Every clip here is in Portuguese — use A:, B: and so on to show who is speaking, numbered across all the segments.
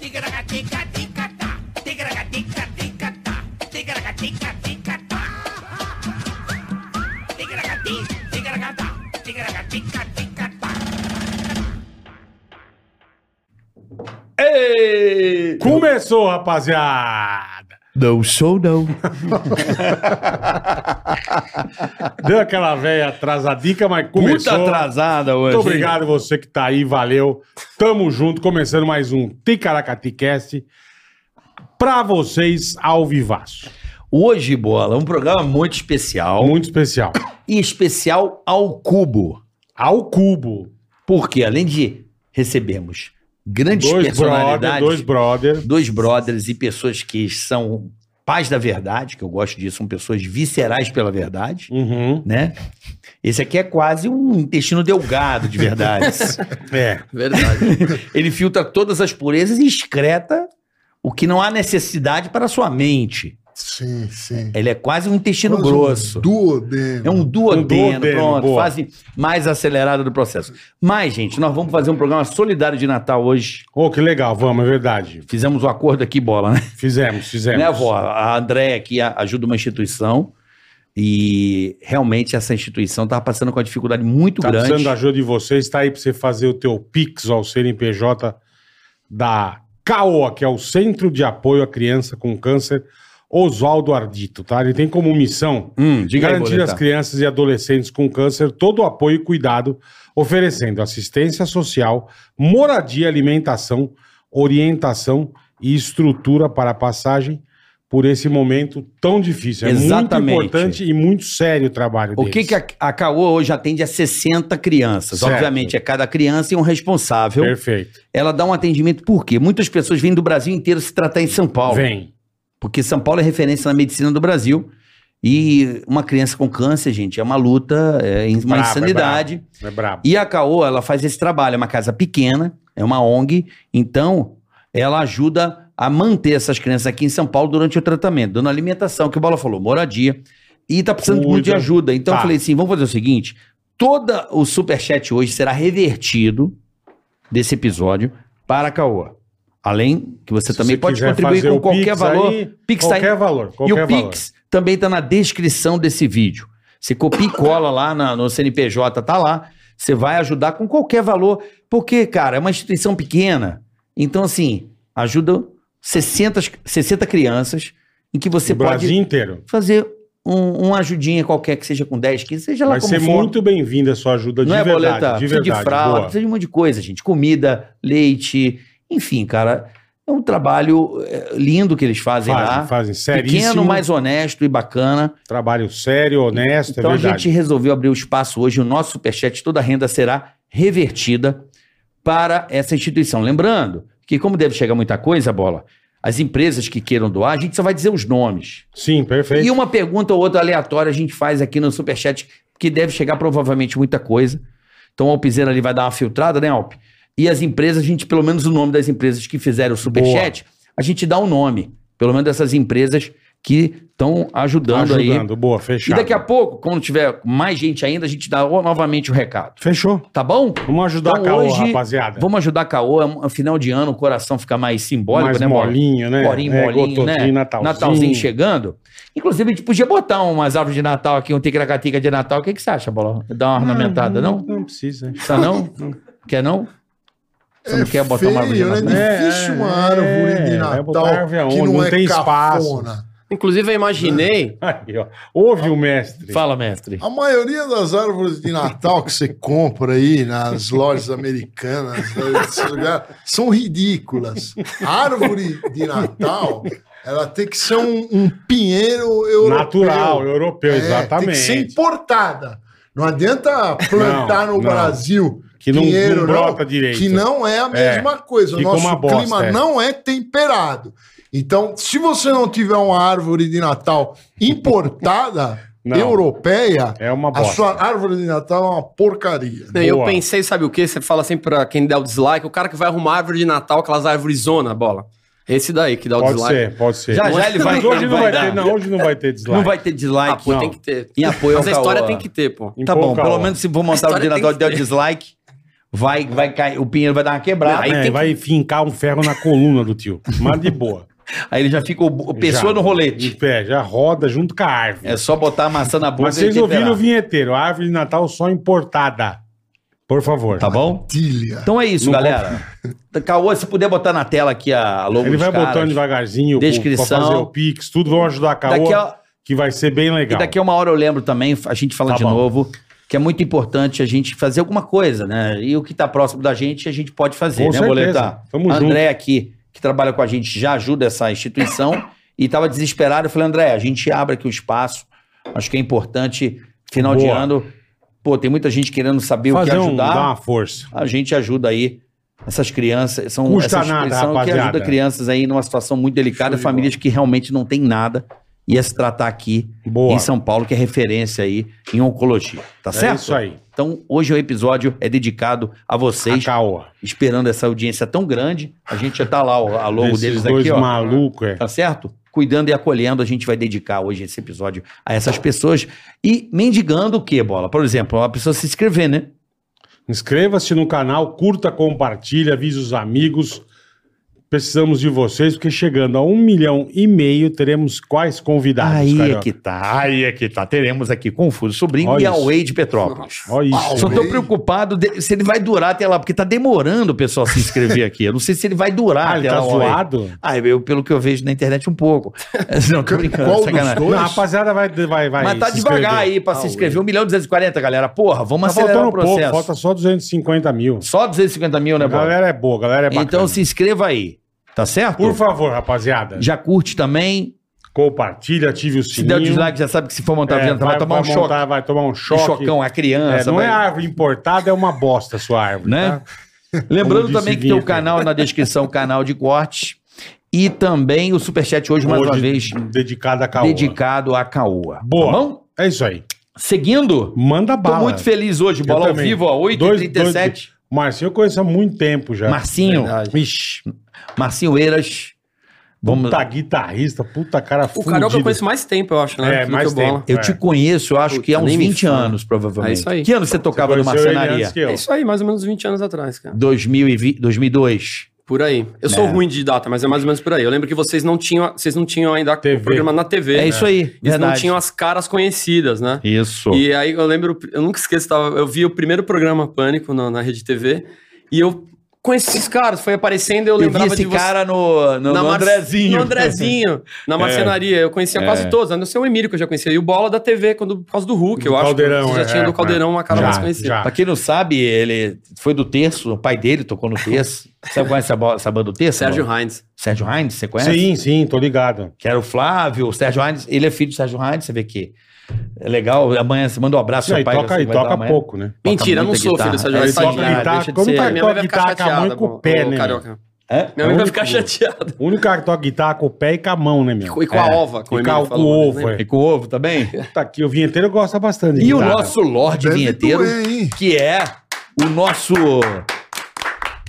A: Tigracatica, ticatá. Tigracatica, ticatá. Tigracatica, ticatá. Tigracati, tigracatá. Tigracatica, ticatá.
B: Ei! Começou, rapaziada!
C: Não sou não.
B: Deu aquela velha atrasadica, mas começou.
C: Puta atrasada hoje.
B: Muito obrigado você que tá aí, valeu. Tamo junto, começando mais um Ticaracaticast pra vocês ao vivaço.
C: Hoje, bola, um programa muito especial.
B: Muito especial.
C: E especial ao cubo.
B: Ao cubo.
C: Porque além de recebermos grandes
B: Dois brother,
C: personalidades,
B: dois brother.
C: dois brothers e pessoas que são pais da verdade, que eu gosto disso, são pessoas viscerais pela verdade,
B: Uhum.
C: né? Esse aqui é quase um intestino delgado de verdade.
B: É.
C: Ele filtra todas as purezas e excreta o que não há necessidade para a sua mente.
D: Sim, sim.
C: Ele é quase um intestino
D: Quase um
C: grosso.
D: Duodeno.
C: É um duodeno,
B: duodeno,
C: pronto,
B: boa.
C: fase mais acelerada do processo. Mas, gente, nós vamos fazer um programa solidário de Natal hoje.
B: Ô, que legal, vamos, é verdade.
C: Fizemos um acordo aqui, bola, né?
B: Fizemos, fizemos.
C: Né, avó? A Andréia aqui a- ajuda uma instituição e realmente essa instituição estava passando com uma dificuldade muito
B: Tá
C: grande.
B: precisando da ajuda de vocês, tá aí pra você fazer o teu Pix ao CNPJ da CAOA, que é o Centro de Apoio à Criança com Câncer, Oswaldo Ardito, tá? Ele tem como missão
C: Hum, diga aí,
B: garantir
C: Boleta.
B: às crianças e adolescentes com câncer todo o apoio e cuidado, oferecendo assistência social, moradia, alimentação, orientação e estrutura para a passagem por esse momento tão difícil. É
C: Exatamente.
B: muito importante e muito sério o trabalho
C: O que,
B: deles.
C: que a, a Caoa hoje atende a 60 crianças?
B: Certo.
C: Obviamente, é cada criança e um responsável.
B: Perfeito.
C: Ela dá um atendimento por quê? Muitas pessoas vêm do Brasil inteiro se tratar em São Paulo.
B: Vem.
C: Porque São Paulo é referência na medicina do Brasil. E uma criança com câncer, gente, é uma luta, é uma
B: Brabo, é
C: insanidade.
B: É brabo.
C: E a Caoa, ela faz esse trabalho. É uma casa pequena, é uma ONG. Então, ela ajuda a manter essas crianças aqui em São Paulo durante o tratamento, dando alimentação, que o Bola falou, moradia. E tá precisando
B: Cuida.
C: muito de ajuda. Então,
B: Tá.
C: eu falei assim: vamos fazer o seguinte: todo o superchat hoje será revertido desse episódio para a Caoa. Além que você
B: Se
C: também
B: você
C: pode
B: quiser
C: contribuir
B: fazer
C: com
B: o
C: qualquer
B: Pix
C: valor.
B: aí,
C: Pix tá aí.
B: qualquer valor,
C: E
B: qualquer
C: o
B: valor.
C: Pix também está na descrição desse vídeo. Você copia e cola lá na- no CNPJ, tá lá. Você vai ajudar com qualquer valor. Porque, cara, é uma instituição pequena. Então, assim, ajuda 60, 60 crianças em que você
B: o
C: pode
B: Brasil inteiro.
C: fazer um- uma ajudinha qualquer, que seja com 10, 15, seja lá
B: Vai
C: como
B: ser
C: for.
B: muito bem-vinda a sua ajuda de
C: Não é
B: verdade.
C: boleta?
B: de
C: precisa
B: verdade.
C: de fralda,
B: boa.
C: precisa de um monte de coisa, gente. Comida, leite, enfim, cara. É um trabalho eh, lindo que eles fazem lá.
B: Fazem, fazem. Seríssimo.
C: Pequeno, mas honesto e bacana.
B: Trabalho sério, honesto,
C: então
B: é
C: a
B: verdade.
C: gente resolveu abrir o espaço hoje. O nosso superchat, toda a renda será revertida para essa instituição. Lembrando que, como deve chegar muita coisa, bola, as empresas que queiram doar, a gente só vai dizer os nomes.
B: Sim, perfeito.
C: E uma pergunta ou outra aleatória a gente faz aqui no Superchat, que deve chegar provavelmente muita coisa. Então o Alpizeira ali vai dar uma filtrada, né, Alp? E as empresas, a gente, pelo menos o nome das empresas que fizeram o Superchat, a gente dá o nome. Pelo menos dessas empresas que estão ajudando, aí.
B: Ajudando, boa,
C: E
B: fechado.
C: daqui a pouco, quando tiver mais gente ainda, a gente dá o- novamente o recado.
B: Fechou.
C: Tá bom?
B: Vamos ajudar
C: Então,
B: a Caô,
C: hoje,
B: rapaziada.
C: Vamos ajudar a Caô. É um final de ano, o coração fica mais simbólico,
B: Mais
C: né, Bola?
B: molinho, né?
C: Corinho,
B: É,
C: molinho,
B: gotodinho,
C: né?
B: Natalzinho.
C: chegando. Inclusive, a gente podia botar umas árvores de Natal aqui, um ticracatica de Natal. O que, que você acha, Bola? Dá uma
E: Ah,
C: ornamentada, não?
B: Ah, Não precisa.
C: Tá não? Quer não? Você não quer botar uma árvore de
D: É feio,
C: Natal?
D: né? Difícil
B: É,
D: uma
B: é,
D: árvore
B: é,
D: de
B: vai botar
D: Natal
B: árvore aonde?
D: que não,
B: Não
D: é
B: tem
D: cafona.
E: Inclusive, eu imaginei.
B: Aí, ó. Ouve o mestre.
C: Ah, Fala, mestre.
D: A maioria das árvores de Natal que você compra aí nas lojas americanas né, desse lugar, são ridículas. A árvore de Natal, ela tem que ser um, um pinheiro europeu.
B: Natural, europeu,
D: É,
B: exatamente.
D: Tem que ser importada. Não adianta plantar
B: Não,
D: no
B: não.
D: Brasil
B: Que não-
D: pinheiro
B: não brota direito.
D: Que não é a mesma coisa. O
B: fica
D: nosso
B: uma bosta,
D: clima
B: é.
D: não é temperado. Então, se você não tiver uma árvore de Natal importada,
B: Não.
D: europeia,
B: É uma
D: a
B: bosta.
D: sua árvore de Natal é uma porcaria.
E: Não, Eu
B: Boa.
E: pensei, sabe o que? Você fala sempre pra quem dá o dislike, o cara que vai arrumar árvore de Natal, aquelas árvores zona, bola. Esse daí que dá o
B: Pode
E: dislike.
B: ser, pode ser.
C: Já, já ele vai-
B: Mas hoje
C: ele
B: não
C: vai
B: vai
C: dar.
B: ter, não, hoje não vai ter dislike.
C: Não vai ter
E: Ah,
C: dislike.
E: pô,
C: não.
E: tem que ter.
C: Em apoio ao
E: Mas a história
C: Caoa.
E: tem que ter, pô.
B: Em
C: Tá bom,
B: pouca
C: pelo
B: hora.
C: menos se for montar o
E: história
C: Dinadol e
E: tem
C: der
E: que
C: o dislike, vai, vai cair, o Pinheiro vai dar uma quebrada.
B: É,
C: Aí,
E: tem
B: vai fincar um ferro na coluna do tio. Mas de boa.
C: ele já fica o, o pessoa
B: Já.
C: no rolete.
B: Em pé, já roda junto com a árvore.
C: É só botar a maçã na boca
B: Mas
C: e ele
B: vocês ouviram o
C: temperar.
B: vinheteiro, a árvore de Natal só importada. Por favor.
C: Tá bom?
D: Tilha.
C: Então é isso,
B: Não
C: galera. Caô, se puder botar na tela aqui a logo
B: Ele
C: dos
B: vai
C: caras.
B: botando devagarzinho
C: Descrição.
B: pra fazer o Pix, tudo vão ajudar a
C: Daqui
B: Caoa,
C: a,
B: que vai ser bem
C: e
B: legal.
C: daqui a uma hora eu lembro também, a gente fala
B: Tá
C: de
B: bom.
C: novo, que é muito importante a gente fazer alguma coisa, né? E o que tá próximo da gente, a gente pode fazer,
B: Com
C: né,
B: certeza.
C: Boletar?
B: Tamo junto.
C: André aqui, que trabalha com a gente, já ajuda essa instituição e tava desesperado. Eu falei, André, a gente abre aqui o espaço, acho que é importante, final de
B: Boa.
C: ano. Pô, tem muita gente querendo saber o
B: Fazer
C: que
B: um,
C: ajudar.
B: dar uma força.
C: a gente ajuda aí essas crianças. São essa
B: Custa nada,
C: instituição que
B: rapaziada.
C: ajuda crianças aí numa situação muito delicada,
D: Show de
C: famílias que realmente não têm nada. Ia se tratar aqui
B: Boa.
C: em São Paulo, que é referência aí em oncologia. Tá
B: É
C: certo?
B: isso aí.
C: Então, hoje o episódio é dedicado a
B: A
C: vocês,
B: Caoa.
C: esperando essa audiência tão grande. A gente já tá lá, ó, a logo
B: Desses
C: deles
B: dois
C: aqui, ó.
B: malucos, é.
C: Tá certo? Cuidando e acolhendo, a gente vai dedicar hoje esse episódio a essas pessoas. E mendigando o quê, Bola? Por exemplo, uma pessoa se inscrever, né?
B: Inscreva-se no canal, curta, compartilha, avisa os amigos. Precisamos de vocês, porque chegando a um milhão e meio, teremos quais convidados,
C: Aí
B: Carioca?
C: é que tá, aí é que tá. Teremos aqui Confuso Sobrinho
B: Olha
C: e
B: isso.
C: Away de Petrópolis.
B: Olha isso.
C: Só tô
D: Away.
C: preocupado de- se ele vai durar até lá, porque tá demorando o pessoal se inscrever aqui. Eu não sei se ele vai durar
B: Ah, ele
C: até
B: tá
C: lá. o Away.
B: zoado?
C: Ah, eu, pelo que eu vejo na internet, um pouco. Não, tô brincando,
D: Qual dos
C: sacanagem.
D: dois?
B: Não, a rapaziada vai, vai, vai.
C: Mas tá
B: se
C: devagar
B: inscrever.
C: aí pra se inscrever. 1 milhão e 240, galera. Porra, vamos
B: Tá
C: acelerar
B: faltando
C: o processo.
B: pouco, falta só 250 mil.
C: Só 250 mil, né,
B: A
C: Bola?
B: galera é boa, a galera é bacana.
C: Então se inscreva aí. Tá certo?
B: Por favor, rapaziada,
C: Já curte também.
B: compartilha, ative o
C: Se der
B: sininho.
C: o dislike, já sabe que se for montar o
B: É,
C: vai, tomar um choque.
B: montar, vai tomar um
C: Um
B: choque.
C: chocão, a
B: É,
C: criança.
B: não
C: vai-
B: é árvore importada, é uma bosta a sua árvore.
C: né?
B: tá?
C: Lembrando
B: disse
C: também que tem o
B: Vinheta.
C: canal na descrição, o canal de corte. E também o Superchat hoje, mais uma
B: Hoje,
C: vez,
B: Dedicada a caô.
C: dedicado à Caoa.
B: Boa.
C: Tá bom?
B: É isso aí.
C: Seguindo,
B: Manda
C: tô
B: bala.
C: muito feliz hoje.
B: Eu
C: Bola ao
B: também.
C: vivo, ó,
B: Dois- É,
C: 8h37.
B: Marcinho eu conheço há muito tempo já.
C: Marcinho,
B: Ixi,
C: Marcinho Eiras. Vamos.
B: puta guitarrista, puta cara
E: O
B: fudido.
E: Carioca eu conheço mais tempo, eu acho, né?
B: É,
E: do
B: mais
E: que o Bola.
B: tempo.
C: Eu te conheço, eu acho
E: Puta,
C: que há uns
E: nem me
C: 20
E: fala.
C: anos, provavelmente.
E: É isso aí.
C: Que ano você tocava
B: Você
C: numa
B: conheceu ele
C: marcenaria?
B: antes que eu.
E: É isso aí, mais ou menos 20 anos atrás, cara.
C: 2020, 2002.
E: Por aí. Eu sou ruim de data, mas é mais ou menos por aí. Eu lembro que vocês não tinham, vocês não tinham ainda
B: TV.
E: o programa na TV.
C: É, isso aí.
E: Eles não
C: verdade.
E: tinham as caras conhecidas, né?
C: Isso.
E: E aí eu lembro, eu nunca esqueço, tava- eu vi o primeiro programa Pânico na, na Rede TV e eu conheci esses caras, foi aparecendo, eu,
C: Eu, vi
E: lembrava
C: esse
E: de você.
C: cara no, no,
E: na
C: no
E: Mar-
C: Andrezinho.
E: No Andrezinho, na
B: É.
E: marcenaria. Eu conhecia quase todos. Não sei o Emílio que eu já conhecia. E o Bola da TV, quando, por causa do Hulk, eu acho.
B: Caldeirão,
E: que você
B: é,
E: já tinha
B: é,
E: do Caldeirão uma cara
B: Já,
E: mais conhecida.
B: já.
C: Pra quem não sabe, ele foi do Terço, o pai dele tocou no Terço. Sabe qual é essa, bo- essa banda do Terço?
E: Sérgio
C: mano?
E: Heinz.
C: Sérgio Heinz, você conhece?
B: Sim, sim, tô ligado.
C: Que era o Flávio, o Sérgio Heinz, ele é filho do Sérgio Heinz, você vê que é legal. Amanhã você manda um abraço
B: Não,
C: ao
B: e
C: pai.
B: toca,
C: você
B: e
C: vai dar
B: toca
C: amanhã.
B: pouco, né?
E: Mentira, eu não
C: muita
E: sou filho do
C: guitarra.
E: Sérgio
C: Ele
E: Heinz. é
C: toca
E: tadinho.
C: guitarra, deixa de
B: como
C: ser.
B: tá-
E: Minha mãe
B: toca
E: vai ficar
B: guitarra com a mãe
E: chateada.
B: com o
E: bom,
B: pé,
E: ô,
B: né?
E: Carioca.
C: Hã?
E: Minha mãe
B: É o
E: vai ficar
B: único.
E: chateada.
B: O único cara que toca guitarra com o pé e com a mão, né, meu?
E: E com a ova,
B: com
E: como
B: e
E: o
B: com, a-
E: Emílio
B: com o
E: falou. né?
B: ovo, é.
C: E com ovo também?
B: Tá aqui, o vinheteiro gosta bastante. de
C: E o
B: guitarra.
C: nosso Lorde
D: Deve
C: Vinheteiro,
D: doer, hein?
C: que é o nosso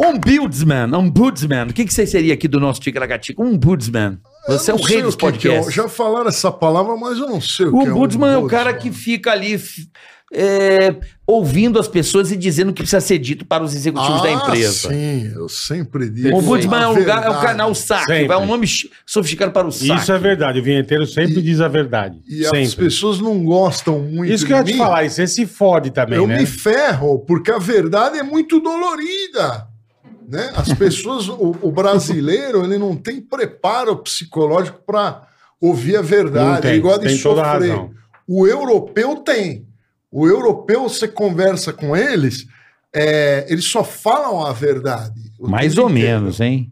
C: Ombudsman. Ombudsman. O que, que você seria aqui do nosso Ticaracatica? Ombudsman. Você é
D: Eu
C: o
D: não
C: rei
D: sei
C: dos
D: que que é.
C: podcasts.
D: Já falaram essa palavra, mas eu não sei o,
C: O
D: que é.
C: ombudsman é o cara
D: ombudsman.
C: que fica ali f- é, ouvindo as pessoas e dizendo o que precisa ser dito para os executivos
D: Ah,
C: da empresa.
D: Sim, eu sempre digo.
C: O ombudsman é um
D: A
C: lugar, é o
D: verdade.
C: canal saque,
B: Sempre.
C: vai um nome chi- sofisticado para o saque.
B: Isso é verdade, o vinheteiro sempre
D: E-
B: diz a verdade.
D: E as
B: sempre.
D: pessoas não gostam muito
B: Isso que eu ia
D: de
B: te
D: mim.
B: falar, e você se fode também,
D: eu
B: né?
D: me ferro, porque a verdade é muito dolorida. Né? As pessoas, o, o brasileiro, ele não tem preparo psicológico para ouvir a
B: Não
D: verdade.
B: tem,
D: ele gosta de
B: tem toda a
D: sofrer.
B: razão.
D: O europeu tem. O europeu, você conversa com eles, é, eles só falam a verdade. o
C: Mais
D: tempo
C: ou
D: inteiro.
C: menos, hein?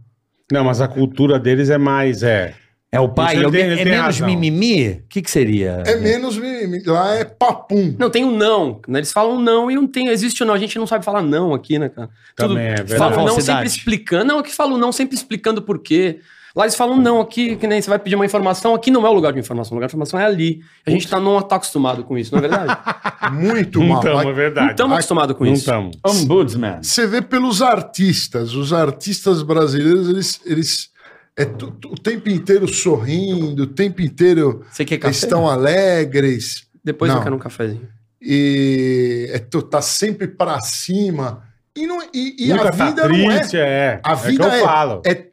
B: Não, mas a cultura deles é mais, é...
C: É o pai?
B: Isso ele
C: Alguém-
B: tem- ele
C: é
B: tem
C: menos
B: razão.
C: mimimi? O que, que seria?
D: É menos mimimi. Lá é papum.
E: Não, tem um não. Né? Eles falam não e não tem. Existe o não. A gente não sabe falar não aqui, né, cara?
B: Também é verdade.
E: Fala o não
C: Falsidade.
E: sempre explicando. Não, aqui falam não sempre explicando por quê. Lá eles falam um não aqui, que nem você vai pedir uma informação. Aqui não é o lugar de informação. O lugar de informação é ali. A gente tá, não tá acostumado com isso, não é verdade?
D: Muito
B: Não
D: mal.
B: estamos, é
D: Mas
B: verdade.
E: não estamos acostumados com
B: não
E: isso.
B: estamos.
C: Ombudsman.
D: Você vê pelos artistas. Os artistas brasileiros, eles. eles é tu- tu- o tempo inteiro sorrindo, o tempo inteiro
E: Você quer café?
D: estão alegres.
E: Depois
D: Não.
E: eu quero um cafezinho.
D: e é, tu tá sempre pra cima. E, não, e, e a
B: Nunca tá
D: vida não é.
B: triste, é.
D: A
B: É
D: vida
B: que eu falo.
D: é,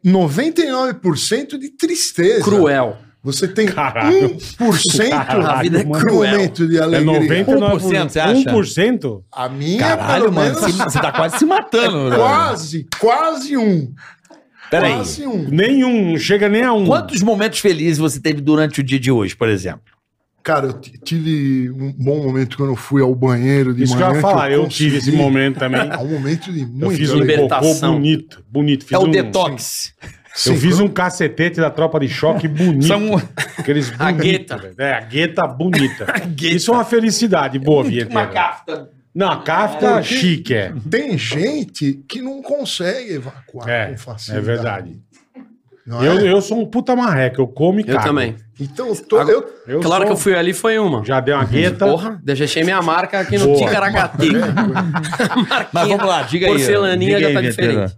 D: 99% de tristeza.
E: Cruel.
D: Você tem
B: Caralho.
D: 1%
E: A vida é
D: de
E: cruel.
D: momento de
B: É
D: alegria.
B: 99%.
C: 1%, você acha?
B: 1%?
D: A minha,
C: Caralho,
D: pelo
C: mano,
D: menos,
C: você, você tá quase se matando. velho.
D: quase, quase um.
C: Peraí.
D: Quase um.
B: Nenhum, não chega nem a um.
C: Quantos momentos felizes você teve durante o dia de hoje, por exemplo?
D: Cara, eu t- tive um bom momento quando eu fui ao banheiro de
B: Isso que
D: manhã.
B: eu ia falar, eu,
D: consegui.
B: tive esse momento também.
D: É um momento de muito
B: Eu fiz um
D: alegria.
B: cocô
E: libertação.
B: bonito, bonito. Fiz
C: é o
B: um-
C: detox.
D: Sim,
B: Eu fiz um cacetete da tropa de choque bonito.
C: São-
B: Aqueles
E: A
B: bonitos,
E: gueta.
B: velho. É, a gueta bonita. Isso é uma felicidade boa, Vieira.
C: cafta.
B: Não, a cafta chique, é.
D: Tem gente que não consegue evacuar
B: É,
D: com
B: é
D: facilidade.
B: verdade.
D: não é?
B: Eu, eu sou um puta marreco, eu como e
E: Eu
B: cago.
E: também.
D: Então, eu tô,
E: Agora-
D: eu,
B: Eu
E: Aquela hora que
B: sou-
E: eu fui ali foi uma.
B: Já dei uma gueta.
E: Porra, né? deixei minha marca aqui no
B: Boa.
E: Ticaracati. Marquinha.
C: Mas vamos lá, diga aí.
E: Porcelaninha
C: diga
E: já tá
C: aí,
E: diferente.
C: Vietnã.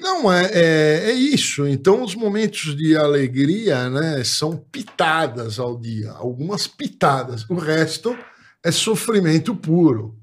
D: Não, é, é, é isso. Então, os momentos de alegria né, são pitadas ao dia, algumas pitadas. O resto é sofrimento puro.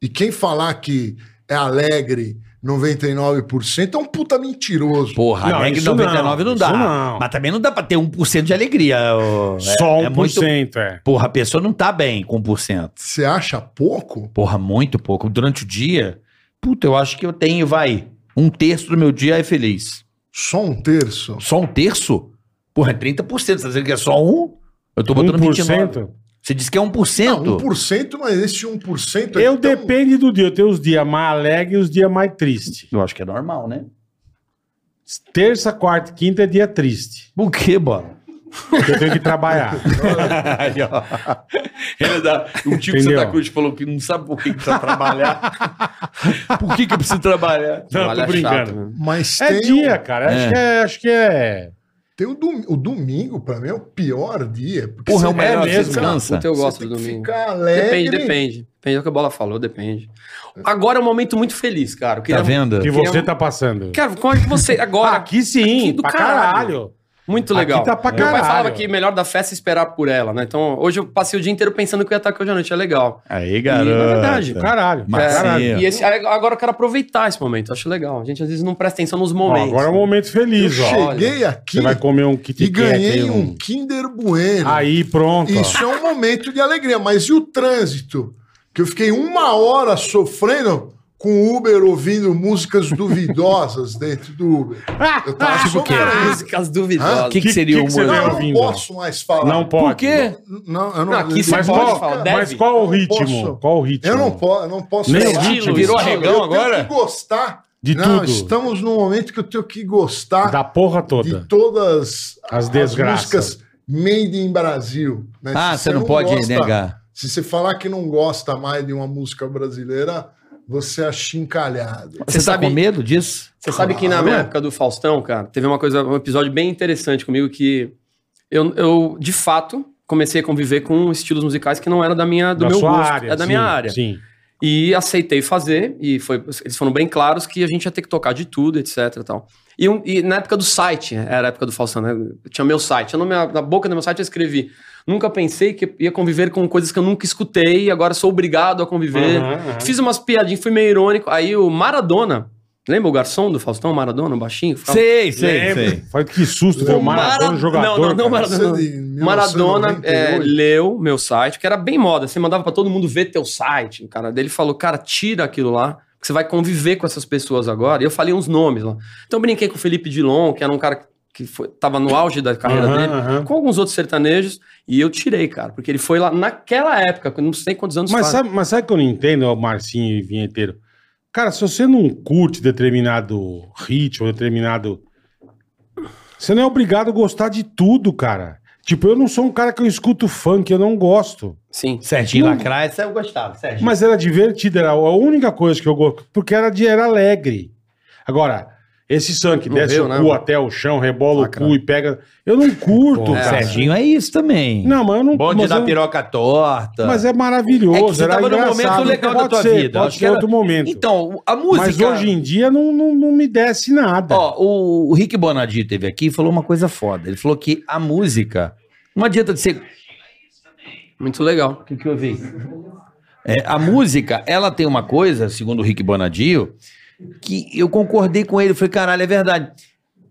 D: E quem falar que é alegre 99% é um puta mentiroso.
C: Porra,
B: Não,
C: a regra
B: isso
C: 99 não,
B: não,
C: dá.
B: isso não.
C: Mas também não dá pra ter 1% de alegria. ô. É-
B: Só 1%,
C: é muito-
B: é.
C: Porra, a pessoa não tá bem com 1%.
D: Você acha pouco?
C: Porra, muito pouco. Durante o dia, puta, eu acho que eu tenho, vai, um terço do meu dia é feliz.
D: Só um terço?
C: Só um terço? Porra, é 30%. Você tá dizendo que é só um? Eu tô botando 29.
B: 1%.
C: Você disse que é 1%?
D: Não, 1%, mas esse 1% é
B: Eu
D: tão-
B: depende do dia. Eu tenho os dias mais alegres e os dias mais tristes.
C: Eu acho que é normal, né?
B: Terça, quarta e quinta é dia triste.
C: Por quê, bola?
B: porque Eu tenho que trabalhar.
C: Aí, ó. Ele dá- o tio de
B: Entendeu?
C: Santa Cruz falou que não sabe por que que precisa trabalhar. por que, que eu preciso trabalhar?
B: Não, tô
E: Trabalho é
B: brincando.
E: chato, né?
D: Mas
B: É
D: tem, um
B: dia, cara.
C: É.
B: Acho que é. Acho que é...
D: tem o, dom- o domingo, pra mim, é o pior dia. porque
C: Porra, é
D: você
C: o melhor
D: tem
C: que você
D: que
B: mesmo.
D: ficar-
C: descansa. Tá
E: Puta, eu
D: você
E: gosto
D: tem
E: do
D: que
E: domingo.
D: Ficar
E: Depende,
D: alegre.
E: depende. Depende do que a bola falou, depende. Agora é um momento muito feliz, cara. Eu
C: Tá
E: queria-
C: vendo?
B: Que você
E: Queria-
B: tá passando.
E: um- Cara, como é que você. Agora.
B: aqui sim,
E: aqui do
B: pra
E: caralho.
B: caralho.
E: Muito legal.
B: Aqui tá pra
E: Meu
B: caralho.
E: pai falava que melhor da festa é esperar por ela, né? Então, hoje eu passei o dia inteiro pensando que eu ia estar aqui hoje à noite. É legal.
C: Aí,
E: E, na verdade,
B: Do Caralho.
C: Mas
B: caralho.
C: sim.
E: E esse, agora eu quero aproveitar esse momento. eu Acho legal. A gente às vezes não presta atenção nos
B: Ó,
E: momentos.
B: agora é um momento
D: Eu
B: feliz, ó.
D: cheguei aqui
B: Você vai comer um Kit
D: e
B: Kat,
D: ganhei
B: aí,
D: um Kinder Bueno.
B: Aí, então tá. pronto. ó.
D: Isso é um momento de alegria. Mas e o trânsito? Que eu fiquei uma hora sofrendo com o Uber ouvindo músicas duvidosas dentro do Uber. Eu tava
C: Tipo o quê?
D: sofrendo.
E: Músicas duvidosas.
C: O que, que
B: Que-
C: seria
B: que
C: o
B: que você
D: Não,
C: humor?
B: deu?
D: eu
E: tá
D: não
B: ouvindo?
D: posso mais falar.
B: Não pode.
C: Por quê?
D: Não, eu não,
E: Não, aqui você
B: Mas,
E: pode
B: qual,
E: falar,
B: mas
E: deve.
B: qual o
D: Não
B: ritmo?
D: posso.
B: Qual o ritmo?
D: Eu não posso, eu não posso
B: Nem
D: falar.
E: estilo,
D: Virou
E: estilo.
C: Eu
D: arregão
C: tenho
D: agora?
C: que
D: gostar.
B: De
D: não,
B: tudo.
D: estamos num momento que eu tenho que gostar
B: Da porra toda.
D: de todas
B: As desgraças.
D: músicas made in Brasil. né?
C: Ah,
D: Se
C: você não pode
D: gosta-
C: negar.
D: Se você falar que não gosta mais de uma música brasileira, você é achincalhado.
C: Você,
E: Você
C: tá
E: sabe-
C: com medo disso?
E: Você sabe que na
D: Claro.
E: minha época do Faustão, cara, teve uma coisa, um episódio bem interessante comigo que eu, eu de fato, comecei a conviver com estilos musicais que não eram da minha, do
B: da
E: meu
B: sua
E: gosto,
B: área.
E: é da
B: sim,
E: minha área.
B: Sim.
E: E aceitei fazer, e foi, eles foram bem claros que a gente ia ter que tocar de tudo, etc e tal. E, um- e na época do site, era a época do Faustão, né? Tinha meu site, eu, não- minha- na boca do meu site eu escrevi, nunca pensei que ia conviver com coisas que eu nunca escutei, e agora sou obrigado a conviver.
B: Aham, aham.
E: Fiz umas piadinhas, fui meio irônico. Aí o Maradona, lembra o garçom do Faustão, Maradona, o baixinho? que ficava-
C: Sei,
B: Lembra? Foi que susto, foi o
D: O
B: Maradona
E: Mara-
B: jogador.
E: Não, não, não,
B: cara.
E: Maradona.
D: Isso é de
E: Maradona é,
D: 1998.
E: leu meu site, que era bem moda. Você mandava pra todo mundo ver teu site. O cara dele falou, cara, tira aquilo lá, que você vai conviver com essas pessoas agora. E eu falei uns nomes lá. Então eu brinquei com o Felipe Dilon, que era um cara que foi, tava no auge da carreira
B: Aham,
E: dele,
B: aham.
E: com alguns outros sertanejos, e eu tirei, cara, porque ele foi lá naquela época, que eu não sei quantos anos
B: Mas
E: faz.
B: sabe, mas sabe que eu não entendo, ó, Marcinho e Vinheteiro? Cara, se você não curte determinado ritmo, determinado Você não é obrigado a gostar de tudo, cara. Tipo, eu não sou um cara que eu escuto funk, eu não gosto.
E: Sim.
C: Serginho Lacraia, essa eu gostava, Serginho.
B: Mas era divertido, era a única coisa que eu gosto, porque era, de, era alegre. Agora, esse sangue que
E: Não
B: desce
E: veio,
B: o
E: né,
B: cu
E: mano?
B: até o chão, rebola
D: Lacra.
B: o cu e pega. Eu não curto,
C: Pô,
B: cara.
C: Serginho é isso também.
B: Não, mas eu não
C: Bonde
B: mas
C: da
B: eu-
C: piroca torta.
B: Mas é maravilhoso.
C: É que você
B: era
C: tava num
B: engraçado.
C: momento legal da
B: Pode
C: tua
B: ser,
C: vida.
B: Pode
C: Acho
B: ser
C: que era-
B: outro momento.
C: Então, a música.
B: mas hoje em dia não, não, não me desce nada.
C: Ó, o, o Rick Bonadio teve aqui e falou uma coisa foda. Ele falou que a música. Não adianta de ser.
E: Muito legal.
C: O que, que eu vi? É, a música, ela tem uma coisa, segundo o Rick Bonadio, que eu concordei com ele. Eu Falei, caralho, é verdade.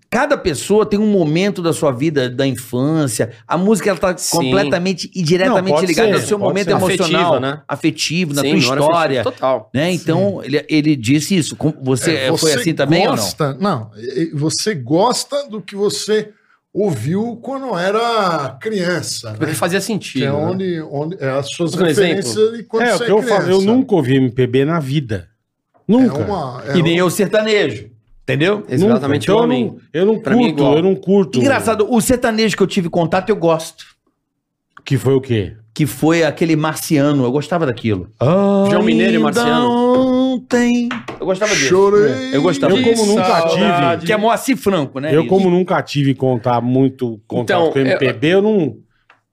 C: Cada pessoa tem um momento da sua vida, da infância. A música, ela tá
E: Sim.
C: completamente e
B: Não,
C: diretamente
B: pode
C: ligada
B: ser,
C: ao seu
B: pode
C: momento
B: ser.
C: emocional,
E: Afetiva, né?
C: afetivo, na
E: Sim,
C: tua
E: na hora
C: história.
E: fechada, Total.
C: Né? Então, ele, ele disse isso. Com- Você,
D: É,
C: foi assim também ou não?
D: gosta, não? e- e Você gosta do que você ouviu quando era criança, né?
E: Porque fazia
D: Que é
E: sentido. né?
D: onde, onde é as suas
E: Por exemplo,
D: referências de quando
B: é, o
D: você
B: que eu
D: criança.
B: falo, eu nunca ouvi MPB na vida.
D: É
B: Nunca.
D: uma- é
C: E nem eu sertanejo. Entendeu?
B: Nunca.
E: Exatamente
B: Então
E: igual
B: eu
E: a mim.
B: não, eu não
E: Pra mim é
B: curto,
E: igual.
B: eu não curto.
C: Engraçado, o sertanejo que eu tive contato, eu gosto.
B: Que foi o quê?
C: Que foi aquele marciano. Eu gostava daquilo.
E: João Mineiro e Marciano.
C: Ontem. Eu gostava disso.
D: Chorei.
C: Eu gostava
B: Eu como nunca
C: Saudade.
B: tive.
C: Que é Moacir Franco, né?
B: eu, como nunca tive contato, muito contato
E: Então,
B: com MPB, eu, não.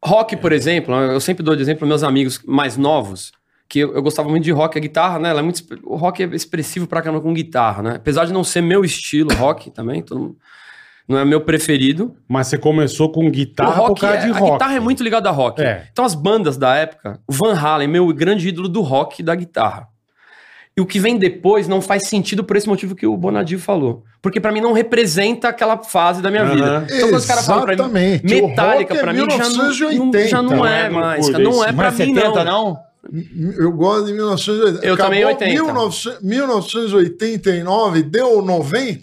E: Rock, por exemplo, eu sempre dou de exemplo meus amigos mais novos, que eu, eu gostava muito de rock, a guitarra, né? Ela é muito, exp- o rock é expressivo pra caramba com guitarra, né? Apesar de não ser meu estilo, rock também, todo mundo- não é meu preferido.
B: Mas você começou com
E: O
B: guitarra por causa
E: é-
B: de
E: A
B: rock.
E: guitarra é muito ligada a rock.
B: É.
E: Então as bandas da época, o Van Halen, meu grande ídolo do rock e da guitarra. E o que vem depois não faz sentido por esse motivo que o Bonadio falou. Porque pra mim não representa aquela fase da minha
B: Aham.
E: vida. Então quando os caras falam pra mim,
D: Exatamente. O
E: Metallica
D: rock é
E: pra mim já não, não-
D: 1980.
E: já não é
B: Não é
E: mais,
B: loucura
E: cara. Não é
B: isso.
E: pra
C: Mas
E: mim
C: 70
E: não.
C: não?
D: Eu gosto de 1980.
E: Eu também, 80.
D: 1900 1989, deu 90,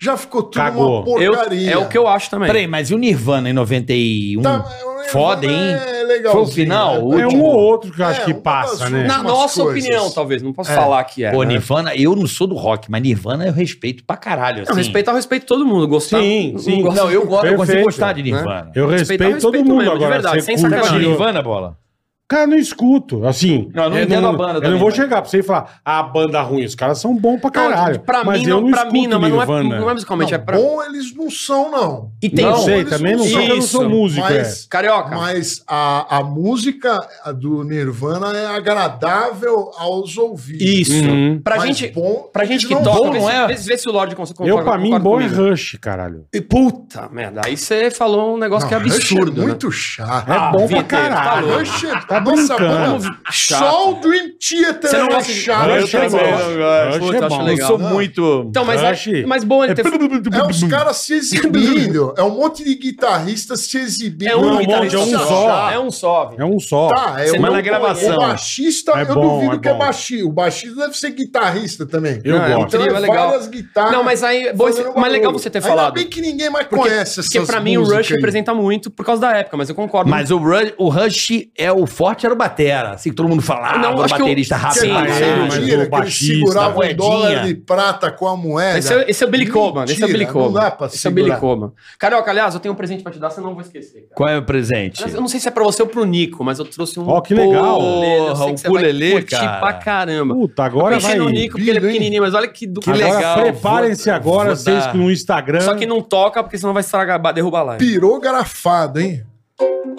D: já ficou tudo
B: Cagou.
D: uma
E: Eu-
D: porcaria.
E: é o que eu acho também.
C: Peraí, mas e o Nirvana em 91?
D: Tá,
C: Foda, hein?
D: É legalzinho,
C: Foi o final, o
D: né?
B: É um
C: último.
B: ou outro que eu acho
D: É,
B: que
D: um
B: passa,
D: das-
B: né?
E: Na
D: Umas
E: nossa
D: coisas.
E: opinião, talvez. Não posso
D: É.
E: falar que é.
C: Pô,
E: né?
C: Nirvana, eu não sou do rock, mas Nirvana eu respeito pra caralho.
E: Eu
C: assim.
E: respeito ao respeito de todo mundo. Gostar.
B: Sim,
E: não
B: sim.
E: gosto-
C: Não, eu gosto, eu consigo
B: Perfeito. Né?
C: gostar de Nirvana.
B: Eu respeito,
E: Respeitar,
B: todo
E: respeito
B: mundo
E: mesmo, de
B: agora.
E: verdade,
B: você
E: sem
B: curte-
C: Não,
E: sacanagem.
C: Nirvana, bola?
B: Cara, eu não escuto. Assim.
C: Não, eu não
B: eu
C: entendo a banda
B: Eu não
C: também,
B: vou
C: mas-
B: chegar pra você e falar, ah, banda ruim, os caras são bons pra
E: né? Não,
B: caralho.
E: pra
B: mas
E: mim,
B: eu
E: não,
B: não
E: pra
B: escuto
E: mim, não, mas não é,
B: Nirvana.
E: não é musicalmente,
D: Não,
E: é pra.
D: Bom, eles não são, não.
E: E tem
B: Não
D: Bom,
B: sei,
D: eles
B: também não
D: são.
B: sou, porque eu não sou
E: Isso.
B: músico. é.
D: Mas,
E: Carioca.
D: mas a, a música do Nirvana é agradável aos ouvidos.
E: Isso.
B: Uhum.
E: Pra
D: Mas
E: gente.
D: bom,
E: Pra
D: eles
E: gente que
D: não
E: toca,
D: vão-
C: não
E: vê se-
C: é?
E: Vê, vê se o Lorde concorda.
B: Eu, pra mim,
E: concorda
B: bom é
E: comigo.
B: Rush, caralho.
E: E Puta merda. Aí você falou um negócio que é
D: Não, Rush
E: absurdo. né?
D: muito chato.
B: É bom pra
E: Vitor, tá
B: caralho.
E: louco.
D: Rush é-
B: Tá
D: nossa,
B: brincando.
D: mano,
E: Chato.
D: Só o Dream Theater
E: Você não
D: é
E: gosta de-
D: chato.
E: Eu
B: Rush é
E: também
B: bom.
E: não gosto.
B: Rush
E: Puta,
B: é
E: acho
B: bom.
E: legal.
C: Sou
D: Não.
C: muito.
E: Então, mas,
B: Rush.
E: é, mas bom ele ter.
D: É os caras se exibindo. É um monte de guitarristas se exibindo.
E: É um,
B: Não,
E: guitarrista
B: é um
E: chato.
B: só.
E: É um só. velho.
B: É um só.
D: Tá, é
E: Você
D: um-
E: manda
D: o-
E: gravação.
D: O baixista,
B: É
D: eu
B: bom,
D: duvido
B: é
D: que é
B: bom.
D: baixista. O baixista deve ser guitarrista também. Então,
B: Eu
E: Não, é um
B: gosto.
E: trio, é legal.
D: várias guitarras.
E: Não, mas aí- bom,
D: fazendo
E: mas é
D: barulho.
E: legal você ter
D: Ainda
E: falado.
D: bem que ninguém mais
E: Porque,
D: conhece essas
E: porque pra mim o
D: músicas
E: Rush
D: aí.
E: representa muito por causa da época, mas eu concordo.
C: Mas o Rush, o Rush é o forte, era o Batera. Assim que todo mundo falava,
E: Não,
C: o
E: acho que eu-
C: baterista rápido.
D: Sim,
E: Sim,
C: pra
D: mas
B: sim,
C: caralho.
B: Ah, é, mas o
D: é mentira, que eles
B: baixista,
D: seguravam
C: moedinha.
D: um dólar de prata com a moeda.
E: Esse é, esse é o Billy Coleman. Esse é o Billy
D: Mentira,
E: Coleman.
D: Não dá pra
E: esse é o
D: segurar.
E: Billy Coleman. Carioca, aliás, eu tenho um presente pra te dar, você não vai esquecer. cara.
C: Qual é o presente?
E: Aliás, eu não sei se é pra você ou pro Nico, mas eu trouxe um.
B: Ó, que legal.
E: ukulele, eu sei
C: Porra, um
E: que você vai
C: ukulele,
E: curtir
C: cara.
E: pra caramba.
B: Puta, agora
E: eu pensei
B: vai.
E: no Nico porque ele é
D: Billy, hein?
E: pequenininho, mas olha que do
C: Que legal.
B: Agora preparem-se
C: vou-
B: agora,
C: vou
B: vocês
C: dar.
B: no Instagram.
E: Só que não toca porque senão vai estragar, ba- derrubar a live.
D: Pirografado, hein?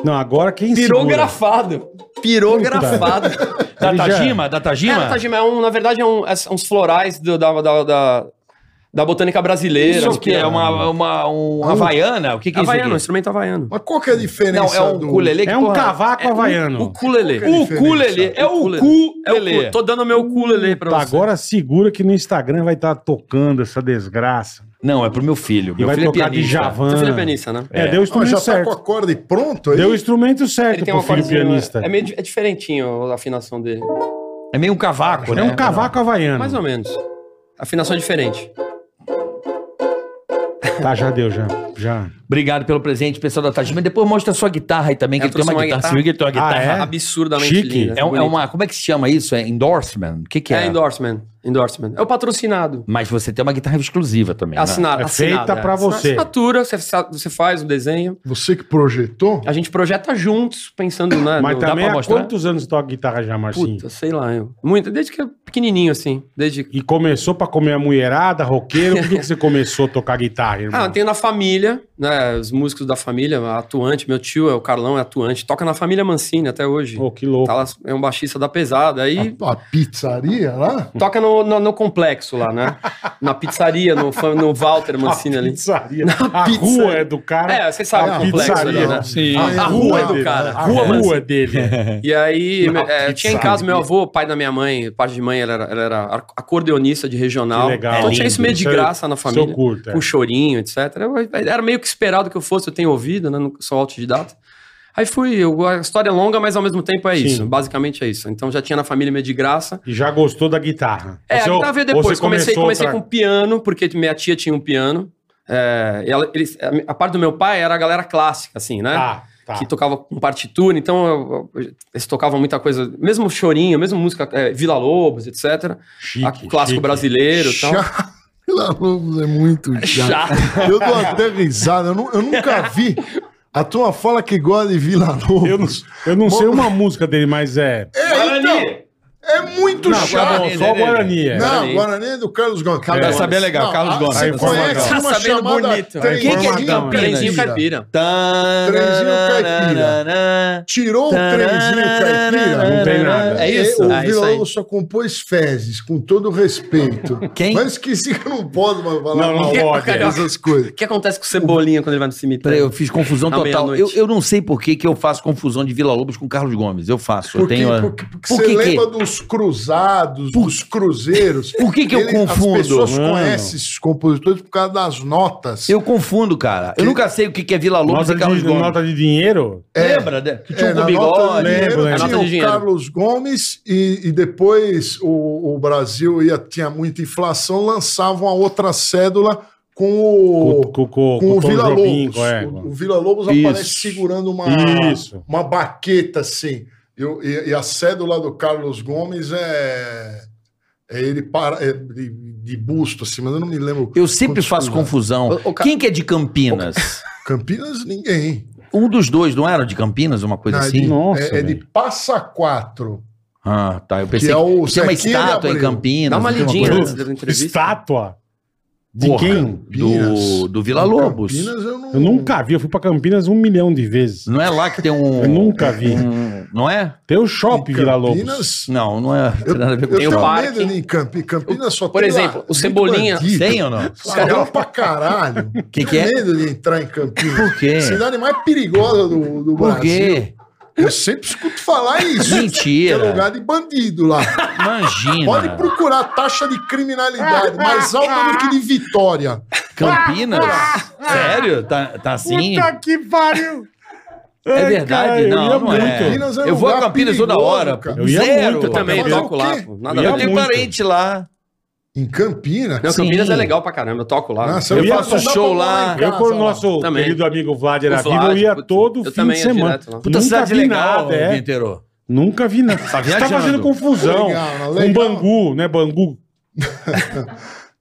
B: Não, agora quem segura?
E: Pirografado. Pirografado.
C: Da
B: Ele já-
C: Tajima? Da Tajima?
E: Cara, Tajima é um, na verdade, é um- é uns florais do- da, da, da, da botânica brasileira. Tipo,
C: Isso o quê? É uma, uma um, havaiana? O que, que é isso
E: Havaiano, um
C: aqui?
E: instrumento havaiano.
D: Mas qual que é a
C: Não,
D: diferença
C: é um ukulele. que
B: É um
C: porra-
B: cavaco
E: O
B: havaiano. Tá,
E: ukulele.
D: é a diferença?
C: Ukulele. É o cu.
E: É o cu. Tô dando meu ukulele pra
B: Tá,
E: você.
B: agora segura que no Instagram vai estar tocando essa desgraça.
C: Não, é pro meu filho.
B: E
C: Meu
B: vai
C: filho é
B: tocar de
C: pianista.
B: Javan.
E: Seu filho é pianista, né?
B: É, deu o
D: Ó,
B: instrumento
D: já tá com
B: certo.
D: a corda e pronto aí?
B: Deu o instrumento certo pro
E: uma
B: filho
E: cordezinha,
B: pianista.
E: né? É, meio, di- é diferentinho a afinação dele.
C: É meio um cavaco, né?
B: É um cavaco havaiano.
E: Mais ou menos. A afinação é diferente.
B: Tá, já deu, já. já.
C: Obrigado pelo presente, pessoal da Tajima. Depois mostra a sua guitarra aí também, que
E: Eu
C: ele tem uma
E: trouxe uma
C: guitarra.
E: guitarra.
C: swing, ele tem uma guitarra.
B: Ah, é?
E: absurdamente
B: Chique.
E: linda.
C: É, um- é
E: bonita.
C: uma. Como é que se chama isso? É endorsement? O que, que é?
E: É endorsement. Endorsement. É o patrocinado.
C: Mas você tem uma guitarra exclusiva também. né?
E: É assinado.
B: É
E: assinado,
B: feita
E: é.
B: pra você.
E: Assinatura, você, você faz o desenho.
D: Você que projetou?
E: A gente projeta juntos, pensando na.
B: Mas
E: no- dá
B: também é assim.
E: pra
B: há
E: mostrar?
B: quantos anos toca guitarra já, Marcinho?
E: Puta, sei lá. Eu. Muito, desde que eu pequenininho, assim. Desde.
B: E começou pra comer a mulherada, roqueiro? Por que, que você começou a tocar guitarra, irmão?
E: Ah, eu tenho na família, né? Os músicos da família, atuante. Meu tio é o Carlão, é atuante. Toca na família Mancini até hoje.
B: Pô, que louco.
E: Tá lá, é um baixista da pesada. Aí
D: A pizzaria lá?
E: toca no, no, no complexo lá, né? Na pizzaria, no, fam- no Walter
B: A
E: Mancini ali.
B: pizzaria. A
E: pizza.
B: rua é do cara.
E: É, você sabe
D: Ah,
E: o complexo ali, né?
F: Sim.
D: Ah, é
E: A rua é
D: dele,
E: do
D: né?
E: cara.
B: A rua é dele.
E: E aí,
B: Na
E: é, tinha em
B: pizzaria.
E: casa meu avô, pai da minha mãe, parte de mãe, ela era, ela era ar- acordeonista de regional.
B: Que legal.
E: Então
B: É
E: tinha
B: lindo.
E: isso meio de
B: Isso é-
E: graça na
B: isso eu
E: família.
B: curto, é.
E: Com chorinho, etc. Eu- Era meio que esperado que eu fosse, eu tenho ouvido, né? Não sou autodidata. Aí fui, eu- a história é longa, mas ao mesmo tempo é
B: Sim.
E: isso. Basicamente é isso. Então já tinha na família meio de graça.
B: E já gostou da guitarra.
E: É,
B: Você-
E: a guitarra veio
B: ou
E: depois.
B: você
E: Comecei,
B: começou
E: comecei
B: outra-
E: com piano, porque minha tia tinha um piano. É, ela- eles- a- a parte do meu pai era a galera clássica, assim, né?
B: Tá, tá.
E: que tocava com partitura, então eu- eu- eles tocavam muita coisa, mesmo chorinho, mesmo música é, Vila Lobos, etc.
B: Chique,
E: A- clássico
B: chique.
E: brasileiro então. e tal.
D: Chato. Vila Lobos é muito chato. Eu dou até risada. Eu, nu- eu nunca vi. A tua fala que gosta de Vila Lobos.
B: Eu não, eu não sei uma música dele, mas é.
D: É, então, é muito
B: Não, tá
D: chato.
B: bom,
E: né,
B: só o Guarani. é.
D: Não, Guarani é do Carlos Gomes.
F: Pra
D: Carlos
F: saber é legal, Carlos Gomes.
D: Você
B: Aí foi
D: conhece
B: legal.
D: uma
E: Tá Sabendo
D: chamada
E: bonito.
D: Trenzinho
B: Quem que é de Campinas?
E: Trenzinho
D: Caipira?
E: Caipira.
D: Caipira. Tirou o trenzinho caipira.
B: Não tem nada.
F: É isso?
D: O
E: Ah, isso
D: Vila
E: aí.
D: Lobos só compôs fezes, com todo respeito.
C: Quem?
D: Mas esqueci que eu não posso mais falar
B: Não, não
D: mal
B: pode.
D: dessas coisas.
E: O que acontece com o Cebolinha quando ele vai no
C: Peraí,
E: cemitério?
C: eu fiz confusão
E: À
C: total. Eu,
E: meia-noite.
C: eu não sei por que, que eu faço confusão de Vila Lobos com Carlos Gomes. Eu faço. Eu
D: Porque,
C: tenho. a-
D: porque, porque
C: Por
D: você
C: que que-
D: lembra dos cruzados, dos cruzeiros.
C: Por que que eu confundo?
D: As pessoas
B: Mano.
D: conhecem esses compositores por causa das notas.
C: Eu confundo, cara. Eu nunca sei o que, que é Vila Lobos
B: Nota
C: e Carlos
B: de,
C: Gomes.
B: nota de dinheiro?
C: Lembra, né? Que tinha
D: É,
C: um
D: na
C: com
D: nota
C: bigode.
D: de dinheiro,
B: lembro, lembro.
E: A nota de
D: tinha o
E: dinheiro.
D: Carlos Gomes e, e depois o, o Brasil ia, tinha muita inflação, lançavam a outra cédula com o,
B: Com- com- com-
D: com
B: com
D: o
B: Tom
D: Vila
B: Jobim,
D: Lobos.
B: qual é?
D: O, o Vila Lobos
B: Isso.
D: aparece segurando uma,
B: Isso.
D: uma baqueta assim. E, o- e- e a cédula do Carlos Gomes é, é ele para, é de, de busto, assim, mas eu não me lembro.
C: Eu sempre
D: quantos
C: faço
D: cruzados.
C: confusão.
E: O- o Ca-
C: Quem que é de Campinas?
D: Campinas, ninguém.
C: Um dos dois, não era de Campinas, uma coisa
D: Não, é
C: assim?
D: de-
B: Nossa,
D: é, é de
B: velho.
D: Passa Quatro.
C: Ah, tá. Eu pensei
D: Que
C: que,
D: é o
C: tinha uma
D: Zequinha
C: estátua em
D: Abreu.
C: Campinas.
E: Dá uma
C: não tem
E: lidinha
C: coisa? assim.
E: antes da entrevista.
B: Estátua? De
C: Porra.
B: quem?
C: Do, do Vila Lobos.
D: Campinas eu não.
B: Eu nunca vi. Eu fui pra Campinas um milhão de vezes.
C: Não é lá que tem um.
B: Eu nunca vi.
C: um- não é?
B: Tem o shopping Vila Lobos.
D: Campinas,
C: Não, não é.
D: Eu,
C: tem nada a ver
D: eu
C: com
D: tenho
C: o parque.
D: medo de ir em Campinas. Campinas só
E: Por
D: tem
E: exemplo,
D: lá,
E: o
D: muito
E: Cebolinha-
D: bandido.
C: Tem ou não?
D: Ladrão pra caralho.
C: Que que
D: Tenho
C: é?
D: medo de entrar em Campinas.
C: Por quê?
D: Cidade mais perigosa do, do
C: Por
D: Brasil.
C: quê?
D: Eu sempre escuto falar isso.
C: Mentira.
D: Que é lugar de bandido lá.
C: Imagina.
D: Pode procurar a taxa de criminalidade mais alta do que de Vitória.
C: Campinas? Sério? Tá, tá assim?
B: Puta que pariu!
C: É
B: Ai,
C: verdade,
B: cara, eu ia
C: não, não é.
B: muito.
D: Campinas é um
C: eu vou a
D: lugar
C: Campinas toda
D: perigoso,
C: hora.
D: cara.
B: Eu ia
C: Zero.
B: muito
E: Eu também
D: Fazer
E: toco
D: o
E: lá.
D: quê?
E: pô.
B: Eu
E: Nada
C: Eu
E: a
B: ia
E: ver.
C: tenho
B: é muito.
C: parente lá.
D: Em Campinas.
E: Não, Campinas
C: Sim.
E: é legal pra caramba, eu toco lá.
D: Nossa,
B: Eu
D: ia-
B: faço
D: não dá pra
C: show
D: morar
C: lá.
D: em
B: Eu,
D: casa
B: com o
D: lá.
B: nosso
E: Também.
B: querido amigo Vlad
E: O
B: era
E: Vlad,
B: vivo, eu ia
E: putz,
B: todo
E: eu
B: fim
E: também
B: de
E: ia
B: semana.
E: direto lá.
C: Puta
B: Nunca
C: cidade
B: vi
C: legal,
B: nada, é.
C: Vinteiro.
B: Nunca vi nada.
C: Tá
B: Você tá
C: viajando.
B: fazendo confusão.
D: Legal, não,
B: Um
D: legal.
B: Bangu, né? Bangu.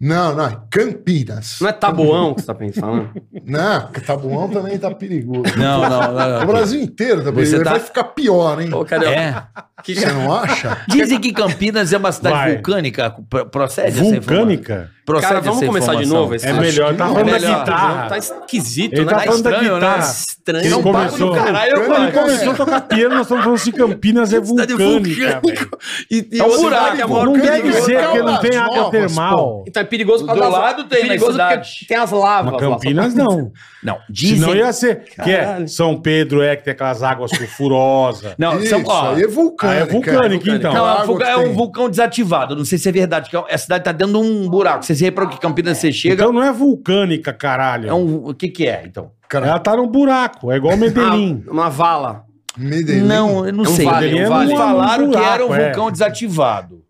D: Não, não, é Campinas.
E: Não é tabuão que você tá pensando?
C: é-
D: Não, porque Tabuão também tá perigoso.
C: Não, não, não.
D: O
C: não.
D: Brasil inteiro tá
C: Você
D: perigoso.
C: tá-
D: Vai ficar pior, hein?
E: Ô, Carioca,
C: É.
E: que-
D: Você não acha?
C: Dizem que Campinas é uma cidade
B: Vai.
C: vulcânica. Pro- Procede essa informação?
B: Vulcânica?
C: Procede
E: Cara, vamos
C: essa
E: começar de
C: informação?
E: novo esse
B: É
E: assunto?
B: melhor, tá
D: que
B: falando
D: não.
B: da
D: É melhor.
B: guitarra.
E: Tá esquisito,
B: Ele
E: né?
B: tá falando da
C: estranho, né?
B: guitarra.
E: estranho.
B: Ele
E: Não para
B: começou-
E: do Caralho,
D: Ele
E: eu
B: Ele
D: Vulcânica,
B: começou a
D: é.
B: tocar piano, nós estamos falando se Campinas é vulcânica. velho.
E: E, e
C: É um
E: outra
C: buraco,
E: cidade que é maior
B: Não
E: que
B: deve
E: perigoso.
B: ser,
D: Campinas
B: porque não tem
D: novas,
B: água
D: pô.
B: termal.
E: Então é perigoso pra
C: Do
E: dar as-
C: lado tem na
E: perigoso
C: cidade.
E: porque tem as lavas.
B: Mas
E: lá.
B: Campinas não.
C: Não, dizem...
B: Senão ia ser. Que é São Pedro é que tem aquelas águas sulfurosas.
C: Não,
D: Isso,
C: são, ó,
D: aí é vulcânico.
B: Ah, é vulcânico, então.
C: Não,
D: a
C: é um,
D: água
C: vulcão,
D: que
C: é um
D: tem.
C: vulcão desativado. Não sei se é verdade. Que a cidade tá dentro de um buraco. Você sei para que Campinas você chega.
B: Então não é vulcânica, caralho.
C: é um, o que que é, então?
D: Cara,
B: Ela tá num buraco, é igual Medellín.
E: Ah, uma vala.
D: Medellín.
C: Não, eu não
E: É um
C: sei.
E: vale,
C: Eles
E: é um vale.
C: Falaram
B: Um
C: que
B: buraco,
C: era um
B: é.
C: vulcão desativado.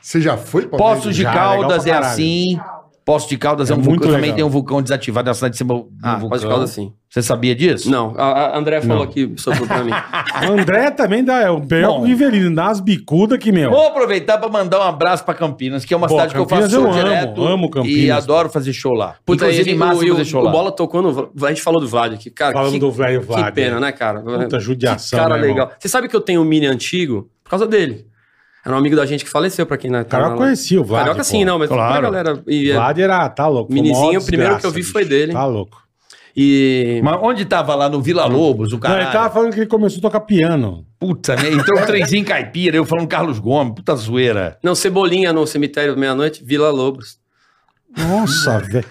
D: Você já foi pra
C: Poços de
B: já, legal
C: Caldas
B: pra
C: é
B: caralho.
C: assim. Poços de Caldas é,
B: É
C: um
B: muito
C: vulcão. Também
B: legal.
C: tem um vulcão desativado. É a cidade de cima de um
E: Ah,
C: vulcão.
E: pode ficar assim.
C: Você sabia disso?
E: Não, a, a André falou aqui sobre pra mim. Ah,
B: André também dá, é o pior
C: Bom,
B: que o Riverino, dá umas bicudas que, meu.
C: Vou aproveitar para mandar um abraço para Campinas, que é uma
B: Pô,
C: cidade que eu faço
B: Campinas
C: show
B: eu amo,
C: direto.
B: amo Campinas.
C: E adoro fazer show lá.
E: Puta,
C: Inclusive,
E: e,
C: em março eu
E: e,
C: vou
E: o,
C: fazer show
E: o
C: lá.
E: Bola tocou no... A gente falou do Vlad aqui. Cara,
B: Falando
E: que,
B: do velho Vlad.
E: que pena, né, cara?
B: Puta judiação,
E: Que cara
B: né, irmão?
E: legal. Você sabe que eu tenho um mini antigo por causa dele. Era um amigo da gente que faleceu, pra quem não é...
B: Cara, eu conheci o Vlad,
E: Carioca
B: pô.
E: sim, não, mas
C: Claro.
E: pra galera... E,
B: O
E: é,
B: Vlad era, tá louco. foi uma
E: Minizinho,
B: maior
E: o primeiro que eu vi
B: desgraça,
E: foi
B: bicho.
E: dele.
B: Tá louco.
E: e-
C: Mas onde tava lá no Vila Lobos, o
B: Não,
C: cara?
B: ele tava falando que ele começou a tocar piano.
C: Puta, né? Entrou um trenzinho caipira, eu falando Carlos Gomes, puta zoeira.
E: Não, Cebolinha no cemitério meia-noite, Vila Lobos.
B: Nossa, velho.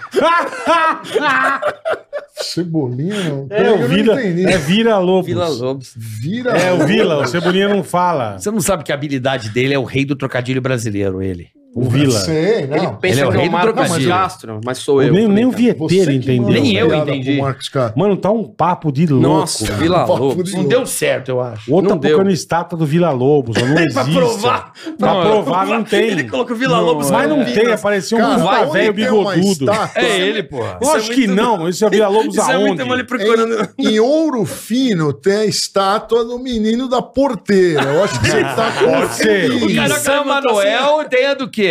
D: Cebolinha não.
B: É, o Vila, é Vira Lobos.
E: Vila Lobos.
D: Vira.
B: É o Vila, o Cebolinha não fala.
C: Você não sabe que a habilidade dele é o rei do trocadilho brasileiro, ele.
D: É
B: O Vila.
D: Sei, não.
E: Ele pensa
C: Ele é o
E: que é
C: rei
E: o
C: do
E: Marcos
C: trocadilho.
E: Castro, mas sou eu. né,
B: Nem, nem o
E: também,
D: Você
B: Vieteiro
D: que
B: entendeu.
D: mandou
C: Nem eu
D: piada
C: entendi.
D: pro Marcos, cara.
B: Mano, tá um papo de
E: cara.
B: louco.
E: Nossa,
B: velho.
E: Vila
D: Papo
E: Lobos.
D: de
C: Não
D: louco.
C: deu certo, eu acho.
B: O outro
E: não
B: tá
E: deu.
B: colocando estátua do Vila Lobos. Não existe.
C: Pra provar.
B: Pra
C: Não,
B: provar não tem.
E: Ele colocou Vila Lobos.
B: Mas não
E: cara.
B: tem, apareceu um
D: Cara,
B: puta
D: onde
B: velho
D: tem uma
B: bigodudo.
D: estátua?
C: É ele, porra.
E: Isso é
B: Lógico que
E: muito-
B: não. Esse é o Vila Lobos
E: Isso é muito
B: aonde?
E: mole procurando.
D: Em, em Ouro Fino tem a estátua do menino da porteira. Eu acho que você tá
B: ser.
C: Em
D: confundindo.
E: Caraca,
C: São
E: levantou
C: Manuel tem a do quê?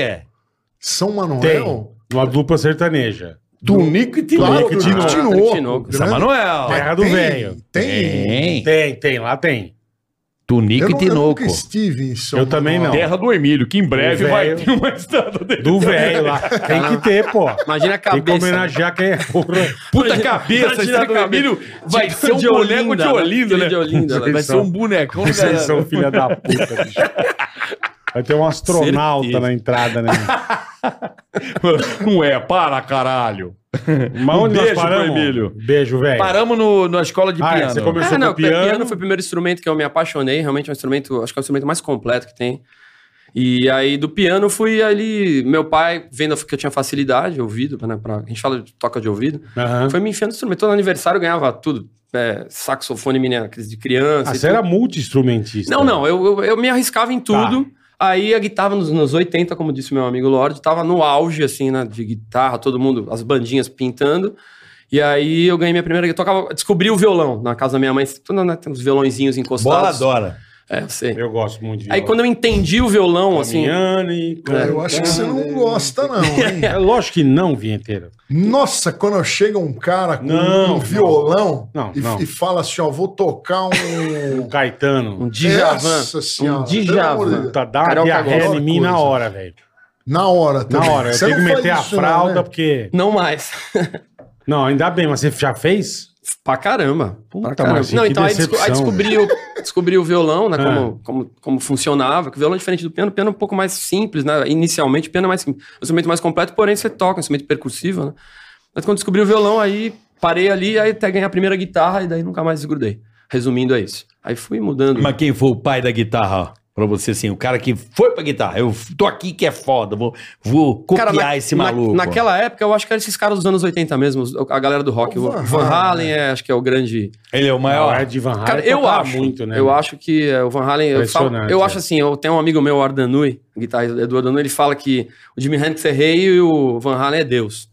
D: São
B: Tem.
D: Manuel?
B: Uma dupla sertaneja.
D: Tunico e
B: Tinoco.
D: Tinoco.
E: Tinoco.
D: Tinoco.
C: São
D: Grande.
C: Manuel.
D: Mas
B: Terra do
D: tem,
B: Velho.
D: Tem.
C: Tem.
B: Tem, tem, lá tem.
D: Eu,
C: Tunico e
D: não, eu
C: Tinoco.
D: nunca estive em São
B: Eu também não.
C: Terra do Emílio, que em breve
B: O
C: vai
B: velho.
C: ter uma estátua dele.
B: Do velho lá. Tem que ter, pô.
E: Imagina a
B: Tem que
E: cabeça.
B: homenagear quem é porra.
C: Puta cabeça,
E: Imagina
C: esse
E: do
C: Camilo vai
E: Tipo
C: ser um
E: de
C: boneco
E: Olinda,
C: de
E: né?
C: Olinda, né?
E: Aquele de Olinda, né?
C: Vai ser um bonecão. né?
B: Vocês são filha da puta, bicho. Vai ter um astronauta
E: Certeza.
B: na entrada, né?
C: Não é, para caralho.
B: Mas onde nós
C: Um beijo pro
B: paramos?
C: Emílio.
B: Beijo, velho.
C: Paramos no, na escola de
B: Ah,
C: piano.
B: você começou
E: Ah,
B: com
E: não,
B: piano.
E: piano. foi o primeiro instrumento que eu me apaixonei, realmente é um instrumento, acho que é o instrumento mais completo que tem. E aí do piano eu fui ali, meu pai, vendo que eu tinha facilidade, ouvido, né, pra- a gente fala de toca de ouvido,
B: Aham.
E: foi me enfiando no instrumento, todo aniversário eu ganhava tudo, é, saxofone menina, aqueles de criança.
B: Ah,
E: e
B: você
E: tudo.
B: era multi-instrumentista.
E: Não, não, eu, eu, eu me arriscava em tudo. Aí a guitarra nos anos 80, como disse meu amigo Lorde, tava no auge, assim, né, de guitarra, todo mundo, as bandinhas pintando. E aí eu ganhei minha primeira guitarra, tocava, descobri o violão na casa da minha mãe, tudo, né, tem uns violõezinhos encostados.
C: adora.
E: É, eu sei.
B: Eu gosto muito de
E: Aí quando eu entendi o violão, assim,
B: Damiani,
D: Manuel. é, Eu acho que você não gosta, não. hein?
B: É lógico que não, Vinheteiro.
D: Nossa, quando chega um cara com
B: Não, não.
D: um violão
B: Não,
D: e,
B: não.
D: e fala assim, ó, vou tocar
B: O
D: um...
B: Caetano.
E: um Djavan,
D: Nossa senhora,
E: um
D: pelo amor de
E: Djavan.
D: Deus.
B: Tá, dá uma
E: Carioca
B: diarreia
E: gosta
B: em
D: de
B: mim
D: coisa.
B: na hora, velho.
D: Na hora
B: Na
D: também.
B: hora. Eu
D: Você
B: tenho que
D: não faz
B: meter a
D: isso não,
B: fralda,
D: né?
B: porque...
E: Não mais.
B: Não, ainda bem, mas você já fez?
E: pra caramba. pra caramba.
B: Marcinho,
E: Não,
B: que
E: então aí, desco aí
B: decepção.
E: descobri, o, descobri o violão, né?
B: Ah.
E: Como, como, como funcionava. Que o violão é diferente do piano. O piano é um pouco mais simples, né? Inicialmente, o piano é mais simples. O instrumento mais completo, porém, você toca, um instrumento percussivo, né? Mas quando descobri o violão, aí parei ali, aí até ganhar a primeira guitarra e daí nunca mais desgrudei. Resumindo, é isso. Aí fui mudando.
C: Mas quem foi o pai da guitarra? ó, Pra você, assim, o cara que foi pra guitarra. Eu tô aqui que é foda, vou, vou copiar
E: Cara, na-
C: esse
E: na-
C: maluco.
E: naquela época, eu acho que eram esses caras dos anos 80 mesmo, os- a galera do rock.
D: O
E: O
D: Van
E: Van
D: Halen,
E: Halen, é, acho que é o grande.
C: Ele é o
B: Não,
C: maior.
B: é de Van Halen
E: Cara, eu
B: tocava
E: acho.
B: muito, né?
E: Eu acho que é, o Van Halen. Eu, falo,
B: Impressionante,
E: eu
B: é.
E: acho assim, eu tenho um amigo meu, o Ardanui, guitarrista do Ardanui, ele fala que o Jimi Hendrix é rei e o Van Halen é Deus.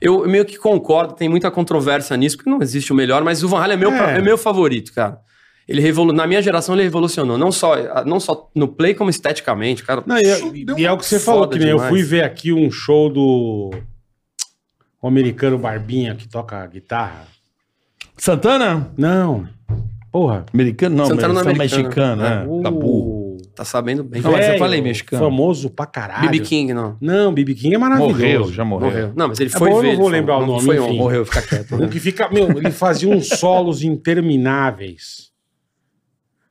E: Eu meio que concordo, tem muita controvérsia nisso, porque não existe o melhor, mas o Van Halen é meu,
B: É.
E: pra- é meu favorito, cara. Ele revolu na minha geração ele revolucionou, não só, não só no play como esteticamente, cara.
B: Não, e, e é o que você
E: Foda
B: falou, que nem eu
E: demais.
B: fui ver aqui um show do... O americano Barbinha, que toca guitarra.
C: Santana?
B: Não. Porra.
C: Americano não, mas
E: Santana não é
C: são
E: americano.
C: mexicano, né? Tá burro.
B: O
E: Tá sabendo bem.
C: Não, mas eu
B: velho,
C: falei mexicano.
B: Famoso pra caralho.
E: BB King não.
B: Não, BB King é maravilhoso.
C: Morreu, já morreu.
E: Morreu. Não, mas ele
B: É
E: foi
B: bom, eu
E: ver.
B: não vou
E: ele
B: lembrar
E: falou,
B: o
E: não
B: nome,
E: foi
B: enfim.
E: ontem.
C: Morreu, fica
E: né?
C: quieto.
B: O que fica, meu, ele fazia uns solos intermináveis.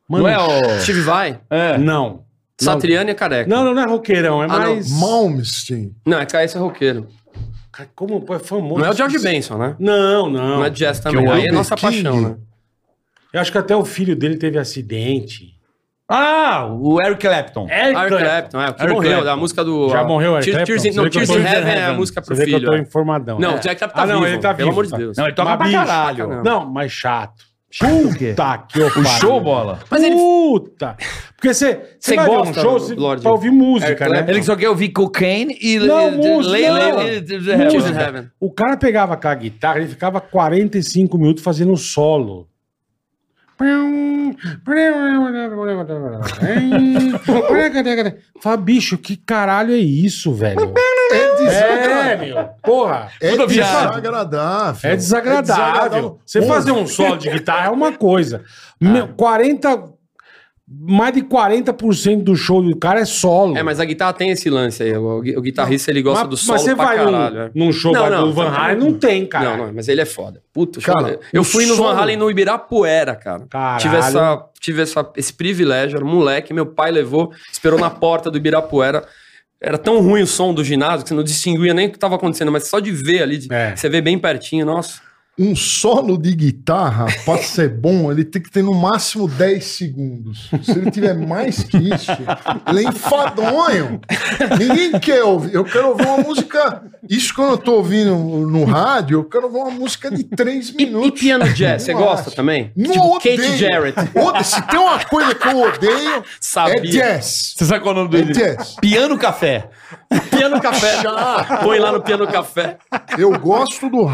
B: Mano,
C: não é o...
E: Steve Vai,
C: É.
B: não.
E: Satriani é careca.
B: Não, não, não é roqueirão, é
E: Ah, não.
B: mais.
D: Malmsteen.
E: Não, é que esse é roqueiro.
B: Cara, Como pô, é famoso.
E: Não é o George Benson, né?
B: Não, não.
E: Não é jazz também.
C: eu
E: Aí é
D: amo.
E: nossa
D: King.
E: paixão, né?
B: Eu acho que até o filho dele teve acidente.
C: Ah, o Eric Clapton.
B: É,
E: Eric Clapton, é, o que
C: Eric
E: morreu,
C: Clapton.
E: da música do...
B: Já
E: ah,
B: morreu o Eric
E: Tears-
B: Clapton?
E: Tears in-
B: Você
E: Não,
B: vê que eu
E: Tears
B: tô
E: in
B: em
E: Heaven é a
C: heaven.
E: música pro
B: Você vê que eu
E: filho.
B: tô
E: é.
B: informadão.
E: Não, o
B: É.
E: Jack Clapton tá
B: Ah, não,
E: vivo,
B: ele tá vivo,
E: pelo amor de
B: tá.
E: Deus.
C: Não, ele toca
B: Mas,
C: pra
B: bicho,
C: caralho.
B: Não, mas chato. Puta que eu
C: O show, bola.
B: Mas ele... Puta! Porque você
E: Você
B: vai ver um
E: gosta,
B: show você-
E: Lorde?
B: pra ouvir música,
E: É,
B: né?
C: Ele só quer ouvir cocaine e...
B: Não, música,
C: Lay-
B: não.
C: Lay-
B: Música.
E: Choose in Heaven.
B: O cara pegava com a guitarra, ele ficava 45 minutos fazendo solo. Fala, bicho, que caralho é isso, velho?
D: É desagradável.
B: meu. Porra.
D: É,
C: Tudo viado.
D: desagradável. É
B: É desagradável. Você fazer um solo de guitarra é uma coisa. Meu,
C: Ah.
B: 40. Mais de 40% do show do cara é solo.
E: É, mas a guitarra tem esse lance aí. O, o gui- o guitarrista, ele gosta do solo
B: você
E: pra
B: vai
E: caralho. é.
B: num, num show
E: Não,
B: vai
E: não,
B: do Van
E: tá-
B: Halen, não tem, cara.
E: Não, não, mas ele é foda. Puta,
D: Cara,
E: cara, eu
B: o
E: fui no
B: solo-
E: Van Halen no Ibirapuera, cara.
B: Caralho.
E: Tive, essa, tive essa, esse privilégio, era um moleque, meu pai levou, esperou na porta do Ibirapuera. Era tão ruim o som do ginásio que você não distinguia nem o que estava acontecendo, mas só de ver ali, de-
B: É.
E: você vê bem pertinho, nossa.
D: Um solo de guitarra, pra ser bom, ele tem que ter no máximo 10 segundos. Se ele tiver mais que isso, ele é enfadonho. Ninguém quer ouvir. Eu quero ouvir uma música. Isso quando eu tô ouvindo no rádio, eu quero ouvir uma música de 3
E: E,
D: minutos.
E: e piano jazz, você
D: Não
E: gosta
D: acho.
E: também?
D: Não
E: tipo,
D: odeio.
E: Kate Jarrett.
D: Ode- Se tem uma coisa que eu odeio, é
E: Sabia.
D: jazz.
C: Você sabe qual é o nome
D: É
C: dele?
D: jazz.
C: Piano Café.
E: Piano café.
D: Chato.
E: Põe lá no piano café.
D: Eu gosto do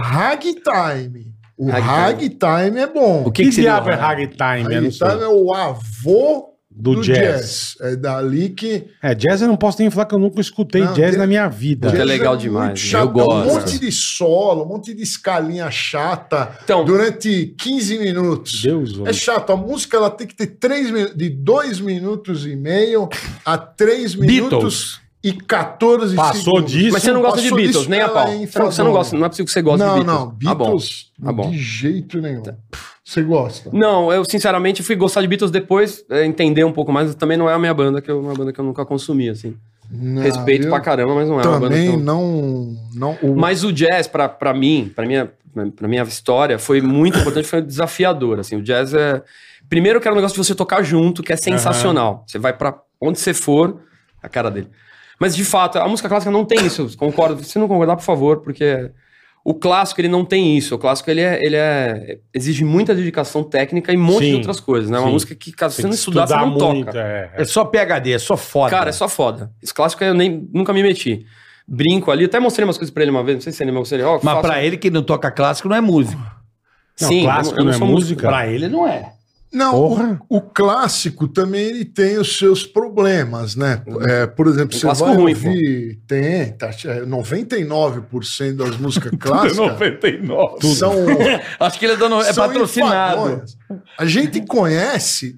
D: ragtime. O
E: Ragtime.
D: ragtime, é bom.
C: O
B: Que,
C: que, que seria?
B: diabo é ragtime? Eu não sei.
D: Ragtime é o avô
B: Do jazz.
D: É dali que.
B: É, jazz eu não posso nem falar que eu nunca escutei
D: Não,
B: jazz
D: jazz-
B: na minha vida.
E: Puta, é
D: jazz
E: legal
D: muito
E: demais,
D: chato,
C: eu gosto.
D: Um monte de solo, um monte de escalinha chata
E: Então-
D: durante 15 minutos.
B: Deus,
D: É
B: olha.
D: chato, a música ela tem que ter três, minu- de 2 minutos e meio a 3 minutos e 14
B: Passou
D: segundos.
B: disso?
E: Mas você não gosta de
D: Passou
E: Beatles,
D: disso,
E: nem a
D: ela
E: pau.
D: é
E: Você não- você não gosta, não é possível que você goste
D: não,
E: de Beatles.
D: não,
E: Tá bom.
D: Beatles
E: Tá bom. Tá.
D: de jeito nenhum. Você gosta?
E: Não, eu sinceramente fui gostar de Beatles depois, é, entender um pouco mais. Também não é a minha banda, que eu, uma banda que eu nunca consumi, assim.
D: Não,
E: Respeito
D: eu
E: pra caramba, mas não é uma banda que
D: Ah, Também
E: eu...
D: não, não. o-
E: Mas o jazz, pra, pra mim, pra minha, pra minha história, foi muito importante, foi desafiador, assim. O jazz é... Primeiro que era um negócio de você tocar junto, que é sensacional. Você vai pra onde você for, a cara dele. Mas, de fato, a música clássica não tem isso, eu concordo. Se não concordar, por favor, porque... O clássico, ele não tem isso. O clássico, ele, é, ele é- exige muita dedicação técnica e um monte
B: Sim,
E: de outras coisas, né? É
B: sim.
E: Uma música que, caso
B: Tem
E: você não
B: que
E: estudar, você não toca.
B: é.
C: É só PHD, é só foda.
E: Cara, é só foda. Esse clássico eu nem, nunca me meti. Brinco ali, até mostrei umas coisas pra ele uma vez, não sei se é ele me mostrou. ó,
C: Mas
E: faço-
C: pra ele que não toca clássico não é músico.
B: Não,
E: Sim,
B: clássico
E: eu
B: não
E: não
B: é
E: sou
B: música.
C: Pra ele não é.
D: Não,
B: Porra.
D: o, o clássico também ele tem os seus problemas, né? É, por exemplo,
E: Um
D: você
E: clássico
D: vai
E: ruim,
D: ouvir, tem, tá, é, 99% das músicas
C: É
D: clássicas
C: 99.
D: são,
C: Acho que ele é, dono, é
D: são
C: patrocinado.
D: enfadonhas. A gente conhece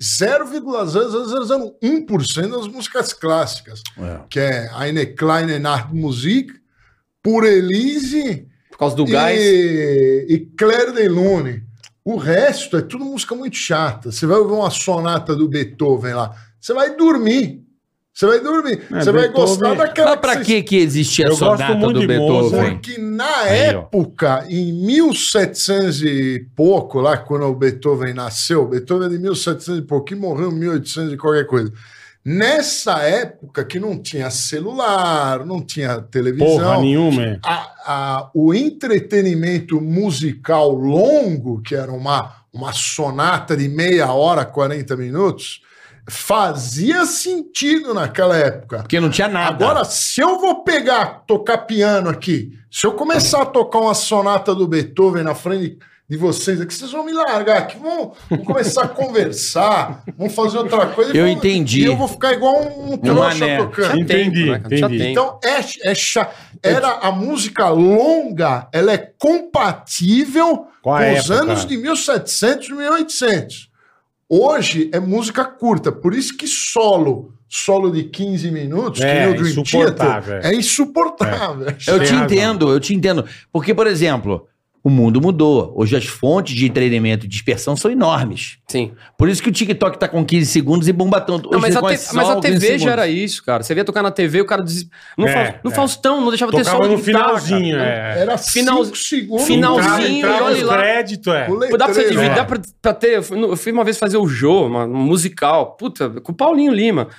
D: 0,001% das músicas clássicas, que é Eine kleine Nachtmusik, Por Elise,
E: Por causa do gás.
D: e, e Claire de Lune. O resto é tudo música muito chata. Você vai ouvir uma sonata do Beethoven lá. Você vai dormir. Você vai dormir.
B: É,
D: você vai
B: Beethoven-
D: gostar daquela.
C: Mas pra
D: você-
C: que que existia a
B: Eu gosto
C: sonata
B: muito
C: do
B: de
C: Beethoven?
B: Mozart.
D: Porque na
B: Aí, ó.
D: época, em 1700 e pouco, lá quando o Beethoven nasceu, Beethoven é de 1700 e pouco, e morreu em 1800 e qualquer coisa. Nessa época que não tinha celular, não tinha televisão,
B: Porra nenhuma. é.
D: a- a- o entretenimento musical longo, que era uma, uma sonata de meia hora, 40 minutos, fazia sentido naquela época.
C: Porque não tinha é nada.
D: Agora, se eu vou pegar, tocar piano aqui, se eu começar a tocar uma sonata do Beethoven na frente de vocês aqui, vocês vão me largar aqui, vão, vão começar a conversar, vão fazer outra coisa. e
C: Eu
D: vão-
C: entendi.
D: E eu vou ficar igual um, um trouxa
C: mané.
D: tocando.
E: Tinha
B: Entendi,
E: tempo, né, cara? Tinha
B: entendi.
E: tempo.
D: Então, é, é cha- era a música longa, ela é compatível
B: Com
D: com,
B: a
D: os
B: época.
D: anos de 1700 e 1800. Hoje é música curta, por isso que solo, solo de 15 minutos,
B: É,
D: que nem o Dream
B: insuportável, É.
D: Theater, é insuportável.
C: Eu
B: Tem
C: te
B: razão.
C: entendo, eu te entendo. Porque, por exemplo, o mundo mudou. Hoje as fontes de treinamento e dispersão são enormes.
E: Sim.
C: Por isso que o TikTok tá com 15 segundos e bomba tanto.
E: Não,
C: Hoje
E: mas,
C: você
E: a
C: conhece
E: te- mas
C: só
E: a
C: 15
E: TV já
C: segundos.
E: era isso, cara. Você via tocar na TV, o cara dizia. No,
B: É,
E: Faust- no
B: é.
E: Faustão, não deixava ter
B: Tocava
E: só
B: no finalzinho, é.
D: Era
E: Final-
D: cinco segundos.
E: finalzinho,
B: Entrava-
E: e
B: entrava
E: olha
B: no
E: lá.
B: crédito, é.
D: O
E: Dá pra você
D: letreiro,
E: dividir,
B: é.
E: dá pra, pra ter. Eu fui, no- eu fui uma vez fazer o Jô, uma, um musical, puta, com o Paulinho Lima.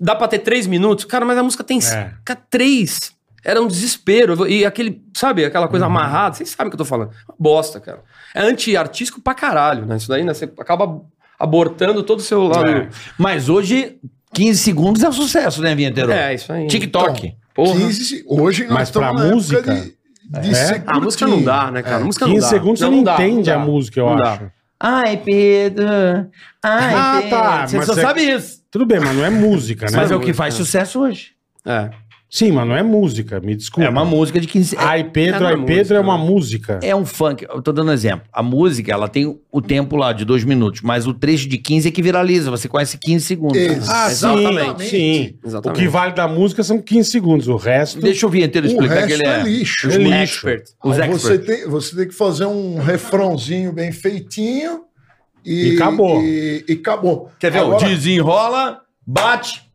E: Dá pra ter três minutos? Cara, mas a música tem
B: É.
E: ca- três. Era um desespero. E aquele, sabe, aquela coisa
B: Uhum.
E: amarrada, vocês sabem o que eu tô falando. Uma bosta, cara. É anti-artístico pra caralho, né? Isso daí, né? Você acaba abortando todo o seu lado. É,
C: Mas hoje, 15 segundos é um sucesso, né, Vinheteiro?
B: É.
E: É, isso aí. Então,
C: TikTok.
E: Porra.
D: 15, hoje nós
B: Mas pra
D: estamos na
B: música?
D: época de- de
B: É?
D: ser
E: A música não
D: curtinho.
E: dá, né, cara? A música não
B: 15
E: dá.
B: segundos você não
E: dá,
B: entende
E: dá.
B: a música, eu
E: Não dá.
B: acho.
C: Ai, Pedro. Ai,
B: Ah,
C: Pedro.
B: tá,
C: Você
B: mas
C: só
B: é-
C: sabe isso.
B: Tudo bem, mas não é música, né?
C: Mas é o que faz sucesso hoje.
E: É.
B: Sim, mas não é música, me desculpa.
C: É uma música de 15... É,
B: Ai, Pedro,
E: É
B: ai,
E: uma
B: Pedro é
E: música,
B: uma
E: né?
B: música.
C: é um funk. Eu tô dando um exemplo. A música, ela tem o tempo lá de dois minutos, mas o trecho de 15 é que viraliza. Você conhece 15 segundos.
D: Isso.
B: Ah,
D: Exatamente.
B: sim, sim. O
E: Exatamente.
B: que vale da música são 15 segundos, o resto...
C: Deixa o Vinheteiro
D: O
C: explicar que
D: resto
C: ele
D: é
C: é...
D: lixo.
B: Ele-
E: Um
B: lixo.
E: expert.
C: Os
D: Aí
C: experts.
D: Você tem, você tem que fazer um refrãozinho bem feitinho e,
B: E acabou.
D: E, e acabou.
C: Quer ver? ó,
D: Agora,
C: Desenrola, bate.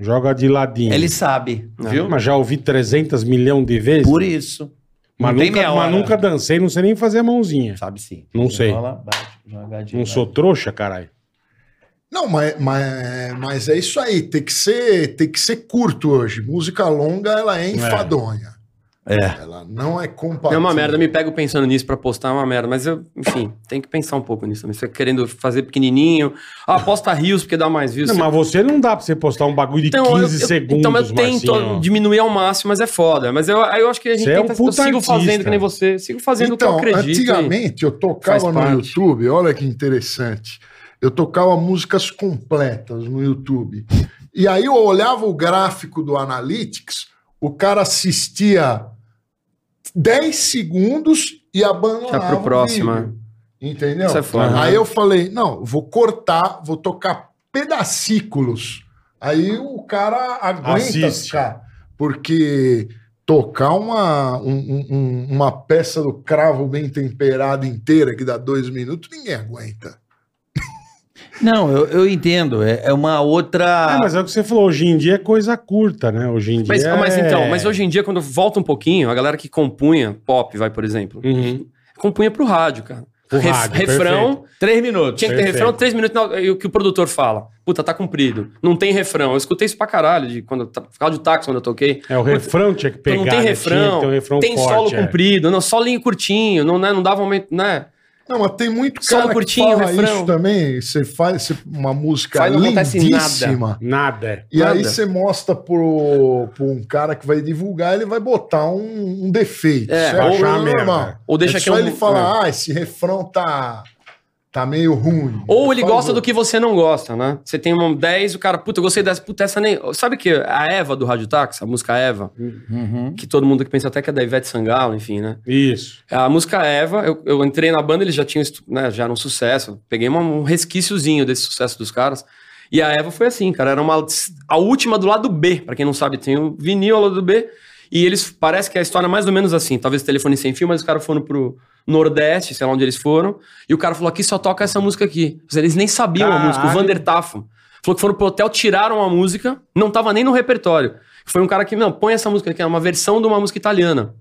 B: Joga de ladinho.
C: Ele sabe, viu?
B: Mas já ouvi 300 milhões de vezes.
C: Por isso.
B: mas,
C: não tem
B: nunca,
C: meia
B: mas
C: hora.
B: nunca dancei, não sei nem fazer a mãozinha.
C: Sabe sim.
B: Não sei.
C: Desenrola, bate, joga de
B: Não
C: lado.
B: sou trouxa, caralho.
D: Não, mas, mas, mas é isso aí. Tem que, ser, tem que ser curto hoje. Música longa, ela é enfadonha.
C: É.
D: Ela não é compatível.
E: É uma merda, eu me pego pensando nisso pra postar, é uma merda. Mas eu, enfim, tem que pensar um pouco nisso também. Você querendo fazer pequenininho. Ah, posta rios porque dá mais views.
B: Não, mas você não dá pra você postar um bagulho de 15 segundos,
E: então eu
B: Marcinho.
E: tento diminuir ao máximo, mas é foda. Mas eu, aí eu acho que a gente
B: Você é um
E: tenta, eu
B: puta
E: sigo
B: artista.
E: fazendo que nem você, sigo fazendo o
D: Então,
E: que eu acredito.
D: antigamente eu
E: faz
D: tocava no
E: parte.
D: YouTube, olha que interessante. Eu tocava músicas completas no YouTube. E aí eu olhava o gráfico do Analytics, o cara assistia 10 segundos e abandonava.
E: Já pro
D: o
E: próximo, né?
D: vídeo. Entendeu?
E: Isso é foda,
D: aí
E: né?
D: eu falei: não, vou cortar, vou tocar pedacículos. Aí o cara aguenta
B: Assiste.
D: ficar. Porque tocar uma, um- um- um- uma peça do cravo bem temperada inteira, que dá dois minutos, ninguém aguenta.
C: Não, eu, eu entendo. É, é uma outra.
B: É, mas é o que você falou, hoje em dia é coisa curta, né? Hoje em dia
E: Mas, mas
B: é-
E: então, mas hoje em dia, quando volta um pouquinho, a galera que compunha, pop, vai, por exemplo,
B: Uhum.
E: compunha pro rádio, cara.
B: Pro
E: Ref-
B: rádio,
E: refrão,
C: Três minutos.
E: Tinha que ter
B: Perfeito.
E: refrão três minutos na- e o que o produtor fala. Puta, tá cumprido. Não tem refrão. Eu escutei isso pra caralho de quando eu ta- rádio táxi quando eu toquei.
B: É, o refrão tinha que
E: Então,
B: pegar,
E: não tem
B: né? Tinha
E: refrão.
B: que ter um refrão
E: tem
B: forte,
E: solo
B: é.
E: comprido, não, solinho curtinho, não, né, não dava momento, né?
D: Não, mas tem muito
E: Só
D: cara
E: um curtinho,
D: que fala
E: refrão.
D: isso também. Você faz você- uma música
E: Faz, não acontece
D: lindíssima.
B: Nada. é.
D: E
E: Nada.
D: aí você mostra pro, pro um cara que vai divulgar, ele vai botar um, um defeito.
E: É,
B: vai achar
D: coisa
B: uma merda.
E: Ou deixa
D: é
E: que
D: só
E: eu-
D: ele falar, ah, esse refrão tá, tá meio ruim.
E: Ou
D: Faz
E: ele
D: um
E: gosta
D: o-
E: do que você não gosta, né? Você tem uma 10, o cara, puta, eu gostei dessa, puta, essa nem. Sabe que a Eva do Rádio Táxi, a música Eva,
C: Uhum.
E: que todo mundo que pensa até que é da Ivete Sangalo, enfim, né?
B: Isso.
E: A música Eva, eu, eu entrei na banda, eles já tinham, estu- né, já era um sucesso. Peguei uma- um resquíciozinho desse sucesso dos caras. E a Eva foi assim, cara, era uma a última do lado B, pra quem não sabe, tem o vinil ao lado B. E eles parece que é a história é mais ou menos assim, talvez telefone sem fio, mas os caras foram pro Nordeste, sei lá onde eles foram, e o cara falou aqui só toca essa música aqui. Mas Eles nem sabiam a
B: Caralho.
E: música, o Vander Tafo. Falou que foram pro hotel, tiraram a música, não tava nem no repertório. Foi um cara que, não, põe essa música aqui, é uma versão de uma música italiana.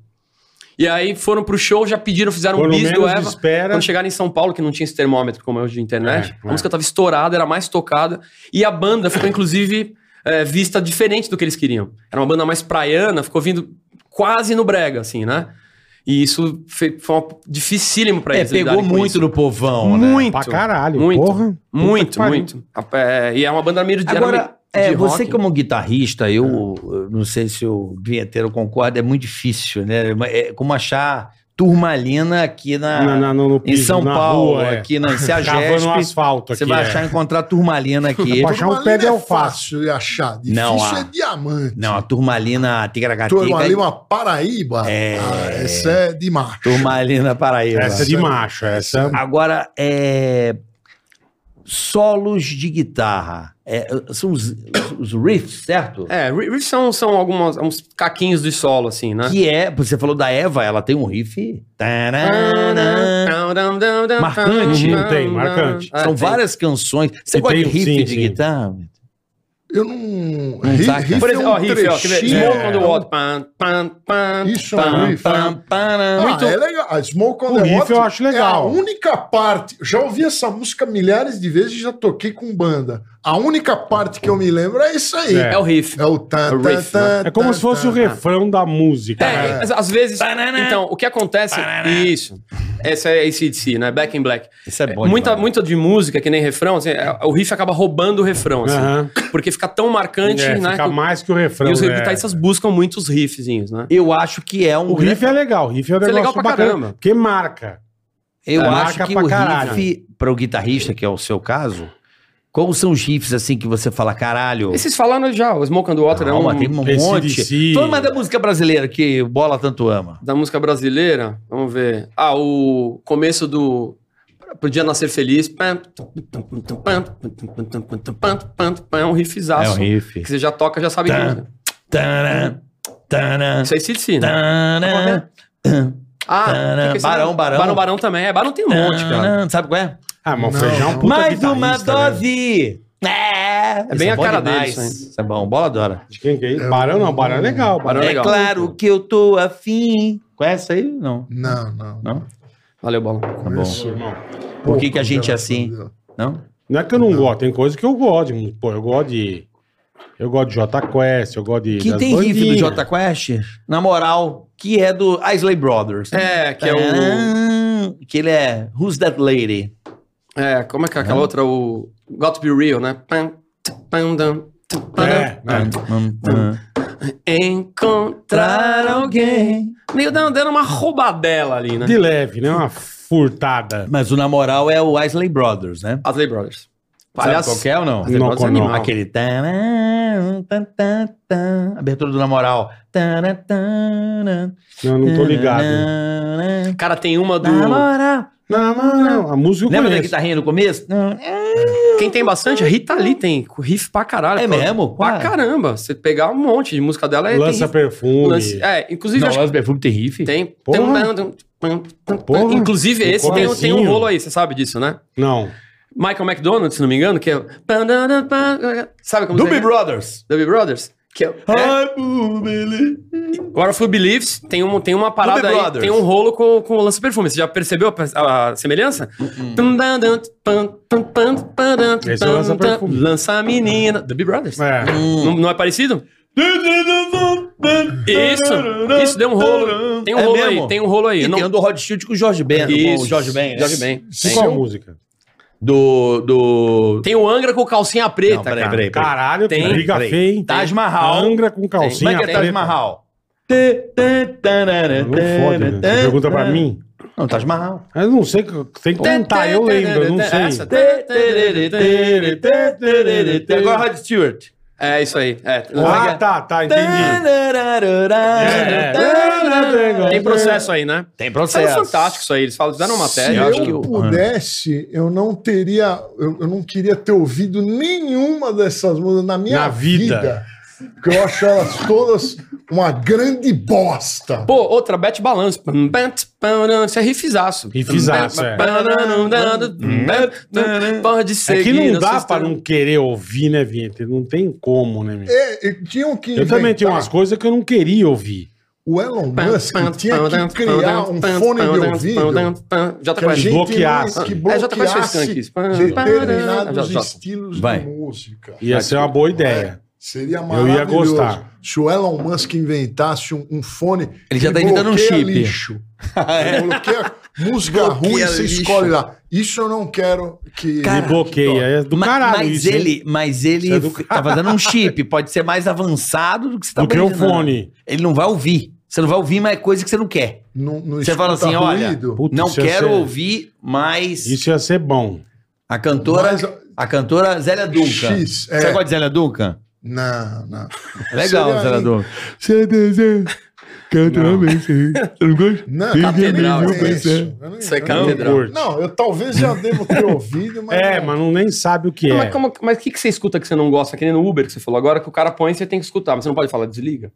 E: E aí foram pro show, já pediram, fizeram
B: Quando
E: um bis do
B: menos
E: Eva.
B: espera-
E: Quando chegaram em São Paulo, que não tinha esse termômetro como é hoje de internet,
B: É,
E: a
B: é.
E: música tava estourada, era mais tocada. E a banda ficou, inclusive, é, vista diferente do que eles queriam. Era uma banda mais praiana, ficou vindo quase no brega, assim, né? E isso fe- foi, uma, dificílimo pra
C: É,
E: eles.
C: pegou
E: lidarem com
C: muito
E: isso.
C: no povão, né?
E: Muito.
B: Pra caralho,
E: muito,
B: porra. Puta que
E: Muito,
B: pariu.
E: muito. A- é, e é uma banda meio de, era meio
C: Agora, é,
E: de
C: você
E: rock.
C: como guitarrista, eu eu não sei se o vinheteiro concorda, é muito difícil, né? É como achar turmalina aqui na,
B: Na- na- no- no
C: em
B: piso,
C: São
B: na
C: Paulo,
B: rua, é.
C: aqui na
B: Cavando no
C: Ciagesp.
B: asfalto aqui.
C: Você vai
B: é.
C: achar, encontrar turmalina aqui.
B: Pra achar um
D: Turmalina
B: pé de
D: é
B: alface.
D: fácil de achar. Difícil
C: Não, a-
D: é diamante.
C: Não, a turmalina
E: é
D: Turma ali,
C: tigragatica.
D: uma Paraíba.
C: É.
D: Ah, essa é de macho.
C: Turmalina Paraíba.
B: Essa é de macho, essa...
C: Agora, é... solos de guitarra. É, são os, os riffs, certo?
E: É, ri- riffs são, são algumas, uns caquinhos de solo, assim, né?
C: Que é, você falou da Eva, ela tem um riff. Tarará.
E: Marcante.
B: Uhum, tem, marcante.
E: É,
C: São
E: tem.
C: várias canções. Você
B: E
C: gosta
B: tem-
C: de riff
B: sim,
C: de
B: sim.
C: guitarra?
D: Eu não.
C: Não
D: Ri-
C: saca?
D: riff
E: Por
D: é
E: exemplo, ó,
D: um
E: riff, ó, quer ver?
D: trechinho. né?
E: Smoke on the Water. Pam, pam, pam,
D: Isso é um
E: pam,
D: riff.
E: pam.
C: Pam, param.
D: Ah,
C: Muito-
D: é legal. A Smoke on
B: O
D: the
B: riff
D: Water
B: eu acho
D: É a
B: legal.
D: única parte. Já ouvi essa música milhares de vezes e já toquei com banda. A única parte que eu me lembro é isso aí.
B: É.
E: É o riff.
D: É o tan,
E: É o
D: tan,
E: riff, né?
D: tan,
B: É como
D: tan,
B: se fosse
D: tan.
B: o refrão da música.
E: É,
B: né?
E: mas às vezes. Então, o que acontece. Isso. Essa é ACDC, né? Back in Black.
C: Isso é bom
E: Muita,
C: demais.
E: muita de música, que nem refrão, assim, é- o riff acaba roubando o refrão, assim.
B: Aham.
E: Porque fica tão marcante,
B: É,
E: né?
B: fica
E: que o-
B: mais que o refrão.
E: e os
B: né?
E: guitarristas buscam muito os riffzinhos, né?
C: Eu acho que é um.
B: O riff é legal, o riff é um
E: Isso é
B: negócio
E: legal pra
B: bacana,
E: caramba.
B: porque marca.
C: Eu
B: É,
C: acho
B: marca
C: que
B: pra
C: o
B: caralho.
C: riff, para o guitarrista, que é o seu caso, quais são os riffs assim que você fala, caralho?
E: Esses falaram já, o Smoke and Water é
C: Calma,
E: um-
C: tem um
B: AC/DC.
C: monte. Toma da música brasileira que o Bola tanto ama.
E: da música brasileira. Vamos ver. Ah, o começo do Podia Nascer Feliz. É um riffzaço.
C: riff.
E: Que você já toca, já sabe que música.
C: Tanã, tanã,
E: Isso é ACDC, né?
C: tanã,
E: Ah,
C: Tanã,
E: fica esse-
C: Barão, Barão.
E: Barão, Barão também. É, Barão tem um monte, cara.
C: tanã. Sabe qual é?
B: Ah, mas o
D: Não.
B: feijão é um puta
C: Mais uma
B: guitarrista, né?
C: dose! É,
E: É bem a
C: bom
E: cara
C: demais.
E: dele isso
C: Isso é bom, Bola adora.
B: De quem que é? Barão não, Barão é legal. Barão
E: Barão
B: é
E: é
C: É
E: legal.
C: claro que eu tô afim. Conhece aí? Não.
D: Não,
B: Tá
D: não.
C: Não?
E: Valeu, Bola.
C: Tá bom.
D: Isso,
B: irmão.
C: Por que, que a
D: pouco
C: gente é
D: dela,
C: assim?
D: entendeu?
C: Não?
B: Não é que eu não, gosto, tem coisa que eu gosto. de- Pô, eu gosto de. Eu gosto de J Quest, eu gosto de.
C: Que
B: das
C: tem riff do
B: bandinhas.
C: J Quest, na moral, que é do Isley Brothers. né?
E: É, que é o.
B: Ah.
C: o. Que ele é Who's That Lady?
E: É, como é que é aquela outra? O Got to Be Real, né? Pam, tch, pam, dam, tch, pam, dam.
B: É, né?
E: Encontrar alguém. Meio dando dando uma roubadela ali, né?
B: De leve, né? Uma furtada.
C: Mas o na moral é o Isley Brothers, né?
E: Asley Brothers.
C: Aliás, Sabe qual que é ou não?
B: Não,
E: Brothers é
B: não.
E: animal.
C: Aquele. tarã, tan, tan, tan. Abertura do na moral. Tarã, tarã,
B: Não, não tô ligado.
C: tarã.
E: Cara, tem uma do.
C: Na moral.
B: Não, não, não. A música eu
C: Lembra da
B: conheço.
C: guitarrinha no começo?
E: Quem tem bastante, a Rita Lee tem riff pra caralho.
C: É
E: Pra-
C: mesmo?
E: Pra
C: Qual?
E: caramba. Você pegar um monte de música dela é.
B: Lança
E: tem riff-
B: perfume.
E: Lance- É, inclusive. acho que
C: Las Perfume tem riff.
E: tem.
B: Porra.
E: tem um- tem um-
B: Porra.
E: Inclusive,
B: No
E: esse tem, um- tem um
B: comecinho.
E: rolo aí, você sabe disso, né?
B: Não.
E: Michael McDonald, se não me engano, que é. Sabe como
C: Doobie
E: é?
C: Brothers.
E: Doobie Brothers? Que é, é,
C: I believe.
E: o Araflu Believes tem, um, tem uma parada
C: Doobie
E: aí,
C: é Brothers.
E: tem um rolo com, com o lance perfume. Você já percebeu a, pe- a semelhança?
C: Hum,
B: Esse é o Lança Perfume.
E: Lança a menina. Doobie Brothers.
B: É.
E: Não, não é parecido? Isso! Isso deu um rolo. Tem um
C: É
E: rolo
C: mesmo?
E: aí, tem um rolo aí.
C: E
E: Não-
C: tem o do Rod Shield com o Jorge Ben.
E: Isso.
C: Com o Jorge Ben. né?
E: Jorge Ben.
B: Qual
E: Tem.
B: a música?
C: Do. do...
E: Tem o Angra com calcinha preta.
C: Não, peraí,
E: cara.
C: peraí, peraí.
B: Caralho, que
E: Tem.
B: briga
C: Peraí.
B: feia, hein?
C: Taj Mahal.
B: Angra com
C: Como
B: calcinha
C: é que é Taj
B: preta.
C: Mahal?
B: Não fode, né? Você pergunta pra mim.
C: Não, Taj Mahal.
B: Eu não sei, tem que contar, eu lembro, eu não
E: Essa.
B: sei.
C: E agora Rod Stewart.
E: É isso aí. é.
B: Ah, tá, tá, entendi.
E: é.
B: É.
E: Tem processo aí, né?
C: Tem
E: Saiu
C: processo.
E: fantástico isso aí. Eles falam, fizeram uma
D: Se
E: matéria.
D: eu,
C: acho que eu-
D: pudesse, eu não teria, eu, eu não queria ter ouvido nenhuma dessas músicas na minha
B: Na vida.
D: vida. Porque eu acho elas todas uma grande bosta.
E: Pô, outra, Bet Balance. Isso é riffzaço.
B: Riffzaço, é.
E: Pode
B: É
E: seguir.
B: que não dá
E: assista-
B: pra não querer ouvir, né, Vinheta? Não tem como, né, meu?
D: É, e tinham que
B: Eu
C: tá.
B: também tinha umas
D: inventar.
B: coisas que eu não queria ouvir.
D: O Elon Musk tinha que criar um fone de ouvido
E: Já tá
D: que
E: com
D: a
E: a
D: gente
E: gente.
B: Desbloqueasse.
D: que
E: É, já tá com esse
D: bloqueasse
E: skunk.
D: determinados
E: Já, já.
D: estilos
C: Vai.
D: de música. É,
B: Ia ser uma boa ideia.
D: Seria
B: Eu ia
D: maravilhoso.
B: gostar.
D: Se o Elon Musk inventasse um, um fone.
C: Ele já
D: que
C: tá inventando um
D: bloqueia
C: chip. É.
D: Lixo. Ele bloqueia música ruim, você
C: lixo.
D: escolhe lá. Isso eu não quero que.
B: Me bloqueia. É do
C: Ma-
B: caralho
C: mas
B: isso, hein?
C: ele, mas ele
B: Isso é do
C: f- tá fazendo um chip, pode ser mais avançado do que você tá
B: Do que o
C: imaginando.
B: fone.
C: Ele não vai ouvir. Você não vai ouvir, mas é coisa que você não quer.
D: Não, não
C: Você
D: escuta
C: fala assim, olha,
D: tá ruído.
B: Puta,
C: não
B: isso ia
C: quero
B: ser-
C: ouvir mais
B: Isso ia ser bom.
C: a cantora,
D: Mas-
C: a cantora Zélia Duncan.
D: X, é.
C: Você gosta de Zélia Duncan?
D: Não, não.
C: É Legal,
D: Seria
C: Zélia
D: aí.
C: Duncan.
D: Não,
E: Catedral,
D: eu não
E: né?
D: conheço. Eu não-
E: Isso é
D: eu
B: Não
D: não-
E: catedral.
B: curte.
D: Não, eu talvez já devo ter ouvido, mas.
B: É,
D: não.
B: mas não nem sabe o que
E: Não,
B: é.
E: Mas como- mas o que, que você escuta que você não gosta? Que nem no Uber que você falou agora, que o cara põe e você tem que escutar. Mas você não pode falar, desliga.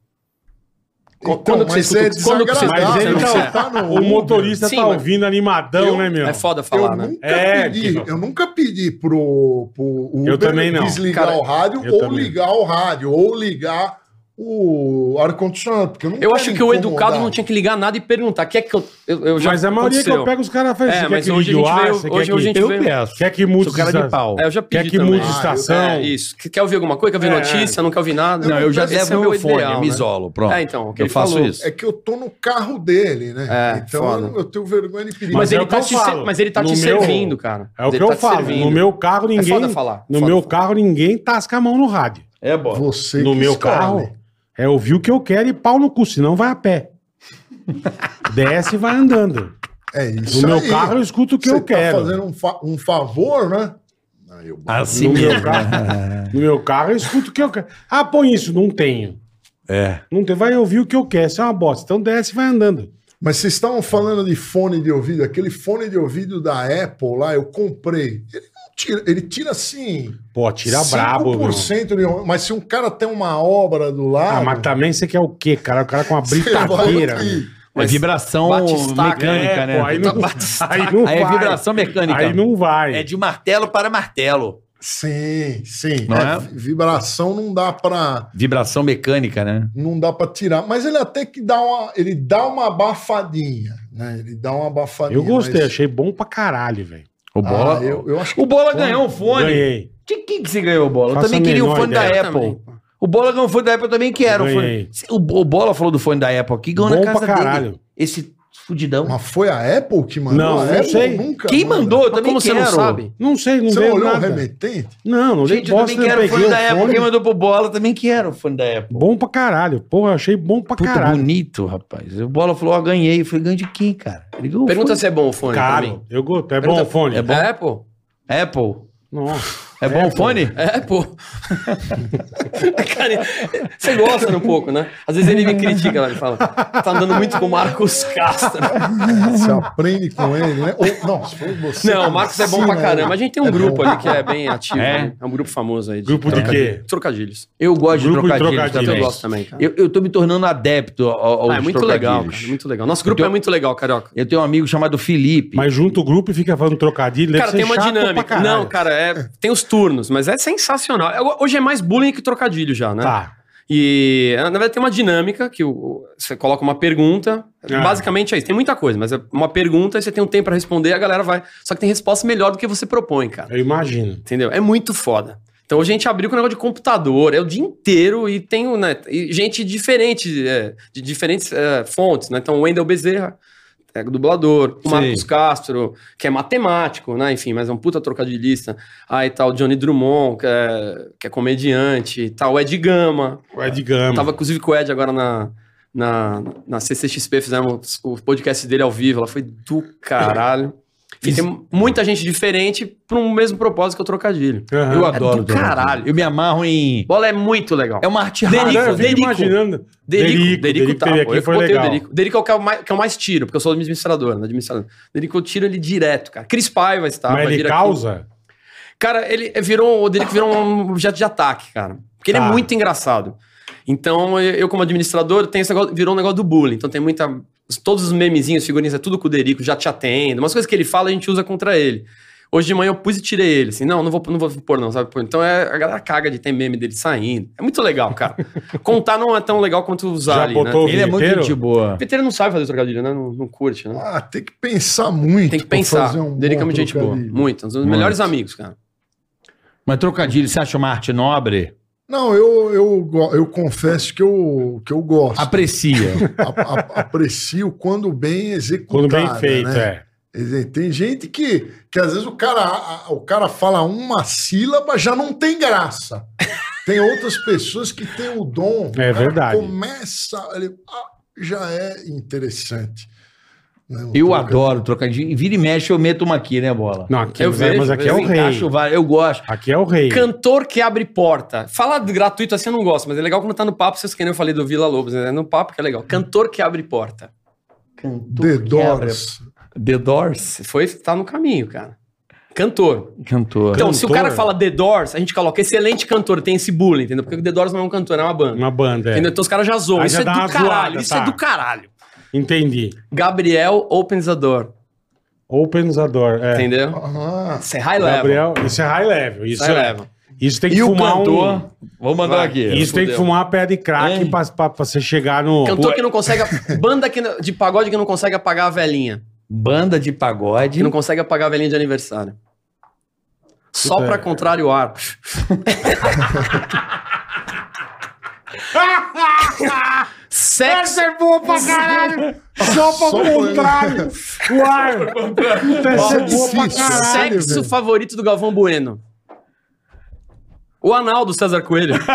D: Então,
E: quando que
D: mas
E: você
D: é
E: escuta- quando que você-
D: desagradável,
B: Mas ele
D: você
B: tá-
D: tá no
B: O
D: Uber.
B: motorista
E: Sim,
B: tá
E: mas-
B: ouvindo animadão, né, meu?
E: É foda falar,
D: Eu
E: né?
D: nunca,
B: É,
D: pedi,
B: que-
D: eu nunca pedi pro, pro Uber
B: Eu também não.
D: desligar
E: Cara,
D: o rádio
B: eu
D: ou
B: também.
D: ligar o rádio, ou ligar o ar-condicionado, porque eu não
E: Eu
D: quero
E: acho que o educado
D: incomodar.
E: não tinha que ligar nada e perguntar. Quer que eu. eu, eu já
B: Mas é a maioria que eu
E: aconteceu.
B: pego, os caras fazem
E: É,
B: "Você quer
E: mas
B: que
E: hoje a
B: ligue o
E: gente
B: ar?
E: veio-
B: Você quer
E: hoje-
B: que-
E: hoje a gente
B: Eu
E: veio-
B: peço. Quer que mude
C: Sou cara de
B: esta-
C: pau.
E: É, eu já
B: Quer
E: pedi
B: que
E: também.
B: mude
E: Ah, eu-
B: estação?
E: É, isso. Que- Quer ouvir alguma coisa? Quer ouvir notícia? Não quer ouvir nada?
C: Não, eu já
E: Esse
C: levo
E: é o
C: meu
E: ideal,
C: fone, eu me
E: né?
C: isolo, pronto.
E: É, então, o que
C: eu
E: ele
C: faço
E: falou.
C: isso.
D: É que eu tô no carro dele, né?
E: É,
D: então
E: foda.
D: eu, eu tenho vergonha de pedir.
E: Mas,
B: Mas é
E: ele
B: o
E: tá
B: que eu
E: te, ser-
B: falo.
E: mas ele tá
B: No
E: te
B: meu-
E: servindo, cara.
B: É o
E: Ele
B: que eu
E: tá te
B: falo.
E: servindo. É
B: No meu carro ninguém.
E: foda falar,
B: No
E: foda
B: meu
E: falar.
B: carro ninguém tasca a mão no rádio.
C: É bom.
D: Você
B: no
D: que
B: meu
D: escolhe.
B: carro é ouvir o que eu quero e pau no cu, senão vai a pé. Desce e vai andando.
D: É isso.
B: No meu
D: aí.
B: carro eu escuto o que
D: Você
B: eu quero.
D: Tá fazendo um, fa- um favor, né? Não, eu
C: Assim
B: no, meu
C: mesmo. né?
B: carro, no meu carro eu escuto o que eu quero. Ah, põe isso, não tenho.
C: É.
B: Não tem, vai ouvir o que eu quero. Isso é uma bosta. Então desce e vai andando.
D: Mas vocês estavam falando de fone de ouvido, aquele fone de ouvido da Apple lá, eu comprei. Ele não tira, ele tira assim.
B: Pô, tira brabo, meu.
D: 5% de, mas se um cara tem uma obra do lado.
B: Ah, mas também você quer o quê, cara? O cara com uma
D: você vai
B: britadeira.
D: ouvir.
B: meu.
C: É vibração
E: bate estaca,
C: mecânica,
B: É,
C: né?
B: pô, aí não, aí não
C: Aí é
B: vai.
C: vibração mecânica.
B: Aí não vai.
C: É de martelo para martelo.
D: Sim, sim.
C: Não é?
D: vi- Vibração não dá pra
C: Vibração mecânica, né?
D: não dá para tirar, mas ele até que dá uma, ele dá uma abafadinha, né? Ele dá uma abafadinha.
B: Eu gostei,
D: mas-
B: achei bom pra caralho, velho.
C: O Bola.
D: Ah, eu, eu acho que
C: O Bola ganhou um fone.
B: Ganhei.
C: De quem que você ganhou o Bola? Eu
B: Faço
C: também
B: a
C: queria o
B: menor
C: fone
B: ideia.
C: da
E: Eu
C: Apple.
E: também, pô.
C: O Bola ganhou o fone da Apple, eu também quero. o
B: Ganhei.
C: fone. O, o Bola falou do fone da Apple aqui, ganhou
B: Bom
C: na casa
B: pra caralho.
C: dele. Esse fudidão.
D: mas foi a Apple que mandou.
B: Não,
D: a
B: não
D: Apple
B: sei.
D: Nunca
C: Quem
D: manda.
C: mandou? Eu
E: Mas
C: também
E: como você
C: quero.
E: não sabe?
B: Não sei, não
D: Você
B: veio
D: olhou o
B: nada.
D: remetente?
B: Não, não
C: Gente,
B: gente,
C: eu
B: bosta,
C: também quero o
B: eu
C: fone
B: peguei
C: da
B: o
C: Apple.
B: fone.
C: Quem mandou pro Bola também quero o fone da Apple.
B: Bom pra caralho. Porra, achei bom pra
C: Puta,
B: caralho.
C: bonito, rapaz. O Bola falou, ó, ganhei. Eu falei, ganhei de quem, cara? Ele ganhou o
E: Pergunta
C: fone.
E: se é bom o fone pra
B: Caro.
E: mim.
B: Eu gosto. É bom o fone?
C: É bom.
E: É, pô.
C: Apple.
B: Nossa.
C: É bom o fone?
E: É, pô. Cara, você gosta né, um pouco, né? Às vezes ele me critica, lá, ele fala, tá andando muito com o Marcos Castro.
D: Ah, Você aprende com ele, né? Ou, não, se foi você.
E: Não, o Marcos é bom pra caramba. A gente tem um grupo ali que é bem ativo.
C: É?
E: né? É um grupo famoso aí.
B: Grupo de
E: trocadilhos.
B: quê?
E: Trocadilhos.
C: Eu gosto de
B: Grupo de
C: trocadilhos,
B: trocadilhos.
C: também.
E: Eu gosto também, cara.
C: Eu, eu tô me tornando adepto ao- aos
E: Ah, é muito
C: trocadilhos.
E: legal, cara. Muito legal. Nosso grupo
B: Então
C: tenho-
E: é muito legal, Carioca.
C: Eu tenho um amigo chamado Felipe.
B: Mas junta o grupo e fica falando trocadilho. deve
E: Cara,
B: ser
E: tem uma
B: chato pra
E: dinâmica.
B: caralho.
E: Não, cara, é- tem os turnos, mas é sensacional. Eu- Hoje é mais bullying que trocadilho já, né?
B: Tá.
E: E, na verdade, tem uma dinâmica que o- o- você coloca uma pergunta.
B: Ah.
E: Basicamente é isso. Tem muita coisa, mas é uma pergunta e você tem um tempo pra responder a galera vai. Só que tem resposta melhor do que você propõe, cara.
B: Eu imagino.
E: Entendeu? É muito foda. Então hoje a gente abriu com um negócio de computador, é o dia inteiro e tem o, né, e gente diferente, é, de diferentes é, fontes, né? Então o Wendel Bezerra, é dublador, o
C: Sim.
E: Marcos Castro, que é matemático, né? Enfim, mas é um puta trocadilhista. Aí tá o Johnny Drummond, que é, que é comediante, tá o Ed Gama.
B: É de gama.
E: Tava inclusive com o Ed agora na, na, na CCXP, fizemos o podcast dele ao vivo, ela foi do caralho. Enfim, tem muita gente diferente para um mesmo propósito que o trocadilho.
B: Aham.
C: Eu adoro.
E: do
C: trocadilho.
E: caralho.
C: Eu me amarro em.
E: Bola é muito legal.
C: É uma arte
E: Derico,
B: Caralho, Ah, eu
C: rara.
B: fico
E: Derico.
B: imaginando.
E: Derico, Derico, tá.
B: teve
E: pô,
B: aqui,
E: eu
B: foi
E: botei
B: legal.
E: o Derico. Derico é o que eu mais, que eu mais tiro, porque eu sou administrador, né? Administrador. Derico eu tiro ele direto, cara. Cris Pai vai estar.
B: Mas
E: vai
B: ele
E: vir tá, aqui.
B: causa?
E: Cara, ele virou. O Derico virou um objeto de ataque, cara. Porque ele
B: Tá.
E: é muito engraçado. Então, eu, eu como administrador, tem esse negócio, virou um negócio do bullying. Então tem muita. Todos os memezinhos, figurinhas, é tudo com o Derico, já te atendo. Umas coisas que ele fala, a gente usa contra ele. Hoje de manhã eu pus e tirei ele, assim, não, não vou, não vou pôr não, sabe? Pô, Então é, a galera caga de ter meme dele saindo. É muito legal, cara. Contar não é tão legal quanto usar
B: Já
E: ali,
B: botou
E: né?
B: o
C: Ele é muito
B: Vinheteiro?
C: gente boa.
E: O Peter não sabe fazer trocadilho, né? Não, não curte, né?
D: Ah, tem que pensar muito.
E: Tem que
D: pra
E: pensar.
D: fazer um
E: Derico é
D: bom
E: muito gente boa.
D: trocadilho.
E: Muito. Um dos melhores amigos, cara.
C: Mas trocadilho, você acha uma arte nobre?
D: Não, eu, eu, go- eu confesso que eu, que eu gosto.
C: Aprecia.
D: A- a- aprecio quando bem executado.
B: Quando bem feito,
D: né?
B: é.
D: Quer dizer, Tem gente que, que às vezes o cara, a- o cara fala uma sílaba, já não tem graça. Tem outras pessoas que têm o dom.
B: É
D: O cara
B: verdade.
D: Começa, ele, ah, já é interessante. Né, o
C: eu
D: troca-
C: adoro trocadilho. E Vira e mexe, eu meto uma aqui, né, bola?
B: Não, aqui,
E: Eu vejo,
B: mas aqui é
E: eu
B: o
E: vejo.
B: rei.
C: Acho várias- Eu gosto.
B: Aqui é o rei.
E: Cantor que abre porta. Fala de gratuito assim eu não gosto, mas é legal quando tá no papo, vocês que nem eu falei do Vila Lobos, né? No papo que é legal. Cantor que abre porta.
D: The Doors.
C: The Doors.
E: Você foi, tá no caminho, cara. Cantor.
C: Cantor.
E: Então, se o
B: Cantor?
E: cara fala The Doors, a gente coloca excelente cantor, tem esse bullying, entendeu? Porque o The Doors não é um cantor, é uma banda.
B: Uma banda, é.
E: Entendeu? Então os caras já zoam.
B: Aí
E: Isso
B: já
E: é do
B: dá uma
E: caralho,
B: zoada,
E: isso
B: tá.
E: é do caralho.
B: Entendi.
E: Gabriel opens a door,
B: Opens adoro. É.
E: entendeu?
D: Ah,
E: Isso é high level.
B: Gabriel, isso é high level. Isso
E: High
B: é,
E: level.
B: Isso tem que
C: E o
B: fumar um.
C: cantor. Vou mandar
E: Vai.
C: aqui.
B: Isso tem que
E: Fudeu. É.
B: fumar uma pedra de crack
C: Hein?
B: pra, pra, pra você chegar no.
E: Cantor
B: Ué,
E: que não consegue. a- Banda que não- de pagode que não consegue apagar a velhinha.
C: Banda de pagode.
E: Que não consegue apagar a velhinha de aniversário. Só pra contrariar. Sexo.
B: Essa é boa pra caralho! Só pra
D: Só pra-
B: contrário! Uai! Puta, essa é boa pra
D: Difícil.
B: caralho!
E: Sexo favorito do Galvão Bueno. O anal do César Coelho.
B: Isso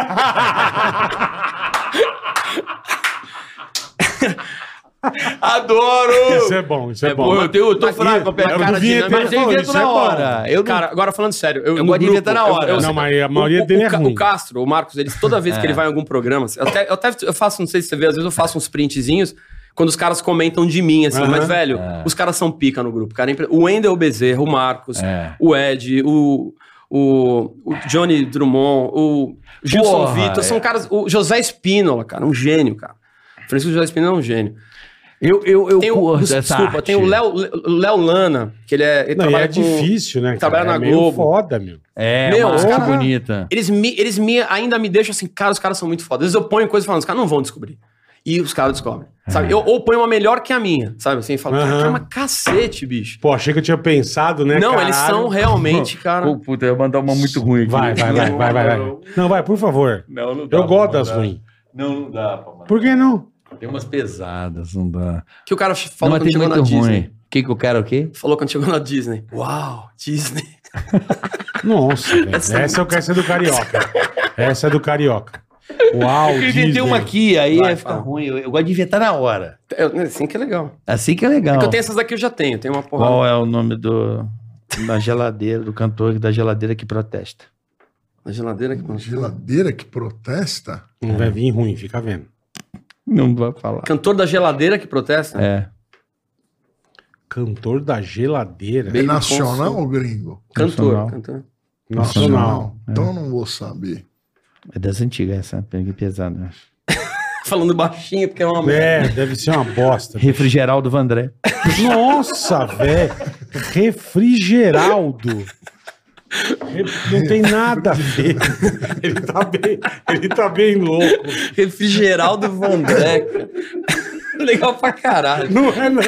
C: Adoro!
B: é bom, isso é,
E: É
B: bom.
E: bom, eu tenho- eu tô fraco pra pegar
B: eu
E: cara
B: do
E: de
B: vinheteiro
E: dinâmica.
C: Mas eu
B: falou,
C: invento
B: isso é
C: na
B: bom.
C: hora. Eu não-
E: Cara, agora falando sério, eu,
C: Eu
E: no
C: gosto de
E: grupo,
C: inventar na hora.
B: Não, mas a maioria
E: o,
B: dele é
E: o, Ca-
B: ruim. É.
E: O Castro, o Marcos, eles, toda vez que ele vai em algum programa, assim, até, eu até eu faço, não sei se você vê, às vezes eu faço uns printzinhos quando os caras comentam de mim, assim,
B: Aham.
E: mas, velho,
C: É.
E: os caras são pica no grupo, cara. É impre- O Wendel Bezerra, o Marcos,
C: É.
E: o Ed, o, o, o Johnny Drummond, o Gilson
C: Porra,
E: Vitor, são
C: é.
E: caras. O José Espínola, cara, um gênio, cara. Francisco José Espínola é um gênio.
C: Eu, eu, eu
E: Tem o,
C: curto essa
E: desculpa,
C: arte.
E: tem o Léo, Léo Lana, que ele é. Ele
B: Não, e
E: trabalha
B: é
E: com-
B: difícil, né?
E: trabalha
B: cara?
E: na
B: é meio
E: Globo.
B: foda, meu.
C: É,
E: Meu,
C: uma
E: os
C: arte
E: cara-
C: bonita.
E: Eles, me, eles me, ainda me deixam assim, cara, os caras são muito foda. Às vezes eu ponho coisa e falo, os caras não vão descobrir. E os caras descobrem.
C: É.
E: Sabe? Eu, ou ponho uma melhor que a minha, sabe? Assim, e falo,
B: Aham.
E: cara, mas cacete, bicho.
B: Pô, achei que eu tinha pensado, né?
E: não,
B: caralho.
E: eles são realmente, cara.
C: Pô, puta, eu ia mandar uma muito ruim aqui. né?
B: Vai, vai, vai, vai, vai, vai. Não, vai, por favor.
C: Não, não dá
B: Eu
C: pra
B: gosto das
C: mandar.
B: ruins.
C: Não, não dá pra mandar.
B: Por que não?
C: Tem umas pesadas, não dá.
E: Que o cara falou
C: não, mas
E: quando
C: tem
E: chegou na
C: muito
E: Disney.
C: ruim. O que que o cara o quê?
E: Falou quando chegou na Disney. Uau, Disney.
B: Nossa, velho.
E: é
B: Essa eu quero ser do Carioca. Essa é do Carioca. Uau,
C: Eu
B: Disney.
C: inventei uma aqui, aí
E: Vai,
C: ia ficar
E: fala.
C: ruim. Eu, eu gosto de inventar na hora.
E: É, assim que é legal.
C: Assim que é legal.
E: É que eu tenho essas daqui, eu já tenho. Tem uma porrada.
C: Qual é o nome do da geladeira, do cantor da geladeira que protesta?
E: Na geladeira que
D: Geladeira que protesta?
B: Não vai vir ruim, fica vendo.
C: Não vai falar.
E: Cantor da geladeira que protesta?
C: É.
B: Cantor da geladeira.
D: É
E: Baby
D: nacional
E: Consul.
D: ou gringo?
E: Cantor,
C: Nacional.
E: cantor.
B: Nacional.
D: Então não vou saber.
C: É das antigas essa, peguei pesada. né?
E: Falando baixinho, porque é uma
B: É, deve ser uma bosta.
C: Refrigeraldo Vandré.
B: Nossa, velho. Refrigeraldo. Re- Não tem nada a ver. Ele tá bem, ele tá bem louco.
E: Refrigeraldo Vandré, cara. Legal pra caralho.
B: Não é não.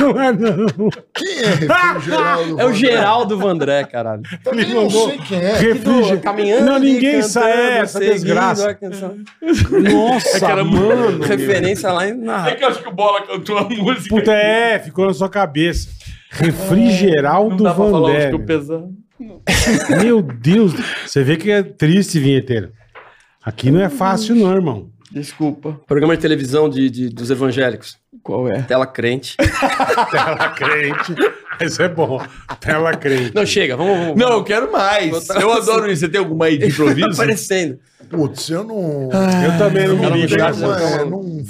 B: Não é não.
D: Quem é refrigerado?
E: É o Geraldo Vandré, caralho.
D: Também
B: Ele
D: não
B: mandou
D: sei quem é.
B: Refriger... Não, ninguém sai é essa
E: seguindo
B: desgraça.
E: a canção.
B: Nossa, mano.
E: Referência lá em. na-
C: que eu acho que o Bola cantou a música.
B: Puta, é, ficou na sua cabeça. Refrigeraldo
C: dá pra falar
B: Vandré.
C: uns que eu pesado.
B: Meu Deus. Você vê que é triste, vinheteiro. Aqui não é fácil não, irmão.
C: Desculpa.
E: Programa de televisão de, de- dos evangélicos.
C: Qual é?
E: Tela crente.
B: Tela crente. Isso é bom. Tela crente.
E: Não, chega, vamos. vamos-
C: Não, eu quero mais. Eu adoro isso. Você tem alguma aí de
E: Tá
C: improviso?
E: aparecendo.
D: Putz, eu não.
B: Eu também não
D: eu
E: então,
B: me
D: não
B: ligo.
D: tenho,
B: nessa.
D: é, não-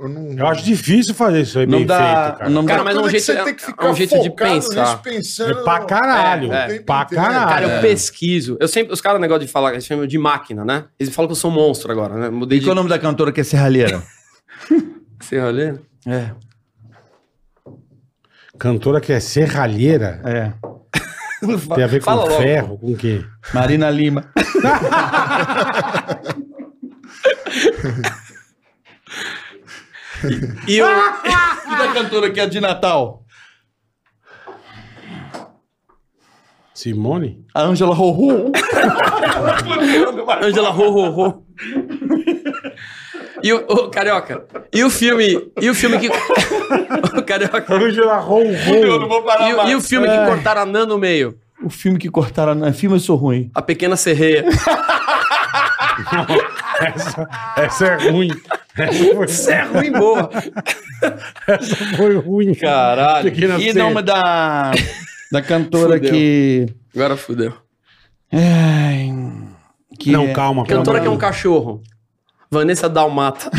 D: eu não-
B: Eu acho difícil fazer isso aí
C: Não
B: bem
C: dá.
B: feito, cara.
C: não dá-
E: Cara, mas é um
D: Quando
E: jeito-
D: que você
E: é-
D: tem que
E: é um
D: ficar
E: jeito de
D: focado
E: pensar.
D: nisso, pensando.
B: É pra caralho.
D: É, é.
B: Pra caralho.
E: Cara, eu
C: É.
E: pesquiso. Eu sempre, os caras, negócio de falar, eles chamam de máquina, né? Eles falam que eu sou um monstro agora, né? Mudei
C: E qual é o
E: de.
C: nome da cantora que é serralheira?
E: Serralheiro?
C: É.
B: Cantora que é serralheira.
C: É.
B: Tem a ver com
E: Fala logo.
B: ferro, com o quê?
C: Marina Lima.
E: E eu.
C: E da cantora que é de Natal?
B: Simone?
C: A Ângela Rorô.
E: Angela ho, ho, ho. E o, ô, Carioca, e o filme, e o filme que... Ô, Carioca,
B: Angela Ronron.
C: vou parar
E: e, o- e o filme que cortaram a Nan no meio?
C: O filme que cortaram na filme Eu Sou Ruim.
E: A Pequena Serreia.
B: Essa, essa é ruim. Essa
E: Isso é ruim, boa.
B: foi, foi ruim.
E: Caralho.
B: Pequena
C: E
B: Sereia.
C: nome da, da cantora
E: Fudeu.
C: que...
E: Agora fudeu.
C: Ai, que
B: Não,
C: é-
B: calma. calma.
E: Cantora que é um cachorro. Vanessa Dalmata.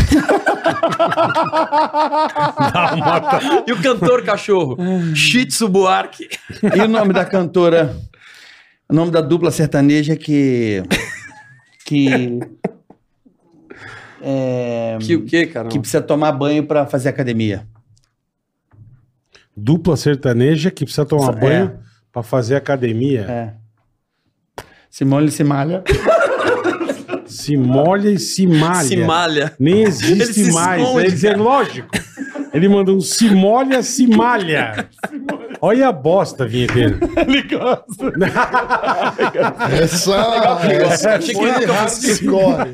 B: Dalmata.
E: E o cantor cachorro? Shih Tzu Buarque.
C: E o nome da cantora? O nome da dupla sertaneja que. Que. é,
E: Que o quê, cara?
C: que precisa tomar banho pra fazer academia.
B: Dupla sertaneja que precisa tomar
C: É.
B: banho pra fazer academia.
C: É. Se molha e se malha.
B: Se molha e se malha.
E: É. Se malha.
B: Nem existe
E: Ele se
B: mais.
E: esconde,
B: Ele é lógico. Ele mandou um se molha, se malha. Olha a bosta, vinheteiro.
C: Ele gosta.
E: É
D: Essa, é essa
E: Achei que
D: foi
E: nunca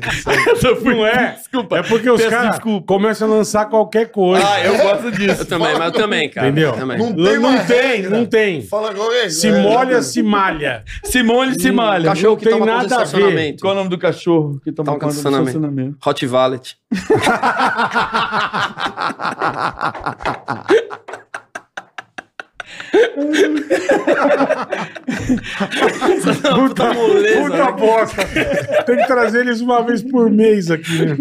D: hardcore.
B: Não é?
C: Desculpa.
B: É porque os
C: Peço
B: caras
C: desculpa.
B: começam a lançar qualquer coisa.
C: Ah, eu gosto disso.
E: Eu também, mas eu também, cara.
B: Entendeu?
E: Eu Também.
D: Não
B: Não tem,
D: tem
B: não
D: mais
B: tem.
D: regra. Fala né? agora.
B: Se
D: É
B: molha, se malha.
C: Simone e né? se malha.
E: Cachorro que
B: tem
E: toma conta do
B: nada a ver.
E: estacionamento.
C: Qual é o nome do cachorro que toma
E: Toma
C: conta do
E: estacionamento.
C: estacionamento?
E: Tá um Hot Valet. Puta moleza.
B: Puta
E: né?
B: bosta. Tem que trazer eles uma vez por mês aqui. Né?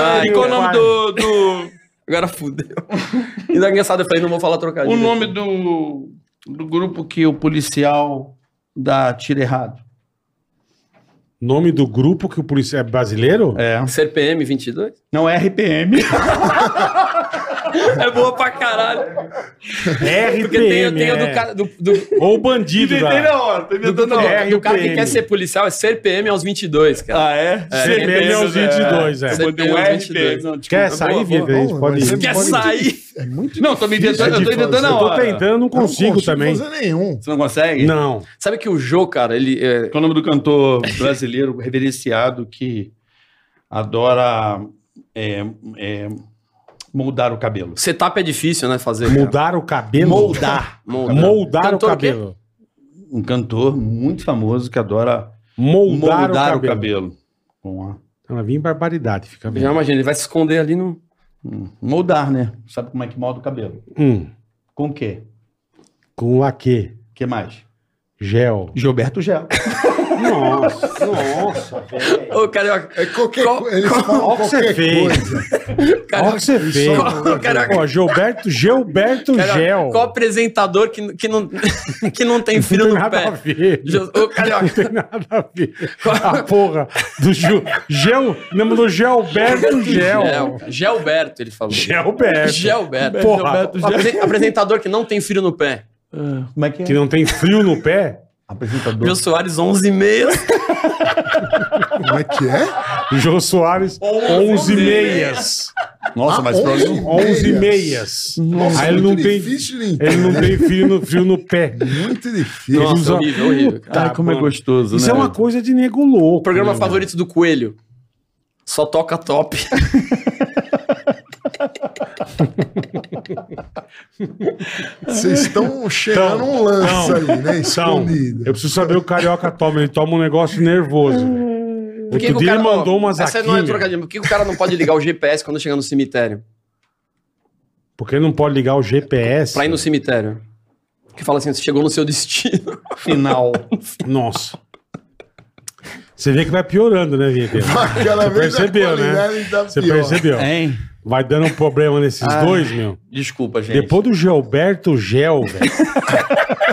E: Ai,
C: E qual é o
B: meu
C: nome
B: pai.
C: do, do-
E: Ah, então Agora fudeu. E da engraçada eu falei, não vou falar trocadilho.
C: O nome do, do grupo que o policial dá tiro errado?
B: Nome do grupo que o policial é brasileiro?
C: É.
E: CPM 22?
C: Não é RPM.
E: É boa pra caralho. Porque tem,
B: RPM.
E: tem
B: é.
E: o do cara. Do, do-
B: Ou bandido.
C: Tá.
B: da-
C: hora. Tô
E: do- do-
B: hora.
E: do cara que
B: RPM.
E: quer ser policial é ser PM aos 22, cara.
C: Ah, é?
B: CPM é os 22, é.
C: Eu botei um
E: CPM,
C: RPM. Não, desculpa.
B: Quer sair,
E: boa,
B: Vitor?
D: boa,
B: Pode
D: mas
B: ir.
D: você-
E: Quer
D: Pode-
E: sair?
D: É muito
C: Não, tô me inventando,
D: difícil
C: eu tô
D: de
C: inventando
D: fazer.
C: na
B: Eu tô
C: hora.
B: tentando, não assim, consigo também.
D: fazer nenhum.
C: Você não consegue?
B: Não.
E: Sabe que o Jô, cara, ele. é,
C: Qual é o nome do cantor brasileiro reverenciado que adora é, é, moldar o cabelo?
E: Setup é difícil, né? Fazer. cara.
B: Mudar o cabelo?
C: Moldar.
E: Moldar.
B: Moldar
E: Cantor
B: o
E: o quê?
B: cabelo.
C: Um cantor muito famoso que adora
B: Moldar,
C: moldar,
B: o cabelo.
C: Com a-
B: Ela vinha em barbaridade, fica bem.
E: Já imagina, ele vai se esconder ali no.
C: Hum, Moldar, né? Sabe como é que molda o cabelo?
B: Hum,
C: Com o quê?
B: com laque,
C: O que mais?
B: gel.
C: Gilberto Gel.
B: Nossa, nossa, velho.
E: Ô, Carioca.
D: É qualquer
E: Qual-
D: coisa. Eles
B: Olha
D: falam
B: o que você
D: qualquer
B: fez.
D: coisa.
B: Olha o que você fez.
E: Qual- Caraca.
B: Ó, Gilberto, Gilberto
E: Carioca,
B: Gel.
E: Qual apresentador que, que, não, que não tem
B: Não
E: filho
B: tem
E: no
B: nada a
E: pé?
B: ver.
E: Jo- Ô,
B: Não
E: Carioca.
B: tem nada a ver. A porra do Gil. Gel. Nome do Gilberto Gel.
E: Gel- Gelberto, ele falou.
B: Gelberto.
E: Gelberto.
B: Porra.
E: Gelberto, Gel- Apresen- Apresentador que não tem filho no pé.
C: como é que é?
B: Que não tem frio no pé.
C: Apresentador.
E: Jô Soares, 11 e meia.
D: Como é que é?
B: Jô Soares, 11
E: e
B: meias.
C: Nossa,
B: Ah,
C: mas pra
D: onze
C: mim-
B: 11 e meias.
D: Nossa,
B: Aí ele não
D: é muito
B: tem,
D: difícil de entender.
B: ele não tem frio no, frio no pé.
D: Muito difícil.
E: Nossa,
B: usa-
E: horrível, horrível. cara.
C: Ai, como é gostoso,
B: Isso
C: né?
B: é uma coisa de nego louco.
E: Programa
B: né,
E: favorito do Coelho. Só toca top.
D: Vocês estão cheirando um lance
B: Então,
D: aí, né?
B: Então,
D: Escondido.
B: eu preciso saber o carioca toma. Ele toma um negócio nervoso. velho.
E: Por Hum. que
B: Outro
E: que
B: dia ele
E: ó,
B: mandou umas
E: Essa
B: aqui.
E: não é trocadilho. Por que que o cara não pode ligar o GPS quando chega no cemitério?
B: Porque ele não pode ligar o GPS.
E: Pra ir no cemitério. Que fala assim, você chegou no seu destino.
C: final.
B: Nossa. Você vê que vai piorando, né, Vinheteiro?
D: Aquela vez a
B: Percebeu, né?
D: qualidade tá
B: Você
D: pior.
B: percebeu.
C: Hein?
B: Vai dando um problema nesses dois, meu.
C: Desculpa, gente.
B: Depois do Gilberto Gel, velho.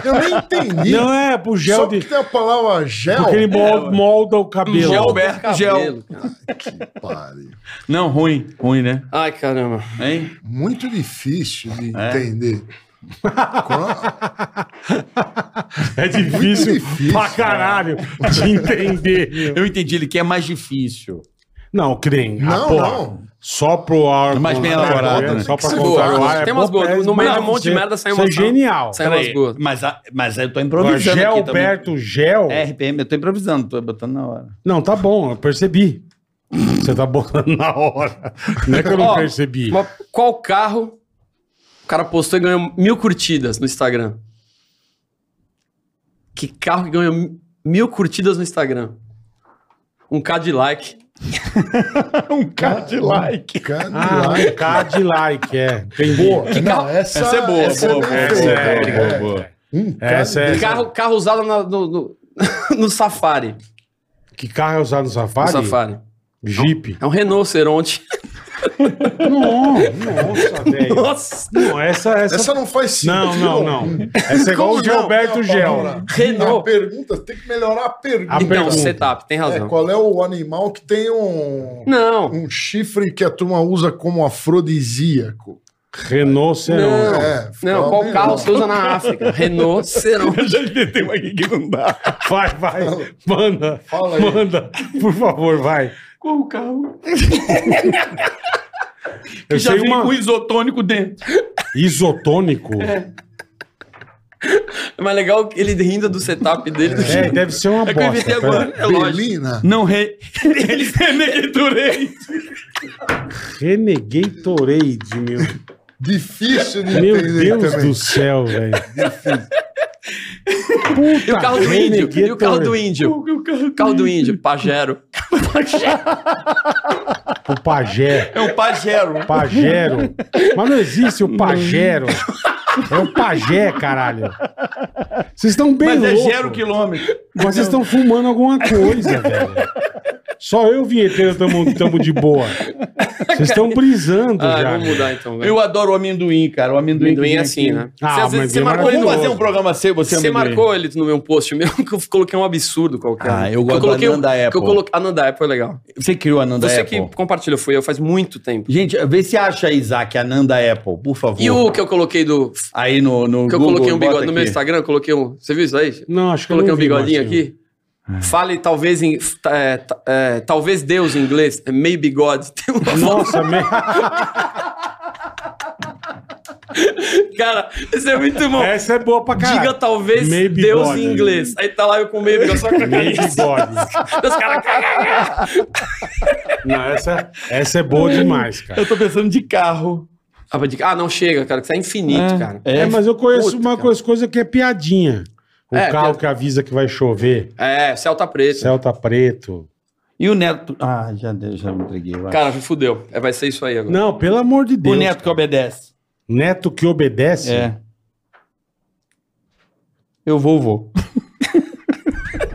D: Eu nem entendi.
B: Não é pro
D: Só
B: gel de.
D: que tem a palavra gel.
B: Porque ele molda, molda o cabelo.
C: Gilberto
B: É
C: Gel.
E: Cabelo, cara.
D: Pare.
C: Não, ruim. Ruim, né?
E: Ai, caramba.
C: Hein?
D: Muito difícil de
C: É.
D: entender. Qual-
B: É difícil,
D: Muito difícil,
B: pra caralho de entender.
C: Eu entendi, ele quer mais difícil.
B: Não, Crem.
D: Não,
B: ah, porra,
D: não.
B: Só pro ar.
C: Mas bem
B: contar-
C: elaborado, né?
B: Só
D: Tem
B: pra
D: que ser
B: contar
D: boa.
B: o ar.
E: Tem
B: é
E: umas
B: bom,
E: boas.
B: é
E: No meio de um
B: bom,
E: monte de
B: você-
E: merda sai
B: Isso
E: uma-
B: é genial.
E: Sai umas boas.
C: Mas, a- mas eu tô
B: Agora,
C: improvisando aqui também.
B: Gelberto Gel.
C: É, RPM, eu tô improvisando, tô botando na hora.
B: Não, tá bom, eu percebi. Você tá botando na hora. Não é que eu não
E: Ó,
B: percebi.
E: Mas qual carro o cara postou e ganhou mil curtidas no Instagram? Que carro que ganhou mi- mil curtidas no Instagram? Um Cadillac.
C: Um cara de like.
B: Ah, um
D: Cadillac.
B: K de like, é. Entendi.
D: Boa. Não, essa,
C: Essa é boa,
D: essa
C: boa,
D: é
C: boa,
D: bem
C: boa,
D: feita.
B: é,
C: boa,
D: É.
C: boa.
D: Um
B: Essa
D: Cadillac.
B: é-
E: Carro, carro usado na- no, no- no Safari.
B: Que carro é usado no
E: No
B: Safari?
E: Safari.
B: Jeep.
E: É um Renault Ceronte.
B: Não, nossa, velho.
E: Nossa!
B: Não, essa, essa...
D: Essa não faz sentido.
B: Não, não, não. Essa é igual
D: Como
B: o
D: não?
B: Gilberto
D: Não,
B: Gel.
D: Paola.
E: Renault.
D: A pergunta, tem que melhorar a pergunta.
B: A
E: Então,
B: pergunta.
E: setup, tem
D: É,
E: razão.
D: qual é o animal que tem um,
E: Não.
D: um chifre que a turma usa como afrodisíaco?
B: Renault Serão.
D: É,
E: Não,
D: ficava
E: qual
D: melhor.
E: carro você usa na África? Renault Serão.
C: Eu já inventei uma aqui que não dá.
B: Vai, vai. Manda.
D: Fala aí.
B: Manda. Por favor, vai.
E: Qual carro?
B: Eu
C: já
B: sei
C: vem
B: uma.
C: com isotônico dentro.
B: Isotônico?
E: É. Mas É legal que ele rindo do setup dele. do
B: É,
E: jeito-
B: deve ser uma
E: É que eu inventei
B: bosta.
E: agora.
B: Agora.
E: É lógico.
D: Belina?
C: Não, re... ele renegaturei.
B: Renegatorade, meu.
D: Difícil de
B: Meu
D: entender
B: Deus
D: também.
B: do céu, velho.
E: E o Ah, carro do índio? E o carro do índio?
C: O carro
E: O carro do índio, Pajero.
B: O pajé.
C: É um pajero.
B: Pajero. Mas não existe o pajero. É o pajé, caralho. Vocês estão bem
C: Mas é
B: louco.
C: zero quilômetro.
B: Mas vocês estão fumando alguma coisa, velho. Só eu, vinheteiro, tamo, tamo de boa. Vocês estão brisando
E: Ah,
B: já.
E: vamos mudar então, velho.
C: Eu adoro o amendoim, cara. O amendoim,
E: Amendoim
C: que
E: é
C: vem
E: assim,
C: aqui.
E: né?
B: Ah,
E: Você às vezes-
B: amendoim
E: você
B: é
E: marcou ele
C: Vamos
E: no-
C: fazer um programa seu, você
E: Você
C: amendoim.
E: marcou ele no meu post mesmo que eu coloquei um absurdo qualquer.
C: Ah, eu
E: Que
C: gosto do
E: coloquei um-
C: Ananda
E: Que eu
C: Apple.
E: coloquei... Ananda Apple é legal.
C: Você criou a Nanda
E: Você
C: Apple.
E: que compartilhou, fui eu faz muito tempo.
C: Gente, vê se acha, Isaac, a Nanda Apple, por favor.
E: E o que eu coloquei do...
C: Aí no, no
E: Que eu
C: Google,
E: coloquei um
C: bota
E: bigode no meu
C: aqui.
E: Instagram, eu coloquei um... Você viu isso aí?
B: Não, acho que eu
E: Coloquei
B: não É.
E: um
B: vi,
E: bigodinho
B: Marcinho.
E: aqui. Fale talvez em... ta- é, ta- é, talvez Deus em inglês. É Maybe God. Tem uma foto.
B: Nossa, me...
E: Cara, isso é muito bom.
B: essa é boa pra caralho.
E: Diga talvez
B: Maybe
E: Deus
B: God.
E: em inglês. Aí tá lá eu com Maybe God só com a
B: Meio
E: cabeça.
B: bigode.
E: Os caras
B: Não, essa, essa é boa demais, cara.
C: Eu tô pensando de carro.
E: Ah, mas diga- ah, não chega, cara, que isso é infinito, cara.
B: É, mas eu conheço
E: Puta,
B: uma
E: cara.
B: coisa, coisa que é piadinha. O
E: É,
B: carro
E: piada.
B: que avisa que vai chover,
E: É, o céu tá preto.
B: céu tá preto.
C: E o Neto... Ah, já, deu, já me entreguei.
B: tá
C: vai.
E: Cara, me fudeu. É, vai ser isso aí agora.
B: Não, pelo amor de Deus.
C: o Neto que obedece.
B: Neto que obedece.
C: É. Eu vou, vou.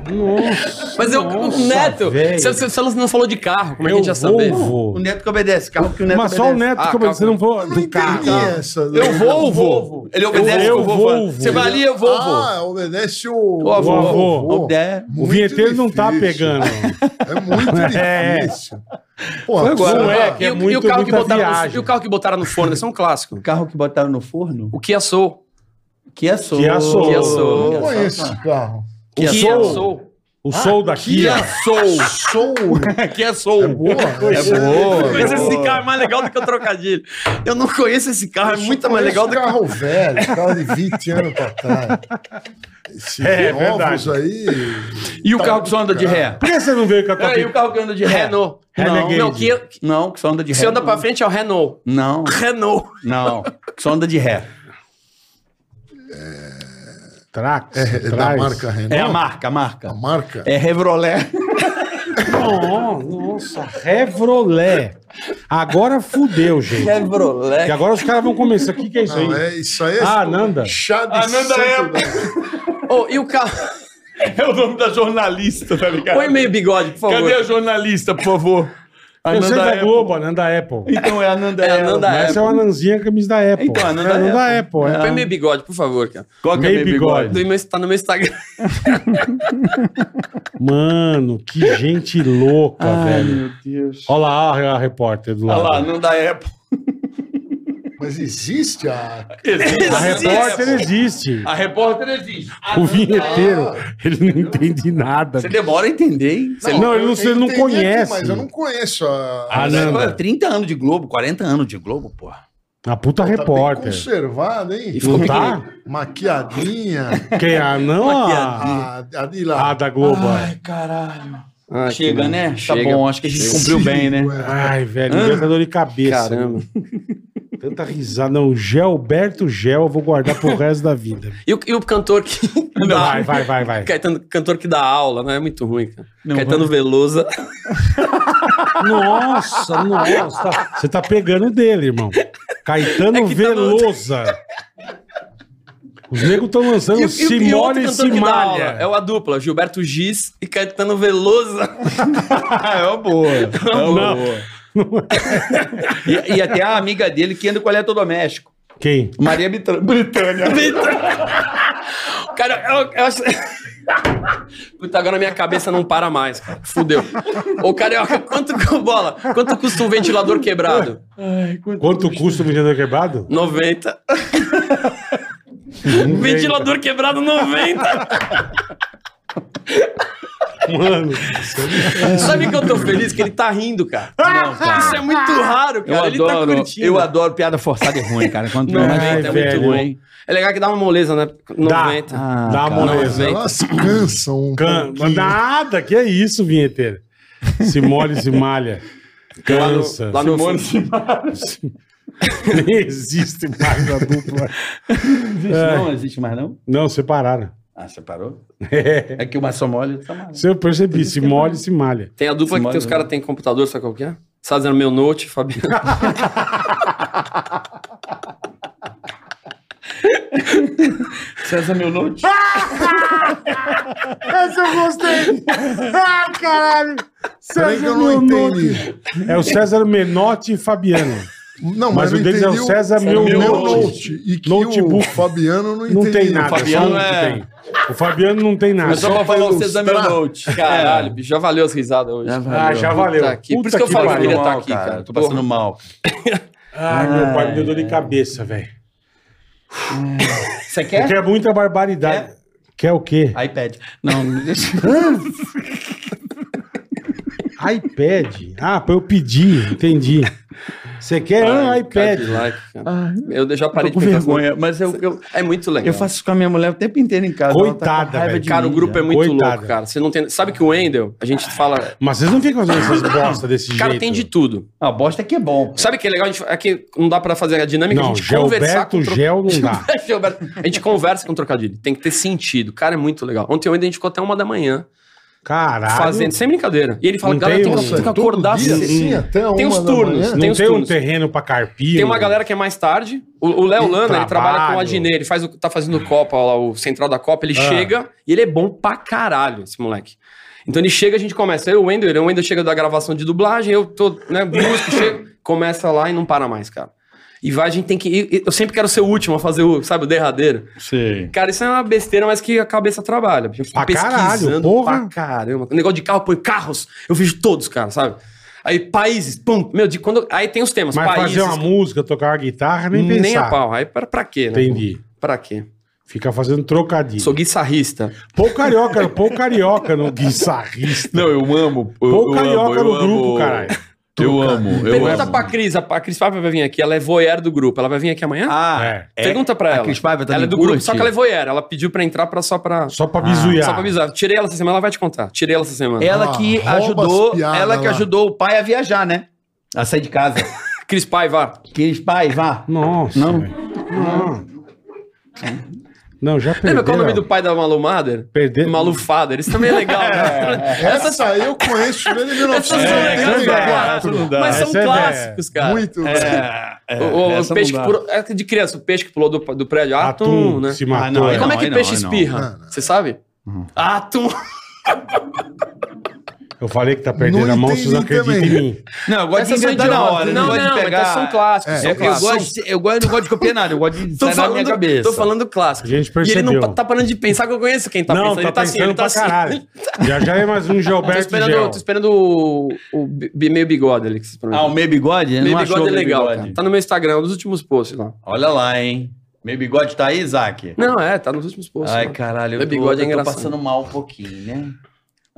B: Nossa.
E: Mas eu,
B: Nossa,
E: o Neto,
B: velho.
E: você, você- você não falou de carro, como é que a
B: eu
E: gente já
B: vou,
E: saber?
B: vou.
C: Neto que obedece, carro que o
B: Mas só o Neto
E: Ah,
B: que obedece,
E: calma.
B: não vou
D: Não
B: do carro.
D: entendi é essa. né?
C: Eu vou, vou.
E: vou.
C: Ele obedece,
B: Eu
C: eu, vou,
B: vou,
C: vou.
B: vou.
C: Você vai ali, eu vou, vou.
D: Ah, obedece o,
C: O avô.
D: o
B: O
C: Obede-
B: O
D: Muito
B: vinheteiro não tá
D: difícil.
B: pegando.
D: É muito
B: É.
D: difícil. Pô,
C: Foi agora.
D: pô,
B: Não é,
E: E
B: que é
E: o- e,
B: muito,
E: o carro que
B: muita
E: botaram no,
B: viagem.
E: e o carro que botaram no forno, isso é um clássico.
C: O carro que botaram no forno?
E: O Kia Soul.
C: Que é sou.
B: Que é sou.
C: Que é
D: Eu
C: sou.
D: não conheço esse carro.
E: O Kia
B: Soul.
E: Soul.
B: O sol daqui.
C: Que é sou.
D: Sou.
C: Que é sou.
D: É boa.
C: É boa.
E: Mas
C: é
E: esse
C: boa.
E: carro é mais legal do que o trocadilho. Eu não conheço esse carro, é muito mais legal do que.
D: carro velho, carro de 20 anos pra trás. Esses
B: É,
D: novos
B: verdade.
D: aí.
C: E o carro que só anda de ré?
B: Por que você não veio com a tua
C: É, e o carro que anda de ré?
E: Renault.
B: Renegade.
E: Não, que, que
C: Não, que só anda de ré.
E: se anda pra frente é o Renault.
C: Não,
E: Renault.
C: não. Que só anda de ré.
B: Trax?
D: É, é da
B: Trax.
D: marca Renault.
C: É a marca, a marca.
D: A marca?
C: É Revrolé.
B: Não, nossa, Revrolé. Agora fudeu, gente.
C: Revrolé.
B: E agora os caras vão começar. O que, que é isso
D: Não,
B: aí?
D: é isso aí. É
B: Ah, Ananda.
D: Chá de
C: Ananda
D: santo
C: é-
D: da-
E: Oh, e o carro.
C: É o nome da jornalista, tá ligado?
E: Põe meio bigode, por favor.
C: Cadê a é jornalista, por favor? A
B: Eu sei
C: Nanda
B: é da
C: Apple.
B: Globo, Ananda Apple.
C: Então é a Nanda
E: É a
C: Apple.
E: Nanda
B: Essa é uma Ananzinha camisa da Apple.
C: Então, Ananda
B: é Ananda
C: Apple.
B: Apple. é.
E: Põe meio bigode, por favor, cara.
C: Qual que é
B: Meio
C: o bigode?
E: Do meu, tá no meu Instagram.
B: Mano, que gente louca, velho.
C: meu Deus.
B: Olha lá olha a repórter do
C: Olha lá,
B: lado.
C: Nanda Apple.
D: Mas existe a.
C: Existe.
B: a repórter existe.
C: A repórter existe.
B: O vinheteiro, ele não entende nada.
C: Você demora a entender, hein? Você
B: Não, ele não-
D: eu
B: você não
D: entendi aqui,
B: conhece.
D: mas eu não conheço a. tá
B: Ah,
D: a
B: não. Nanda.
C: 30 anos de Globo, 40 anos de Globo, porra.
B: A puta
D: Tá bem
B: repórter.
D: conservada, hein?
B: Não tá?
D: Maquiadinha.
B: Quem? é A não? A,
D: a, a de lá.
B: a Ah. da Globo. é.
C: caralho.
E: Ah,
C: Chega,
E: que-
C: né? Tá
E: Chega.
C: bom, acho que a gente cumpriu bem, né?
B: Ai, velho, me deu dor de cabeça. né,
E: Caramba.
B: Tanta risada. Não, Gelberto Gel, eu vou guardar pro resto da vida.
E: E o, e o cantor que.
B: Vai, vai, vai, vai.
E: É. Caetano, cantor que dá aula, né? É muito ruim, cara.
C: Não,
E: Caetano Veloso.
B: Nossa, nossa. Você tá pegando dele, irmão. Caetano
E: É que tá no-
B: Velosa. Os negros estão lançando
E: E, o- e o- e
B: Simone
E: outro
B: e
E: cantor que tá dá aula.
B: Simalha.
E: É o a dupla, Gilberto Giz e Caetano Veloso.
C: Ah, é uma boa. É uma boa. E, e até a amiga dele que anda com eletrodoméstico.
B: Quem?
C: Maria Bitra- Britânia.
E: cara, eu, eu acho. Puta, agora minha cabeça não para mais, cara. Fudeu. Ô, Carioca, quanto, cu- bola, quanto custa um ventilador quebrado?
B: Quanto custa o ventilador quebrado?
E: 90.
C: Uhum.
E: ventilador quebrado, 90.
B: Mano,
E: Sabe que eu tô feliz? Que ele tá rindo, cara. Isso é muito raro,
C: Ah, Eu
E: cara. ele
C: adoro,
E: tá curtindo.
C: eu adoro piada forçada e ruim, cara. Quanto
E: Não,
C: mais
B: Ai,
C: feita, é
B: velho.
C: muito ruim.
E: É legal que dá uma moleza, né? 90.
C: Ah,
B: dá
C: cara.
B: a moleza.
E: Não,
D: Elas cansam um
B: Can...
D: pouquinho.
B: Nada, que é isso, vinheteiro. Se molha e se malha. Cansa.
E: Lá no, lá no
B: Nem existe mais a dupla.
C: Existe, não existe mais, não?
B: Não, separaram.
C: Ah, você parou? É que uma só molha e outra malha.
B: Se eu percebi, se molha
E: tá-
B: e se malha.
E: Tem a dupla que
C: Simone,
E: tem, os caras têm computador, sabe qual que é? Você tá dizendo meu note, Fabiano.
C: César meu note?
B: Essa eu gostei! Ah, caralho!
D: Peraí que eu não entendi.
B: É o César Menotti e Fabiano.
D: Não,
B: Mas o
D: eu
B: deles é o
D: entendi
B: César
D: meu
B: Meu
D: note.
B: Note.
D: E que o
B: Notebook.
D: Fabiano não
B: Não
D: entendi.
B: tem nada. é só
D: O Fabiano
B: um que
E: é-
B: tem. O Fabiano não tem nada. tá
E: Mas só pra falar o César meu
D: ilustrar.
E: note. Caralho, bicho, já valeu as risadas hoje.
C: um Já valeu.
B: Ah, já valeu.
E: Puta que- por
B: Puta
E: isso que eu falo que eu
B: pariu.
E: queria estar
C: mal,
E: aqui, cara.
C: tá Tô passando mal.
E: Ah,
B: Ai, meu pai, me deu dor
E: é.
B: de cabeça, velho.
C: Você quer?
B: Porque é muita barbaridade.
E: É?
B: Quer o quê?
C: iPad. Não, me deixa.
B: iPad? Ah, pra eu pedir, entendi. Você quer ah,
E: Ai,
B: iPad?
E: Cadillac, cara.
C: Ai,
E: Eu já parei
C: Tô
E: de
C: com
E: pensar assim.
C: vergonha, mas eu, eu,
E: É muito legal.
C: eu faço isso com a minha mulher o tempo inteiro em casa. ela tá com
B: Coitada,
C: raiva
B: velho.
C: de
E: Cara,
C: mim,
E: o grupo é muito
B: Coitada.
E: louco, cara. Você não tem... Sabe que o Wendel, a gente fala...
B: Mas vocês não ficam fazendo essas bosta desse jeito.
E: Cara, tem de tudo.
C: A bosta é que é bom.
E: Sabe que é legal? A gente... É que não dá pra fazer a dinâmica.
B: Não,
E: a gente conversar
B: Gilberto
E: com... tro-
B: Gel não dá.
E: Gilberto. A gente conversa com trocadilho. Tem que ter sentido. Cara, é muito legal. Ontem o Wendel, a gente ficou até uma da manhã.
B: Caralho.
E: Fazendo, sem brincadeira. E ele fala,
B: Não
E: galera,
B: tem
E: tem,
B: um-
E: que- tem que
D: todo
E: acordar
D: dia,
E: cedo.
D: assim, até
E: Tem
D: uma
E: os
D: da
E: turnos.
D: manhã?
B: Não
E: Tem
B: tem,
E: os
B: um
E: turnos.
B: terreno pra carpir.
E: Tem uma galera que é mais tarde. O o Léo
B: Tem
E: Lana, ele trabalha
B: trabalho.
E: com o Adnet, ele faz o, tá fazendo Copa, lá, o central da Copa, ele
B: Ah.
E: chega e ele é bom pra caralho, esse moleque. Então ele chega, a gente começa. Eu, o Wender, o Wender chega da gravação de dublagem, eu tô, né, brusco, chego, começa lá e não para mais, cara. E vai, a gente tem que. e- e Eu sempre quero ser o último a fazer o, sabe, o derradeiro.
C: Sim.
E: Cara, isso é uma besteira, mas que a cabeça trabalha. Eu fico
B: Pra caralho, porra.
E: pra caramba. O negócio de carro, põe carros, eu vejo todos, cara, sabe? Aí países, pum, meu, de quando. Aí tem os temas,
B: Mas
E: países.
B: fazer uma música, tocar uma guitarra, nem,
E: Nem,
B: pensar.
E: a pau. Aí pra, pra quê, né?
B: Entendi.
E: Pra quê?
B: Fica fazendo trocadilho.
E: Sou guitarrista.
B: Pô carioca, pô carioca no guitarrista.
C: Não, eu amo. Eu,
B: Pô
C: eu
B: carioca
C: amo,
B: no
C: eu
B: grupo,
C: amo.
B: caralho.
C: Eu amo. Eu
E: Pergunta
C: amo.
E: pra Cris. A, a Cris Paiva vai vir aqui. Ela é voyeur do grupo. Ela vai vir aqui amanhã?
C: Ah,
B: É.
E: Pergunta pra
C: a
E: ela.
C: Cris Paiva também
E: ela é do
C: curte?
E: grupo, só que ela é voyeur. Ela pediu pra entrar pra, só pra...
B: Só pra bisuiar.
E: Só pra avisar. Tirei ela essa semana, ela vai te contar. Tirei ela essa semana.
C: Ela
D: Ah,
C: que
D: rouba as
C: ajudou,
D: piadas
C: ela que
D: lá.
C: ajudou o pai a viajar, né? A sair de casa.
E: Cris Paiva.
C: Cris, pai, vá.
B: Nossa.
C: Não.
B: velho. Não. Não, já perdeu.
E: Lembra qual é o nome do pai da Malu Mader?
B: Perder-
E: Malu Fader. Isso também é é, legal. né?
D: Essa aí eu
B: É,
D: conheço desde
E: Essas são legais pra caralho.
D: 1984.
E: Mas
B: Essa
E: são
B: é velha.
E: clássicos, cara.
D: Muito bem.
E: O, o- o peixe que pulou, é de criança, o peixe que pulou do, do prédio. Atum,
B: Atum,
E: né?
B: se matou.
C: Ah, não,
E: Mas
B: é.
E: como é que
C: aí não,
E: peixe
C: aí não.
E: espirra? Você sabe? Atum.
B: Eu falei que tá perdendo
D: Não
B: a mão, vocês não
D: entendi
B: acreditam em mim.
E: Tá
C: Não, eu gosto
E: Essas
C: de
E: são
C: inventar na
E: idiotas.
C: hora.
E: Não,
C: gosto de
E: não,
C: pegar-
E: pegar... são clássicos.
D: É,
E: são
C: Eu,
E: clássicos.
C: gosto, de- eu, gosto, eu não gosto de copiar nada, eu gosto de
E: Tô
C: sair na minha cabeça.
E: tô falando clássico.
B: A gente
E: E ele
B: percebeu.
E: não tá parando de pensar que eu conheço quem tá
B: não,
E: pensando.
B: tá
E: ele tá assim,
B: pensando
E: ele
B: pra
E: tá assim.
B: caralho. Já já é mais um
E: Tô
B: Gilberto Gel.
E: esperando, tô esperando o, o bi- meio bigode ali que vocês
C: Ah, o
E: prometeram.
C: meio bigode? Eu
E: meio
C: não achou
E: bigode é
C: o meio
E: legal,
C: bigode.
E: cara. Tá no meu Instagram, nos últimos posts lá.
C: Olha lá, hein? Meio bigode tá aí, Isaac?
E: Não, é, tá nos últimos posts.
C: Ai,
E: lá.
C: caralho, eu
E: Meu
C: tô,
E: bigode é
C: eu tô
E: engraçado.
C: passando mal um pouquinho, né?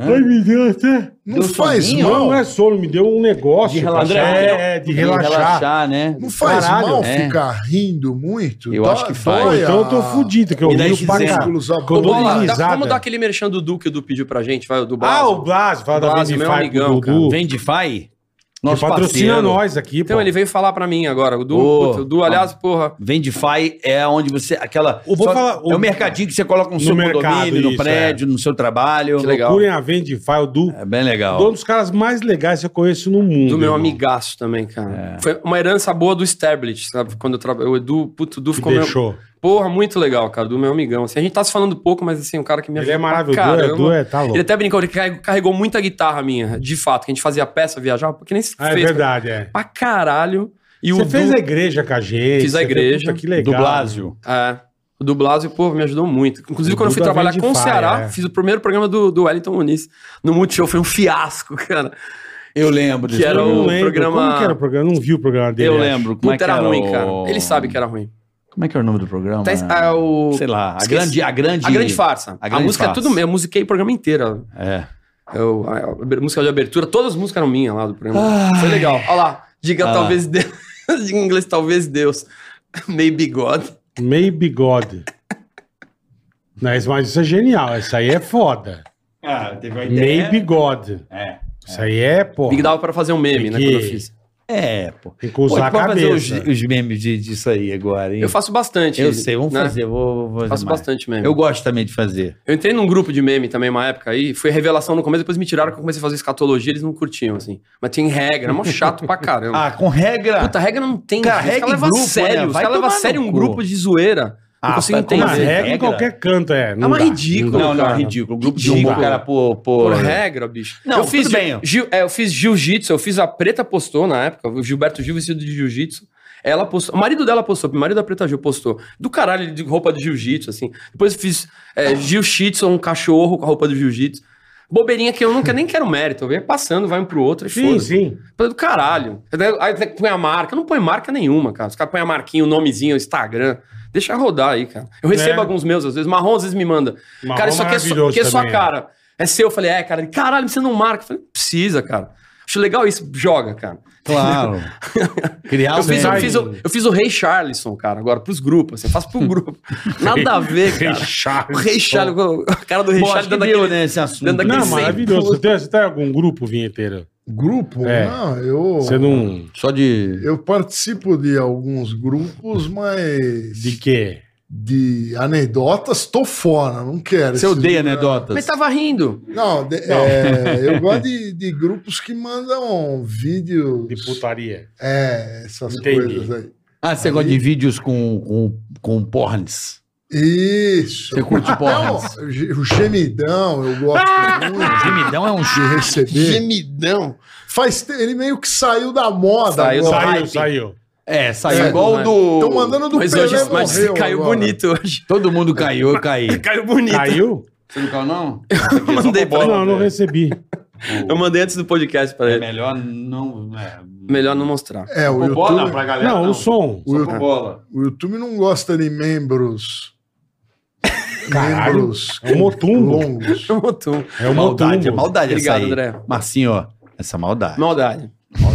B: Ai, meu Deus, até...
D: Não
C: Deu
D: faz
C: sozinho,
D: mal.
B: Não, não é sono, me deu um negócio.
C: De relaxar.
B: cara. É, é, de relaxar.
C: né?
D: Não faz
B: Caralho,
D: mal
C: é.
D: ficar rindo muito?
C: Eu acho que faz.
D: dói
B: Então eu tô
D: a-
B: fudido, que eu
C: Me dá
B: rio
C: esse
B: pra
C: exemplo.
B: caralho.
D: Músculos ab-
B: Quando eu
E: Bola,
B: dou
E: dá-
B: risada.
E: vamos dar aquele merchan do Du que o Du pediu pra gente, vai, o do
B: Ah,
E: Blas.
B: o Blas, fala da
E: Blas,
B: Vendify
E: meu amigão,
B: pro Dudu.
C: Vem de Fai?
B: Que patrocina nós aqui,
E: Então
B: pô.
E: ele veio falar pra mim agora. O Du,
C: Ô,
E: puta, o Du, aliás, porra.
C: Vendify é onde você. Aquela.
B: Eu vou falar-
C: é
B: o-
C: o mercadinho que você coloca no seu
B: mercado,
C: condomínio, no
B: isso, é.
C: prédio, no seu trabalho.
E: Que legal.
B: Curem a Vendify, o Du.
C: É bem legal.
B: Um dos caras mais legais que eu conheço no mundo.
E: Do é meu
B: irmão.
E: amigaço também, cara.
C: É.
E: Foi uma herança boa do Stablet, sabe? Quando eu trabalho. O Edu, puto, o Edu
B: Que
E: ficou meu.
B: deixou.
E: Porra, muito legal, cara. Do meu amigão. Assim, a gente tá se falando pouco, mas assim, um cara que me
B: Ele é
E: pra
B: maravilhoso,
E: caramba.
B: o Edu é- tá louco.
E: Ele até brincou, ele carregou- carregou muita guitarra minha, de fato, que a gente fazia peça, viajava, porque nem se
B: Ah, é
E: fez.
B: verdade, é.
E: Pra caralho. E o
B: Você
E: Du-
B: fez a igreja com a gente.
E: Fiz a
B: você fez-
E: igreja.
B: puta, que legal.
C: Do Blásio.
E: É. do Blas e o povo me ajudou muito. Inclusive,
B: O
E: quando eu fui
B: Duda
E: trabalhar
B: vem de
E: com o
B: faia,
E: Ceará,
B: é.
E: fiz o primeiro programa do, do Wellington Muniz no Multishow. Foi um fiasco, cara.
C: Eu lembro
E: Que era
B: Eu não
E: o
B: lembro.
E: programa-
B: Como que era o programa? Eu não vi o programa dele.
C: Eu
B: acho.
C: lembro. Como é
E: Puta,
C: que
E: era
C: era
E: ruim,
C: o-
E: cara. Ele sabe que era ruim.
C: Como é que é o nome do programa?
E: Tá, é o-
C: Sei lá. A
E: Esqueci.
C: grande, a grande.
E: A grande farsa. A,
C: A grande
E: música
C: farsa.
E: é tudo meu. Eu musiquei o programa inteiro.
C: É.
E: Eu, a, a música de abertura, todas as músicas eram minhas lá do programa.
C: Ai.
E: Foi legal. Olha lá. Diga
C: Ah.
E: talvez Deus. Diga em inglês talvez Deus. Maybe God.
B: Maybe God. Mas, mas isso é genial. Isso aí é foda.
C: Ah, teve uma
B: Maybe God.
C: É.
B: Isso aí é, pô.
E: Big dava pra fazer um meme, né?
B: Que-
E: Quando eu fiz.
C: É, pô.
B: Tem que usar
C: Pô,
B: a
C: vamos fazer os,
B: cabeça.
C: os memes de, disso aí agora, hein?
E: Eu faço bastante.
C: Eu sei, vamos
E: né?
C: fazer. Vou, vou fazer
E: Faço
C: mais.
E: bastante meme.
C: Eu gosto também de fazer.
E: Eu entrei num grupo de meme também uma época aí, foi revelação no começo, depois me tiraram que eu comecei a fazer escatologia, eles não curtiam, assim. Mas tem regra, é mó chato pra caramba.
C: Ah, com regra.
E: Puta, regra não tem.
C: Cara,
E: gente.
C: regra
E: os
C: em
E: caras levam a
C: grupo, né?
E: sério, os
C: Vai
E: caras levam a
C: tomar no
E: sério um
C: cu.
E: grupo de zoeira.
C: Ah,
E: não consigo
C: mas como
B: Uma
C: Mas
E: entender.
C: assim?
B: regra em
C: regra?
B: qualquer canto, é. Não
E: É uma
B: dá.
E: ridículo,
B: Não
C: não,
B: dá,
C: não, é
E: cara.
C: ridículo. O grupo de humor,
B: Ridículo.
C: cara, por. Por,
E: Por regra, bicho.
C: Não,
E: eu fiz,
C: tudo bem.
E: Jiu, é, eu fiz jiu-jitsu, eu fiz a Preta postou na época, o Gilberto Gil vestido de jiu-jitsu. Ela postou, o marido dela postou, o marido da Preta Gil postou. Do caralho, de roupa de jiu-jitsu, assim. Depois eu fiz é, jiu-jitsu, um cachorro com a roupa do jiu-jitsu. Bobeirinha que eu nunca nem quero mérito. Eu ia passando, vai um pro outro e
B: Sim,
E: foda-se.
B: sim.
E: Falei do caralho. Aí tem que põe a marca. Não põe marca nenhuma, cara. Os caras põem a marquinha, o nomezinho, o Instagram. Deixa rodar aí, cara. Eu recebo
B: É.
E: alguns meus, às vezes. Marrom às vezes me manda.
B: Marrom
E: cara, isso aqui é, só,
B: maravilhoso
E: aqui é sua
B: também, é.
E: cara. É seu. Eu falei, é, cara. Ele, Caralho, você não marca. Eu falei, não precisa, cara. Acho legal isso. Joga, cara.
C: Claro. Criar um
E: Eu fiz, eu,
B: Alvin.
E: fiz, o- eu fiz o Rei Charlison, cara, agora, pros grupos. Assim, eu faço pro grupo. Nada a ver, cara.
B: Rei Charlison.
E: O Rei Charlison. O cara do Rei
C: Bom, acho
E: Charlison
C: que
E: dando
C: deu,
E: aquele...
C: né, esse assunto.
E: dando aquele
B: Não,
E: Sem
B: maravilhoso. Você tem, você tem algum grupo vinheteiro?
D: Grupo?
B: É.
D: Não, eu,
B: Você não.
C: Só de...
D: eu participo de alguns grupos, mas
B: De
D: de,
B: quê?
D: anedotas tô fora, não quero.
C: Você
D: esses
C: odeia né,
D: grupos.
C: anedotas.
E: Mas tá tava rindo.
D: Não, de- é, eu gosto de, de grupos que mandam vídeos.
B: De putaria.
D: É, essas
B: Entendi.
D: coisas aí.
C: Ah, você gosta de vídeos com, com, com porns. Ah,
D: Isso.
C: Você curte porns.
D: Não, o gemidão, eu gosto
B: Ah!
D: muito.
C: Gemidão é um
D: de receber.
E: Gemidão.
D: Faz te- ele meio que saiu da moda.
E: Saiu
D: agora.
E: da-
B: Saiu,
E: hype.
B: saiu.
C: É, saiu
E: É,
C: igual
E: né?
C: do.
D: Estão mandando do
E: Mas hoje
D: Pelé
E: mas
D: morreu
E: caiu
D: agora.
E: bonito hoje.
C: Todo mundo caiu, eu caí.
E: Caiu bonito.
B: Caiu?
C: Você não caiu, não?
E: Mandei pra
B: não, não recebi.
E: Eu mandei antes do podcast pra ele.
C: melhor não. É,
E: É Melhor não mostrar.
D: É, o
C: Com bola
D: YouTube,
C: pra galera.
B: Não, o som.
D: o,
C: Só
D: YouTube-
C: com bola.
D: o YouTube não gosta de membros.
B: Caralho,
D: membros
B: é um motungo.
D: longos.
E: Eu motum.
B: É o
C: Maldade, é
B: Maldade.
C: maldade
E: Obrigado,
C: essa aí.
E: André.
C: Marcinho, ó, essa maldade.
E: Maldade.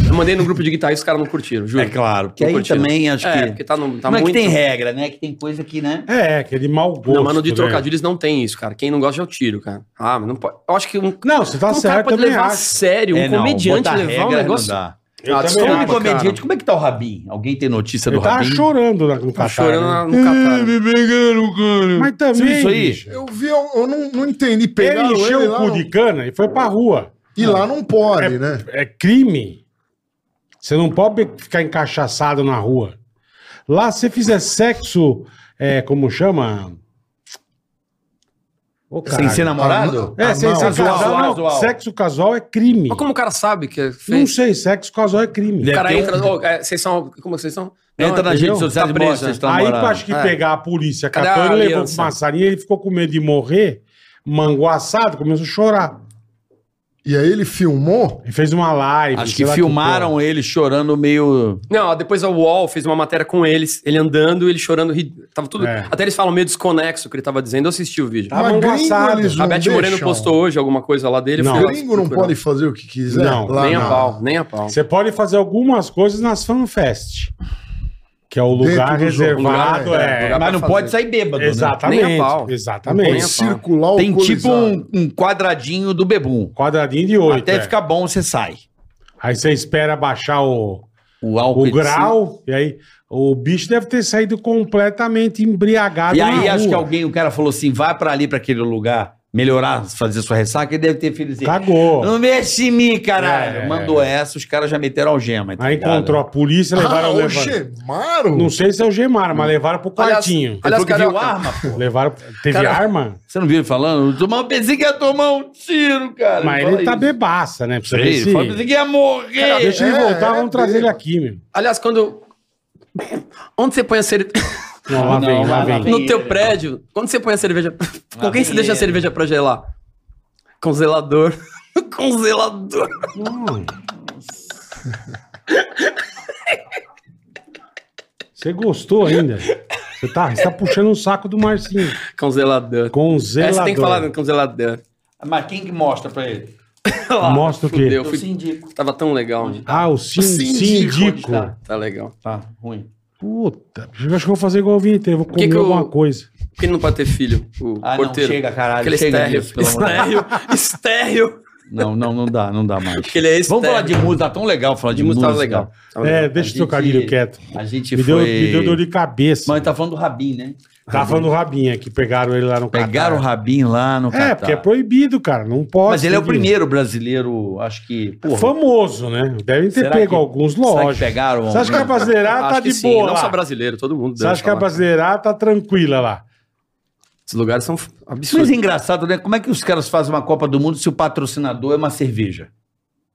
E: Eu mandei no grupo de guitarra e os caras não curtiram, juro.
C: É claro, porque
E: Não
C: aí
E: curtiram.
C: também acho
E: É,
C: que.
E: porque tá, no, tá
C: não é
E: muito...
C: que tem regra, né? Que tem coisa que, né?
B: É, aquele mau gosto.
E: não, mano, de
B: né?
E: trocadilhos não tem isso, cara. Quem não gosta, eu tiro, cara. Ah, mas não pode. Eu acho que um,
B: Não, você tá
E: um cara
B: certo,
E: pode
B: também
E: levar a
B: acho.
E: sério, um
C: É, não,
E: comediante
C: botar
E: levar
C: regra
E: um
C: não
E: negócio.
C: dá.
B: Eu
E: Ah,
B: também
E: desculpa,
B: acho.
C: Falando em
E: cara.
C: comediante, como é que tá o Rabin? Alguém tem notícia do
B: Ele tava
C: Rabin?
B: chorando na, no
E: Tá
B: Catar.
E: chorando
B: né?
E: na- no catar.
C: pegaram, cara.
B: Mas
C: Você viu
B: também.
C: isso aí?
B: bicho,
D: Eu vi, eu, eu não, não entendi.
B: Ele
D: Pegaram ele,
B: encheu o
D: lá,
B: cu
D: não-
B: de cana e foi pra rua.
D: e lá não pode, né?
B: É crime. Você não pode ficar encaixaçado na rua. Lá, se você fizer sexo, é, como chama? Ô,
C: Sem ser
B: caralho.
C: namorado?
B: É, sem
D: Ah, não,
B: ser
C: casual,
B: casal, não.
C: casual.
B: Sexo casual é crime.
E: Mas como o cara sabe que é
B: Não
E: feio?
B: sei, sexo casual é crime.
E: O cara
C: Tem um-
E: entra. Ô, é, vocês são. Como vocês são? Não,
C: Entra nas
B: entendeu?
C: redes sociais
E: Tá
C: e mostra
E: preso, né?
C: esse namorado.
B: Aí eu acho que
E: É.
B: pegar a polícia,
E: Cadê
B: catou,
E: a
B: ele levou pro
E: aliança?
B: passarinho, ele ficou com medo de morrer, manguaçado, começou a chorar.
D: E aí ele filmou.
B: Ele fez uma live.
C: Acho
B: sei
C: que
B: lá
C: filmaram
B: porra.
C: ele chorando meio.
E: Não, depois a UOL fez uma matéria com eles, ele andando, ele chorando, ri... tava tudo.
B: É.
E: Até eles falam meio desconexo o que ele tava dizendo, eu assisti o vídeo.
B: Tá
D: mas gringo
B: manguaçado.
D: eles
E: a
D: não
E: Beth Moreno
D: deixam.
E: postou hoje alguma coisa lá dele. eu
B: Não.
E: fui lá
D: Gringo não
E: procurar.
D: pode fazer o que quiser.
B: Não,
D: lá
E: Nem a
D: na-
E: pau, nem a pau.
B: Você pode fazer algumas coisas nas fanfest, que é o lugar
D: Dentro do jogo.
B: reservado.
E: Lugar,
B: é,
E: é, lugar-
C: Mas não
E: pra
C: pode
E: fazer.
C: sair bêbado. né?
B: Exatamente.
E: Nem a pau.
D: Tem
B: Exatamente.
D: circular o
C: Tem tipo um, um quadradinho do bebum.
B: Um Quadradinho de oito.
C: Até
B: é.
C: ficar bom, você sai.
B: Aí você espera baixar o,
C: O álcool.
B: o
C: em si.
B: grau, e aí o bicho deve ter saído completamente embriagado.
C: E aí acho
B: na é rua.
C: que alguém, o cara falou assim: vai pra ali, pra aquele lugar, melhorar, fazer sua ressaca. Ele deve ter feito assim.
B: Cagou.
C: Não mexe em mim, caralho.
B: É.
C: Mandou essa, os caras já meteram algema. tá
B: Aí
C: ligado?
B: encontrou a polícia,
D: Ah,
B: levaram
D: o
B: levaram-
D: Gemaram?
B: Não sei se é o Gemara, mas levaram pro quartinho.
E: Aliás,
C: Porque viu
E: carioca.
C: arma, pô.
B: Levaram. Teve
E: Cara-
B: arma?
C: Você não viu ele falando? Eu tomar- eu pensei que ia tomar um tiro, cara.
B: Mas
C: fala
B: ele tá
C: isso.
B: bebaça, né? Pra você
C: Sei,
B: ver
C: Ele
B: se...
C: falou, pensei que ia morrer.
B: Deixa ele
D: É,
B: voltar,
D: é
B: vamos trazer ele
D: bêbado.
B: aqui, meu.
E: Aliás, quando. Onde você põe a cerveja.
B: Não, lá
F: Não,
B: vem, lá
F: lá- lá
B: vem.
F: vem.
E: No teu prédio, quando você põe a cerveja. Com quem você deixa a cerveja pra gelar? Congelador. Congelador.
B: Hum. Você gostou ainda? Você tá, você tá puxando o saco do Marcinho.
E: Congelador.
B: Com o
E: É, você
B: zelador.
E: tem que
C: né?
E: falar congelador.
C: Mas quem que mostra pra ele?
B: Mostra o quê?
E: Fudeu,
C: Eu
E: fui-
C: se indico.
E: Tava tão legal. né?
B: Ah, o sin-
D: Síndico,
B: síndico.
C: onde tá?
E: Tá legal.
C: Tá, ruim.
B: Puta, eu acho que eu vou fazer igual o vinheteiro, vou comer
E: que eu-
B: alguma coisa.
E: Por que ele não pode ter filho? O
C: Ah,
E: porteiro.
C: não,
E: é
C: chega, caralho.
E: Aquele
C: chega
E: estéreo.
C: disso, pelo amor de Deus.
E: estéreo. estéreo.
C: Não, não, não dá, não dá mais.
E: Porque ele é estéreo.
C: Vamos falar de música, tá tão legal falar de,
E: música.
C: música.
E: Tava legal. Tava
B: É,
E: legal.
B: deixa o
C: gente-
B: trocadilho quieto.
C: A gente
B: Me deu,
C: foi...
B: me deu dor de cabeça.
C: Mas tá falando do Rabin, né? Ah, tá.
B: Tava falando do Rabinha, que pegaram ele lá no
C: Pegaram o
B: Catar.
C: Rabin lá no
B: É,
C: Catar.
B: porque é proibido, cara, não pode.
C: Mas ele é o
B: tem
C: primeiro brasileiro, acho que...
B: que-
C: Porra,
B: Famoso, né? Devem ter
C: Será
B: pego
C: que-
B: alguns,
C: será que
B: É lógico.
C: pegaram?
B: Você acha que a brasileirada
E: Acho
B: tá
E: que
B: de
E: sim,
B: boa
E: Não só
B: lá?
E: brasileiro, todo mundo.
B: Você
E: deve
B: acha que
C: é
B: a
E: falar.
B: brasileirada tá tranquila lá?
E: Esses lugares são
C: Mas
E: absurdos.
C: é engraçado, né? Como é que os caras fazem uma Copa do Mundo se o patrocinador é uma cerveja?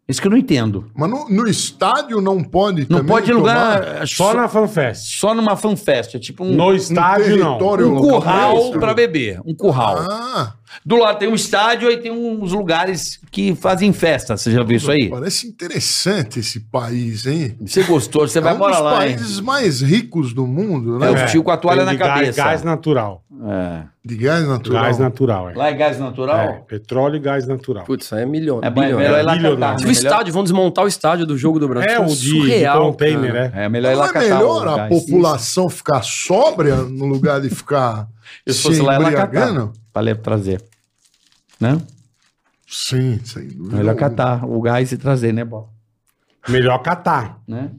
C: Isso que eu não entendo.
D: Mas no, no estádio não pode
C: Não
D: também
C: pode em
D: tomar?
C: lugar.
B: Só na FanFest.
C: só numa fanfest. É tipo um,
B: No estádio, não.
D: território
C: um
D: local.
C: curral
D: Isso.
C: pra beber. Um curral.
D: Ah,
C: Do lado tem um estádio e tem uns lugares que fazem festa. Você já viu isso aí?
D: parece interessante esse país, hein?
C: Você gostou, você vai
D: é um
C: morar
D: dos
C: lá, hein?
D: países mais ricos do mundo, né?
C: É. tio com a toalha
B: tem
C: na
B: de gás-
C: cabeça.
B: Gás natural.
C: É.
D: De gás natural.
B: Gás natural, é.
C: Lá é gás
B: É,
C: natural?
B: petróleo e gás natural.
E: Putz, aí é milhão.
C: É,
E: bilhão,
C: melhor ir lá
B: bilionário.
C: catar.
E: Se
C: né?
E: o
C: Melhor-
E: estádio, vão desmontar o estádio do jogo do Brasil.
B: É o
E: Isso um
B: de, de container,
E: cara.
B: é.
C: É melhor ir
D: Não
C: lá
D: é
C: catar.
D: melhor
C: o
D: a
C: gás.
D: população ficar sóbria no lugar de ficar
C: Se fosse lá, é lá catar.
D: embriagando?
C: Pra le- trazer. Né?
D: Sim, sem dúvida.
C: Melhor catar o gás e trazer, né, Bob?
B: é. Melhor catar.
C: Né?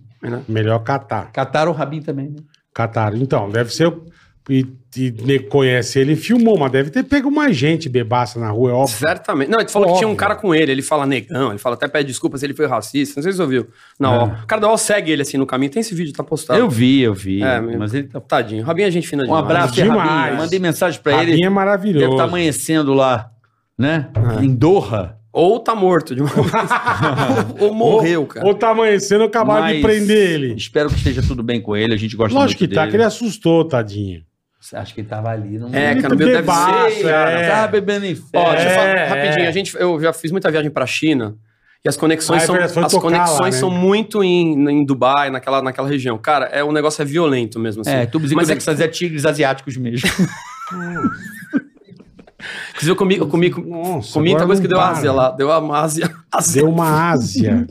B: Melhor catar.
C: Cataram o Rabin também, né?
B: Catar. Então, deve ser. o- E, e ne- conhece ele, filmou, mas deve ter pego mais gente bebaça na rua, é óbvio.
E: Certamente. Não, ele falou que tinha um
B: Óbvio.
E: cara com ele. Ele fala negão, ele fala até pede desculpas se ele foi racista. Não sei se você ouviu. Não, ó. O cara da UOL segue ele assim no caminho. Tem esse vídeo, tá postado.
C: É. Eu vi, eu vi.
E: É,
C: mas ele tá.
E: Tadinho. Rabinho é gente fina
C: Um
E: demais.
C: abraço,
B: Demais.
C: Rabin. Mandei mensagem pra
B: Rabinho
C: ele.
B: é maravilhoso.
C: Deve tá estar amanhecendo lá, né?
D: É.
C: Em Doha.
E: Ou tá morto de uma vez. ou, ou morreu, cara.
B: Ou tá amanhecendo, acabaram de
C: Mas
B: prender ele.
C: Espero que esteja tudo bem com ele. A gente gosta
B: Lógico que
C: muito
B: tá, que
C: dele.
B: ele é- assustou, tadinho.
C: Acho que ele tava ali. Não
E: É,
C: não sei,
E: cara, meu, deve
B: bebaço,
E: ser,
C: cara.
B: é.
C: Tava bebendo em festa.
E: Ó, deixa eu falar
B: É,
E: rapidinho.
B: é.
E: A gente, eu já fiz muita viagem pra China e as
B: Ah,
E: conexões
B: é
E: são,
B: verdade, foi
E: as
B: tocar
E: conexões
B: lá, né?
E: são muito em, em Dubai, naquela, naquela região. Cara, é, o negócio é violento mesmo. Assim.
C: É, tubos e
E: Mas é que,
C: conexões é tigres asiáticos mesmo.
E: inclusive, eu comi, eu comi,
B: Nossa,
E: comi
B: agora
E: muita
B: não
E: coisa que deu
B: dá,
E: Ásia
B: né?
E: lá. Deu a Ásia. Ásia.
B: Deu uma Ásia.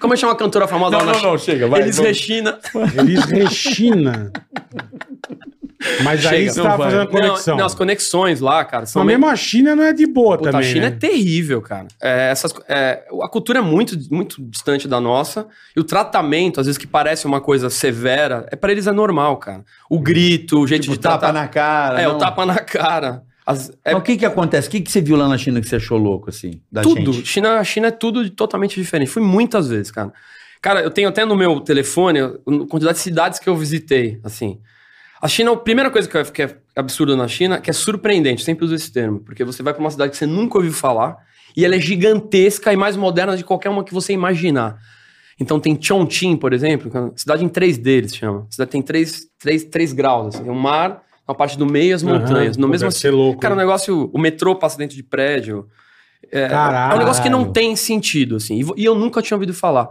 E: Como é que chama a cantora famosa lá na China?
C: chega,
E: Eles Regina.
B: Eles rechina. Mas aí
E: Chega,
B: você
C: não
B: tava
C: vai.
B: fazendo a conexão.
E: Não, não, as conexões lá, cara, são
B: Mas
E: meio-
B: mesmo a China não é de boa
E: Puta,
B: também.
E: a China
B: né?
E: é terrível, cara. É, essas, co- é, a cultura é muito, muito distante da nossa. E o tratamento, às vezes, que parece uma coisa severa, é pra eles é normal, cara. O grito, o jeito
C: Tipo,
E: de tratar.
C: tapa na cara.
E: É,
C: não.
E: o tapa na cara. As- é
C: Mas o que que acontece? O que que você viu lá na China que você achou louco, assim? Da
E: tudo.
C: gente?
E: China, a China é tudo de- totalmente diferente. Fui muitas vezes, cara. Cara, eu tenho até no meu telefone eu- a quantidade de cidades que eu visitei, assim. A China, a primeira coisa que eu- que é absurda na China, que é surpreendente, sempre uso esse termo, porque você vai pra uma cidade que você nunca ouviu falar e ela é gigantesca e mais moderna de qualquer uma que você imaginar. Então tem Chongqing, por exemplo, que é uma cidade em 3D, eles chamam. A cidade tem três, três, três graus, assim, o mar, a parte do meio e as
B: Aham,
E: montanhas. No
B: pô,
E: mesmo assim.
B: deve ser louco,
E: Cara, o
B: né?
E: negócio, o metrô passa dentro de prédio. É,
B: Caralho.
E: é um negócio que não tem sentido, assim. E vo- E eu nunca tinha ouvido falar.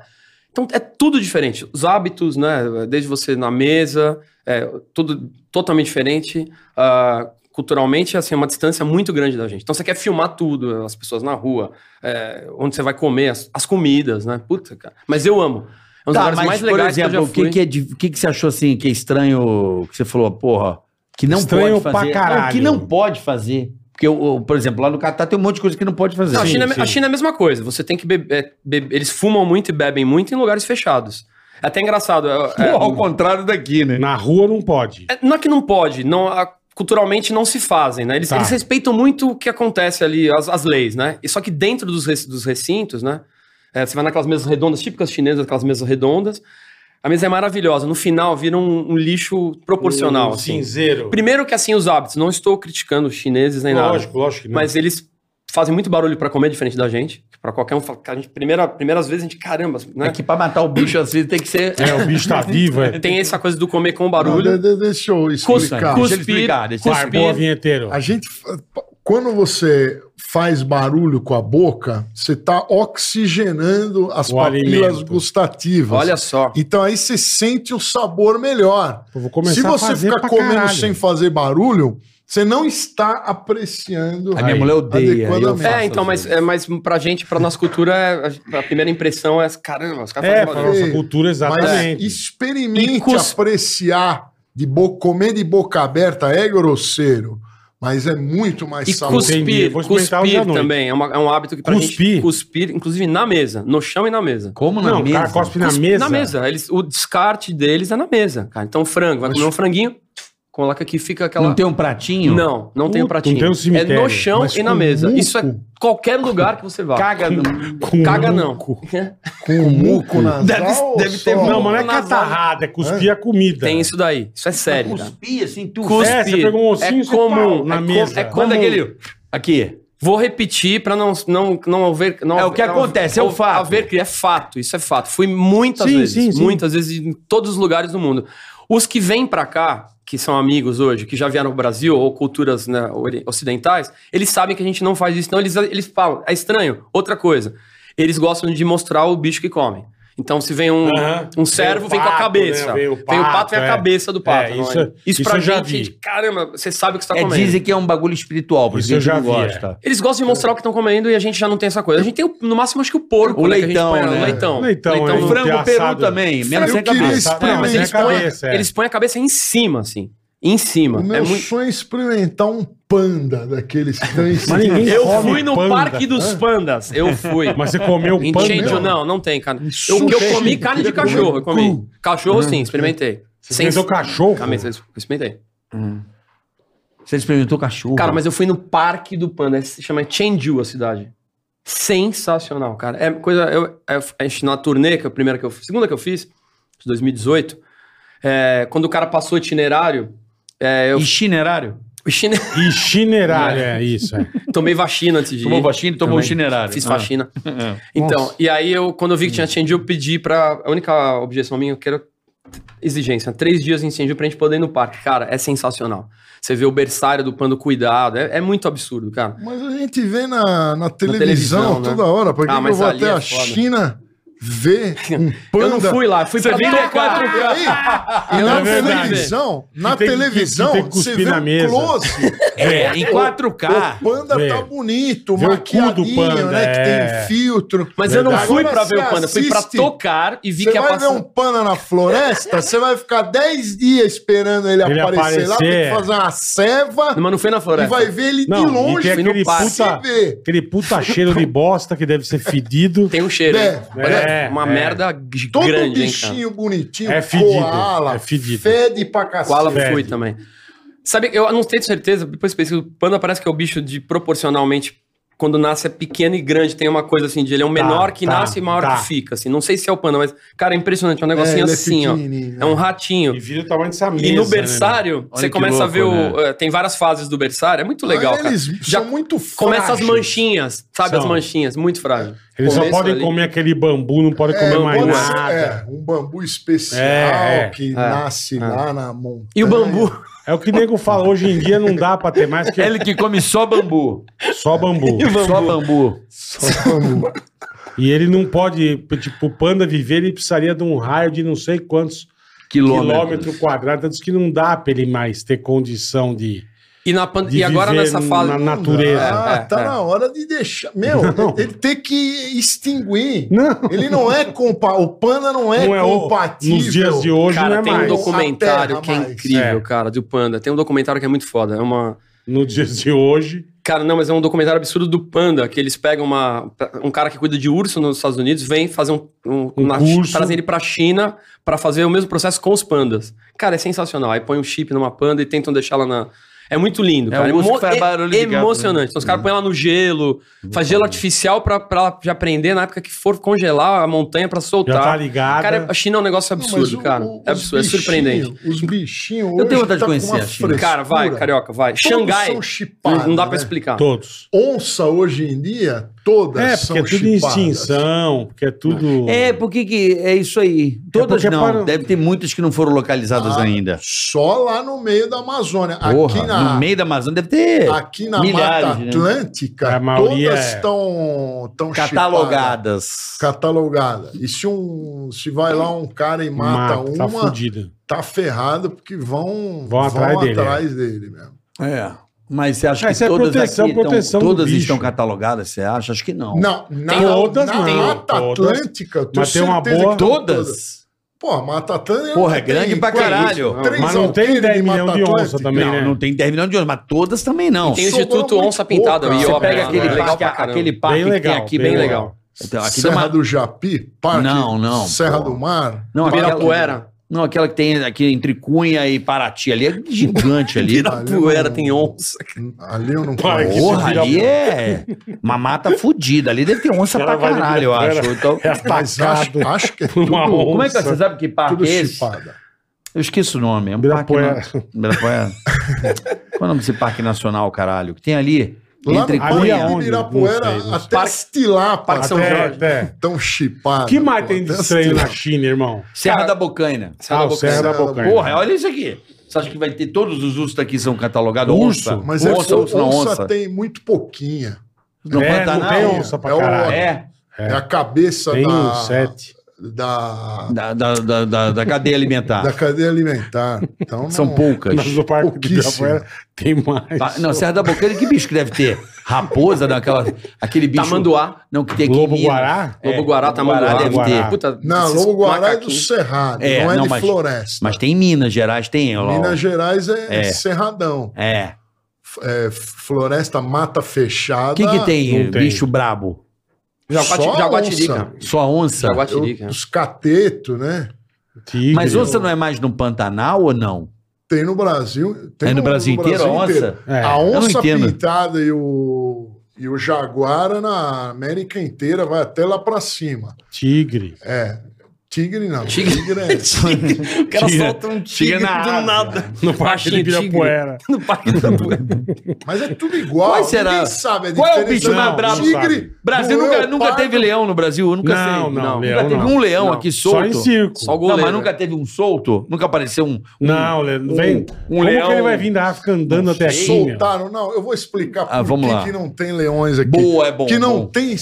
E: Então é tudo diferente. Os hábitos, né? Desde você na mesa, é, tudo totalmente diferente. Ah, culturalmente, assim, é uma distância muito grande da gente. Então você quer filmar tudo, as pessoas na rua, é, onde você vai comer, as, as comidas, né? Puta, cara. Mas eu amo. É um dos
C: Tá,
E: lugares
C: mas,
E: mais
C: por
E: legais que eu
C: exemplo,
E: já
C: o
E: fui.
C: que, que, é de- o que, que você achou assim que é estranho, que você falou, porra, que não
B: Estranho
C: pode fazer.
B: pra caralho.
C: Não, que não pode fazer. Porque, eu- eu, por exemplo, lá no Catar tem um monte de coisa que não pode fazer.
E: Não, a,
B: Sim,
E: China,
B: sim.
E: a China é a mesma coisa. Você tem que beber. eles fumam muito e bebem muito em lugares fechados. É até engraçado. é- é-
C: Porra, ao contrário daqui, né?
B: Na rua não pode.
E: é- não é que não pode, não, a- culturalmente não se fazem, né? Eles,
B: Tá.
E: eles respeitam muito o que acontece ali, as, as leis, né? E só que dentro dos, rec- dos recintos, né? é, você vai naquelas mesas redondas, típicas chinesas, aquelas mesas redondas. A mesa é maravilhosa. No final vira um, um lixo proporcional.
B: Um
E: assim.
B: Cinzeiro.
E: Primeiro que assim, os hábitos. Não estou criticando os chineses nem nada.
B: Lógico, lógico que não.
E: Mas eles fazem muito barulho pra comer, diferente da gente. Pra qualquer um, fala- a gente, primeira, primeiras vezes a gente, caramba, né?
C: É que pra matar o bicho às vezes tem que ser.
B: É, o bicho tá vivo, é.
E: Tem essa coisa do comer com
D: Não, de-
E: barulho.
D: de- deixa eu explicar.
C: cus-
E: Cuspir,
C: Deixa ele explicar, deixa ele
E: cuspir.
B: Boa, vinheteiro.
D: A gente. Quando você faz barulho com a boca, você está oxigenando as
B: O
D: papilas
B: alimento.
D: gustativas.
E: Olha só.
D: Então aí você sente o sabor melhor.
B: Eu vou começar
D: Se
B: a
D: você
B: fazer
D: ficar
B: pra
D: comendo
B: caralho.
D: sem fazer barulho, você não está apreciando.
C: A minha mulher odeia. eu
D: Adequadamente.
C: faço
E: É, então,
C: às
E: mas,
C: vezes.
E: é, mas pra gente, pra nossa cultura, é- a primeira impressão é, caramba, os caras assim.
B: É,
E: fazem
B: pra
E: barulho.
B: nossa cultura,
D: Mas
B: exatamente.
D: experimente
E: E cus-
D: apreciar de bo... comer de boca aberta é grosseiro, mas é muito mais
E: E
D: saboroso.
B: Entendi,
E: cuspir,
B: vou experimentar hoje à
E: cuspir
B: noite.
E: também. É, uma- é um hábito que pra
B: Cuspir?
E: gente cuspir, inclusive na mesa, no chão e na mesa.
C: Como é na
B: Não, o
C: mesa?
B: cara cospe na
E: Cuspe-
B: mesa.
E: Na mesa. Eles, o descarte deles é na mesa, cara. Então, frango, vai comer um franguinho, coloca aqui, fica aquela.
C: Não tem um pratinho?
E: Não, não tem
B: Puta,
E: o pratinho.
B: não tem um cemitério,
E: é no chão
B: mas
E: e na
B: com
E: mesa.
B: muco.
E: Isso é qualquer lugar que você vá.
C: Caga. no-
B: Com
E: Caga
B: um-
E: não.
D: Com o muco nasal.
E: Deve-
D: ou
E: deve ter
D: só-
B: Não, mas não é
E: Nasal.
B: catarrada, é cuspir a comida.
E: Tem isso daí. Isso é sério. cara.
C: Cuspia, assim, tu.
E: Cuspe.
B: É, você pegou um ossinho e
E: é
B: você pau
E: comum.
B: na
E: é, co-
B: mesa.
E: é
C: Quando
E: comum.
C: é aquele. Aqui.
E: Vou repetir pra não não não haver não
C: É o que
E: não-
C: acontece, é o
E: não
C: fato.
E: Haver cri- é fato, isso é fato. Fui muitas
B: Sim,
E: vezes,
B: sim, sim.
E: muitas vezes em todos os lugares do mundo. Os que vêm pra cá, que são amigos hoje, que já vieram ao Brasil ou culturas né, ori- ocidentais, eles sabem que a gente não faz isso, então eles eles falam, é estranho. Outra coisa, eles gostam de mostrar o bicho que comem. Então, se vem um,
B: Aham.
E: um servo,
B: Vem
E: vem,
B: o
E: com a
B: pato,
E: cabeça.
B: né?
E: Vem o pato, vem
B: é.
E: a cabeça do pato.
B: É,
E: não
B: isso- isso
E: isso pra
B: eu já
E: gente,
B: vi.
E: gente, caramba, você sabe o que você tá
C: É,
E: comendo.
C: dizem que é um bagulho espiritual, por
B: Isso
C: isso
B: eu
C: que
B: já
C: não
B: vi,
C: gosta.
E: Eles gostam de mostrar o que estão comendo e a gente já não tem essa coisa. A gente tem, o- no máximo, acho que o porco.
C: O
E: né, que a gente
C: leitão,
E: põe lá,
C: né?
E: o leitão.
B: Leitão, é.
E: no-
B: Frango,
C: Frango,
B: Tem
C: peru
B: assado.
C: também, menos
D: Eu
C: sem
D: queria
C: cabeça.
D: experimentar.
B: É,
E: assim, Mas
B: mas
E: eles,
B: é cabeça,
E: põem,
B: é.
E: eles põem a cabeça em cima, assim. Em cima.
D: O meu
E: É muito...
D: sonho é experimentar um panda daqueles cães.
B: Mas ninguém-
E: Eu
B: Come
E: fui no
B: é um panda. né?
E: Parque dos Pandas. Eu fui.
B: Mas você comeu
E: Em
B: pão
E: Change,
B: mesmo?
E: não, não tem, cara. Eu, o que eu comi carne de cachorro. Eu comi. Cachorro, sim, experimentei.
B: Você experimentou cachorro?
E: Cabeça, eu experimentei.
C: Você experimentou cachorro.
E: Cara, mas eu fui no Parque do Panda, se chama Chengdu a cidade. Sensacional, cara. É coisa. Eu, eu- a gente na turnê, que é a primeira que eu segunda que eu fiz, de 2018, é, quando o cara passou o itinerário, é, eu
C: Itinerário?
E: o chine-
B: Itinerário, é isso. É.
E: tomei vacina antes de
C: Tomou
E: ir.
C: vacina e tomou
E: Também.
C: itinerário.
E: Fiz
C: Ah.
E: faxina. Então, e aí eu, quando eu vi que tinha Chengdu, eu pedi pra. A única objeção minha, eu quero exigência, três dias em Chengdu pra gente poder ir no parque. Cara, é sensacional. Você vê o berçário do pando cuidado, é, é muito absurdo, cara.
D: Mas a gente vê na, na televisão,
E: televisão, né?
D: toda hora. Pra que
E: Ah,
D: que eu
E: mas
D: vou
E: ali
D: até
E: é
D: a
E: foda.
D: China ver um panda?
E: Eu não fui É lá, fui pra
D: Cara,
E: telequatro.
D: e aí?
E: Eu
D: na
E: não fui lá
D: televisão, na
B: tem que-
D: televisão,
B: que tem que
D: você
B: cuspir
D: vê
B: na
D: um
B: mesa.
D: close.
C: É, em
E: Ah,
D: O
C: 4K.
D: panda
B: Vê.
D: tá bonito,
B: Vê o cu do
D: maquiadinho,
B: panda,
D: né?
B: é.
D: Que tem filtro.
E: Mas eu não
D: Agora
E: fui pra
D: você
E: ver o panda, eu fui pra
D: assiste,
E: tocar e vi
D: Você
E: que ia
D: vai ver
E: passar.
D: um panda na floresta, você vai ficar 10 dias esperando ele,
B: Ele
D: aparecer, lá,
B: aparecer.
D: tem que fazer uma ceva
E: Mas não foi na
D: e
E: floresta.
D: vai ver ele
B: Não,
D: de
B: e tem
D: longe.
E: fui no
B: aquele
E: parque.
B: puta,
D: Você vê.
B: aquele puta cheiro de bosta que deve ser fedido.
E: Tem um cheiro.
D: É,
E: hein? Olha,
B: é,
E: uma
B: é.
E: merda
D: Todo
E: grande, hein, cara.
D: bichinho bonitinho,
B: É fedido,
D: koala,
B: é fedido.
D: fede pra cacete.
E: Koala é
B: Fede.
E: fui também. Sabe, eu não tenho certeza, depois pesquisa, o panda parece que é o bicho de proporcionalmente, quando nasce é pequeno e grande, tem uma coisa assim de ele é um menor que
B: tá,
E: nasce e maior
B: tá.
E: que fica, assim. Não sei se é o panda, mas, cara, é impressionante, é um negocinho
D: ele é
E: assim, ó.
D: pequenininho,
E: É um ratinho.
B: E vira o tamanho dessa mesa.
E: E no
B: né,
E: berçário,
C: Olha
E: você
C: que
E: começa a
C: louco,
E: ver o.
C: né?
E: eh, tem várias fases do berçário, é muito legal.
D: Mas
E: cara.
D: Ah, eles
E: Já
D: são muito
E: Começa as
D: frágeis.
E: manchinhas, sabe?
B: São.
E: As manchinhas, muito frágil.
B: meu? Eles só
E: Começo
B: podem
E: ali.
B: comer aquele bambu, não podem
D: É,
B: comer mais
D: pode ser,
B: nada.
D: é, um bambu especial
B: É, é,
D: que nasce lá na montanha.
E: E o bambu.
B: É. o que o nego fala, hoje em dia não dá pra ter mais
E: É
B: que
C: Ele que come só bambu.
B: só bambu.
C: Só bambu.
B: E ele não pode, tipo, o panda viver, ele precisaria de um raio de não sei quantos
C: Quilômetro.
B: quilômetro quadrado. Diz que não dá pra ele mais ter condição de,
E: E, na pan-
B: de
E: e agora
B: viver
E: nessa fase.
B: na natureza.
D: Ah,
E: É, é,
D: tá
E: é.
D: na hora de deixar. Meu,
B: Não.
D: ele tem que extinguir.
B: Não.
D: Ele não é compa... O panda não é,
B: Não é o-
D: compatível.
B: nos dias de hoje
E: Cara,
B: não é
E: tem um
B: mais.
D: docu-
E: documentário
D: A terra
E: que é
D: mais.
E: incrível,
B: É.
E: cara, do Panda. Tem um documentário que é muito foda. É uma.
B: Nos dias de hoje.
E: Cara, não, mas é um documentário absurdo do Panda, que eles pegam uma, um cara que cuida de urso nos Estados Unidos, vem fazer um. um,
B: Um
E: na-
B: curso.
E: Trazem ele pra China pra fazer o mesmo processo com os pandas. Cara, é sensacional. Aí põe um chip numa panda e tentam deixar ela na. É muito lindo,
C: É,
E: cara.
C: o urso
E: emo-
C: que faz barulho
E: é
C: de gato, né?
E: emocionante. Então os caras põem ela no gelo, faz gelo artificial pra, pra ela já prender na época que for congelar a montanha pra soltar.
B: Já tá ligado.
E: Cara, a China é um negócio absurdo, cara. é absurdo, é surpreendente.
D: Os bichinhos.
C: Eu tenho
D: hoje tá
C: vontade de
D: com
C: conhecer
D: uma
C: a China.
E: Cara, vai,
D: frescura.
E: carioca, vai.
D: Todos
E: Xangai.
D: são chipados,
E: não dá pra
D: né?
E: explicar.
B: Todos.
D: Onça hoje em dia, todas
B: É,
D: são
B: porque é tudo em
D: chipadas.
B: extinção, porque é tudo.
C: É, por que que é isso aí? Todas
B: porque
C: não.
B: para-
C: Deve ter muitas que não foram localizadas
D: Ah,
C: ainda.
D: Só lá no meio da Amazônia.
C: Porra,
D: aqui na,
C: no meio da Amazônia deve ter
D: aqui na
C: milhares,
D: Mata
C: né?
D: Atlântica,
B: A maioria
D: todas
B: é-
D: estão tão chipadas.
C: catalogadas.
D: Catalogada. E se, um, se vai lá um cara e mata,
B: mata, tá
D: uma,
B: fudida.
D: tá ferrado, porque vão,
B: Vão atrás dele, é.
D: atrás dele mesmo.
C: É. Mas você acha
B: Essa
C: que
B: é
C: todas
B: proteção,
C: aqui estão-
B: proteção do
C: todas
B: bicho.
C: estão catalogadas? Você acha? Acho que não.
D: Não, na,
B: outras
D: na
B: não,
D: Mata
B: todas.
D: Atlântica, eu tenho
B: Mas tem uma
D: certeza
B: boa-
D: que não
C: Todas?
D: Pô, Mata Atlântica.
C: Porra, é
D: tem
C: grande pra
D: quase
C: caralho.
D: três
B: Mas não tem
D: alqueires
B: 10
D: Mata
B: milhões de
D: Atlântica.
B: onça também,
C: não,
B: né?
C: não tem 10 milhões de ondas, mas todas também não.
E: Tem o
D: Sobrou
E: Instituto
D: muito
E: Onça
D: pouco,
E: Pintada, o
D: cara.
C: Você
E: IOP.
C: pega
E: né?
C: aquele
E: Legal
C: parque,
E: pra caramba.
C: aquele parque que
B: Bem
C: tem
B: legal,
C: aqui,
B: bem
C: bem
E: legal.
C: legal. Então, aqui tem
D: Serra
C: uma-
D: do Japi, Parque,
C: Não, não,
D: Serra
C: pô.
D: do Mar.
C: Não,
E: Ibirapuera.
C: Aquela, não, aquela que tem aqui entre Cunha e Paraty ali é gigante ali.
E: Ibirapuera tem onça.
D: Ali eu não
B: Parque.
D: conheço.
C: Porra, ali é uma mata fodida. Ali deve ter onça pra
B: Cara, vai de
C: caralho, eu
B: Ibirapuera.
C: acho. Então,
B: É
D: Mas acho,
B: atacado.
D: acho que é
B: por uma
D: tudo-
C: como é que
B: onça.
C: você sabe que parque
D: tudo
C: é esse?
D: chipada.
C: Eu esqueço o nome. É um
B: Ibirapuera.
C: parque. na- Ibirapuera. Qual é o nome desse parque nacional, caralho? Que tem ali?
D: Lá
C: entre
D: no Parque
B: Ali
C: Cunha.
B: aonde?
D: de Ibirapuera,
B: Não sei, não
D: até
E: Parque-
D: Estilapa.
E: Parque São
D: até-
B: Até-
E: Jorge.
B: até.
D: Tão chipada.
B: O que mais
D: pô,
B: tem de
D: até
B: estranho na
D: Estilapa.
B: China, irmão?
C: Serra da Bocaina.
B: Ah, o Serra da
D: Serra da
B: Bocaina.
C: Porra, é olha isso aqui. Você acha que vai ter todos os ursos daqui são catalogados?
B: Urso?
C: Onça?
D: Mas
C: onça,
D: é,
C: onça, não,
D: onça,
C: onça.
D: tem muito pouquinha.
C: No
B: É,
C: Pantanal?
B: não tem onça pra
D: É o-
B: caralho.
C: É,
D: É, a cabeça
B: Tem
D: da,
B: um sete.
C: da,
D: da,
C: da, da, da- da cadeia alimentar.
D: da cadeia alimentar. Então,
C: São
D: não-
C: poucas.
B: Mas no parque de
D: Pouquíssimo.
B: Ibirapuera tem mais.
C: Pa- Tá, Não, Serra da Bocaina, que bicho que deve ter? Raposa, daquela, aquele bicho...
E: Tamanduá.
C: Não, que tem aqui em Minas.
B: Lobo-guará?
E: Lobo Guará, Tamanduá.
C: Lobo-guará
E: deve
B: Guará.
E: ter. Puta,
D: Não,
E: esses
D: Lobo Guará é do
E: macaquinhos.
D: Cerrado,
C: É,
D: não é
C: não,
D: de
C: mas-
D: floresta.
C: Mas tem em Minas Gerais, tem. ó, lá, ó.
D: Minas Gerais é,
C: É.
D: Cerradão.
C: É.
D: F- é, floresta, mata fechada. É
C: O que que tem,
B: Não tem.
C: bicho brabo?
E: Jaguati-
D: Só
E: Jaguatirica.
C: Só onça?
D: Eu-
E: Jaguatirica.
D: os cateto, né?
B: Tigre.
C: Mas onça não é mais no Pantanal ou não?
D: Tem no Brasil. Tem
C: é no Brasil inteiro a onça?
D: inteiro.
B: É.
D: A
C: eu não tá-
D: onça
C: entendo.
D: pintada e o, e o jaguara na América inteira vai até lá pra cima.
B: Tigre.
D: É. Tigre não.
E: Tigre-
D: é.
E: Tigre. O cara
C: Tigre.
E: solta um
C: Tigre
E: tigre do
C: na Ásia.
E: nada.
B: No parque de
E: Baixinho, tigre.
B: Ibirapuera.
E: No parque da Poeira.
D: Mas é tudo igual.
C: Qual será?
D: Ninguém sabe a
C: Qual é o
D: diferença
C: bicho
D: do
C: mais brabo?
D: Tigre.
C: Brasil
D: do
C: nunca, nunca
D: leopardo.
C: teve leão no Brasil, eu nunca
B: Não,
C: sei.
B: não, leão
C: nunca teve
B: não.
C: um leão
E: Não,
C: aqui
B: Só
C: solto.
B: em circo.
E: Só o
C: Não,
E: goleiro.
C: mas nunca teve um solto? Nunca apareceu um. um-
B: Não, Leandro, vem.
C: um
B: Como
C: leão-
B: que ele vai vir da África andando até aqui? meu?
D: Soltaram, não. Eu vou explicar
C: Ah,
D: por
C: vamos
D: que,
C: lá.
D: que não tem leões aqui.
C: Boa, é bom,
D: Que não
C: bom.
D: tem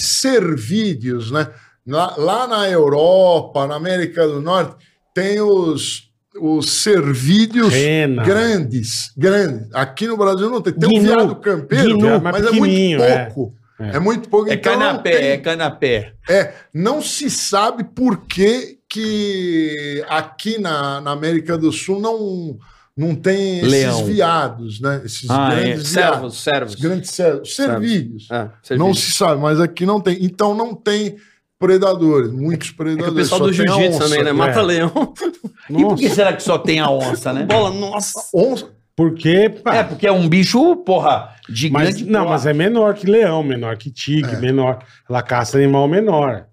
D: servídeos, né? Lá, lá na Europa, na América do Norte, tem os, os servídeos
B: Rena.
D: grandes, grandes. Aqui no Brasil não tem. Tem um
B: Guinu.
D: viado campeiro,
B: Guinu, mas
D: mas é muito
B: pequenininho, é.
D: pouco.
B: É.
D: É, muito pouco.
C: É
D: então não
C: canapé,
D: tem-
C: é canapé.
D: é, não se sabe por que, que aqui na, na América do Sul não, não tem esses
C: Leão.
D: viados, né? Esses
C: Ah, é.
D: grandes viados.
E: Servos, servos.
D: Os grandes servos. Servilhos.
E: É,
D: Não
E: serviço.
D: se sabe, mas aqui não tem. Então não tem predadores, muitos
E: É que
D: predadores.
E: o pessoal
D: só
E: do
D: tem a
E: jiu-jitsu
D: onça.
E: também, né? Mata leão.
C: E por que será que só tem a onça, né?
E: Bola, nossa.
D: Onça-
B: Porque. pá,
C: É, porque é um bicho, porra, de
B: Ah, mas,
C: grande.
B: não,
C: porte.
B: mas é menor que leão, menor que tigre, menor. Ela caça animal menor.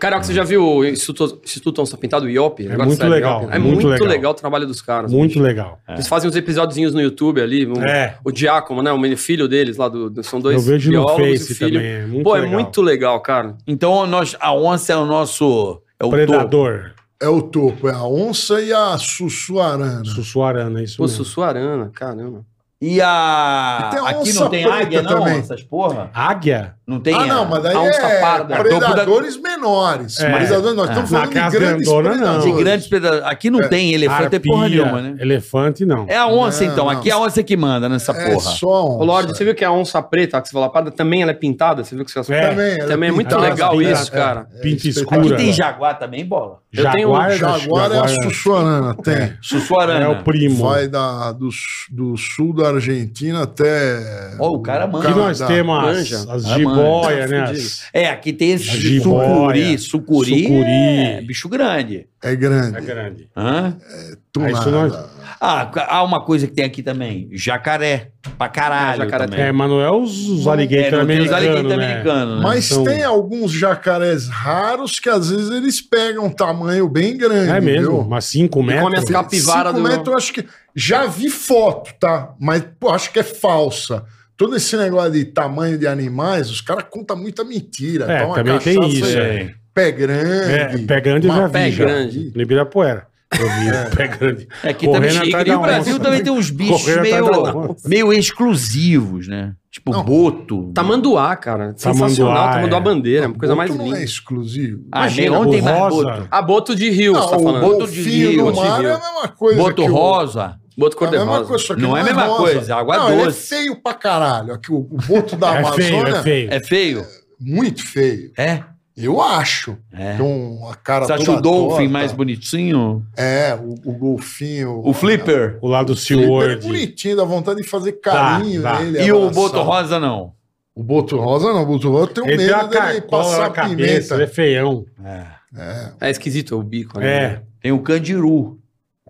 E: Carioca, você já viu o Instituto, Instituto Onça Pintada, o IOP? Agora
B: muito
E: sério,
B: legal,
E: IOP? É
B: muito
E: muito,
B: legal.
E: legal. o trabalho dos caras.
B: Muito legal.
C: É.
E: Eles fazem uns episódiozinhos no YouTube ali. um-
B: É.
E: O Diácono, né? O filho deles lá. Do, do- são dois
B: Eu vejo no
E: biólogos e um
B: Face
E: filho.
B: também, é muito
E: Pô, é
B: legal.
E: muito legal, cara.
C: Então nós, a onça é o nosso. É o topo.
B: Predador.
D: É o topo, é a onça e a sussuarana.
C: Uhum.
B: Sussuarana, é isso
E: Pô,
B: mesmo.
E: Sussuarana, caramba.
C: E a.
D: E tem a
C: Aqui
D: onça
C: não tem
D: preta
C: águia, não,
D: também.
C: essas porra?
B: Águia?
C: Não tem.
D: ah,
C: a-
D: não, mas daí
E: a onça parda.
D: é predadores menores.
B: É.
D: Predadores,
C: É.
D: nós estamos
B: Na
D: falando de
B: casa
D: grandes
B: grandona, não.
D: predadores.
C: De grandes pedaços. Aqui não tem elefante, é porra
B: Arpia,
C: nenhuma, né?
B: Elefante, não.
C: É a onça,
D: Não,
C: então. Aqui é a onça que manda nessa
D: É
C: porra.
D: só a onça.
E: Ô, Lorde, você viu que a onça preta, que você falou, a parda, também ela é pintada? Você viu que você...
B: É.
D: Também, ela
E: Também é muito
D: pintada,
E: legal
D: pintada,
E: isso, cara.
B: Pinta é, escura.
C: Aqui
B: Pura.
C: tem jaguar também, bola?
E: Eu tenho um
D: Jaguar é a Sussuarana, tem.
C: Sussuarana.
B: É
E: né?
B: o primo.
D: Vai da, do, su- do sul da Argentina até.
C: Ó, o cara manda.
B: Que nós
D: Canadá.
B: temos as,
E: Manja.
B: as
C: Ah,
B: jiboia, né? As-
C: É, aqui tem esse
B: Jiboia,
C: sucuri, sucuri.
B: sucuri.
C: É, bicho grande.
D: É grande.
B: É grande.
C: Hã?
D: Tunada.
B: Ah, isso nós-
C: Ah, ca- há uma coisa que tem aqui também. Jacaré. Pra caralho.
E: É, jacaré
C: também.
B: É, mas não é os, os
C: É,
B: alligator
C: né? não tem os
B: americanos,
C: alligator
B: né?
C: americano, né?
D: Mas
B: Então-
D: tem alguns jacarés raros que às vezes eles pegam um tamanho bem grande.
B: É mesmo,
D: viu?
B: mas 5
E: come
B: metros.
E: as capas. Capivara
D: Cinco
E: do-
D: metros, eu acho que. Já vi foto, tá? Mas pô, acho que é falsa. Todo esse negócio de tamanho de animais, os caras contam muita mentira.
B: É,
D: Toma
B: também tem
D: cachaça,
B: isso.
D: é
B: É.
D: Pé
B: É,
D: grande.
B: pé grande eu
D: Mas
B: já vi.
E: pé
B: já.
E: grande.
B: No Ibirapuera. Eu vi pé grande.
C: É que
B: Correndo
C: também
B: atrás
C: E
B: da
C: o Brasil
B: onça. né?
C: também tem uns bichos
B: Correndo atrás da
C: meio,
B: onça.
C: meio exclusivos, né? Tipo
D: Não. Tá
C: boto.
E: Tamanduá, cara.
B: Tamanduá,
E: Sensacional.
B: é.
E: Tamanduá bandeira, uma coisa
D: Boto
E: mais
D: não é
E: linda.
D: exclusivo.
C: Ah,
B: Imagina,
C: meio- ontem
B: o
C: mais
B: rosa.
C: boto.
E: Ah, boto de rio, você tá
D: o
E: falando.
D: boto
C: boto de
D: de
C: rio,
D: no mar
E: de
D: é
E: rio.
D: a mesma coisa.
C: Boto
D: que o-
C: rosa.
E: Boto
D: É a mesma coisa,
E: cor-de-rosa.
D: só que
C: Não é a
D: mais
C: mesma
D: rosa.
C: coisa, água
D: ele
C: doce.
D: é feio pra caralho. Aqui, o, o boto da
B: É feio,
D: Amazônia
B: é feio.
C: É feio?
D: muito feio.
C: É.
D: Eu acho.
C: É.
D: Tem uma cara
C: Você acha
D: toda
C: o Dolphin
D: torta.
C: mais bonitinho?
D: É, o, o golfinho.
C: O Flipper?
B: O lado
D: O Flipper é
B: Seaward.
D: bonitinho, dá vontade de fazer carinho
B: Dá, dá.
D: nele.
C: E o
D: abraçar.
C: boto rosa não?
D: O boto rosa não, o boto rosa tem um
B: Ele tem
D: medo
B: uma
D: dele
B: carcola na
D: passar
B: cabeça, ele é
D: pimenta.
B: feião.
E: É esquisito o bico. né?
B: É.
C: Tem o candiru.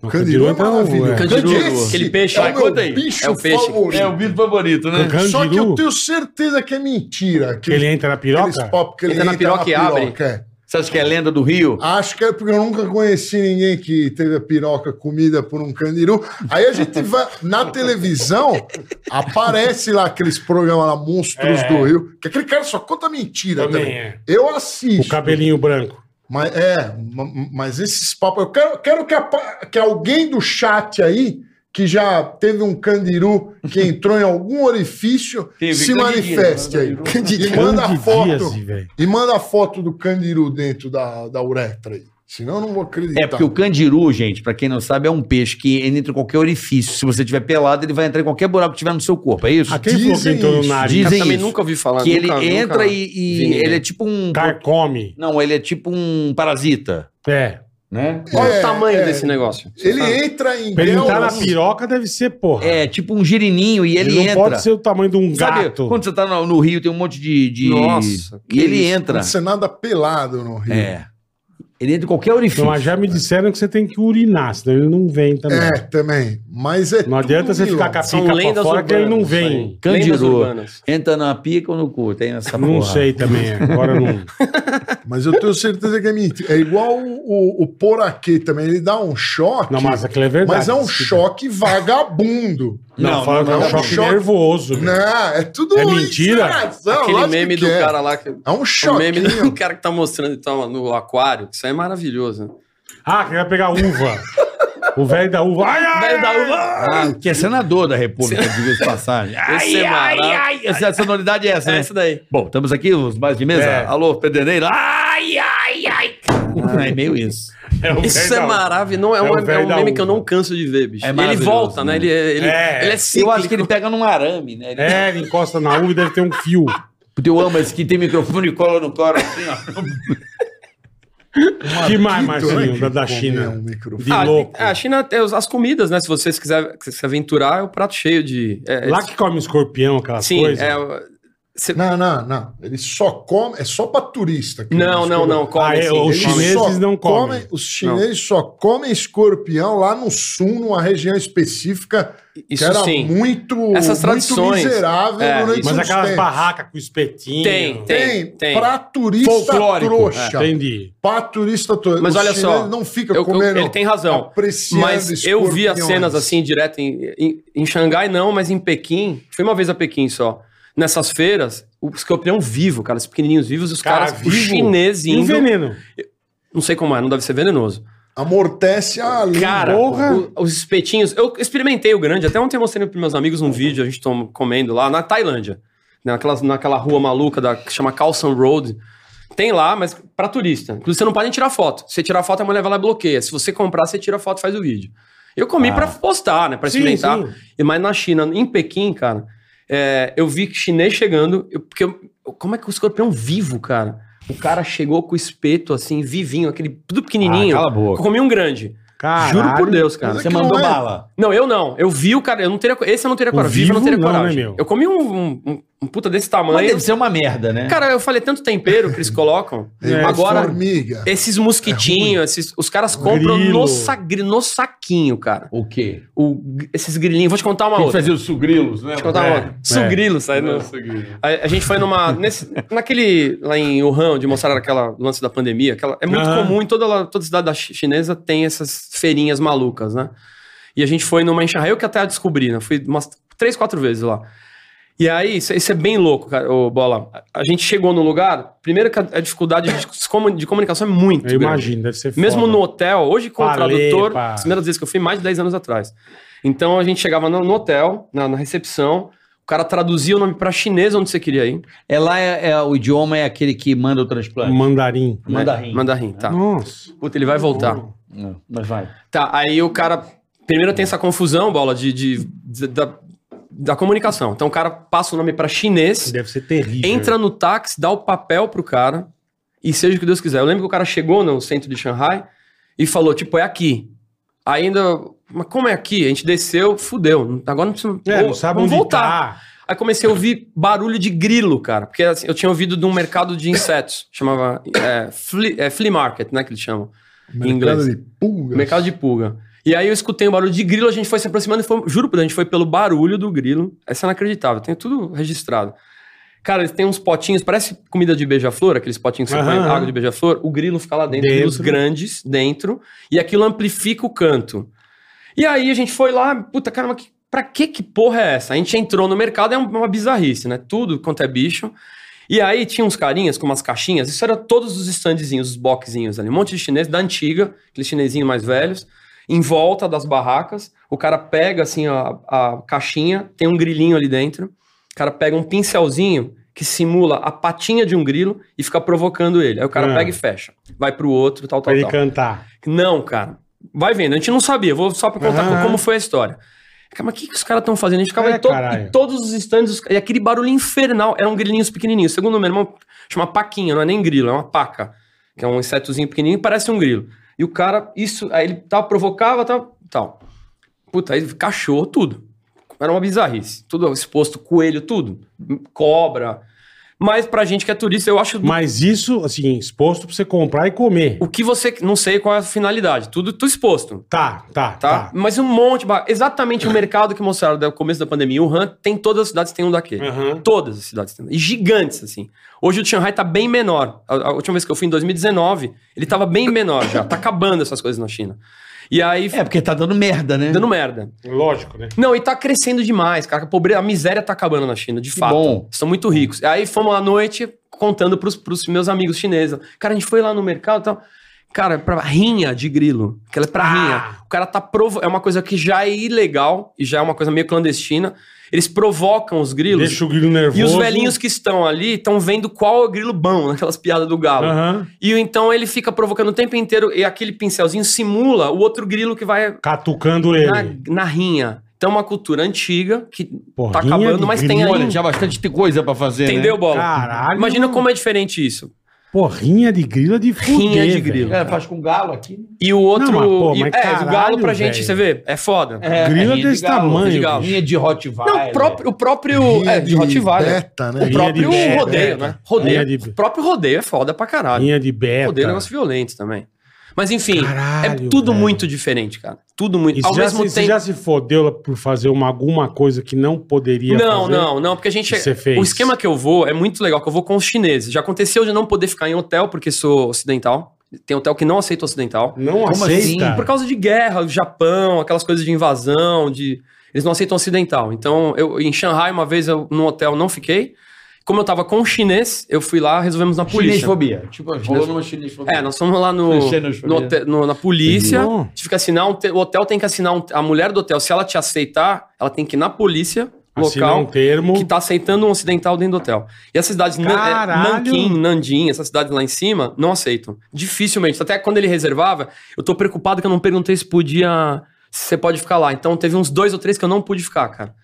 B: O
D: Candiru é maravilhoso.
B: é.
E: Candiru,
D: Candiru,
E: aquele
D: esse
E: peixe.
D: É
E: Vai,
D: o meu
C: conta aí.
D: bicho
E: É o peixe.
D: favorito.
C: bicho favorito, né?
B: Candiru,
D: Só que eu tenho certeza que é mentira.
B: que ele é entra na
D: aqueles
B: piroca?
D: papo que ele
E: Entra na piroca e abre.
D: é.
C: Você acha que é lenda do Rio?
D: Acho que é porque eu nunca conheci ninguém que teve a piroca comida por um candiru. Aí a gente vai na televisão, aparece lá aqueles programas lá, Monstros
B: É.
D: do Rio, que aquele cara só conta mentira também.
B: Também é.
D: Eu
B: O
D: assisto.
B: cabelinho branco.
D: Mas é, ma- mas esses papos. Eu quero, quero que, a pa- que alguém do chat aí, que já teve um candiru que entrou em algum orifício,
C: Teve
D: se
C: candidias,
D: manifeste aí. E manda a
B: Candidíase,
D: foto.
B: velho.
D: E manda a foto do candiru dentro da, da uretra aí. Senão eu não vou acreditar.
C: É porque o candiru, gente, pra quem não sabe, é um peixe que entra em qualquer orifício. Se você tiver pelado, ele vai entrar em qualquer buraco que tiver no seu corpo, é isso?
B: Ah, quem falou que
D: Dizem
B: entrou no
D: isso,
B: nariz?
E: Eu
C: dizem
E: também
C: isso.
E: nunca ouvi falar.
C: que ele
E: nunca-
C: entra
E: nunca-
C: e, e
E: vi ninguém.
C: ele é tipo um.
B: Carcome.
C: Não, ele é tipo um parasita,
B: É.
C: né?
E: Olha
D: É,
E: o tamanho
D: é.
E: desse negócio.
D: Ele entra em.
B: Pra ele entrar na
D: guelras-
B: piroca deve ser, porra.
C: É tipo um girininho e ele,
B: não
C: entra.
B: pode ser o tamanho de um
C: Sabe,
B: gato.
C: quando você tá no, no rio, tem um monte de. de-
E: Nossa,
C: E
E: que
C: ele
E: isso.
C: entra.
D: Não ser nada pelado no Rio.
C: É. Ele entra em qualquer orifício.
B: Não, mas já me disseram que você tem que urinar, senão ele não vem também.
D: É, também. Mas é.
B: Não adianta
D: tudo
B: você ficar
D: milagre.
B: com a pica pra fora que ele não vem.
E: isso aí. Lendas
C: Candiru.
E: urbanas.
C: Entra na pica ou no cu? Tem essa
B: Não
C: Tá porra.
B: sei também, agora não.
D: Mas eu tenho certeza que é mentira. É igual o, o, o Poraquê também. Ele dá um choque.
B: Não, mas aquilo é verdade.
D: Mas é um
B: Isso que-
D: choque vagabundo.
B: Não,
C: Não,
B: fala
C: não,
B: que é um
D: não,
B: choque
D: choque-
B: nervoso. velho.
D: Não, é tudo.
B: É mentira?
D: encenação,
E: Aquele
D: lógico
E: meme
D: que
E: do
D: é.
E: cara lá. Que...
D: É um
E: O meme
D: choque.
E: do cara que tá mostrando e tava no aquário. Isso aí é maravilhoso. né?
B: Ah, que vai pegar uva. o velho da uva. Ai, ai,
E: Velho da
B: ai.
E: uva.
C: Ah, que é senador da República, diga-se de passagem.
E: Esse é maravilhoso.
C: Essa, a sonoridade é essa,
E: É
C: né?
E: essa daí.
C: Bom, estamos aqui, os mais de mesa.
B: É.
C: Alô, pedreiro. Ai, ai, ai. Ah, é meio isso.
B: É o velho
E: Isso
B: da
E: é
B: uva.
E: maravilhoso. Não, é,
B: É
E: um,
B: o
E: é um
B: velho da
E: meme
B: uva.
E: que eu não canso de ver, bicho.
C: É
E: E ele
C: maravilhoso,
E: volta, né?
C: né?
E: Ele é, ele,
B: É.
E: ele é
C: Eu
E: cíclico.
C: acho que ele pega num arame, né? Ele-
B: É, ele encosta na uva e deve ter um fio.
C: Porque eu amo esse que tem microfone e cola no coro assim, ó.
B: que mais, Marcelinho,
D: Marcinho,
B: da, da China?
D: Um microfone.
B: De
E: Ah,
B: louco.
E: é, a China tem os- as comidas, né? Se vocês quiserem se aventurar, é o prato cheio de. é,
B: Lá que come escorpião, aquelas
E: sim,
B: coisas.
E: é, cê-
D: Não, não, não. Ele só come. É só pra turista. que
E: Não,
D: ele
E: não, não.
D: escolhe.
E: Come,
B: Ah, é,
E: sim,
B: o
E: come.
D: Eles
B: chinês- chineses
D: só
B: não comem.
D: Os chineses só comem escorpião lá no sul, numa região específica que
E: Isso
D: era
E: sim.
D: muito,
E: Essas
D: muito
E: tradições.
D: miserável
E: É,
D: durante
B: Mas
D: seus
B: aquelas
D: tempos.
B: barracas com espetinho.
E: Tem,
D: Tem,
E: tem. é.
D: pra turista
C: Folclórico,
D: trouxa.
B: Entendi.
D: Pra turista trouxa.
E: Mas
D: Os
E: olha só,
D: chineses não fica
E: eu- eu-
D: comendo.
E: ele tem razão.
D: apreciando
E: Mas eu vi as
D: escorpiões.
E: cenas assim direto em, em, em Xangai, não, mas em Pequim. Fui uma vez a Pequim só. Nessas feiras, o escorpião vivo, cara, os pequenininhos vivos, os
B: Cara,
E: caras,
B: vivo.
E: os chineses
B: E o
E: indo.
B: veneno?
E: Não sei como é, não deve ser venenoso.
D: Amortece a língua.
E: Cara,
B: Porra.
E: o- os espetinhos. Eu experimentei o grande, até ontem eu mostrei para meus amigos um vídeo, a gente tom, comendo lá na Tailândia. né, Naquelas, naquela rua maluca da, que chama Khalsan Road. Tem lá, mas para turista. Inclusive, você não pode nem tirar foto. Se você tirar foto, a mulher vai lá e bloqueia. Se você comprar, você tira a foto e faz o vídeo. Eu comi
C: Ah.
E: pra postar, né? Pra
B: Sim,
E: experimentar.
B: sim.
E: E Mas na China, em Pequim, cara, é, eu vi chinês chegando. eu- porque eu- como é que o escorpião vivo, cara? O cara chegou com o espeto, assim, vivinho, aquele tudo pequenininho.
C: Ah, cala a boca.
E: Eu Comi um grande.
B: Caralho.
E: Juro por Deus, cara.
D: Mas
C: Você
D: que
C: mandou
D: não é.
C: bala.
E: Não, eu não. Eu vi o cara. Eu não teria. co- Esse eu não teria
B: O
E: coragem. Vivo eu não
B: vivo
E: teria
B: não, né,
E: coragem.
B: meu?
E: eu comi um, um, um- um puta desse
C: Mas
E: tamanho.
C: deve ser uma merda, né?
E: Cara, eu falei tanto tempero que eles colocam.
D: É,
E: Agora,
D: formiga.
E: esses mosquitinhos, esses, os caras compram
B: Grilo.
E: no, sagri- no saquinho, cara.
C: o quê?
E: O- esses grilinhos. Vou te contar uma
C: A gente
E: outra.
C: fazia os sugrilos, né?
E: Vou te contar uma outra. Sugrilo, sai no- A, a gente foi numa. nesse- naquele. Lá em Wuhan, de mostrar aquela lance da pandemia. Aquela, é muito
B: Aham.
E: comum em toda, lá- toda cidade da chi- chinesa tem essas feirinhas malucas, né? E a gente foi numa em Shanghai, eu que até a descobri, né? Fui umas três, quatro vezes lá. E aí, isso, isso é bem louco, cara, ô, Bola. A, a gente chegou num lugar, primeiro que a, a dificuldade de, se comu- de comunicação é muito
B: Eu
E: grande.
B: imagino, deve ser
E: Mesmo
B: é foda.
E: no hotel, hoje com
B: Palepa.
E: o tradutor, as primeiras vezes que eu fui, mais de 10 anos atrás. Então a gente chegava no, no hotel, na, na recepção, o cara traduzia o nome pra chinês onde você queria ir.
C: É lá, é, é- o idioma é aquele que manda o transplante.
B: Um Mandarim.
E: né?
C: Mandarim.
E: Mandarim, tá.
B: Uhum. Nossa.
E: Puta, ele vai voltar.
C: Não, mas vai.
E: Tá, aí o cara. Primeiro tem essa confusão, bola, de, de- de- da, da comunicação. Então o cara passa o nome pra chinês,
B: Deve ser terrível.
E: entra no táxi, dá o papel pro cara e seja o que Deus quiser. Eu lembro que o cara chegou no centro de Xangai e falou, tipo, é aqui. Ainda, mas como é aqui? A gente desceu, fudeu. Agora não precisa.
B: É, não
E: Pô,
B: sabe
E: vamos
B: onde
E: voltar.
B: tá.
E: Aí comecei a ouvir barulho de grilo, cara. Porque assim, eu tinha ouvido de um mercado de insetos. Chamava é, flea, é, flea market, né? Que eles chamam. em inglês.
D: Mercado de pulgas.
E: Mercado de pulga. E aí eu escutei um barulho de grilo, a gente foi se aproximando e foi, juro por Deus, a gente foi pelo barulho do grilo. Essa é inacreditável, tem tudo registrado. Cara, eles têm uns potinhos, parece comida de beija-flor, aqueles potinhos que você
B: Aham.
E: põe água de beija-flor. O grilo fica lá dentro,
B: Dentro.
E: grilos grandes dentro, e aquilo amplifica o canto. E aí a gente foi lá, puta cara, mas que, pra que que porra é essa? A gente entrou no mercado, é um- uma bizarrice, né? Tudo quanto é bicho. E aí tinha uns carinhas com umas caixinhas, isso era todos os standzinhos, os boxzinhos ali, um monte de chinês da antiga, aqueles chinesinhos mais velhos, em volta das barracas, o cara pega assim a, a caixinha, tem um grilinho ali dentro, o cara pega um pincelzinho que simula a patinha de um grilo e fica provocando ele. Aí o cara
B: Ah.
E: pega e fecha, vai pro outro, tal,
B: Pra
E: tal,
B: ele
E: tal.
B: cantar.
E: Não, cara. Vai vendo, a gente não sabia. Vou só pra contar
B: Aham.
E: como foi a história. Cara, mas o que, que os caras estão fazendo? A gente ficava
B: É,
E: em, to-
B: caralho.
E: em todos os stands os- e aquele barulho infernal. Eram grilinhos pequenininhos. Segundo meu irmão, chama paquinha, não é nem grilo, é uma paca. Que é um insetozinho pequenininho, parece um grilo. E o cara, isso, aí ele tava, provocava, tal, tal. Puta, aí cachorro, tudo. Era uma bizarrice. Tudo exposto, coelho, tudo. Cobra. Mas pra gente que é turista, eu acho do
B: Mas isso, assim, exposto pra você comprar e comer.
E: o que você. Não sei qual é a finalidade. Tudo, tudo exposto
B: Tá, tá,
E: tá?
B: tá.
E: Mas um monte, de ba- exatamente o mercado que mostraram do começo da pandemia, o Han, tem todas as cidades tem um daquele.
B: Aham.
E: Todas as cidades tem. E gigantes, assim. Hoje o de Shanghai tá bem menor. A, a última vez que eu fui em 2019, ele tava bem menor já. Tá acabando essas coisas na China. E aí,
C: É, porque tá dando merda, né?
E: dando merda.
B: Lógico, né?
E: Não, e tá crescendo demais, cara. A pobreza, a miséria tá acabando na China, de
C: Que
E: fato.
C: bom.
E: São muito ricos. Aí fomos à noite contando pros, pros meus amigos chineses. Cara, a gente foi lá no mercado e tal. Cara, pra rinha de grilo. Aquela é
B: Ah!
E: pra rinha. O cara tá provo... É uma coisa que já é ilegal e já é uma coisa meio clandestina. Eles provocam os grilos.
B: Deixa o grilo nervoso.
E: E os velhinhos que estão ali estão vendo qual é o grilo bom, naquelas piadas do galo.
B: Aham.
E: E então ele fica provocando o tempo inteiro e aquele pincelzinho simula o outro grilo que vai
B: Catucando ele.
E: na, na rinha. Então é uma cultura antiga que
B: Pô,
E: tá
B: rinha de é
E: acabando, mas tem
B: grilo,
E: ainda.
C: Olha, já bastante tem coisa pra fazer,
E: Entendeu,
C: né?
E: Bola?
B: Caralho.
E: Imagina como é diferente isso.
B: Porrinha de grilo é de fuder,
E: Rinha de
B: velho.
E: grilo.
C: É, faz com galo aqui.
E: E o outro.
B: Não, mas, pô,
E: e-
B: mas
E: é,
B: caralho,
E: o galo pra gente,
B: velho.
E: você vê, é foda.
B: Grilo é
C: rinha de
B: desse
C: galo,
B: tamanho,
C: de galo.
B: bicho.
C: Rinha de Rottweiler.
E: Não, É, o próprio. O próprio
D: Rinha
E: é, de Rottweiler.
D: beta, né?
E: O próprio
B: Rinha de
E: rodeio,
B: beta.
E: né? Rodeio.
B: Rinha de-
E: O próprio rodeio é foda pra caralho.
B: Rinha de beta.
E: Rodeio é um negócio violento também. Mas enfim,
B: Caralho,
E: é tudo
B: velho.
E: muito diferente, cara. Tudo muito.
B: E
E: Ao
B: você já,
E: mesmo
B: se, você
E: tempo.
B: já se fodeu por fazer uma, alguma coisa que não poderia
E: Não,
B: fazer?
E: não, não, porque a gente.
B: que você fez?
E: O esquema que eu vou é muito legal, que eu vou com os chineses. Já aconteceu de não poder ficar em hotel porque sou ocidental. Tem hotel que não aceita ocidental.
B: Não
C: Como
B: aceita.
C: assim?
E: Por causa de guerra, o Japão, aquelas coisas de invasão, de eles não aceitam ocidental. Então, eu em Xangai uma vez eu num hotel não fiquei. Como eu tava com um chinês, eu fui lá, resolvemos na polícia.
C: Chinesfobia. né? Tipo, rolou numa chinesfobia.
E: É, nós fomos lá no,
C: Xenofobia.
E: no hotel- no- na polícia.
B: Não.
E: Tive que assinar um te- o hotel tem que assinar um- a mulher do hotel, se ela te aceitar, ela tem que ir na polícia
B: Assinar
E: local
B: um termo.
E: que tá aceitando um ocidental dentro do hotel. E as cidades Nan- é,
B: Caralho!
E: Nanquim, Nandim, essas cidades lá em cima, não aceitam. Dificilmente. Até quando ele reservava, eu tô preocupado que eu não perguntei se podia. Se você pode ficar lá. Então teve uns dois ou três que eu não pude ficar, cara.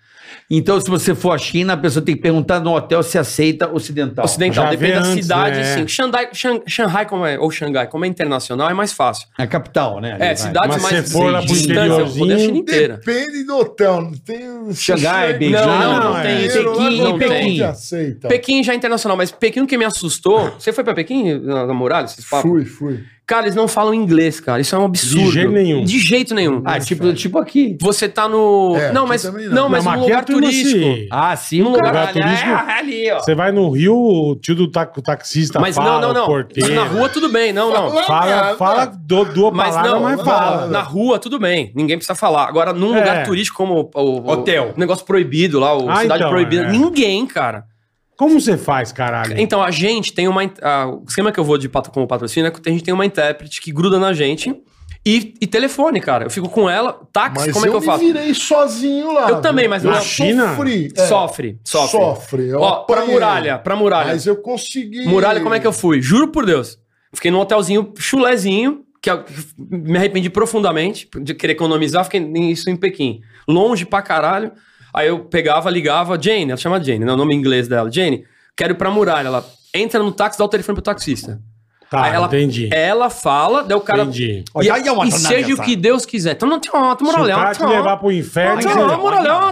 C: Então, se você for à China, a pessoa tem que perguntar no hotel se aceita ocidental.
E: Ocidental,
B: Já
E: depende
B: vê
E: da
B: antes,
E: cidade,
B: né?
E: sim. Xandai- Xan- Xangai, como é, ou Xangai, como é internacional, é mais fácil.
C: É a capital, né? Ali
E: É,
C: vai.
E: cidades
B: Mas
E: mais
B: se for lá pro
E: eu vou poder a China
B: interiorzinho, então.
E: inteira.
D: Depende do hotel. Tem... um
C: Xangai,
D: Não,
C: Beijing.
E: Não,
B: não,
E: não,
B: é.
E: não tem.
D: dinheiro lá,
C: Pequim,
D: não
E: não
D: tem.
E: tem.
D: Onde aceita?
E: Pequim já é internacional, mas Pequim o que me assustou. Você foi pra Pequim, na, na muralha, esses papos?
D: Fui, fui.
E: Cara, eles não falam inglês, cara. Isso é um absurdo.
B: jeito nenhum.
E: De jeito nenhum.
C: Ah, tipo, tipo aqui.
E: Você tá no.
D: É,
E: não,
D: aqui
E: mas.
D: também
E: Não,
D: não.
E: mas
B: Não,
E: num
B: mas aqui
E: lugar
B: a turma
E: turístico.
B: se-
C: Ah, sim,
E: Num lugar
B: Lugar turístico?
E: É, ali, ó.
B: Você vai no Rio, o tio do ta- o taxista
E: Mas
B: tá, fala,
E: não, não,
B: o
E: não. Mas
B: porteiro.
E: na rua tudo bem, não, não.
B: Fala, fala do, duas
E: Mas
B: palavras,
E: não,
B: mas
E: não,
B: fala.
E: na rua tudo bem, ninguém precisa falar. Agora,
B: É.
E: num lugar turístico como o, o-
C: Hotel.
E: o negócio proibido lá, o
B: Ah,
E: cidade
B: então,
E: proibida,
B: é.
E: ninguém, cara.
B: Como você faz, caralho?
E: Então, a gente tem uma. a- o esquema que eu vou de pat- como patrocínio é que a gente tem uma intérprete que gruda na gente e, e telefone, cara. Eu fico com ela, táxi,
D: Mas
E: como é
D: eu,
E: que eu
D: me
E: faço?
D: virei sozinho lá.
E: Eu também, mas
D: eu
E: na
B: China?
D: sofri. É,
E: Sofre, sofre.
D: Sofre. eu
E: Ó, pra
D: apanhei.
E: muralha, pra muralha.
D: Mas eu consegui.
E: Muralha, como é que eu fui? Juro por Deus. Fiquei num hotelzinho chulezinho, que eu- me arrependi profundamente de querer economizar, fiquei nisso em Pequim. Longe pra caralho. Aí eu pegava, ligava, Jane, ela chama Jane, não, o nome em inglês dela. Jane, quero ir pra muralha. Ela entra no táxi, dá o telefone pro taxista.
B: tá,
E: Aí ela,
B: entendi.
E: Ela fala, daí o cara.
B: Entendi.
E: E, e seja o que Deus quiser. Então não tem uma
B: Se o
E: muralhão.
B: cara te levar pro inferno, você-
D: né?
E: muralhão,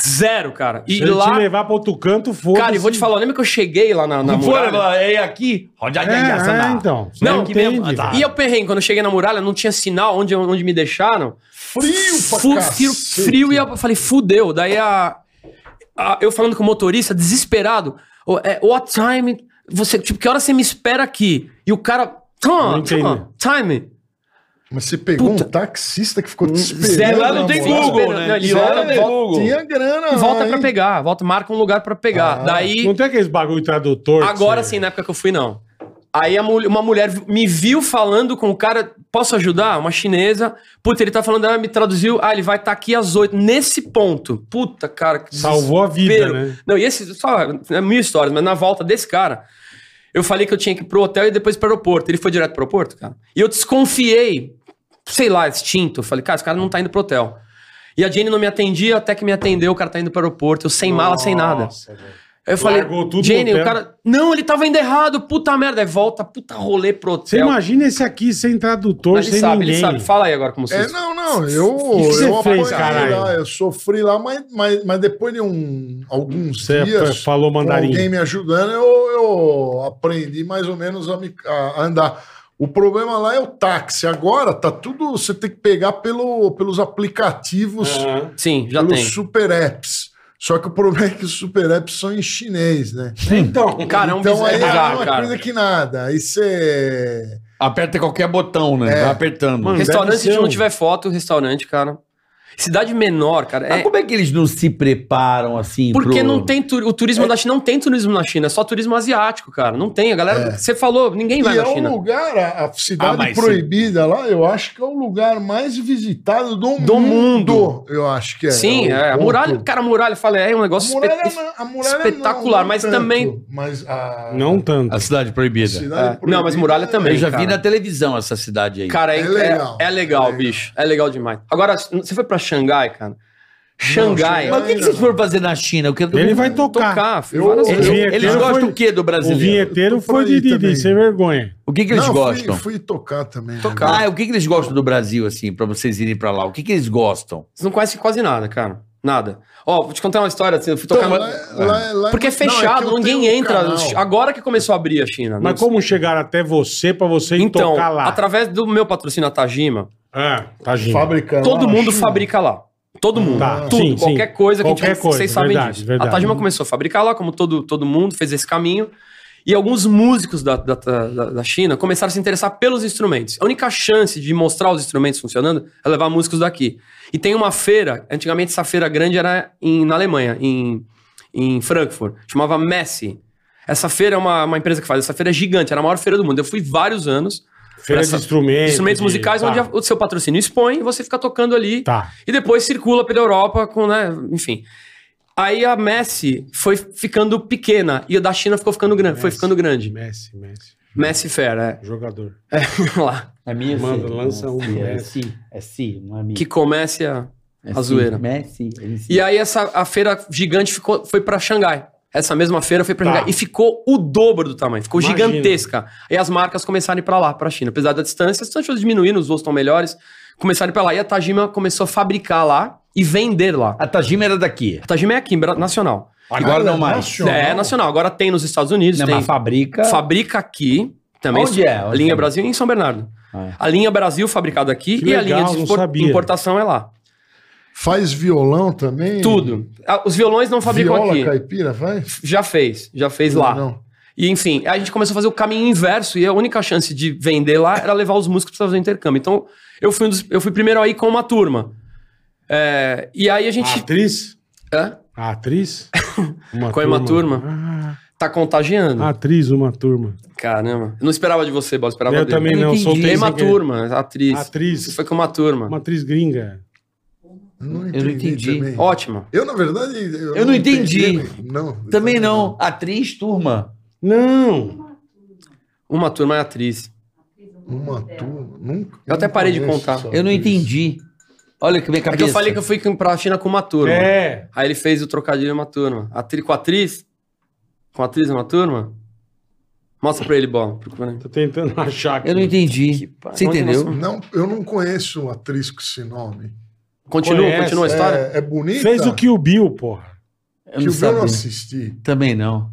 E: Zero, cara.
B: se
E: E
B: ele
E: lá.
B: te levar pro outro canto, foda-se.
E: Cara, eu vou te falar, lembra que eu cheguei lá na, na muralha?
C: é aqui.
B: É, é, então. Você
E: Não, que tá.
B: entende.
C: mesmo-
B: velho.
E: E eu perrengue, quando eu cheguei na muralha, não tinha sinal onde, onde me deixaram.
D: Frio pra
E: Fu-
D: cacete.
E: frio, frio, e eu falei, fudeu. Daí a, a- eu falando com o motorista, desesperado. "Oh, é, What time? Você, tipo, que hora você me espera aqui? E o cara. "Tum,
B: entendi.
E: tum, Time.
D: Mas você pegou
E: Puta.
D: um taxista que ficou te esperando.
E: Zero, lá não
D: na
E: tem
D: muralha?
E: Google,
D: Zero,
E: né?
D: é.
E: E volta-
D: não
E: volta-
D: Tinha grana lá,
E: Volta pra
D: hein?
E: pegar, volta, marca um lugar pra pegar. Daí.
B: Não tem aqueles bagulho tradutor? que
E: Agora
B: você-
E: sim, na época que eu fui, não. Aí a mul- uma mulher me viu falando com o cara, posso ajudar? Uma chinesa. Puta, ele tá falando, ela me traduziu, ah, ele vai estar aqui às oito. Nesse ponto. Puta, cara. que
B: Salvou a vida,
E: desespero.
B: né?
E: Não, e esse, só, é mil histórias, mas na volta desse cara, eu falei que eu tinha que ir pro hotel e depois pro aeroporto. Ele foi direto pro aeroporto, cara. E eu desconfiei, sei lá, extinto. Eu falei, cara, esse cara não tá indo pro hotel. E a Jane não me atendia, até que me atendeu, o cara tá indo pro aeroporto, eu sem mala, sem nada. É
B: Nossa, velho.
E: Aí eu falei,
B: Largou tudo
E: Jenny,
B: no
E: o
B: hotel.
E: cara. Não, ele tava indo errado, puta merda. Aí volta, puta rolê pro hotel.
B: Você imagina esse aqui sem tradutor,
E: Mas
B: sem
E: ele sabe,
B: ninguém.
E: ele sabe. Fala aí agora como você.
D: É, não, não, eu,
B: que que
D: eu
B: você fez,
D: apanhei
B: caralho?
D: lá, eu sofri lá, mas, mas, mas depois de um, alguns
B: Você
D: dias,
B: falou
D: com
B: mandarim.
D: alguém me ajudando, eu, eu aprendi mais ou menos a, me- a- a andar. O problema lá é o táxi. Agora tá tudo, você tem que pegar pelo, pelos aplicativos,
E: Sim, Ah, já
D: pelos
E: tem.
D: super apps. Só que o problema é que os super apps são em chinês, né?
B: Então,
E: Cara, é um
D: Então
E: bizarro,
D: aí é uma
E: cara.
D: coisa que nada. Aí você.
C: Aperta qualquer botão, né? Vai apertando.
B: É. Mano,
E: Restaurante,
B: deve
E: se
B: ser
E: não
B: um-
E: tiver foto, restaurante, cara. Cidade menor, cara.
C: Mas
E: É,
C: como é que eles não se preparam assim?
E: porque
C: pro-
E: não tem tu- o
D: É.
E: turismo da China, não tem turismo na China, é só turismo asiático, cara. Não tem. A galera, você falou, ninguém vai
D: É. E é
E: na
D: um
E: China.
D: lugar, a, a
C: Ah,
D: cidade
C: mas
D: proibida lá, eu acho que é o lugar mais visitado do,
E: Do
D: mundo.
E: mundo.
D: Eu acho que é.
E: Sim,
D: o
E: é. A
D: ponto.
E: muralha, cara, a muralha, fala, é um
D: A
E: negócio
D: muralha,
E: espe-
D: não- a muralha não,
E: espetacular,
D: não
E: mas
D: tanto,
E: também.
D: Mas a,
B: não tanto.
C: A cidade proibida.
D: cidade
E: É. Não, mas
D: proibida-
E: muralha também.
C: Eu já vi
E: cara.
C: na televisão essa cidade aí.
E: Cara,
D: É
E: é, é- é
D: legal.
E: legal.
D: É legal.
E: bicho. É legal demais. Agora, você foi pra Xangai, cara? Xangai.
D: Xangai-
C: Mas o que, que vocês foram fazer na China? Eu quero...
B: Ele vai tocar.
E: tocar, fui
D: Eu-
E: várias
D: eu-
E: vezes.
B: O
C: Eles
B: vinheteiro
C: gostam
B: foi-
C: o quê do
B: O
C: brasileiro?
B: vinheteiro
D: Eu tô
B: foi
D: por aí
B: de, de, de
D: também.
B: sem vergonha.
C: O que, que eles
D: Não, fui,
C: gostam?
D: fui tocar também. né?
E: Tocar.
C: Ah, o que, que eles gostam do Brasil, assim, pra vocês irem pra lá? O que, que eles gostam?
E: Você não conhece quase nada, cara. Nada. Ó, vou te contar uma história assim, eu fui tocar...
D: Então, lá- lá- lá-
E: Porque é
D: não, que eu
E: fechado,
D: tenho
E: ninguém
D: um
E: entra.
D: canal.
E: Agora que começou a abrir a China.
B: Mas
E: Não-
B: como chegaram até você pra você ir
E: Então,
B: tocar lá?
E: através do meu patrocínio, a Tajima,
B: Ah, tá gente.
D: Fábrica lá
E: todo
D: na
E: mundo
D: China.
E: fabrica lá. Todo mundo.
B: Tá,
E: Tudo.
B: sim,
E: qualquer
B: sim.
E: coisa que a
B: Qualquer
E: gente
B: coisa,
E: Vocês sabem
B: verdade,
E: disso.
B: verdade.
E: A Tajima começou a fabricar lá, como todo, todo mundo, fez esse caminho. E alguns músicos da, da, da, da China começaram a se interessar pelos instrumentos. A única chance de mostrar os instrumentos funcionando é levar músicos daqui. E tem uma feira, antigamente essa feira grande era em, na Alemanha, em, em Frankfurt, chamava Messi. Essa feira é uma, uma empresa que faz, essa feira é gigante, era a maior feira do mundo. Eu fui vários anos.
B: Feira
E: Essa-
B: de instrumentos.
E: Instrumentos
B: de-
E: musicais
B: tá.
E: onde a- o seu patrocínio expõe e você fica tocando ali.
B: Tá.
E: E depois circula pela Europa com, né, enfim. Aí a Messi foi ficando pequena e a da China ficou ficando grande, foi
B: Messi.
E: ficando grande.
B: Messi, Messi.
E: Messi Fera,
B: Jogador.
E: é. lá.
C: É minha
B: Manda, lança um, né?
C: si, é si, não é minha.
E: Que comece a
C: É
E: A zoeira.
C: Messi. MC.
E: E aí essa a feira gigante ficou, foi pra Xangai. Essa mesma feira foi pra
B: Tá.
E: Xangai. E ficou o dobro do tamanho. Ficou
B: Imagina.
E: gigantesca. E as marcas começaram a ir pra lá, pra China. Apesar da distância, as distâncias diminuindo, os voos estão melhores. Começaram a ir pra lá. E a Tajima começou a fabricar lá e vender lá.
C: A Tajima era daqui.
E: A Tajima é aqui, bra- nacional.
C: Agora não mais.
E: É nacional. Agora tem nos Estados Unidos,
C: Não,
E: tem.
C: mas fabrica.
E: Fabrica aqui. Também
C: Onde é? Onde
E: linha
C: é?
E: Brasil e em São Bernardo.
C: Ah, é.
E: A linha Brasil fabricada aqui
B: Que
E: e a
B: legal,
E: linha de
B: não
E: expor-
B: sabia.
E: importação é lá.
D: Faz violão também?
E: Tudo. Ah, Os violões não fabricam
D: Viola
E: aqui.
D: caipira, vai?
E: Já fez, já fez lá.
D: Não.
E: E enfim, a gente começou a fazer o caminho inverso e a única chance de vender lá era levar os músicos para fazer o intercâmbio. Então, eu fui, um dos- eu fui primeiro aí com uma turma. É, e aí a
B: A
E: gente
B: atriz?
E: Hã?
B: A atriz? Uma
E: Qual é uma tá contagiando.
B: Ah, atriz, uma turma.
E: Caramba. Eu não esperava de você, Bob, esperava
B: eu
E: dele.
B: também
C: Eu
B: não,
C: entendi.
B: soltei
E: Tem
B: sem
E: uma
B: querer.
E: turma, atriz.
B: Atriz.
E: Foi com uma turma.
B: Uma atriz gringa.
D: Não
C: Eu não entendi.
D: também.
E: Ótima.
D: Eu, na verdade. Eu,
C: não entendi.
D: Não.
C: Também não. Atriz, turma.
B: Não!
E: Uma turma é atriz.
D: Uma turma. Nunca.
E: Eu até
D: não
E: parei de
D: conheço
E: contar.
D: essa
C: Eu não
D: atriz.
C: entendi. Olha que minha
E: É
C: cabeça.
E: que eu falei que eu fui pra China com uma turma.
B: É!
E: Aí ele fez o trocadilho uma turma. Atri com atriz? Com atriz uma turma? Mostra pra ele, Bob. Procura aí.
B: Tô tentando achar aqui.
C: Eu não
E: Que
C: entendi.
E: pariu.
C: Você
E: Onde
C: entendeu?
E: nós
D: Não, eu não conheço uma atriz com esse nome.
E: Continua,
B: Conhece,
E: continua a história?
D: É, é bonita.
B: Fez o Kill Bill, porra.
C: Eu
D: que
C: não
D: eu vi, eu não
C: sabia.
D: assisti.
C: Também não.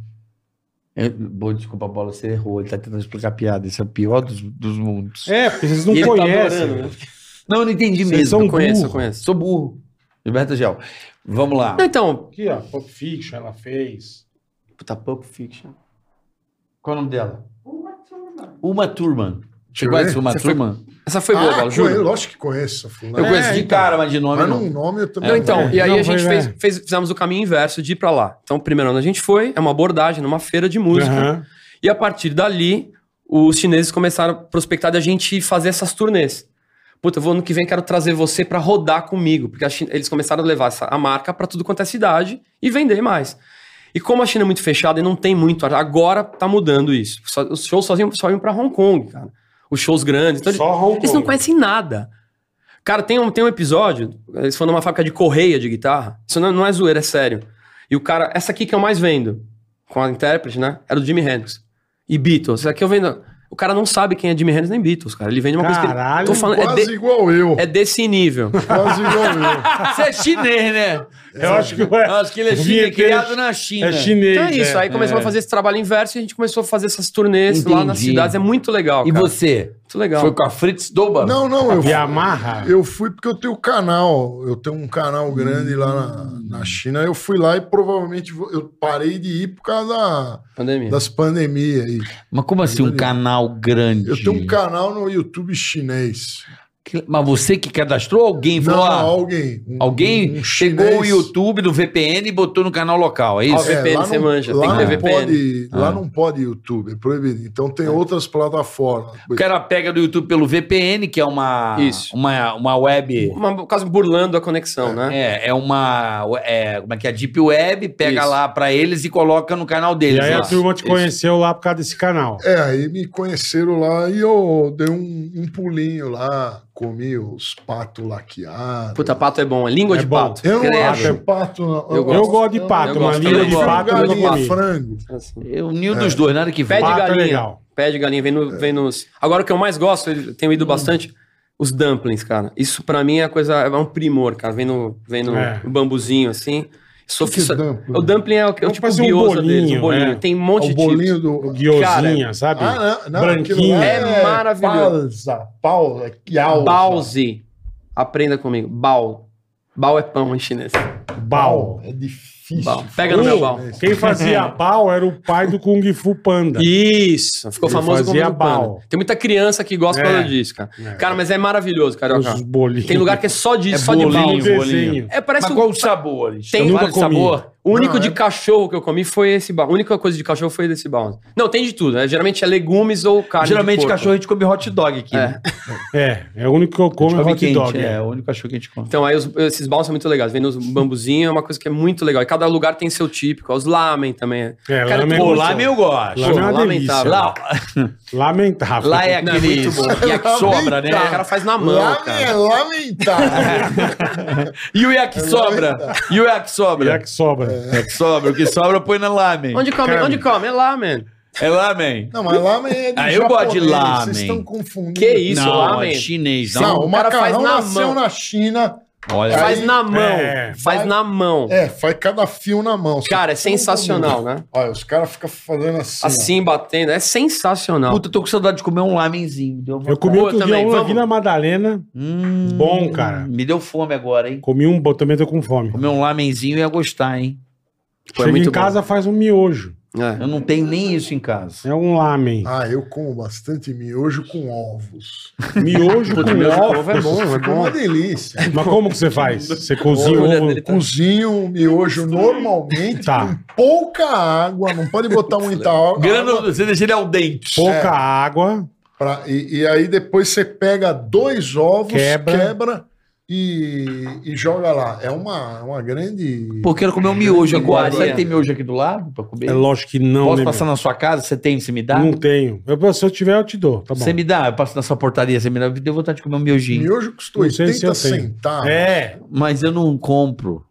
C: Eu- Bom, desculpa, Bola, você errou. Ele tá tentando explicar a piada. Isso é o pior dos, dos mundos.
B: É, porque vocês não
E: E ele tá
B: conhecem.
E: adorando, né?
C: Não, eu não entendi
B: Vocês
C: mesmo.
B: são
E: Eu conheço, eu
B: burro.
E: conheço.
C: Sou burro. Gilberto Gel. Vamos lá.
E: Não, então.
B: Aqui, ó, Pop Fiction ela fez.
E: Puta, Pulp Fiction.
C: Qual é o nome dela? Uma Turman. Você
D: Deixa eu
C: conhece
D: ver.
C: Uma
E: Você foi-
C: Turman?
E: Essa
B: Ah,
E: foi boa, Bola,
D: Ah, conhe-
E: juro.
D: lógico que conheço essa fulana.
C: Eu
D: É,
C: conheço de cara, mas de nome
D: Mas
C: não.
D: num nome eu também
E: Não, então,
D: conheço.
E: e aí
B: Não,
E: a gente
B: foi,
E: fez,
B: é.
E: fez- fizemos o caminho inverso de ir pra lá. Então, primeiro ano a gente foi, é uma abordagem numa feira de música.
B: Aham.
E: E a partir dali, os chineses começaram a prospectar da gente fazer essas turnês. Puta, eu vou ano que vem quero trazer você pra rodar comigo, porque a Chi- eles começaram a levar essa- a marca pra tudo quanto é cidade e vender mais. E como a China é muito fechada e não tem muito, agora tá mudando isso. Só- os shows só iam, só iam para Hong Kong, cara. Os shows grandes. Então, eles-
B: Só Hong
E: eles
B: Kong.
E: não conhecem nada. Cara, tem um, tem um episódio, eles foram numa fábrica de correia de guitarra. Isso não, não é zoeira, é sério. E o cara, essa aqui que eu mais vendo, com a intérprete, né? Era do Jimi Hendrix. E Beatles. Essa aqui eu vendo. O cara não sabe quem é Jimi Hendrix nem Beatles, cara. Ele vende uma coisa que.
B: Caralho,
E: Tô falando, é,
D: Quase
E: de-
D: igual eu.
E: é desse nível.
D: Quase igual eu.
C: Você é chinês, né?
B: Eu acho que é.
C: Eu acho que ele é chinês, criado na China.
B: É chinês.
E: Então é isso. Aí começamos a fazer esse trabalho inverso e a gente começou a fazer essas turnês lá nas
C: Entendi.
E: cidades. É muito legal.
C: E
E: cara.
C: você?
E: Muito legal.
C: Foi com a Fritz Doba?
D: Não, não, eu fui,
B: Yamaha.
D: eu fui porque eu tenho um canal. Eu tenho um canal grande lá na,
E: Hum.
D: na China. Eu fui lá e provavelmente vou- eu parei de ir por causa da-
E: Pandemia.
D: das pandemias aí.
C: Mas como assim um canal grande?
D: Eu tenho um canal no YouTube chinês.
C: Que- Mas você que cadastrou alguém?
D: Não,
C: Falou, ah,
D: alguém. um-
C: alguém
D: um
C: chegou o
D: chinês.
C: YouTube do VPN e botou no canal local, é
E: Ó,
C: isso?
E: VPN
D: lá
E: você
D: não-
E: manja, tem
D: lá
E: que ter
D: não
E: VPN.
D: Pode,
C: Ah.
D: Lá não pode YouTube, é proibido. Então tem outras plataformas.
C: O cara pega do YouTube pelo VPN, que é uma,
E: Isso.
C: uma, uma web.
E: Uma, quase burlando a conexão, né?
C: É, é uma. É, como é que é? Deep Web, pega
E: Isso.
C: lá pra eles e é assim, coloca no canal
B: E
C: deles. né?
B: aí a
C: lá.
B: turma te
E: isso.
B: conheceu lá por causa desse canal.
D: É, aí me conheceram lá e eu dei um, um pulinho lá, comi os patos laqueados.
E: Puta, pato é bom. É língua
B: É
E: de
B: bom.
E: pato.
D: eu não
E: credo.
D: acho pato. não.
E: Eu
B: Eu gosto de pato,
E: Eu
B: mas
E: gosto
B: língua de
E: também.
B: pato eu não
D: galinha,
B: comi. Um
D: frango.
E: Assim.
C: Eu ni dos dois, nada que
E: Pede
C: vale.
B: Pato é
E: galinha.
B: legal.
E: Pé de galinha, vem, no, vem nos. Agora o que eu mais gosto, eu tenho ido bastante, os dumplings, cara. Isso pra mim é a coisa. É um primor, cara. Vem no, vem no
B: É.
E: bambuzinho assim. Sou
D: Que que é
E: fixa-
D: dumpling?
E: O dumpling é o, que- é o
B: Vamos
E: tipo
B: fazer um
E: gyoza
B: bolinho,
E: deles, um bolinho.
B: é.
E: Tem um monte
D: o
E: de
D: bolinho
E: tipos.
D: do.
B: Guiozinha, sabe?
D: Ah, não, não, aquilo
B: Branquinha.
D: lá
E: É maravilhoso.
D: Pausa, pausa, pausa. né?
E: Balzi. Aprenda comigo. Bal. Bal é pão em chinês.
B: Bal.
D: É difícil. né?
E: Bal. Pega no meu bal.
B: Quem fazia bal era o pai do Kung Fu Panda.
E: Isso, ficou
B: Ele
E: famoso como
B: fazia
E: Kung Fu Panda.
B: bal.
E: Tem muita criança que gosta
B: É.
E: por causa disso, cara.
B: É.
E: Cara, mas é maravilhoso, carioca.
B: Os bolinhos.
E: Tem lugar que é só disso,
C: É
E: só de bal.
C: bolinho,
B: Bolinho,
C: bolinho.
E: É, parece
C: Mas
E: um-
C: qual os sabores?
E: Tem- um
C: São
B: Nunca
C: vários
B: comi.
C: sabores.
E: O único
D: Não,
E: de
D: é-
E: cachorro que eu comi foi esse baunza. A única coisa de cachorro foi desse baunza. Não, tem de tudo. Né? Geralmente é legumes ou carne. de
C: Geralmente
E: porco.
C: cachorro a gente come hot dog aqui.
E: É.
C: né?
B: É, é o único que eu como é
C: Come
B: hot
C: quente,
B: dog.
C: É,
B: é.
C: o único cachorro que a gente come.
E: Então, aí os- esses baunzas são muito legais. Vem nos bambuzinhos, é uma coisa que é muito legal. E cada cada lugar tem seu típico. Os lamen também. é.
B: É,
E: Cara,
B: lamen-
C: Pô, lá eu gosto.
B: Lá é uma delícia.
E: lamentável.
C: Lá,
B: Lamentável.
C: lá é
E: Não, é
C: aquele
E: muito bom.
C: yakisobra, né?
E: O cara faz na mão,
D: Lame-
E: cara.
D: é lamentável.
C: E o
E: É
C: yakisobra? E o
B: E é
C: yakisobra?
B: que sobra.
C: Yakisobra, o que sobra põe na lamen.
E: Onde come?
B: Cara.
E: Onde come? É lamen.
C: É lamen.
D: Não, mas lamen é de
C: Ah, eu gosto de
D: japonês, Vocês
C: lamen.
D: estão confundindo.
E: Que isso,
C: não,
E: lamen?
C: é chinês,
D: Não,
C: não.
D: o
E: cara faz
D: macarrão
E: na
D: nasceu
E: mão.
D: na China.
C: Olha,
D: Cara,
E: Faz na mão.
B: é,
E: faz
D: vai-
E: na mão.
D: É, faz cada fio na mão. Você
E: Cara, é
D: tá
E: sensacional,
D: confundindo.
E: né?
D: Olha, os caras ficam fazendo assim. ó.
E: Assim, batendo. É sensacional.
C: puta, eu tô com saudade de comer um lamenzinho. Deu
B: Eu
C: vontade.
B: comi
E: Boa
B: outro dia
E: também,
B: um
E: vamos.
B: aqui na Madalena.
C: Hum,
B: Bom, cara.
C: Me deu fome agora, hein?
B: Comi um, bom, também tô com fome.
C: Comer um lamenzinho ia gostar, hein?
E: Pô, é
B: Chega
E: muito
B: em
E: bom.
B: casa, faz um miojo.
E: É.
C: Eu não tenho nem isso em casa.
B: É um lamen.
D: Ah, eu como bastante miojo com ovos.
B: Miojo
E: Puta,
B: com
E: miojo com
B: ovo.
E: ovo é bom, é
D: Fica
E: bom.
D: uma delícia.
B: Mas como que você faz? Você cozinha o
E: Olha,
B: ovo...
E: ele tá-
D: Cozinho o miojo normalmente
B: Tá.
D: com pouca água. Não pode botar um muita água.
C: Grano, você deixa ele ao dente.
B: Pouca
D: É.
B: água. É
D: Pra- e, e aí depois você pega dois ovos,
B: Quebra.
D: quebra, e, e joga lá. É uma, uma grande.
C: Pô, quero comer um miojo agora.
E: Maria.
C: Será que tem miojo aqui do lado pra comer?
B: É lógico que não,
C: Posso
B: né,
C: passar
B: meu?
C: na sua casa? Você tem? Você me dá?
B: Não tenho. Eu, se eu tiver, eu te dou, tá bom.
C: Você me dá? Eu passo na sua portaria, você me dá? Eu deu vontade de comer um miojinho.
D: Miojo custou
B: Não sei se
D: 80
B: eu tenho.
D: centavos.
B: É.
C: Mas eu não compro.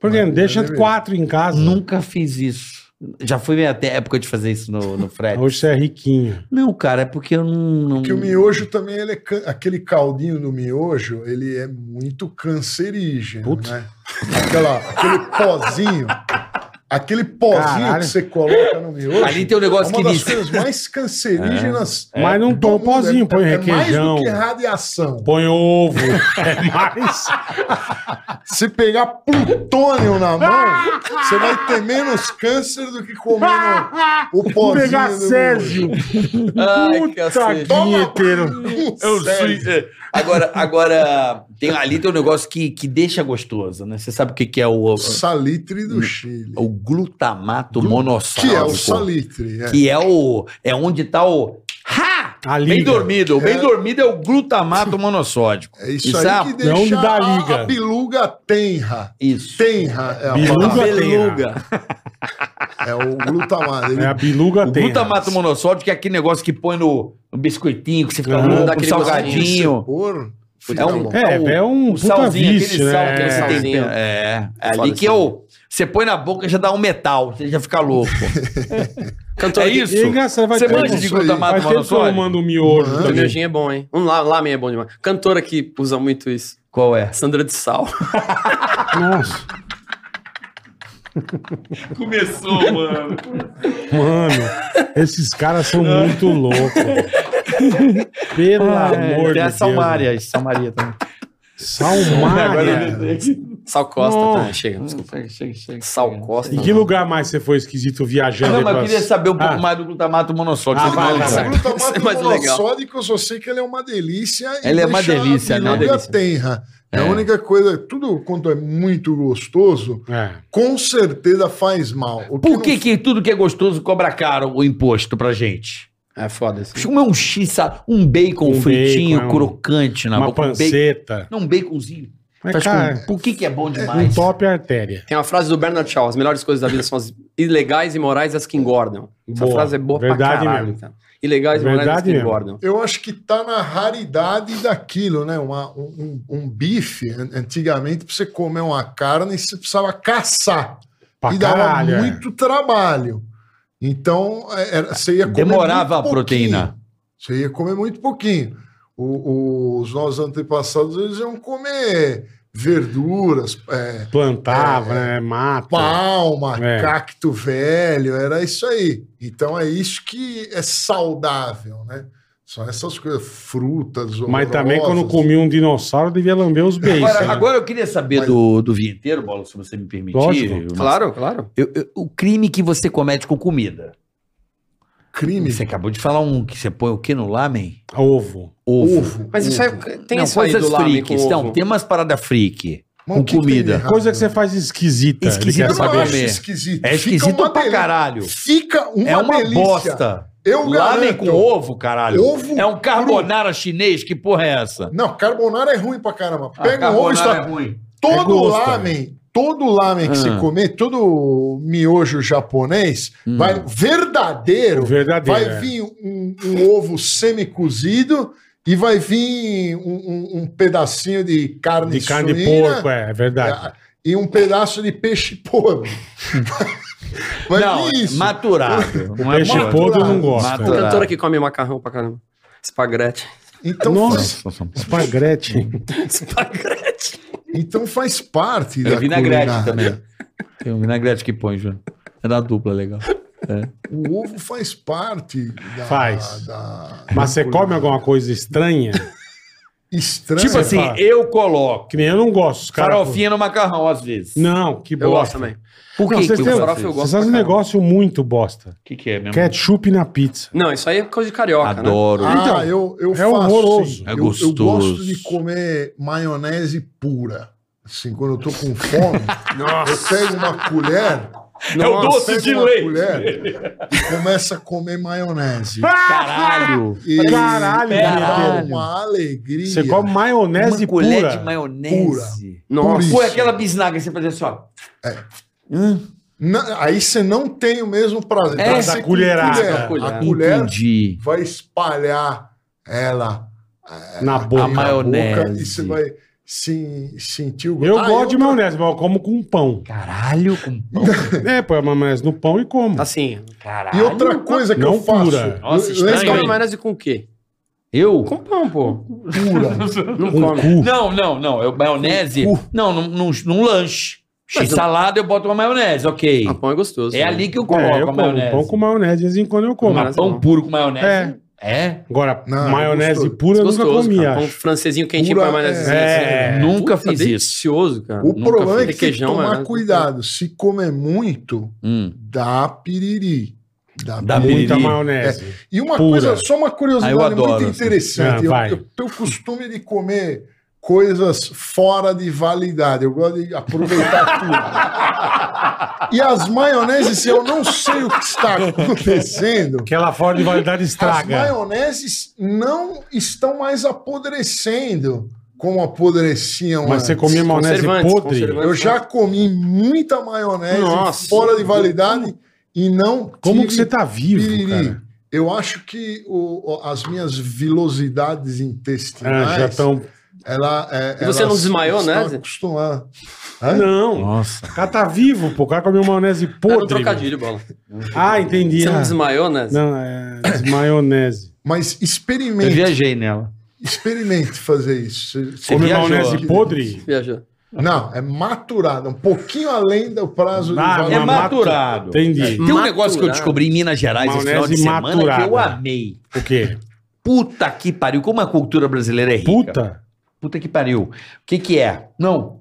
B: Porque
D: Mas
B: deixa
D: deve-
B: quatro em
D: Ah.
B: casa.
C: Nunca fiz isso. Já foi minha até época de fazer isso no, no frete.
B: Hoje você é riquinho.
C: não, cara, é porque eu não... não-
D: Porque o miojo também, ele é can- aquele caldinho do miojo, ele é muito cancerígeno,
B: Putz.
D: né? Aquela, aquele pozinho, aquele pozinho
B: Caralho.
D: que você coloca no miojo.
C: Ali tem um
D: é
C: negócio
D: uma
C: que
D: das
C: diz...
D: coisas mais cancerígenas.
B: É. Mas não põe o
D: do mundo.
B: pozinho,
D: É-
B: põe
D: é
B: requeijão.
D: mais do que radiação.
B: Põe ovo. É mais.
D: Se pegar plutônio na mão, você vai ter menos câncer do que comendo o pozinho. né,
B: Pegar
D: do
B: Sérgio. um
E: Ai,
B: Puta
E: cacete.
B: que
D: Toma-
B: inteiro.
D: miojo.
C: Eu
D: Sérgio.
C: sou- é. Agora, agora tem, ali tem um negócio que, que deixa gostoso, né? Você sabe o que, que é o,
D: Salitre do Chile.
C: o glutamato
D: Que
C: monossálvico?
D: é o salitre. é.
C: Que é o. É onde tá o. Ha!
B: A
C: Bem
B: liga.
C: dormido. O bem
D: É.
C: dormido é o glutamato monossódico.
D: É isso,
C: Isso
D: aí
C: é
D: que
C: a-
D: deixa
B: não dá
D: a-
B: liga.
D: a biluga tenra.
C: Isso.
D: Tenra é a
B: Biluga
D: palavra.
B: Beluga.
D: É o glutamato. Ele
B: É a biluga
C: O
B: tem.
C: glutamato monossódico é aquele negócio que põe no, no biscoitinho, que você fica
B: Uhum.
C: louco,
E: Daquele
C: com um
D: se
C: salgadinho.
D: pôr, fica
C: É um,
D: bom.
B: É, é um puta vício,
C: aquele sal
B: né?
C: que você
E: É.
C: tem.
E: Salzinho.
C: É, é
E: Foda
C: ali
E: esse
C: que eu. Você põe na boca e já dá um metal, você já fica louco.
E: Cantor
C: é
E: aqui-
C: isso?
B: E é engraçado, vai
C: Você
B: ter-
C: manja de
D: isso aí.
C: glutamato
B: Faz tempo que eu não
C: monossódico?
B: mando um miojo
D: Mano.
E: O
B: também.
E: miojinho é bom, hein? Um la- lamen é bom demais. Cantora que usa muito isso.
C: Qual é?
E: Sandra de Sal.
B: Nossa,
C: Começou, mano. Ah.
B: mano, esses caras são muito loucos. Pelo amor de
C: É, Tem a
B: Deus. né?
C: Salmária, Salmaria também.
B: Salmária.
E: Sal Costa.
B: Nossa.
E: tá, chega, desculpa.
C: Hum, Chega, chega, chega.
E: Sal Costa. né?
B: E que lugar mais você foi esquisito viajando?
C: Não,
B: aí
C: mas eu
B: pelas-
C: queria saber um pouco
B: Ah.
C: mais do glutamato monossódico.
B: Ah, vai, vai,
D: O
B: vai.
E: Isso é
D: glutamato
E: mais legal.
D: monossódico, eu só sei que ele é uma delícia. e
C: Ele é uma
D: deixa
C: delícia,
D: a
C: né?
D: biluga
E: Uma delícia.
D: tenra. É a
C: É.
D: única coisa, tudo quanto é muito gostoso,
B: É.
D: com certeza faz mal. O
C: Por
D: não
C: que, que tudo que é gostoso cobra caro o imposto pra gente?
E: É foda isso.
C: Deixa eu comer um x, sabe? um bacon
B: Um
C: fritinho,
B: bacon, é um-
C: crocante na
B: Uma
C: boca. Um, bacon,
B: panceta.
C: não, um baconzinho.
B: Mas,
C: Faz com-
B: cara,
C: por que, que é bom
B: um
C: demais?
B: top artéria.
E: Tem uma frase do Bernard Shaw: as melhores coisas da vida são as ilegais, imorais e as que engordam. Essa
B: Boa.
E: frase é boa
B: Verdade
E: pra caralho,
B: mesmo.
E: cara. Ilegais, imorais e as
B: Verdade
E: que
B: mesmo.
E: engordam.
D: Eu acho que tá na raridade daquilo, né? Uma- um, um- um bife, an- antigamente, pra você comer uma carne, você precisava caçar.
B: Pra
D: e dava
B: caralho. é.
D: muito trabalho. Então, é- era- você ia comer.
C: Demorava
D: muito
C: a proteína.
D: pouquinho. Você ia comer muito pouquinho. O- o- os nossos antepassados, eles iam comer verduras, é,
B: Plantava, né? Mata.
D: palma,
B: É.
D: cacto velho, era isso aí. Então é isso que é saudável, né? São essas coisas, frutas,
B: Mas também quando
D: horrorosas.
B: comi um dinossauro, devia lamber os beijos.
C: Agora,
B: né?
C: agora eu queria saber
D: Mas-
C: do, do vinheteiro, Bola, se você me permitir.
B: Lógico.
C: Eu-
E: Claro, claro.
C: eu- eu- o crime que você comete com comida.
D: crime
C: Você acabou de falar um que você põe o que no lamen?
B: Ovo.
C: Ovo.
D: ovo.
E: Mas isso é, tem
C: não,
E: isso aí
C: coisas
E: do lamen
C: freaks.
E: com
C: Não,
E: ovo.
C: tem um umas paradas freak.
D: Mas o
C: com
D: que tem de
C: comida.
D: errado?
B: Coisa que você faz esquisita. ele
C: Esquisito
B: quer
D: eu
C: pra
D: não
B: saber.
D: acho
C: comer.
D: esquisito.
C: É
D: Fica
C: esquisito
D: uma
C: pra
D: deli-
C: caralho.
D: Fica uma
C: é uma
D: delícia.
C: bosta.
D: Eu
C: Lamen
D: garanto.
C: com ovo, caralho.
D: Ovo
C: é um carbonara chinês? Que porra é essa?
D: Não, Ah, carbonara é ruim pra caramba. Pega um ovo e está
C: ruim.
D: todo
B: gosto,
D: lamen todo lamen que
C: Ah.
D: você comer, todo miojo japonês,
C: Hum.
D: vai verdadeiro,
B: Verdadeiro,
D: vai
B: é.
D: vir um, um ovo semi-cozido e vai vir um, um- um pedacinho de carne
B: De carne de
D: suína,
B: porco, é, é verdade.
D: é, E um pedaço de peixe podre. Vai
C: Não, é
D: vir isso.
C: maturado. Não é
B: Peixe
C: maturado.
B: podre eu não gosto.
C: Maturado.
E: Cantora um que come macarrão pra caramba. Espagrete.
D: Então,
B: Nossa.
D: faz,
B: Espagrete.
E: Espagrete.
D: então faz parte
C: Tem
D: da
C: o vinagrete
D: culinária.
C: também. Tem o vinagrete que põe, João. É da dupla, legal.
D: O ovo faz parte da.
B: Faz.
D: da-
B: Mas você come alguma coisa estranha?
D: Estranho.
C: Tipo assim,
B: fala.
C: eu coloco
B: Que nem eu não gosto. Os cara...
C: farofinha no macarrão, às vezes.
B: Não, que
E: Eu gosto
B: bosta.
E: também.
C: Por
B: Não, vocês
C: que
B: têm-
C: eu
E: farofa eu
C: gosto?
E: gosto
B: Você faz um
E: pra caramba.
B: negócio muito bosta.
C: O que, que é mesmo?
B: Ketchup na pizza.
E: Não, isso aí é coisa de carioca, né?
C: Adoro.
D: Ah,
B: Então,
D: eu, eu
B: é
D: faço,
B: horroroso.
D: sim.
C: É
D: Eu- Eu,
C: gostoso.
D: gosto de comer maionese pura. Assim, quando eu tô com fome, eu pego uma colher.
C: É o
D: eu
C: doce
D: pego
C: de
D: uma
C: leite.
D: colher e começo a comer maionese.
C: Caralho.
D: E
B: Ah, Caralho,
D: me dá
C: caralho.
D: uma alegria.
B: Você come maionese
C: Uma colher
B: pura.
C: de maionese.
E: Nossa.
D: Puríssimo.
C: Pô, é aquela bisnaga que você fazia assim, ó.
D: Na- aí você não tem o mesmo prazer.
C: É,
D: Tem que
C: da
D: ser com
B: colherada.
D: colher.
E: Colher.
D: A colher
C: Entendi.
D: vai espalhar ela é,
B: Na boca.
C: A maionese.
D: e você vai se- sentir o
B: Eu
D: Ah,
B: gosto de maionese, mas eu como com pão.
C: Caralho, com pão.
B: É, põe a maionese no pão e como.
E: Assim,
C: Caralho.
D: E outra coisa que
B: Não
D: eu faço.
B: pura.
C: Nossa,
D: eu-
C: estranho,
E: você come
C: hein?
D: lembra-
E: maionese com o quê?
C: Eu?
E: Com pão, pô.
D: é pura.
E: Não
C: Assim
B: Com
E: come.
B: Um cu.
C: Não, não, não. Eu, maionese.
D: Cu.
C: Não, num, num, num lanche. X
E: Mas eu-
C: salada, eu boto uma maionese, ok.
E: Ah, pão é gostoso.
C: É
E: né?
C: ali que eu coloco
B: É, eu
C: a
B: como
C: maionese.
B: pão com maionese, de vez em quando eu como.
E: Mas-
C: Mas pão puro com maionese? É.
B: Agora,
D: Não,
B: maionese
D: gostoso.
B: pura eu nunca
E: gostoso,
B: comia.
E: cara. Pão francesinho quentinho
D: Pura,
E: pra maionese.
B: é. É.
C: Nunca fiz isso.
E: Delicioso, cara.
D: O
C: Nunca
D: problema é
E: fui.
D: que tem que
E: Requeijão,
D: tomar
E: né?
D: cuidado. Se comer muito,
C: Hum.
D: dá piriri. Dá
C: Dá
D: piriri.
B: Muita
C: Piriri.
B: maionese.
D: E uma
B: Pura.
D: coisa, só uma
C: Ah, eu
D: curiosidade
C: adoro.
D: muito interessante.
B: Ah,
D: eu,
B: vai.
D: eu tenho o costume de comer coisas fora de validade. Eu gosto de aproveitar tudo. E as maioneses, eu não sei o que está acontecendo.
B: Aquela É, fora de validade
D: As
B: estraga.
D: maioneses não estão mais apodrecendo como apodreciam
B: Mas você
D: antes.
B: comia maionese
E: Conservantes,
B: podre.
E: conservantes.
D: Eu já comi muita maionese
E: Nossa.
D: fora de validade e não
B: Como
D: tive
B: que você tá vivo,
D: piriri.
B: cara?
D: Eu acho que o- o- as minhas velocidades intestinais.
B: Ah, já estão.
D: Ela, é,
E: E você
D: elas
E: não desmaiou,
D: estão
E: né, Zé?
D: acostumando.
B: Não.
C: Nossa. Tá
B: O cara tá vivo, pô. O cara comeu maionese podre.
E: Era um trocadilho, bola.
B: velho. Ah, entendi.
E: Você
B: ah.
E: não desmaiou, né?
B: Não, é maionese.
D: Mas
C: Eu
D: experimente,
C: viajei nela.
D: experimente fazer isso.
C: Você
B: Comer
C: viajou.
B: maionese podre?
E: Viajou.
D: Não, é maturado, um pouquinho além do prazo
B: Ah,
D: de validade.
C: É
B: Uma
C: maturado.
B: Entendi.
C: Tem um
E: Maturado.
C: negócio que eu descobri em Minas Gerais esse final de
B: Maionese
C: semana que eu
B: maturada.
C: amei.
B: O quê?
C: Puta que pariu. Como a cultura brasileira é rica.
B: Puta?
C: Puta que pariu. O que que é? Não.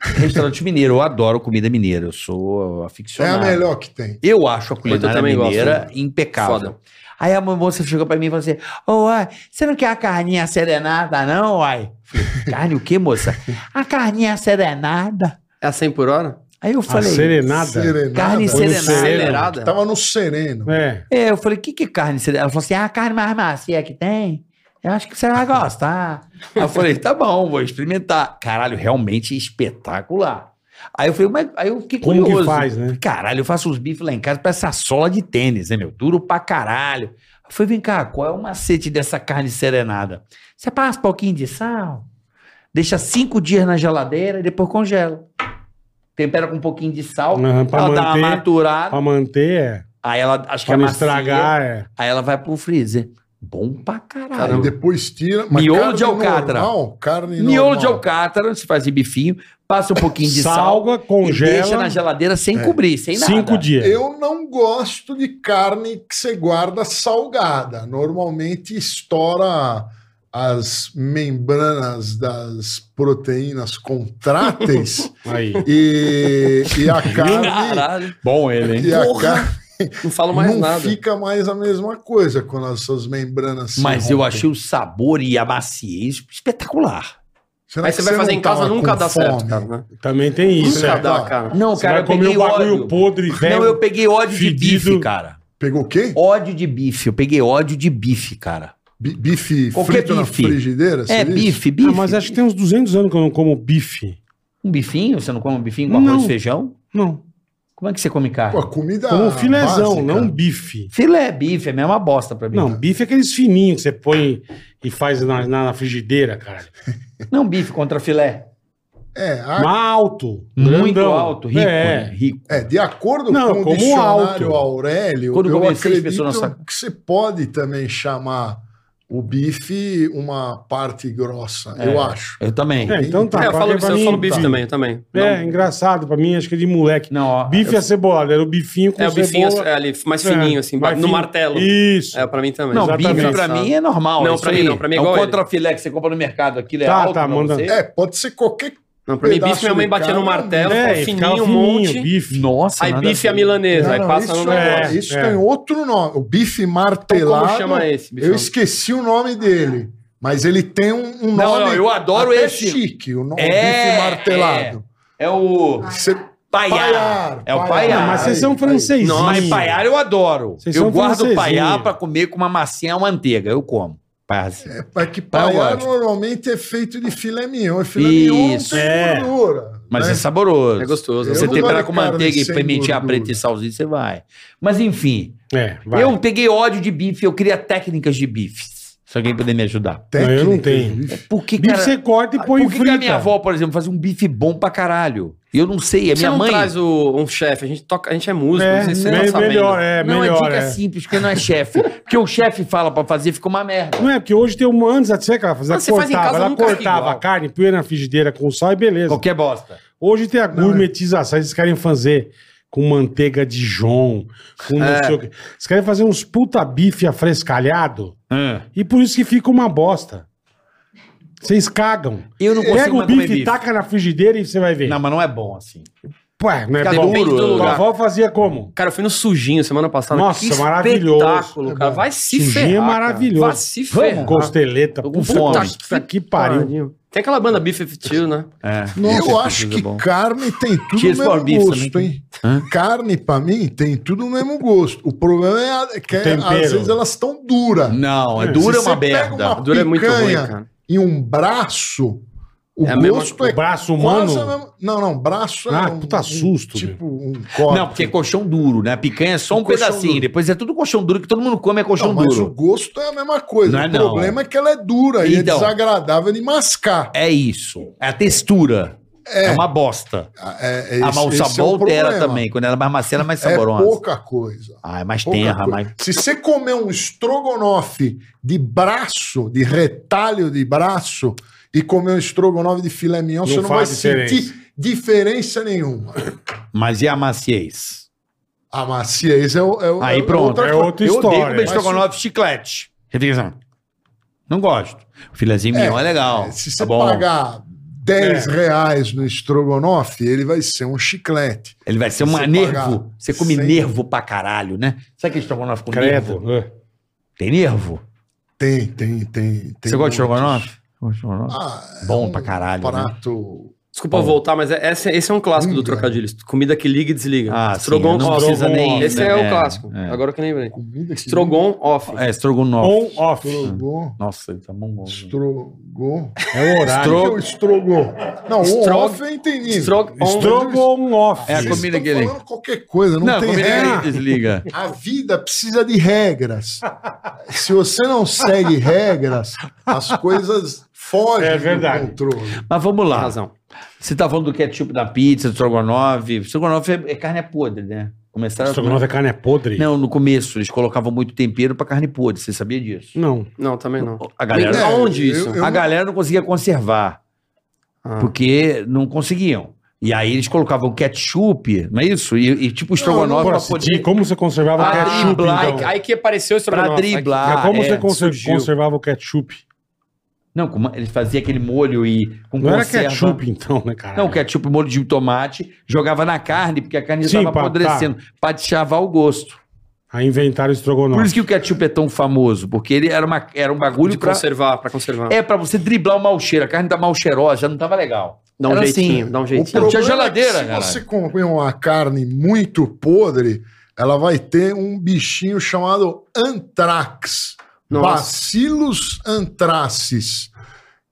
C: Restaurante mineiro. Eu adoro comida mineira. Eu sou
D: É a
C: aficionado.
D: melhor que tem.
C: Eu acho a
E: Eu
C: culinária
E: também gosto.
C: mineira né? impecável.
E: Foda.
C: Aí a moça chegou pra mim e falou assim: Ô, uai, você não quer a carninha serenada, não, uai? Falei, carne o quê, moça? A carninha serenada.
E: É a 100 por hora?
C: Aí eu
B: A
C: falei.
B: serenada?
D: Serenada.
C: Carne né?
B: Foi no sereno.
C: serenada.
E: Acelerada?
D: Tava no sereno.
B: É.
C: É, eu falei, o que, que é carne serenada? Ela falou assim: ah, a carne mais macia que tem. Eu acho que você vai gostar. Aí eu falei, tá bom, vou experimentar. Caralho, realmente espetacular. Aí eu falei, mas aí eu fiquei
B: Como que
C: curioso.
B: faz, né?
C: Caralho, eu faço uns bifes lá em casa pra essa sola de tênis, né, meu? Duro pra caralho. Eu falei, vem cá, qual é o macete dessa carne serenada? Você passa um pouquinho de sal, deixa cinco dias na geladeira e depois congela. Tempera com um pouquinho de sal,
B: Aham, pra
C: ela dá uma
B: manter-
C: maturada,
B: Pra manter, é.
C: aí ela acho que
B: Pra
C: é
B: não
C: macia,
B: estragar, é.
C: aí ela vai pro freezer. Bom pra caralho.
D: Aí Depois tira. mas
C: Miolo
D: carne
C: de alcatra.
D: Normal, carne
C: Miolo de
D: normal.
C: alcatra, você faz em bifinho, passa um pouquinho de sal,
B: Salga,
C: e deixa
B: congela,
C: na geladeira sem
D: É.
C: cobrir, sem nada.
B: cinco dias.
D: Eu não gosto de carne que você guarda salgada. Normalmente estoura as membranas das proteínas contráteis
B: Aí.
D: e, e a carne,
C: Caralho. Bom ele,
D: e a carne
E: Não falo mais
D: não
E: nada.
D: fica mais a mesma coisa quando as suas membranas se
C: Mas eu
D: rompem.
C: achei o sabor e a maciez espetacular.
D: Será
E: Aí
D: que
E: você vai
D: não
E: fazer em
D: tava
E: casa, nunca
D: com
E: dá
D: fome?
E: certo, cara. Né?
B: Também tem isso,
C: um
E: Nunca
B: é.
E: dá, cara.
C: Não,
B: Você vai comer
C: um
B: o bagulho podre, velho.
C: Não, eu peguei ódio de
B: fedido.
C: bife, cara.
D: Pegou o quê?
C: Ódio de bife. Eu peguei ódio de bife, cara.
D: Bi- Bife
C: Qualquer
D: frito na
C: bife.
D: frigideira? você
C: é,
D: diz?
C: bife,
B: Ah,
C: bife.
B: mas acho que tem uns 200 anos que eu não como bife.
C: Um bifinho? Você não come um bifinho com
B: Não.
C: arroz e feijão?
B: Não.
C: Como é que você come carne?
D: Pô, a comida.
E: Ah,
B: Como um filezão,
D: básica.
B: não um bife.
C: Filé, bife, é a mesma bosta pra mim.
B: Não, bife é aqueles fininhos que você põe e faz na, na- na frigideira, cara.
C: Não bife contra filé.
D: É,
E: Ah.
D: a-
B: Mas alto.
C: Muito
B: grandão.
C: alto, rico,
B: É.
C: né? rico.
D: é, de acordo
B: Não,
D: com
B: como
D: o dicionário
B: alto.
D: Aurélio,
C: Quando
D: eu
C: comer seis
D: acredito
C: pessoas na
D: que você pode também chamar o bife uma parte grossa, eu acho.
C: Eu também.
B: É, então tá.
E: É, eu
B: pra-
E: falo,
B: pra
E: isso, eu
B: mim,
E: falo bife
B: tá.
E: também, eu também. Não,
B: É, engraçado pra mim, acho que é de moleque.
C: Não, ó,
B: Bife é cebolado, era o bifinho com
E: É o bifinho
B: cebola.
E: é, ali, mais fininho,
B: É,
E: assim,
B: mais
E: no
B: fino.
E: martelo.
B: Isso.
E: É, pra mim também.
C: Não,
B: Exatamente.
C: bife pra mim é normal.
E: Não,
C: isso
E: pra mim
C: aí.
E: não, pra mim é
C: é
E: igual
C: o
E: ele.
C: contra filé que você compra no mercado. Aquilo é
B: Tá,
C: alto
B: tá,
C: pra
B: manda-
C: você?
D: É, pode ser qualquer.
E: Não, pra mim, bife,
D: Pedaço
E: minha mãe
D: de
E: batia no
D: carne,
E: martelo,
B: É, e ficava
E: fininho, um
B: fininho,
E: monte.
B: bife.
C: Nossa,
E: Aí
C: nada
E: bife
C: a
E: é
C: ver.
E: milanesa, aí
D: Não, não,
E: passa
D: isso
E: no
D: é-
E: negócio.
B: negócio.
D: isso
B: É.
D: tem outro nome. O bife
E: Então,
D: martelado.
E: como chama esse? bife?
D: Eu esqueci o nome dele, mas ele tem um, um
C: Não,
D: nome.
C: não, eu adoro
D: até
C: esse.
D: chique, o nome
C: É,
D: bife martelado.
C: É o
D: Você-
C: paiar.
D: Paiar,
C: É o
D: paiar.
C: paiar.
B: Não, mas vocês
D: Aí,
B: são
D: aí.
B: franceses.
E: Nossa,
C: Mas paiar eu adoro.
B: Vocês
C: eu
B: são
C: guardo
B: francesinho.
C: paiar pra comer com uma massinha ou manteiga. Eu como. Paiar assim.
D: É que
C: Tá
D: paiá
C: ótimo.
D: normalmente é feito de filé mignon. E filé mignon não
C: Isso.
D: tem
B: É.
D: gordura.
C: Mas
D: né?
C: é saboroso.
E: É gostoso.
D: Eu
C: Você
D: não
C: temperar
D: gosto
C: com
D: de carne
C: manteiga e
D: sem
C: pimentinha
D: gordura.
C: preta e salzinha, você vai. Mas enfim,
B: É, vai.
C: eu peguei ódio de bife, eu queria técnicas de bifes. Se alguém puder me ajudar.
B: Não, eu não tenho.
D: bife.
C: Porque,
B: Bife
C: cara, ah,
B: você corta
E: ah,
B: e põe em
C: por que que
E: é
B: frita.
C: a minha avó, por exemplo, fazia um bife bom pra caralho? Eu não sei, a
E: Você
C: minha
E: não
C: mãe...
E: traz o- um chefe, a gente toca, a gente é músico,
B: É,
E: não sei se você
B: me-
E: tá sabendo.
B: melhor, é,
C: não, é
B: melhor.
C: dica
E: assim.
B: é.
C: simples, porque não é chefe. Porque o chefe fala pra fazer, fica uma merda.
B: Não é, porque hoje tem uma antes, sabe o que ela fazia?
E: Ah,
B: Ela
E: você faz em
B: cortava,
E: casa,
B: ela
E: nunca fica
B: cortava a
E: igual.
B: carne, põe na frigideira com sal e beleza.
C: Qualquer bosta.
B: Hoje tem a gourmetização, eles querem fazer com manteiga de Dijon, com não
E: É.
B: sei o quê. Eles querem fazer uns puta bife afrescalhado
D: É.
B: e por isso que fica uma bosta. Vocês cagam.
C: Eu não
B: Pega
C: consigo
B: o
C: mais comer
B: bife,
C: bife.
B: taca na frigideira e você vai ver.
C: Não, mas não é bom assim.
B: Pô, é, não é
C: Fica
B: bom.
C: duro.
E: Depende do
B: Tua
E: lugar.
B: avó fazia como?
E: Cara, eu fui no sujinho semana passada.
B: Nossa,
E: que
B: maravilhoso.
E: espetáculo,
B: É
E: cara.
B: bom.
E: Vai se
B: Sujinho é
E: ferrar. cara.
B: maravilhoso.
E: Vai se
C: Vamos.
E: ferrar.
B: Costeleta,
C: Tô com
B: puta
C: fome.
B: que- que pariu.
E: Tem aquela banda Beef Fifty, né?
C: É.
D: eu acho que carne tem tudo
C: Cheers
D: o
C: for
D: mesmo
C: beef
D: gosto,
C: também.
D: hein? Carne, pra mim, tem tudo o mesmo gosto. O problema é, a- que
B: tempero.
D: às vezes elas estão duras.
C: Não, é
B: Se
C: dura é
D: você
C: uma
D: pega
C: merda.
D: uma-
E: Dura é muito ruim,
D: Picanha.
E: cara.
D: E um braço, o
E: É a mesma-
D: gosto
B: O
D: é
B: braço
D: quase
B: humano.
D: a mesma- Não, não, braço é
B: Ah,
D: um,
B: puta
D: um
B: susto,
D: tipo um corte.
C: Não, porque é colchão duro, né? Picanha é só um
D: Colchão
C: pedacinho.
D: duro.
C: Depois é tudo colchão duro que todo mundo come é colchão
D: Não, mas o
C: duro.
D: gosto é a mesma coisa.
C: Não é
D: o
C: não.
D: problema é que ela é dura e é
C: Então.
D: desagradável de mascar.
C: É isso. É a textura. É, uma bosta.
D: É, é
C: ah,
D: esse-
C: mas o
D: esse é
C: sabor altera
D: problema.
C: também. Quando ela é mais macia, ela é mais
D: É
C: saborosa.
D: pouca coisa.
C: Ah, é mais
D: pouca
C: tenra,
D: coisa.
C: mais...
D: Se você comer um estrogonofe de braço, de retalho de braço, e comer um estrogonofe de filé mignon,
B: Não
D: você não vai
B: faz
D: sentir diferença nenhuma.
C: Mas e a maciez?
D: A maciez é, o- é, o-
C: Aí
D: é
C: pronto,
D: outra
B: é
D: coisa.
B: outra
C: Eu odeio
B: história.
C: comer
B: Mas-
C: estrogonofe chiclete. Você fica assim, Não gosto. Filezinho mignon é, legal.
D: Se
C: tá
D: você
C: bom.
D: pagar 10
B: É.
D: reais no estrogonofe, ele vai ser um chiclete.
C: Ele vai ser uma
D: você
C: nervo.
D: pagar
C: Você come
D: cem-
C: nervo pra caralho, né? Sabe aquele estrogonofe com nervo?
B: Credo. É.
C: Tem nervo?
D: Tem, tem, tem. tem
C: Você gosta de
D: muitos.
C: estrogonofe? Gosto de estrogonofe?
D: Ah, é
C: Bom
D: um
C: pra caralho, né?
D: Prato.
E: Desculpa voltar, mas é- esse, esse é um clássico do
D: Hum,
E: trocadilho. Comida que liga e desliga.
C: Ah,
E: Strogon
C: sim, não
E: off.
C: precisa nem-
E: Esse
C: né?
E: é,
C: É,
E: o clássico.
C: é.
E: Agora que eu lembrei.
D: Comida que
E: Strogon off.
C: É, estrogonofe.
B: On, off.
D: Estrogo.
C: Nossa, ele tá bom.
D: Estrogo.
B: É o horário.
D: O que é o estrogo? Não,
E: Estro-
D: o off é entendido.
E: Strogon on.
B: Estrogo on off.
C: É a
D: Vocês
C: comida
D: estão
C: que ele-
D: falando qualquer coisa, não,
C: Não,
D: tem
C: como ele
D: regra.
C: desliga.
D: A vida precisa de regras. Se você não segue regras, as coisas fogem
B: É verdade.
D: do controle.
C: Mas vamos
E: Tem
C: lá.
E: razão.
C: Você tá falando do ketchup da pizza, do estrogonofe. Estrogonofe é, é carne podre, né? Começaram a...
B: Estrogonofe é carne é podre?
C: Não, no começo eles colocavam muito tempero pra carne podre. Você sabia disso?
B: Não.
E: Não, também não.
C: A galera...
D: É,
E: Aonde
D: eu-
E: isso?
D: eu-
C: a galera não conseguia conservar,
E: Ah.
C: porque não conseguiam. E aí eles colocavam ketchup, não é isso? E, e tipo estrogonofe
B: Porra,
C: pra
B: se
C: poder...
B: diz como você conservava o
E: Ah,
B: ketchup,
C: driblar,
B: então?
E: Aí que apareceu o
C: Pra
E: estrogonofe.
C: driblar.
B: Mas como
C: é,
B: você conser-
C: surgiu.
B: conservava o ketchup?
C: Não, com uma- eles faziam aquele molho e... Com
B: Não era
C: conserva.
B: ketchup, então, né, cara?
C: Não, ketchup, molho de tomate, jogava na carne, porque a carne
B: Sim,
C: estava
B: pra-
C: apodrecendo, pra deschavar o gosto.
B: Aí inventaram o estrogonofe.
C: Por isso que o ketchup é tão famoso, porque ele era, uma, era um bagulho
E: De
C: pra...
E: Tipo, conservar, pra conservar.
C: É pra você driblar o mau cheiro, a carne tá mal cheirosa, já não tava legal.
E: Dá um
C: Era
E: jeitinho,
C: assim.
E: dá um
D: O
E: jeitinho.
C: Não, tinha
D: problema
C: geladeira,
D: é que se
C: caralho.
D: você comer uma carne muito podre, ela vai ter um bichinho chamado antrax.
E: Nossa.
D: Bacilos antraces.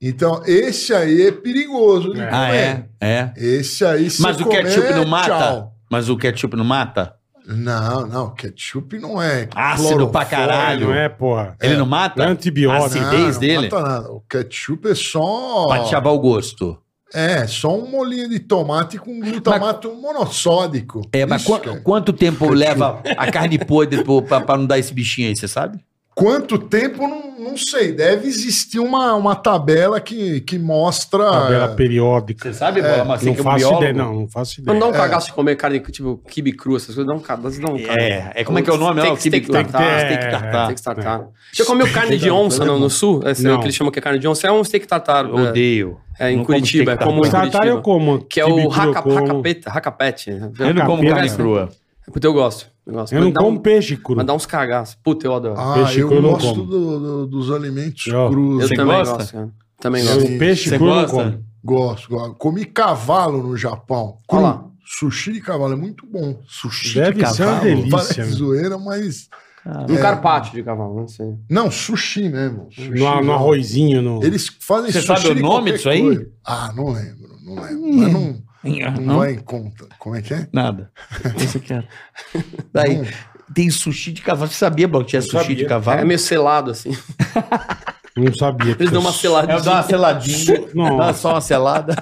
D: Então, esse aí é perigoso. de
C: Ah,
D: comer.
C: é? É.
D: Esse aí se
C: Mas o
D: comer, é
C: ketchup não mata?
D: tchau.
C: Mas o ketchup não mata?
D: Não, não, ketchup não é.
C: Ácido pra caralho.
B: Não é, porra.
C: Ele não mata?
B: É antibiótico.
C: Assim. acidez dele?
D: mata nada. O ketchup é só.
C: Pra te chavar o gosto.
D: É, só um molinho de tomate com glutamato monossódico.
C: É, mas
D: Isso
C: qua-
D: que é.
C: quanto tempo leva a carne podre pro- pra, pra não dar esse bichinho aí, você sabe?
D: Quanto tempo, não, não sei. Deve existir uma, uma tabela que, que mostra. é,
B: Tabela periódica.
C: Você sabe, Bola? Mas
B: não
C: que é um
B: faço
C: biólogo?
B: ideia, não. Não faço
E: Não
B: ideia.
E: dá um cagaço de comer carne, tipo, kibe cru, essas coisas. Dá um cagaço, dá um
C: É, é como é que é o nome?
E: Tem
C: lá? O
E: que- tem
C: quibe-
E: que tartar.
C: Tem que tartar.
E: Steak tartar. Você comeu carne de onça no, no sul? É assim,
B: é, Não.
E: o que eles chamam que é carne de onça? É um steak tartar.
C: Eu
E: é,
C: Odeio.
E: É,
C: Não
E: em
C: como
E: Curitiba, é
C: steak
E: comum em
C: tartar.
B: Tartar eu
E: Curitiba.
B: como.
E: Que é o
B: quibe cru eu
E: raca-
B: como.
E: racapeta, racapete.
B: Eu
E: Eu
B: não
E: não
B: como
C: Carne
B: Cara,
C: crua.
E: Puta, eu gosto. Eu, gosto.
B: Eu
E: Mas
B: não
E: dá
B: como
E: um,
B: peixe cru.
E: Mas dá uns cagaços. Puta, eu adoro.
D: Ah,
B: Peixe
D: eu
B: cru eu não
D: gosto
B: como.
D: do- do- dos alimentos
B: Eu-
D: crus.
E: eu
C: Você
E: também
C: gosta?
E: gosto. cara. Também
D: Eu-
E: gosto.
B: Eu, peixe
C: Você
B: cru eu não
C: gosta?
B: como.
D: Gosto, gosto. Comi cavalo no Japão. Cru.
E: Olha lá.
D: Sushi de cavalo é muito bom. Sushi
B: Deve
D: de
B: ser uma
D: cavalo.
B: delícia,
D: Parece
B: meu.
D: zoeira, mas.
E: Um carpaccio de cavalo, não sei.
D: Não, sushi mesmo. Sushi
B: No, no
D: mesmo.
B: arrozinho, no.
D: Eles fazem
C: Você
D: sushi
C: sabe o
D: de
C: nome
D: qualquer
C: disso aí? Hum.
D: coisa. Ah, não lembro, não lembro. Mas não, não vai em conta. Como é que é?
C: Nada. Isso que era. Daí,
B: Hum.
C: tem sushi de cavalo. Você sabia, Bloco, que tinha sushi
B: sabia.
C: de
E: É
C: cavalo?
E: meio selado, assim.
B: Não sabia.
E: Eles dão uma seladinha.
C: seladinha.
B: Não.
C: Dá só uma selada.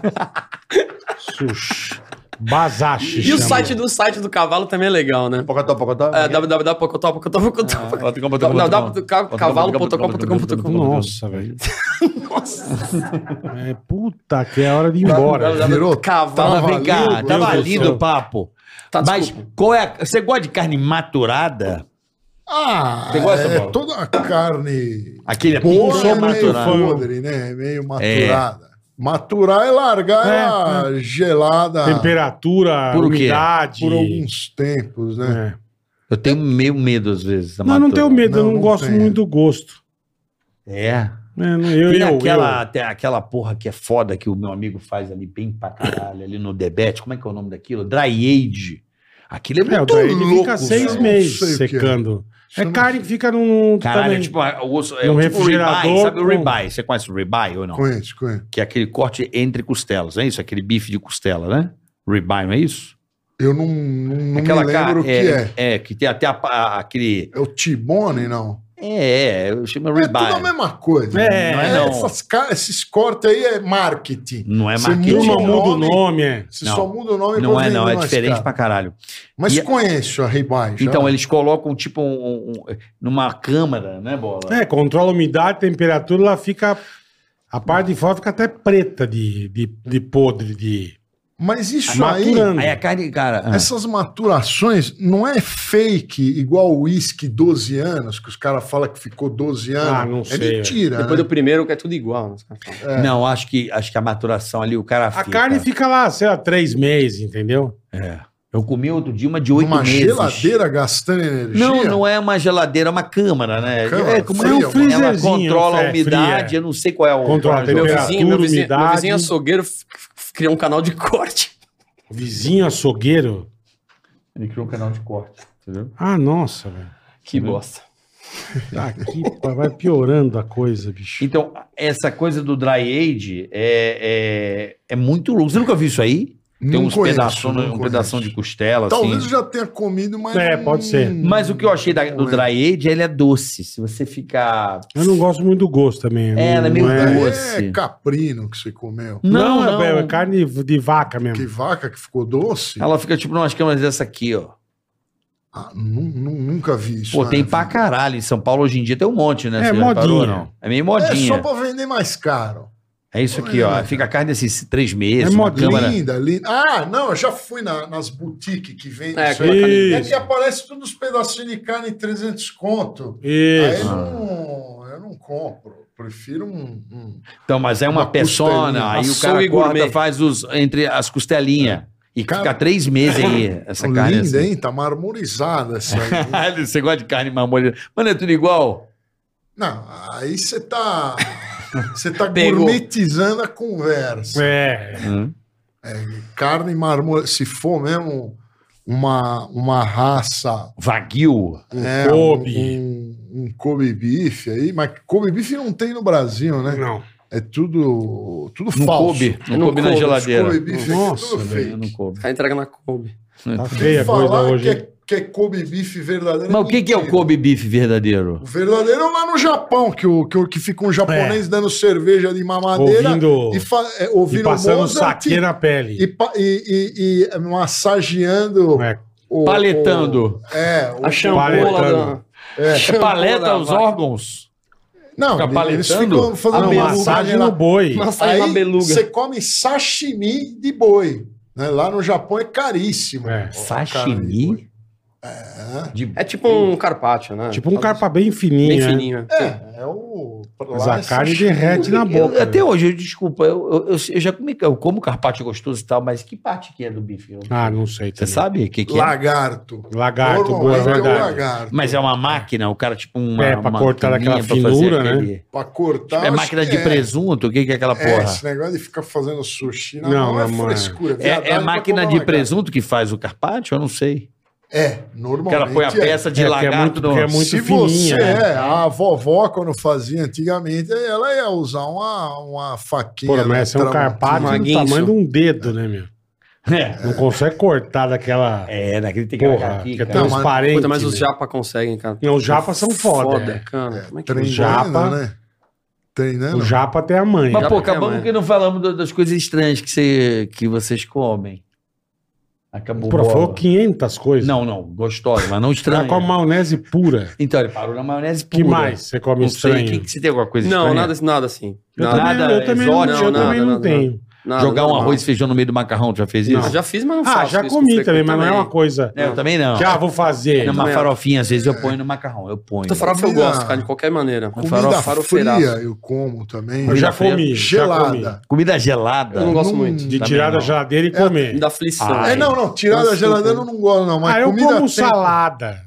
B: Sushi. Bazashi.
E: E o
B: chama.
E: site do site do cavalo também é legal, né?
C: Pocotó, pocotó.
E: É, www.pocotó.pocotó.pocotó. Não, dá- cavalo.com.com.com.
B: Nossa, velho. É, puta, que é hora de ir embora.
D: Virou
C: Tava, vem cá,
D: Meu
C: tá
B: Deus do
C: valido
B: céu.
C: o papo.
E: Tá,
C: Mas
E: desculpa.
C: qual é. a- Você gosta de carne maturada?
D: Ah,
C: Você gosta,
D: é
C: Paulo?
D: toda a carne
C: Aquele
D: boa
B: sou
D: é
B: muito
D: meio
B: fã.
D: podre, né? É Meio maturada. Maturar é largar
B: É,
D: ela gelada
B: Temperatura,
C: Por o quê?
B: umidade.
D: por alguns tempos,
B: É.
D: né?
C: Eu tenho meio medo às vezes. da
B: Não, eu não
C: maturada.
B: tenho medo, eu
D: Não,
B: não,
D: não
B: gosto
D: tenho.
B: muito do gosto.
C: É.
B: É, não, eu,
C: Tem
B: eu,
C: aquela, tem aquela porra que é foda que o meu amigo faz ali bem pra caralho, ali no Debete. Como é que é o nome daquilo? Dry Age. Aquilo é
B: eu. É, o
C: muito
B: daí ele
C: louco.
B: fica seis
C: velho.
D: não
B: meses
D: sei o que é.
B: secando.
D: Isso
B: É
D: não-
B: carne que fica num.
C: Caralho, é
B: também.
C: tipo, a- o osso, é tipo
B: No
C: o ribeye,
B: refrigerador
C: sabe o
B: com-
C: ribeye? Você conhece o ribeye ou não?
D: Conheço, conheço.
C: Que é aquele corte entre costelas, é isso? Aquele bife de costela, né? Ribeye, não é isso?
D: Eu não, não, não me lembro
C: cara-
D: o que é.
C: é. que tem até a pa- a- aquele...
D: É o tibone, não?
C: É, é, eu chamo
D: É tudo a
C: ribeye.
D: mesma coisa.
B: É,
C: não é não.
D: essas ca- esses cortes aí é marketing.
C: Não é
D: Você
C: marketing.
D: mesmo
B: Uma
D: nome.
B: muda o nome, é.
D: Você
C: Não.
D: só muda o nome
C: Não
D: pra
C: é não,
D: vender
C: é
D: mais
C: diferente
D: caro.
C: pra caralho.
D: Mas
C: E-
D: conheço a Rebai. já.
C: Então, eles colocam, tipo, um- um- numa câmara, né, Bola?
B: É, controla a umidade, temperatura, ela fica. A parte de fora fica até preta de, de, de podre, de.
D: Mas isso aí,
B: Maturando.
C: Aí a carne, cara...
B: É.
C: ah.
D: essas maturações, não é fake igual o uísque 12 anos, que os caras falam que ficou 12 anos.
B: Ah, não sei,
D: É mentira.
E: Depois
D: né?
E: do primeiro, que é tudo igual. né, os caras falam.
D: É.
C: ah, Não, acho que, acho que a maturação ali, o cara
B: A carne fica lá, sei lá, três meses, entendeu?
C: É. Eu comi outro dia uma de oito
D: Uma
C: meses.
D: geladeira gastando energia.
C: Não, não é uma geladeira, é uma câmara, né?
D: Câmara,
C: é como
D: fria,
C: ela-
D: um
C: ela
B: freezerzinho,
C: controla
B: é,
C: a umidade,
B: fria.
C: eu não sei qual é o.
B: Controla a
C: qual é o
E: Meu
C: jogo.
B: temperatura.
E: vizinho, meu vizinho, meu
B: umidade.
E: vizinho açougueiro f- f- criou um canal de corte.
B: Vizinho açougueiro.
C: Ele criou um canal de corte. Entendeu?
B: Ah, nossa, velho.
E: Que bosta.
B: Tá aqui, pá, vai piorando a coisa, bicho.
C: Então, essa coisa do dry age é, é, é muito louco. Você nunca viu isso aí? é. Tem
D: Não
C: uns
D: conheço,
C: pedaços,
D: não
C: um
D: conheço.
C: pedação de costela,
D: Talvez
C: assim.
D: eu já tenha comido, mas.
B: É,
D: não-
B: pode ser.
C: Mas o que eu achei da- do
D: Não lembro.
C: dry age, ele é doce. Se você ficar.
B: Eu não gosto muito do gosto também.
C: É, ela é
B: não
C: meio
D: É,
C: doce.
D: é caprino que você comeu.
B: Não, é, é carne de vaca
D: Que
B: mesmo.
D: vaca que ficou doce?
C: Ela fica tipo numas câmeras dessa aqui, ó.
D: Ah, nu- nu- nunca vi isso.
C: Pô,
D: né?
C: tem pra caralho. Em São Paulo hoje em dia tem um monte, né?
B: É,
C: Você já reparou,
B: modinha.
C: não? É meio
D: É
C: modinha.
D: só
C: É,
D: pra vender mais caro.
C: isso aqui, ó. Fica a carne esses três meses.
B: É
C: uma
B: modinha.
C: câmara-
D: Linda, linda. Ah, não, eu já fui na- nas boutiques que vende
E: É,
D: isso
E: aquela
D: aí.
B: carne-
D: É que aparece todos os pedacinhos de carne em 300 conto. Aí eu
B: Isso.
D: não, eu não compro. Prefiro um. um-
C: Então, mas é uma,
D: Uma
C: persona.
D: costelinha.
C: Aí o
E: Açougue
C: cara corta,
E: gourmet.
C: faz os, entre as costelinhas. E
D: Cara-
C: fica três meses aí, essa
D: um
C: carne.
D: linda,
C: assim.
D: hein? Tá marmorizada essa aí.
C: Caralho, você gosta de carne marmolida. Mano, é tudo igual.
D: não, aí você tá. Você tá
E: Pegou.
D: gourmetizando a conversa.
B: É.
D: Carne marmorada. Se for mesmo uma, uma raça.
C: Vaguio.
D: é,
B: Kobe.
D: Um, um, um Kobe bife aí. Mas Kobe bife não tem no Brasil, né?
B: Não.
D: É tudo, tudo
C: Não
D: falso.
C: coube. Não,
E: Não
C: coube na
E: coube,
C: geladeira.
D: Kobe Beef
B: Nossa,
D: é tudo
B: velho,
D: fake.
C: Não coube.
E: Cara, entrega na Kobe.
B: Tá feia a coisa
D: Falar
B: hoje.
D: que
B: hein?
D: é, que é Kobe Beef verdadeiro.
C: Mas o que, que é o
D: mentira.
C: Kobe Beef verdadeiro?
D: O verdadeiro é lá no Japão, que, o, que, o- que fica um japonês dando cerveja de mamadeira
B: É. Ouvindo-
D: e, fa- é,
B: E
D: ouvindo
B: passando
D: Mozart
B: saque na pele.
D: e, pa- e- e- e massageando.
B: É.
D: o-
C: Paletando.
D: o- é, o-
E: A champola
B: Paletando.
E: da... Champola
C: Paleta
E: da-
C: os órgãos?
D: não,
C: Fica
D: ele- eles
C: paletando? Ah,
D: ficam fazendo
B: Não,
D: uma
B: massagem
D: lá.
B: no boi.
E: Massagem na
D: Aí
E: beluga.
D: você come sashimi de boi. né? Lá no Japão é caríssimo.
B: É.
C: Sashimi? De...
E: É tipo um carpaccio, né?
B: Tipo um carpa bem fininho.
E: bem
B: né?
E: fininho. é.
D: É, é o.
B: Mas
D: lá
B: a
D: é
B: carne
D: sashimi.
B: derrete na
C: Eu-
B: boca. né?
C: até hoje, eu- desculpa, eu, eu- eu- eu já comi, eu como carpaccio gostoso e tal, mas que parte que é do bife? Eu-
B: Ah, não sei.
C: Você
B: também.
C: sabe o que, que é?
D: Lagarto.
B: Lagarto, boa, é
D: Normalmente é um
B: verdade.
D: lagarto.
C: Mas é uma máquina, o cara, tipo, uma.
B: É, pra
C: uma
B: cortar
C: maquininha
B: aquela
C: pra fazer
B: finura, né?
D: Pra cortar.
C: É
D: acho
C: máquina
D: que
C: de
D: é.
C: presunto? O que, que é aquela
D: É,
C: porra?
D: esse negócio de ficar fazendo sushi na
B: Não,
D: não, mão é
B: na mão é.
D: frescura.
C: É,
D: viadagem
C: é
D: pra
C: máquina
D: comer
C: de
D: lagarto.
C: presunto que faz o carpaccio? Eu não sei.
D: É,
C: O
D: normalmente.
C: cara põe a
D: é.
C: peça de
B: É, porque é muito-
C: lagarto no...
B: porque é muito-
D: Se
B: fininha,
D: você
B: né?
D: é, a vovó, quando fazia antigamente, ela ia usar uma, uma faquinha.
B: Pô, mas esse é um
D: né, trava-
B: carpaccio do
E: Maguinho,
B: tamanho de um dedo, né, meu?
C: É,
B: Não consegue cortar daquela
C: é naquele tem que
B: porra
C: agarrar aqui,
B: que é
C: cara.
D: Não, mas-
B: transparente.
E: Puta, mas os
B: né?
E: japa conseguem, cara.
B: Não, os japas são foda. é.
E: cara. Como é que
D: Treinando,
B: japa.
D: né? Treinando.
B: O japa tem a mãe.
C: Mas,
E: Já
C: pô,
E: pra
C: acabamos
B: né?
E: amanhã.
C: que não falamos do- das coisas estranhas que, você- que vocês comem. Acabou.
B: Pô,
C: bola.
B: falou 500 coisas.
C: Não, é. não, gostosa, mas não
B: Ela
C: estranha.
B: come maionese pura.
C: Então, ele parou na maionese
B: que
C: pura.
B: mais você come
C: Não sei,
B: estranho?
C: o que, que você tem alguma coisa
E: Não,
C: estranha?
E: nada, nada assim.
B: Eu
E: Nada,
B: também,
C: nada
B: eu também não,
C: exótico,
B: eu
E: nada,
B: também não
E: nada.
B: tenho.
E: nada,
C: Jogar um
E: normal.
C: arroz e feijão no meio de macarrão, tu já fez
B: Não.
C: isso?
E: Já fiz, mas não
B: Ah,
E: faço
B: já
E: isso
B: comi
E: com
B: também, mas não é
E: frequência
B: uma coisa
C: É, Eu também não.
B: que, ah, vou fazer.
C: Numa
E: também.
C: farofinha, às vezes eu ponho no macarrão, eu ponho.
E: Puta, farofa eu
D: Comida-
E: gosto, cara, de qualquer maneira.
D: Comida
E: farofeiraço.
D: fria eu como também.
B: Eu
C: Comida
B: já
C: fria,
B: comi, já
D: Gelada. É,
B: comi.
C: Comida gelada.
E: Eu não gosto
D: Não-
E: muito.
B: De
C: Também
B: tirar da
C: não.
B: geladeira e comer.
E: Me dá aflição. né?
C: Ah,
D: É, não, não. Tirar da geladeira eu não gosto, não. Mas
B: ah, eu
D: comida
B: como
D: tem-
B: salada.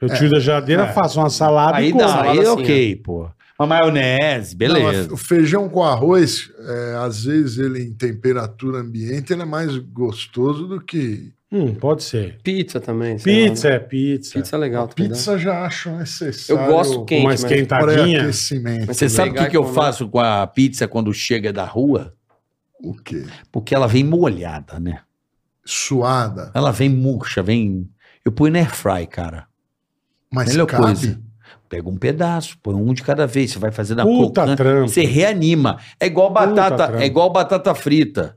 B: Eu tiro da geladeira, faço uma salada e
C: Aí
B: como.
C: dá,
E: salada
C: aí
E: assim,
C: é ok, pô. Uma maionese,
D: Não,
C: beleza.
D: o feijão com arroz, é, às vezes ele em temperatura ambiente, ele é mais gostoso do que.
B: Hum, pode ser.
E: Pizza também. sei lá, né?
B: Pizza é pizza.
E: Pizza é legal.
C: tá
E: também, né?
D: Pizza já acho necessário.
E: Eu gosto quente,
B: Uma
E: mas...
B: esquentadinha.
D: Pré-aquecimento.
C: Você sabe o
E: pegar
C: que,
E: e
C: que eu
E: comer.
C: faço com a pizza quando chega da rua?
D: O quê?
C: Porque ela vem molhada, né?
D: Suada.
C: Ela vem murcha, vem. Eu ponho na air fry, cara.
D: Mas
C: Melhor
D: cabe.
C: coisa. Pega um pedaço, põe um de cada vez. Você vai fazendo a
B: Puta
C: crocante,
B: trampa.
C: Você reanima. É igual
B: Puta
C: batata,
B: trampa.
C: é igual batata frita.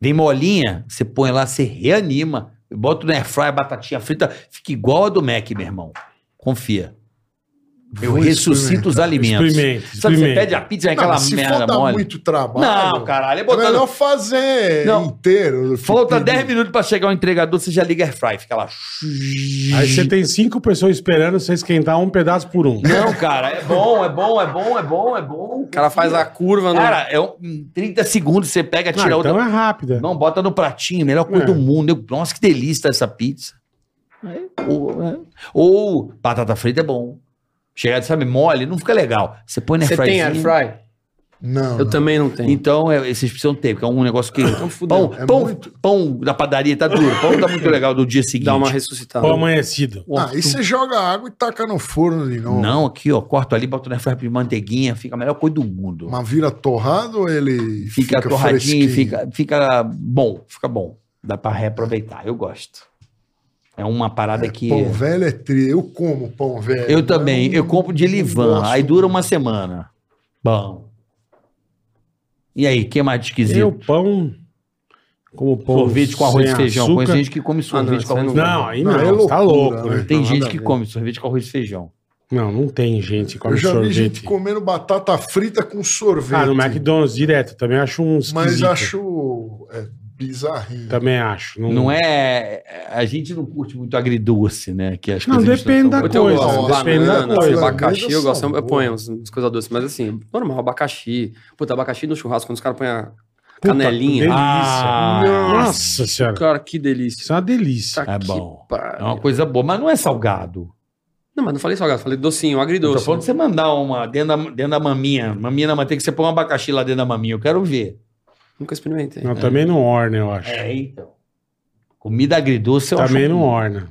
C: Vem molinha, você põe lá, você reanima. Bota no air fry, a batatinha frita, fica igual a do Mac, meu irmão. Confia. Eu
D: Vou
C: ressuscito os alimentos.
B: Experimenta,
C: Sabe, você
B: experimenta.
C: pede a pizza, é
D: Não,
C: aquela
D: mas se for
C: merda
D: dar
C: mole.
D: muito trabalho.
C: Não, caralho, é
D: É melhor
C: botando.
D: fazer
C: Não. tá
D: inteiro.
C: Falta
D: Pedir.
C: 10 minutos pra chegar o entregador, você já liga air fry, fica lá.
B: Aí você tem cinco pessoas esperando você esquentar um pedaço por um.
C: Não, cara, é bom, é bom, é bom, é bom, é bom.
E: O cara faz a curva, né?
C: Cara, é um, em 30 segundos você pega,
B: Ah,
C: tira outra.
B: então é rápida.
C: Não, bota no pratinho, melhor coisa
B: É.
C: do mundo. Eu- nossa, que delícia essa pizza. É, Ou, é. Ou batata frita é bom. Chegar, sabe, mole, não fica legal. Você põe na
E: Você tem air
C: airfryzinha.
E: fry?
D: Não.
E: Eu também não tenho.
C: Então, é, vocês precisam ter, porque é um negócio que.
E: fudeu.
C: pão,
D: É
C: pão,
D: muito.
C: pão da padaria tá duro. Pão tá muito legal do dia seguinte.
E: Dá uma ressuscitada.
B: Pão amanhecido.
C: Um
D: Ah, aí você joga água e taca no forno de novo.
C: Não, aqui, ó, corto ali, boto na airfryer de manteiguinha, fica a melhor coisa do mundo.
D: Mas vira torrado ou ele
C: fica,
D: fica
C: torradinho,
D: fresquinho?
C: fica, fica bom, fica bom. Dá pra reaproveitar, eu gosto. É uma parada que.
D: Pão velho é tri. Eu como pão velho.
C: Eu também.
D: Não-
C: Eu compro de
D: não
C: Livan.
D: gosto.
C: Aí dura uma semana. Bom. E aí, que mais de esquisito?
B: Eu pão. Como pão.
C: sorvete com arroz e
B: sem
C: feijão.
B: açúcar.
C: Conheço gente que come
E: Ah, não,
C: sorvete
E: isso
C: com arroz e
E: aí
C: feijão.
B: Não, aí
D: Não,
B: não.
D: é
B: você tá
D: loucura,
B: louco, né?
D: né?
C: Tem
D: não,
C: gente
D: nada
C: que
D: a ver.
C: come sorvete com arroz e feijão.
B: Não, não tem gente com
D: Eu já vi
B: sorvete.
D: gente comendo batata frita com sorvete.
B: Ah, no McDonald's direto. Também acho um esquisito.
D: Mas acho é, bizarrinho.
B: Também acho.
C: Não é. A gente não curte muito agridoce, né? Que as
B: Não,
C: coisas
B: depende
C: são
B: da
C: tão-
E: Eu tenho eu
B: é coisa,
E: gosto,
B: depende da
E: banana, assim,
B: coisa. né?
E: abacaxi, eu gosto. Eu
B: Sabor.
E: ponho umas, umas coisas doces, mas assim, normal, abacaxi. Puta, abacaxi no churrasco, quando os caras põem a
B: Puta,
E: canelinha.
B: que delícia.
C: Ah,
B: Nossa senhora.
E: Cara, que delícia.
B: Isso é uma delícia.
C: É
E: que
C: bom.
E: pariu.
C: É uma coisa boa, mas não é salgado.
E: Não, mas não falei salgado, falei docinho,
C: Eu tô
E: agridoce.
C: falando de você mandar uma dentro da, dentro da maminha, maminha na manteiga, você põe um abacaxi lá dentro da maminha, eu quero ver.
E: Nunca experimentei.
B: Não, também não orna,
C: É,
B: eu acho. Tá
C: então. Comida agridoce eu acho
B: também não
C: ruim.
B: orna. né?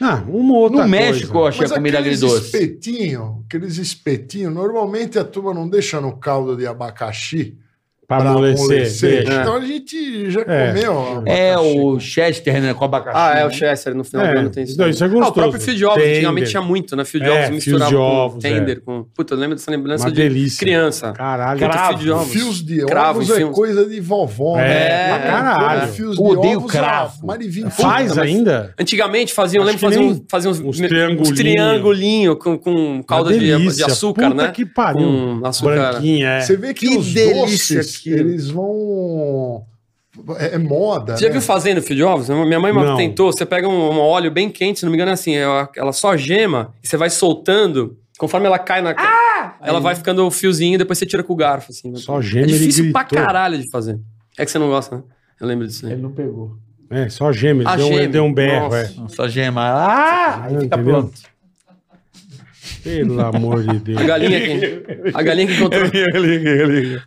B: Ah, uma ou outra
C: no
B: coisa.
C: México eu achei a comida
D: aqueles
C: agridoce.
D: espetinho, aqueles espetinhos, normalmente a turma não deixa no caldo de abacaxi
B: Pra
D: pra
B: amolecer.
D: amolecer.
B: deixa.
D: Então a gente já
B: É.
D: comeu. abacaxi.
C: É o Chester, né? Com abacaxi.
E: Ah, é,
C: né?
E: o Chester no final
B: É,
E: do ano tem isso.
B: não,
E: né?
B: isso é gostoso.
E: Ah, o próprio fio de ovos,
B: Tender.
E: antigamente tinha muito, né? Fio de
B: É,
E: ovos
B: fio
E: misturava
B: de
E: com
B: ovos, é.
E: tender, com... Puta, eu lembro dessa lembrança
B: Uma
E: de
B: delícia.
E: criança.
B: Caralho.
E: Puta,
B: Cravo.
E: fio de ovos.
D: Fios de
E: Cravo
D: ovos
E: em
D: é
E: cima.
D: coisa de vovó,
B: É,
D: né?
E: pra
B: caralho.
D: Fios
C: Eu odeio
D: ah,
C: cravo.
D: mais de 20
B: Faz
D: anos.
B: ainda?
E: Antigamente faziam, eu
B: Acho
E: lembro,
B: que
E: faziam,
B: nem
E: faziam
B: uns
E: me-
B: triangulinho.
E: uns triangulinho com, com calda
B: Uma
E: de- de,
B: delícia.
E: açúcar,
B: Puta
E: né?
B: que pariu.
E: Com açúcar.
B: Branquinha, é.
D: Você vê que,
C: Que
D: os
C: delícia
D: doces,
C: aquilo.
D: eles vão... É, é moda,
E: Você já
D: né?
E: viu fazendo fio de ovos? Minha mãe
B: Não.
E: tentou. Você pega um, um óleo bem quente, se não me engano, é assim, ela ela só gema e você vai soltando. Conforme ela cai na. Ela vai ficando o fiozinho e depois você tira com o garfo, assim.
B: Só
E: É
B: gema ele
E: difícil pra
B: gritou.
E: caralho de fazer. É que você não gosta, né? Eu lembro disso. Né?
C: Ele não pegou.
B: É, só gema. Ele
E: Ah,
B: deu, um- ele
E: gema.
B: deu um berro,
E: Nossa.
B: é.
C: Só gema. Ah! Aí fica
B: Entendeu?
C: pronto.
B: Pelo amor de Deus.
E: A galinha que. A galinha que encontrou.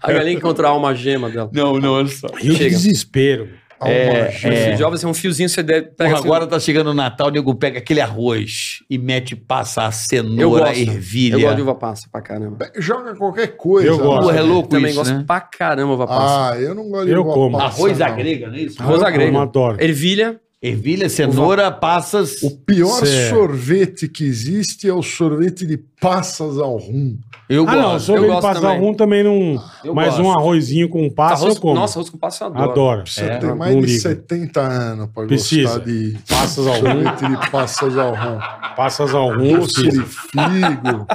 E: A galinha que encontrou a alma gema dela.
C: Não, não, olha só.
B: E o
E: Chega.
B: desespero.
D: É,
E: Mas fio de ovos é um fiozinho, você deve. Pega
C: Porra,
E: assim,
C: agora tá chegando o Natal, o nego pega aquele arroz e mete passa a
E: Eu
C: cenoura,
E: gosto.
C: a ervilha.
E: Eu gosto de uva passa pra caramba.
D: Joga qualquer coisa.
B: Eu
D: né?
B: gosto.
C: Porra, é louco
E: Também
C: isso,
E: gosto
C: né?
E: pra caramba uva passa.
D: Ah, eu não gosto de
B: Eu
D: uva
B: como.
D: passa,
C: Arroz
D: não.
C: agrega, não é isso?
E: Arroz
B: Eu
E: agrega.
B: adoro.
E: Ervilha.
C: Ervilha, cenoura, passas...
D: O pior
B: Cê- é.
D: sorvete que existe é o sorvete de passas ao rum.
C: Eu
B: Ah, não,
C: gosto.
B: sobre
E: gosto
B: passar
E: também.
B: um também não.
C: Eu
B: mais um
C: gosto.
B: arrozinho com passa
E: arroz,
B: eu como.
E: Nossa, arroz com passa eu adoro.
B: adoro.
D: Você
C: É,
D: tem
B: não
D: mais de
B: ligo.
D: 70 anos para
B: Precisa.
D: gostar de
B: Passas ao rum.
D: sorvete de passas ao rum.
B: Passas ao rum.
D: Doce de figo.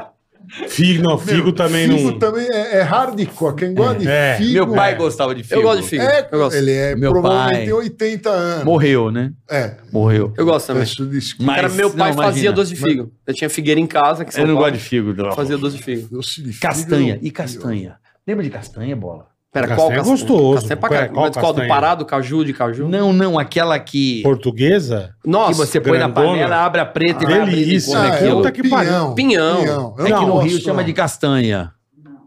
B: Figo, não, figo também
D: figo
B: não.
D: também é, é hardcore. Quem gosta de
B: É.
D: figo...
C: Meu pai
D: é-
C: gostava de figo.
E: Eu gosto de figo.
D: É,
E: eu gosto.
D: Ele é
C: Meu
D: provavelmente
C: pai.
D: tem 80 anos.
C: Morreu, né?
D: É,
C: Morreu.
E: Eu gosto também.
D: peço desculpa.
C: Mas,
E: Cara, É meu
C: não,
E: pai fazia
C: imagina.
E: doce de figo. Eu tinha figueira em casa, que em São
C: Eu não
E: Paulo,
C: gosto de figo. Drauzio.
E: Fazia doce de figo.
D: Doce de figo.
C: Castanha. E castanha? Lembra de castanha, bola?
E: Pera,
B: Castanha
E: qual
B: é
E: castanha?
B: gostoso.
E: Castanha pra
B: Pera,
E: caralho.
B: qual
E: Mas qual? Do
B: castanha?
E: Pará, do caju, de caju?
C: Não, não. Aquela que,
B: Portuguesa?
C: que
E: Nossa,
C: você põe na
B: grandona.
C: panela, abre a preta e vai abrindo e
B: delícia.
C: come
D: Ah, é
C: aquilo.
D: o
B: Puta que pariu.
D: pinhão.
E: Pinhão.
C: É
D: Eu
C: que
D: não
C: no
D: gosto,
C: Rio chama
D: não.
C: de castanha.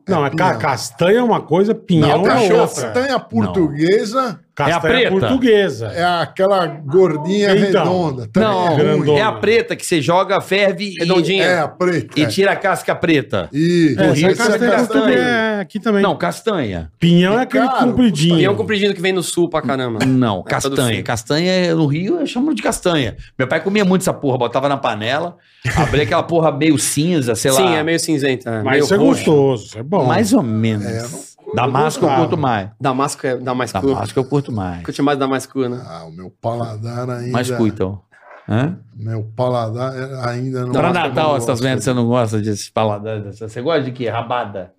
B: Não, é ca-
D: pinhão.
B: castanha é uma coisa, pinhão
D: Não,
B: é
D: a
B: outra.
D: castanha portuguesa
B: Castanha
C: É a preta?
B: portuguesa.
D: é aquela gordinha
B: Então.
D: redonda. também
C: Não,
D: é ruim.
B: grandona.
C: é a preta que você joga, ferve e-
E: Redondinha.
D: É, a preta.
C: e,
D: é.
C: tira a casca preta.
D: Isso.
B: É,
C: No
B: essa
C: Rio,
B: é
D: Essa é
B: castanha
C: castanha.
B: portuguesa é aqui também.
C: Não, castanha.
B: Pinhão é aquele
D: Cara,
B: compridinho.
E: Pinhão compridinho que vem no sul pra caramba.
C: Não,
E: É, todo
C: castanha.
E: frio.
C: Castanha no Rio eu chamo de castanha. Meu pai comia muito essa porra, botava na panela, abria aquela porra meio cinza, sei lá.
E: Sim, é meio cinzenta. é.
B: Mas
E: meio
B: isso é
E: roxo.
B: gostoso, isso é bom.
C: Mais um ou menos.
B: É,
C: Damasco eu
B: gostava.
C: curto mais.
E: Damasco é damasco.
C: Damasco eu curto mais.
E: Curte mais damasco, né?
D: Ah, o meu paladar ainda.
C: Mas cu, então. Hã?
D: Meu paladar é ainda não.
C: Pra
B: é
D: não
C: Natal,
D: gosto.
C: você tá vendo, você não gosta desses paladares? Você gosta de quê? Rabada?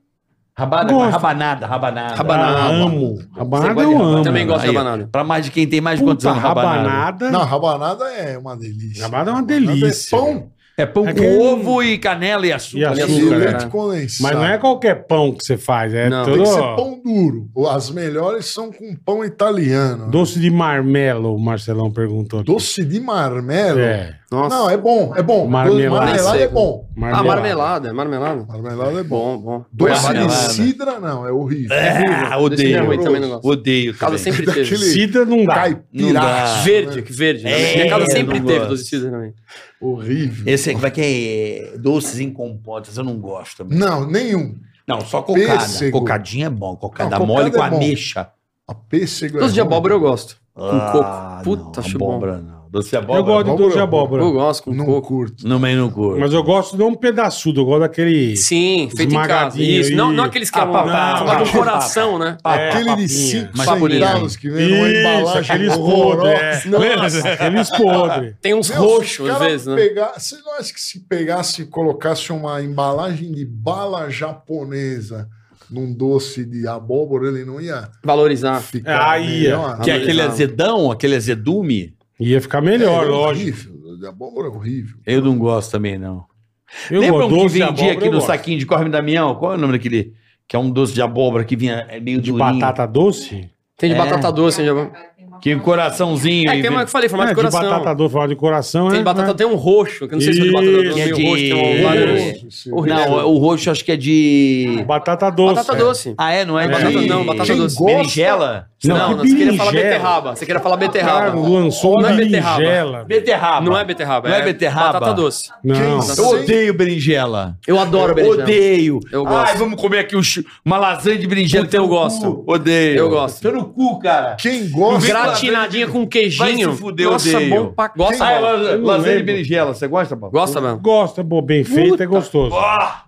C: Rabada,
B: Gosto.
C: rabanada, rabanada.
E: Rabanada.
B: Ah, amo.
C: Você gosta
B: Rabanada
C: de
B: eu
C: rabanada?
B: amo.
E: Também gosto de
C: Aí,
E: rabanada.
C: Pra mais de quem tem mais de quantos
B: Puta,
C: anos, rabanada.
B: rabanada.
D: Não, rabanada é uma delícia.
B: Rabanada é uma delícia.
D: É pão
C: É pão
B: É
C: com
B: que-
C: ovo e canela e açúcar.
B: E açúcar.
D: e
E: açúcar,
D: leite
E: né?
B: Mas
D: condensado.
B: não é qualquer pão que você faz, é
E: Não.
D: Tem
B: todo
D: que ser pão duro. As melhores são com pão italiano.
B: doce de marmelo, o Marcelão perguntou. aqui.
D: Doce de marmelo.
B: É,
E: Nossa.
D: Não, é bom, é bom.
B: Marmelada.
D: Marmelada é
E: Seco.
D: bom.
E: Ah, marmelada, é marmelada.
D: Marmelada é bom.
E: Bom, bom.
D: Doce
E: Goiabada.
D: de
C: Marmelada.
D: cidra, não, é horrível.
C: Ah,
E: Doce de minha
C: odeio.
E: mãe também Ah, não gosto.
C: Odeio
E: Casa
C: também.
E: sempre teve.
D: Daquele-
B: Cida não dá.
C: Não dá.
D: Caipirá.
E: Verde, que verde. né?
C: É,
E: Minha casa
C: eu
E: sempre
C: não
E: teve
C: gosto.
E: doce de cidra também.
D: Horrível.
C: Esse aqui vai que é doces em compotas, eu não gosto também.
D: Não, nenhum.
C: Não, só cocada.
D: Pêssego.
C: Cocadinha é bom, cocada
D: Não,
C: mole
D: cocada
C: com
D: é bom.
C: ameixa.
D: A pêssego
E: Doce de
D: é ruim.
E: abóbora eu gosto. Com
C: Ah,
E: coco. Puta,
C: não,
E: acho bom.
C: abóbora, não. Doce de abóbora.
B: Eu gosto de doce de abóbora.
D: abóbora.
E: Eu gosto com
D: Não
E: coco.
D: curto.
C: Não, mas não curto.
B: Mas eu gosto de um pedaçudo, eu gosto daquele.
E: Sim, feito em casa.
B: Esmagadinho,
E: Isso. Não,
B: e-
E: não aqueles que
C: Ah,
E: é uma,
C: papá,
E: uma do
B: papá.
E: coração, né?
B: É,
D: Aquele
B: papinha.
D: de 5
C: Mas bonito.
D: centavos que vem numa
B: Isso,
D: é embalagem
B: aqueles podres.
D: horrorosa.
B: É. Nossa, Aqueles podres.
E: Tem uns
D: Meu, se
E: roxos,
D: o
E: às
D: É, cara
E: vezes, né?
D: pegar- Você não acha que se pegasse e colocasse uma embalagem de bala japonesa num doce de abóbora, ele não ia
E: Valorizar.
D: ficar
B: Aí,
D: melhor?
C: Que é
E: Não,
C: aquele
E: não.
C: azedão, aquele azedume.
B: Ia ficar
D: É,
B: melhor,
D: é
B: lógico.
D: horrível. De abóbora é horrível.
C: Eu não gosto também, não.
B: Eu
C: Lembra
B: gosto,
C: um que
B: doce de
C: vendia
B: abóbora
C: aqui
B: eu
C: no
B: gosto.
C: saquinho de Corme Damião? Qual é o nome daquele? Que é um doce de abóbora que vinha é meio
B: De
C: durinho.
B: batata doce?
E: Tem de
C: É.
E: batata doce, tem de abóbora.
C: Que um coraçãozinho.
E: É,
C: aí,
E: tem uma que eu falei, formato
B: É,
E: de
B: de
E: coração.
B: batata doce, falar de coração,
E: tem
B: é.
E: batata, tem um roxo, que eu não sei se é de batata doce,
B: Isso.
E: tem um roxo, tem
C: É.
E: um laranja.
D: Isso,
C: vem- Não, o o roxo acho que é de.
B: Batata doce.
E: Batata
B: é.
E: doce.
C: Ah, é? Não é,
E: Batata
C: de.
E: não, batata
D: Quem
E: doce.
D: gosta-
C: Berinjela?
B: Não,
E: Não,
B: que
E: não, você queria falar
B: berinjela.
E: beterraba. Você queria falar
B: Cara,
E: beterraba.
B: lançou
E: Não
B: uma
E: é beterraba.
B: berinjela.
C: Beterraba.
E: Não é beterraba,
C: Não é beterraba?
E: Batata doce.
B: Não.
D: Quem-
C: Eu odeio berinjela.
E: Eu adoro
C: Eu
E: berinjela.
C: odeio.
E: Eu gosto.
C: Ai, vamos comer aqui um chu- uma lasanha de berinjela.
E: Puta, eu
C: Teu cu.
E: gosto.
C: Odeio.
E: Eu gosto.
C: Tô no cu, cara.
D: Quem gosta.
E: Gratinadinha com queijinho.
C: Vai se fuder,
E: Nossa,
C: odeio.
E: bom pra... Gosta,
C: Ah, é
E: Paulo?
C: la-
B: Eu não
C: lasanha de
B: lembro.
C: berinjela. Você gosta, Paulo?
E: Gosta mesmo?
B: Gosta, pô, bem feito, é gostoso.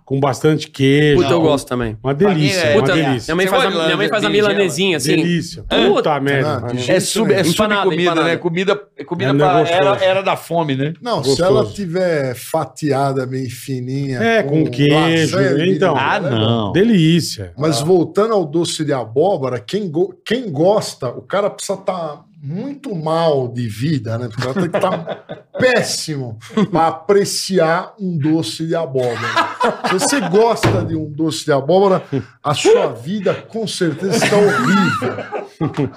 B: Com bastante queijo.
E: Puta, eu gosto também.
B: Uma delícia,
C: Pra mim é-
B: uma
E: Puta,
B: delícia.
E: minha mãe
C: Você
E: faz, a,
C: gosta de
E: minha mãe faz a
C: berinjela?
E: milanesinha, assim.
B: Delícia.
E: Puta.
B: Puta merda.
D: Ah,
C: É sub, é sub
E: Empanada,
C: comida,
E: empanada.
C: né? Comida, é comida
B: É, não é
C: pra-
B: gostoso.
C: era, era da fome, né?
D: Não, se
B: Gostoso.
D: ela tiver fatiada bem fininha.
B: É, com queijo,
D: lasanha de
B: então.
D: milho,
C: Ah,
D: né?
C: não.
B: Delícia.
D: Mas voltando ao doce de abóbora, quem, go- quem gosta, o cara precisa estar muito mal de vida, né? O cara tem que estar péssimo para apreciar um doce de abóbora. Se você gosta de um doce de abóbora, a sua vida com certeza está horrível.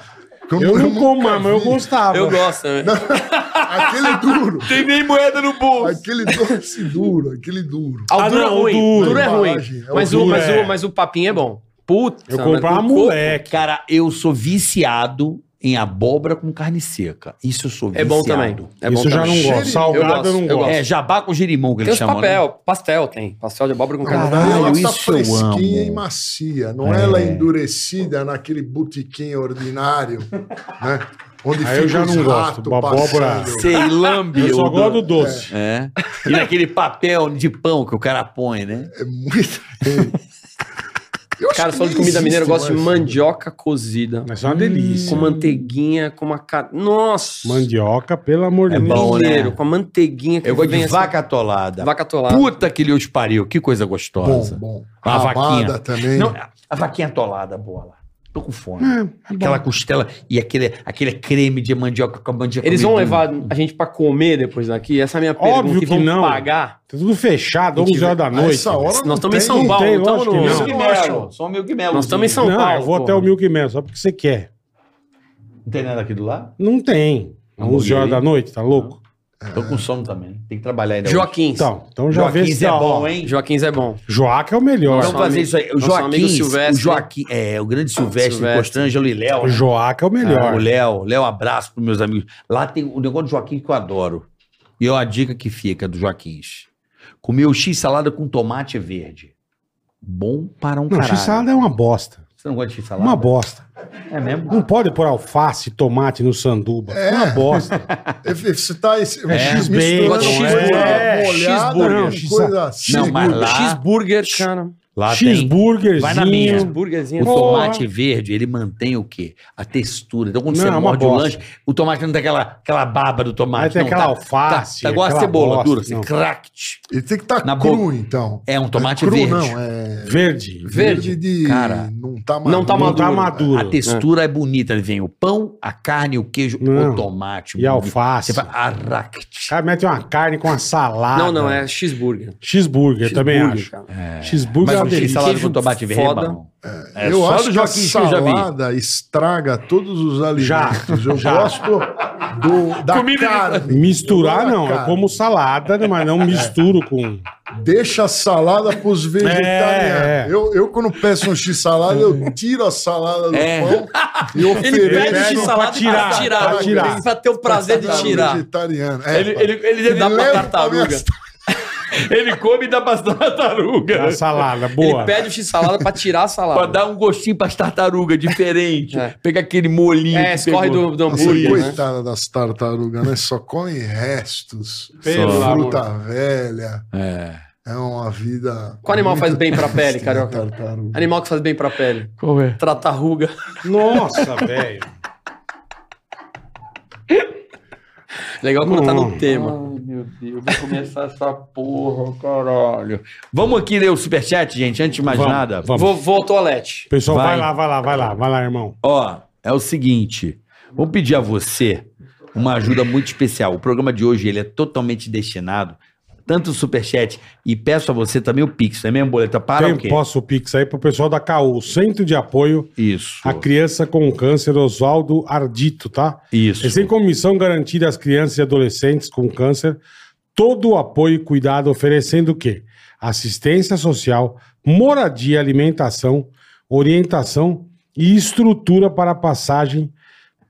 B: Eu não
D: nunca
B: como, mas eu
D: vi.
C: Ah,
B: gostava.
E: Eu gosto né? também.
D: Aquele duro,
C: Tem nem moeda no bolso.
D: aquele doce duro, aquele duro.
E: Ah,
B: Ah,
E: o duro é
B: não, o
E: ruim.
B: duro.
E: O duro é ruim.
D: Embalagem, é
E: Mas
B: o
E: o,
B: duro,
E: mas,
B: é.
E: o, mas o papinho é bom. Puta.
B: Eu
E: mas
B: comprava
E: o coco
B: moleque.
C: Cara, eu sou viciado em abóbora com carne seca. Isso eu sou
E: É
C: viciado.
E: bom também. É bom
B: Isso eu já
E: também.
B: não gosto.
D: Cheiro-
B: Salgado eu,
E: eu gosto,
B: não
E: eu
B: gosto.
C: É, jabá com gerimão que
E: Tem
C: eles
E: os
C: chamam, né?
E: papel. Pastel tem. Pastel de abóbora com carne.
C: Caralho,
D: ela tá
C: isso eu amo.
D: fresquinha e macia, não é
C: É.
D: ela endurecida naquele botequim ordinário, né? Onde
C: Ah,
B: Aí eu já
D: os
B: não gosto,
D: ratos
B: babóbora.
D: passando.
C: né? Sei, lambe.
B: Eu só
C: o
B: gosto do
C: do-
B: doce.
C: É. E naquele papel de pão que o cara põe, né?
D: É muito. Eu acho
E: Cara,
D: que
E: falando de
D: nem
E: comida mineira, eu
D: existe
E: gosto de
D: mais.
E: mandioca cozida.
B: Mas é uma delícia.
E: Com manteiguinha, com uma cara. Nossa!
B: É. Mandioca, pelo amor de
C: É
B: Deus.
C: bom, né?
E: Mineiro, com a manteiguinha que
C: Eu gosto de
E: vem assim,
C: vaca atolada.
E: vaca atolada.
C: Puta que lhe os pariu. Que coisa gostosa.
D: Bom, bom.
C: Uma
D: Rabada
C: vaquinha.
D: também.
C: Não, a vaquinha atolada, bola. Tô com fome. Aquela Ah, costela e aquele, aquele creme de mandioca com a mandioca.
E: Eles vão
C: meio-
E: levar a gente pra comer depois daqui? Essa é a minha pergunta.
B: Óbvio
E: que
B: que
E: vão
B: não.
E: pagar?
B: Tá tudo fechado,
E: Tem que
B: 11 horas da
D: A
B: noite.
D: Essa hora
E: Nós
D: não
E: estamos em
D: tem.
E: São
B: não
E: Paulo,
B: tem,
E: não estamos
B: lógico
E: no.
B: que
C: Milk
B: Eu
C: um Melo. Só Milk Melo.
E: Nós estamos em São
B: Não,
E: Paulo.
B: eu vou até
E: porra.
B: o Milk Man, só porque você quer.
C: Não tem nada aqui do lado?
B: Não tem.
C: Hambúrguer
B: 11 horas
C: aí?
B: da noite, tá louco?
C: Tô com sono também. Tem que trabalhar ainda. hoje.
E: Joaquins.
B: Então, então já vê
C: Joaquins
B: se
C: é
B: dá, ó.
C: bom, hein?
E: Joaquins é bom.
B: Joaca é o melhor.
C: Vamos
E: Nosso
C: fazer
E: amigo-
C: isso aí. O
E: nosso
C: Joaquim,
E: amigo Silvestre.
C: o Joaquim, é, o grande Silvestre,
E: Silvestre.
C: Constrangelo e Léo. né?
B: Joaca é o melhor.
C: O Léo, Léo, abraço pros meus amigos. Lá tem o negócio do Joaquim que eu adoro. E é a dica que fica do Joaquim. Comer o X salada com tomate verde. Bom para um
B: não,
C: caralho.
B: x-salada é uma bosta.
C: Você não gosta de X salada?
B: Uma bosta.
C: É mesmo?
B: Não pode pôr alface, tomate no sanduba. É uma bosta.
D: É, Você tá esse,
C: É,
D: misturando
E: bacon,
D: coisa
E: é,
D: molhada
E: cheeseburger.
D: com
B: Não, cheese-
D: coisa assim.
C: Não, mas lá,
E: Cheeseburger, cara.
C: lá tem Vai na minha.
B: Cheeseburgerzinho.
E: Cheeseburgerzinho. é
C: o
B: Porra.
C: tomate verde, ele mantém o quê? A textura. Então quando
B: Não,
C: você
B: é uma
C: morde o
B: bosta.
C: lanche, o tomate não tem aquela, aquela baba do tomate.
B: Aí tem
C: não,
B: aquela alface,
C: Tá, tá igual a
B: aquela
C: cebola
B: bosta,
C: dura, assim,
B: não.
C: cracked.
D: Ele tem que estar
C: Na
D: cru,
C: boca.
D: então.
C: É um tomate
D: cru,
C: verde.
D: não, é
B: Verde.
D: verde de.
C: Cara,
D: não tá maduro.
E: não tá
B: Não tá maduro.
C: A textura é. bonita. Ele vem o pão, a carne, o queijo,
B: Não.
C: o tomate.
B: E
C: o- Você
B: alface.
C: fala "Ah, arract.
B: O cara mete uma carne com uma salada.
E: Não, não, é cheeseburger.
B: Cheeseburger, eu também
E: Cheeseburger,
B: acho.
E: cara.
B: Cheeseburger é uma
C: Mas o
B: delícia.
C: salada
E: Queijo
C: com tomate verde
E: foda.
C: é bom. É
D: eu
C: só do
D: acho que a
C: Joaquim que eu já vi.
D: salada estraga todos os alimentos. eu
B: já.
D: gosto do, da
C: Comida de-
D: carne.
B: Misturar,
D: Eu gosto da
B: não. Eu
D: carne.
B: como salada, né, mas não
C: É.
B: misturo com.
D: Deixa a salada pros vegetarianos.
B: É, é.
D: Eu, eu, quando peço um x-salada, eu tiro a salada do
C: É.
D: pão e ofereço.
E: Ele pede
B: pega
E: o
B: né? pra
E: x-salada e
B: tirar,
E: pra tirar.
B: pra tirar.
E: Ele Vai ter o prazer de tirar.
D: Vegetariano. É,
C: ele
E: dá pra
D: leva
E: tartaruga.
D: minha-
C: Ele come e dá pra tartaruga.
B: A salada,
E: Ele
B: boa.
E: pede o x-salada pra tirar a
C: Pra
E: salada.
C: dar um gostinho pras tartarugas diferente.
E: É.
C: Pega aquele molinho.
E: É,
C: que
E: escorre
C: pegou.
E: do, do
D: Nossa,
E: hambúrguer, né?
D: coitada das tartarugas, né? Só come restos.
B: Pelo
D: fruta
B: amor.
D: velha.
C: É.
D: É uma vida.
E: Qual animal
D: muito
E: faz bem pra pele,
D: triste,
E: carioca?
D: né, Tartaruga.
E: Animal que faz bem pra pele.
C: Qual é?
E: Tratarruga.
B: Nossa, velho.
E: Legal quando tá
B: Hum.
E: no tema.
C: Ai, meu Deus, vou começar essa porra, caralho. Vamos aqui ler o superchat, gente, antes de mais
B: Vamos,
C: nada.
B: vamos.
E: Vou, vou ao toalete.
B: Pessoal, vai.
C: Vai.
B: lá, vai lá, vai lá, vai lá, irmão.
C: Ó, é o seguinte, vou pedir a você uma ajuda muito especial. O programa de hoje, ele é totalmente destinado tanto o superchat e peço a você também o Pix, não é mesmo, Boleta? Para o
B: Tem,
C: quê?
B: posso o Pix aí pro pessoal da CAU, Centro de Apoio
C: Isso.
B: à Criança com Câncer, Oswaldo Ardito, tá?
C: Isso.
B: E sem comissão garantida às crianças e adolescentes com câncer, todo o apoio e cuidado oferecendo o quê? Assistência social, moradia, alimentação, orientação e estrutura para a passagem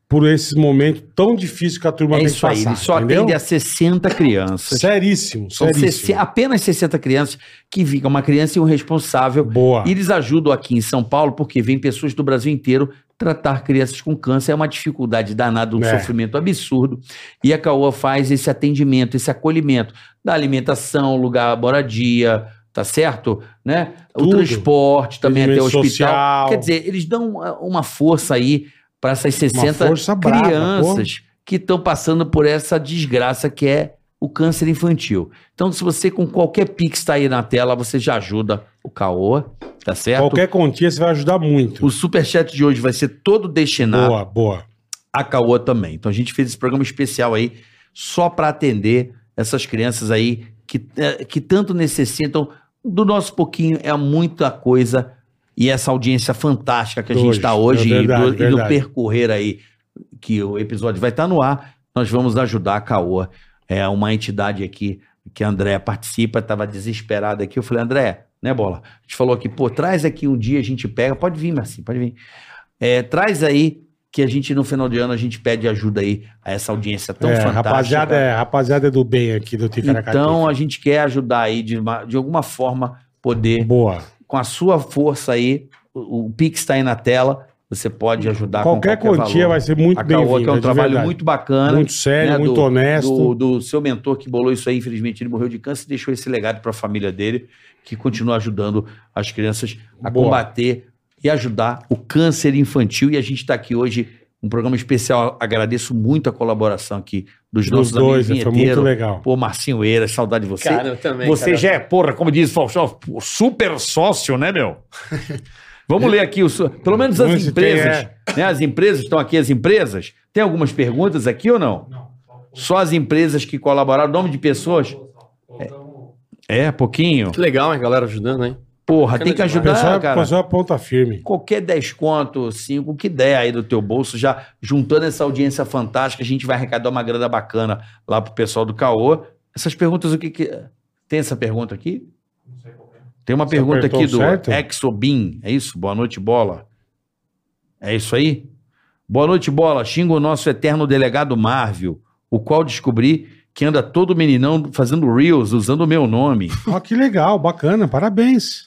B: por esse momento tão difícil que a turma
C: É
B: tem
C: isso
B: que
C: aí,
B: passar,
C: ele só
B: entendeu?
C: atende a Então, 60 crianças.
B: Seríssimo,
C: São
B: seríssimo.
C: 60 apenas 60 crianças que fica uma criança e um responsável.
B: Boa.
C: E eles ajudam aqui em São Paulo porque vem pessoas do Brasil inteiro tratar crianças com câncer. É uma dificuldade danada, um
B: É.
C: sofrimento absurdo. E a Caoa faz esse atendimento, esse acolhimento da alimentação, lugar, moradia, tá certo? Né? O
B: Tudo.
C: transporte também até o
B: Atendimento
C: hospital.
B: social.
C: Quer dizer, eles dão uma- uma força aí para essas 60
B: força brava,
C: crianças que estão passando por essa desgraça que é o câncer infantil. Então, se você com qualquer pix está aí na tela, você já ajuda o Caoa, tá certo?
B: Qualquer quantia você vai ajudar muito.
C: O superchat de hoje vai ser todo destinado
B: Boa, boa.
C: a Caoa também. Então, a gente fez esse programa especial aí só para atender essas crianças aí que, eh, que tanto necessitam do nosso pouquinho, é muita coisa. E essa audiência fantástica que a
B: Do
C: gente
B: hoje.
C: está hoje
B: É
C: e do- e,
B: verdade,
C: do,
B: verdade.
C: percorrer aí, que o episódio vai estar no ar, nós vamos ajudar a Caoa. É uma entidade aqui que a Andréa participa, estava desesperada aqui. Eu falei, André, né, Bola? A gente falou aqui, pô, traz aqui um dia, a gente pega. Pode vir, Marcinho, pode vir. É, traz aí que a gente, no final de ano, a gente pede ajuda aí a essa audiência tão
B: É,
C: fantástica.
B: rapaziada, é, rapaziada do bem aqui do Ticaracati.
C: Então a gente quer ajudar aí de, uma- de alguma forma poder,
B: boa.
C: com a sua força aí, o, o Pix está aí na tela, você pode ajudar
B: Qualquer,
C: com qualquer
B: quantia
C: valor.
B: vai ser muito
C: A Caoa,
B: bem-vinda.
C: que é um
B: de
C: trabalho
B: verdade.
C: muito bacana.
B: Muito sério,
C: né,
B: muito
C: do- Do,
B: honesto.
C: do seu mentor que bolou isso aí, infelizmente ele morreu de câncer e deixou esse legado para a família dele, que continua ajudando as crianças a
B: Boa.
C: combater e ajudar o câncer infantil. E a gente está aqui hoje, um programa especial. Agradeço muito a colaboração aqui dos
B: Dos
C: nossos
B: dois,
C: amigos
B: né, foi muito
C: vinheteiros.
B: legal.
C: Pô, Marcinho Eira, saudade de você.
E: Cara, eu também.
C: você
E: cara.
C: já é, porra, como diz o Faustão, super sócio, né, meu? Vamos ler aqui, o, su- pelo menos as
B: Vamos ver se tem,
C: empresas. né, as empresas, estão aqui as empresas. Tem algumas perguntas aqui ou não? Não. Só as empresas que colaboraram, nome de pessoas? É, é, pouquinho.
E: Que legal, hein, galera ajudando, hein?
C: Porra, tem
E: Bacana
C: que
E: demais.
B: O pessoal,
C: ajudar,
B: o
C: Ah, cara.
B: pessoal é ponta firme.
C: Qualquer 10 conto, 5, o que der aí do teu bolso, já juntando essa audiência fantástica, a gente vai arrecadar uma grana bacana lá pro pessoal do Caô. Essas perguntas, o que que... Tem essa pergunta aqui? Tem uma
B: Você
C: pergunta
B: apertou
C: aqui do
B: certo?
C: Exobin, é isso? Boa noite, bola. É isso aí? Boa noite, bola. Xinga o nosso eterno delegado Marvel, o qual descobri que anda todo meninão fazendo reels usando o meu nome.
B: Ó, que legal, bacana, parabéns.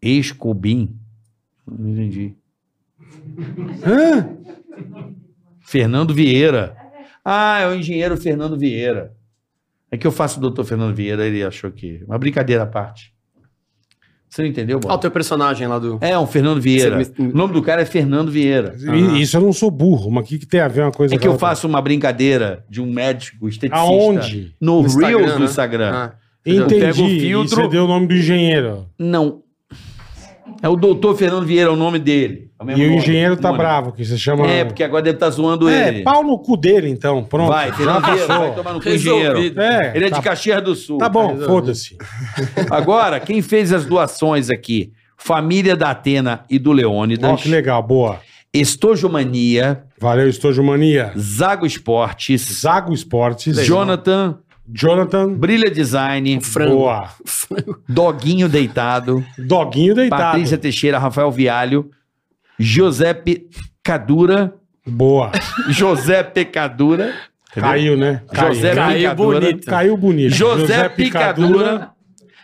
C: Escobim. Não entendi.
B: Hã?
C: Fernando Vieira. Ah, é o engenheiro Fernando Vieira. É que eu faço o doutor Fernando Vieira, ele achou que. Uma brincadeira à parte. Você não entendeu,
E: Ah, o
C: Bola?
E: teu personagem lá do.
C: É, um Fernando Vieira.
E: Você me-
C: O nome do cara é Fernando Vieira.
B: I- Isso eu não sou burro, mas o que, que tem a ver uma coisa
C: É que
B: com a
C: eu
B: outra?
C: faço uma brincadeira de um médico esteticista.
B: Aonde?
C: No,
E: No Instagram,
C: Reels do
E: né?
B: É.
C: Instagram.
E: Ah, entendeu?
B: Entendi.
C: pego o
B: e
C: filtro-
B: Você deu o nome do engenheiro.
C: Não. É o doutor Fernando Vieira, é o nome dele. É mesmo
B: e o
C: nome,
B: engenheiro tá
C: nome.
B: bravo, que você chama.
C: É, porque agora deve estar zoando
B: É,
C: ele.
B: pau no cu dele, então. Pronto.
C: Vai,
B: já
C: Fernando Vieira, vai
B: passou.
C: tomar no cu, engenheiro.
E: Resolvido.
B: É,
C: Ele é
B: tá,
C: de Caxias do Sul.
B: Tá bom, foda-se.
C: Agora, quem fez as doações aqui? Família da Atena e do
B: Ó,
C: Leônidas,
B: que legal, boa.
C: Estojomania,
B: Valeu, Estojo Mania.
C: Zago Esportes,
B: Zago Esportes.
C: Jonathan,
B: Jonathan.
C: Brilha Design,
B: Boa.
C: Doguinho Deitado,
B: Doguinho deitado.
C: Patrícia Teixeira, Rafael Vialho, Giuseppe Cadura,
B: Boa.
C: Giuseppe Cadura,
B: Caiu, né? Caiu.
C: José
E: Caiu
C: Picadura,
E: bonito.
B: Caiu bonito.
C: José Picadura,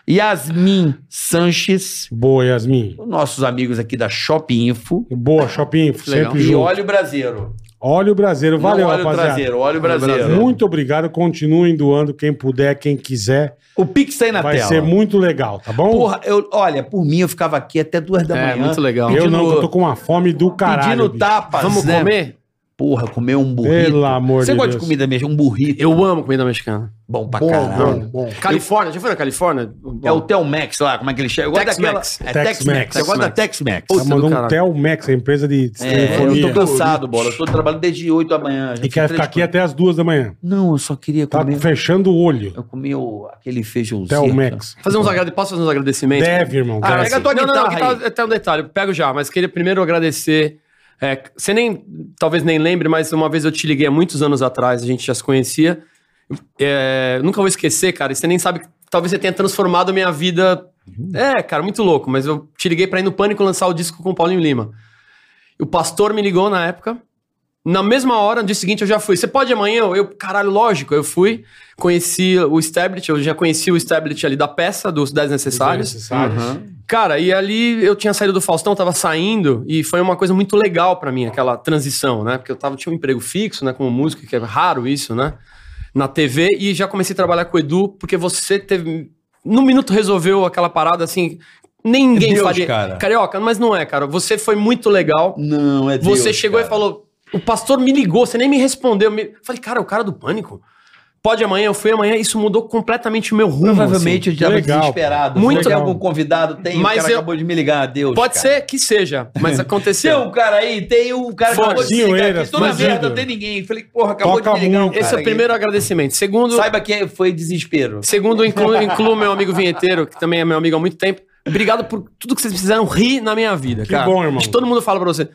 C: Yasmin Sanches,
B: Boa, Yasmin.
C: nossos amigos aqui da Shop Info,
B: Boa, Shopping. Info,
E: Legal.
B: Sempre
C: e
B: junto.
C: Óleo Braseiro.
B: Olha o Brasileiro. Valeu,
C: Não óleo
B: rapaziada.
C: traseiro, óleo brasileiro.
B: Muito obrigado. Continuem doando quem puder, quem quiser.
C: O Pix tá aí na
B: Vai
C: tela.
B: ser muito legal, tá bom?
C: Porra, eu, olha, por mim eu ficava aqui até duas da
E: É,
C: manhã.
E: muito legal.
B: eu
C: pedindo-
B: não, que eu tô com uma fome do caralho.
C: Pedindo
B: bicho.
C: tapas.
E: Vamos
C: né?
E: comer?
C: Porra, comer um burrito.
B: Pelo amor
C: Você
B: de
C: gosta de
B: Deus.
C: comida mesmo? Um burrito.
E: Eu amo comida mexicana.
C: Bom pra caralho.
D: Bom, bom, bom.
E: Califórnia, já foi na Califórnia?
C: É o Telmex lá, como é que ele chama? Eu gosto daquela.
E: Tex-Mex.
C: É
B: Tex-Mex.
C: Tex-Mex. Eu gosto da Tex-Mex.
B: Ela
E: Puta do
B: mandou um
E: caralho.
B: Telmex, a empresa de
C: É, eu
B: telefonia.
C: tô cansado, bola. Eu tô trabalhando desde 8 da manhã. já
B: E quer
C: fiz três
B: ficar aqui
C: coisas.
B: até as duas da manhã.
C: Não, eu só queria
B: Tá
C: comer.
B: fechando o olho.
C: Eu comi o- aquele feijãozinho.
B: Telmex.
E: Fazer uns agrade... Posso fazer uns agradecimentos?
B: Deve, irmão.
E: Ah,
B: deve.
C: pega a tua
E: não, não,
C: guitarra
E: não,
C: aí.
E: que tá- até um detalhe, eu pego já, mas queria primeiro agradecer. é, você nem, talvez nem lembre, mas uma vez eu te liguei há muitos anos atrás, a gente já se conhecia. É, nunca vou esquecer, cara, e você nem sabe, que talvez você tenha transformado a minha vida.
C: Uhum.
E: É, cara, muito louco, mas eu te liguei pra ir no Pânico lançar o disco com o Paulinho Lima. E o pastor me ligou na época. Na mesma hora, no dia seguinte, eu já fui. Você pode amanhã? Eu, caralho, lógico, eu fui. Conheci o Stablet, eu já conheci o Stablet ali da peça, dos 10 Necessários.
B: Necessários.
E: Cara, e ali eu tinha saído do Faustão, tava saindo, e foi uma coisa muito legal pra mim, aquela transição, né? Porque eu tava, tinha um emprego fixo, né? Como músico, que é raro isso, né? Na TV, e já comecei a trabalhar com o Edu, porque você teve. Num minuto resolveu aquela parada assim. nem Ninguém
C: É Deus,
E: faria.
C: cara.
E: Carioca, mas não é, cara. Você foi muito legal.
C: Não, é Deus,
E: Você chegou
C: cara.
E: e falou: o pastor me ligou, você nem me respondeu. Me... Falei, cara, é o cara do pânico. Pode amanhã, eu fui amanhã, isso mudou completamente o meu rumo. assim.
C: Provavelmente é eu tava
B: Legal,
C: desesperado.
E: Muito
C: Tem
B: legal.
C: algum convidado tem,
E: Mas
C: o cara
E: eu-
C: acabou de me ligar, Deus.
E: Pode
C: cara.
E: ser que seja, mas
C: Tem
E: aconteceu.
C: um cara aí, tem um cara que acabou de
B: Forcinho,
C: me ligar
B: Eiras,
C: aqui, toda
B: bandido.
C: merda, não tem ninguém. Falei, porra, acabou
B: Toca
C: de me ligar um
B: muito.
E: Esse
C: cara
E: é o primeiro é agradecimento. Segundo,
C: Saiba que foi desespero.
E: segundo incluo, incluo meu amigo vinheteiro, que também é meu amigo há muito tempo. Obrigado por tudo que vocês fizeram rir na minha vida,
B: Que
E: cara.
B: bom, irmão.
E: Acho que Todo mundo fala pra você.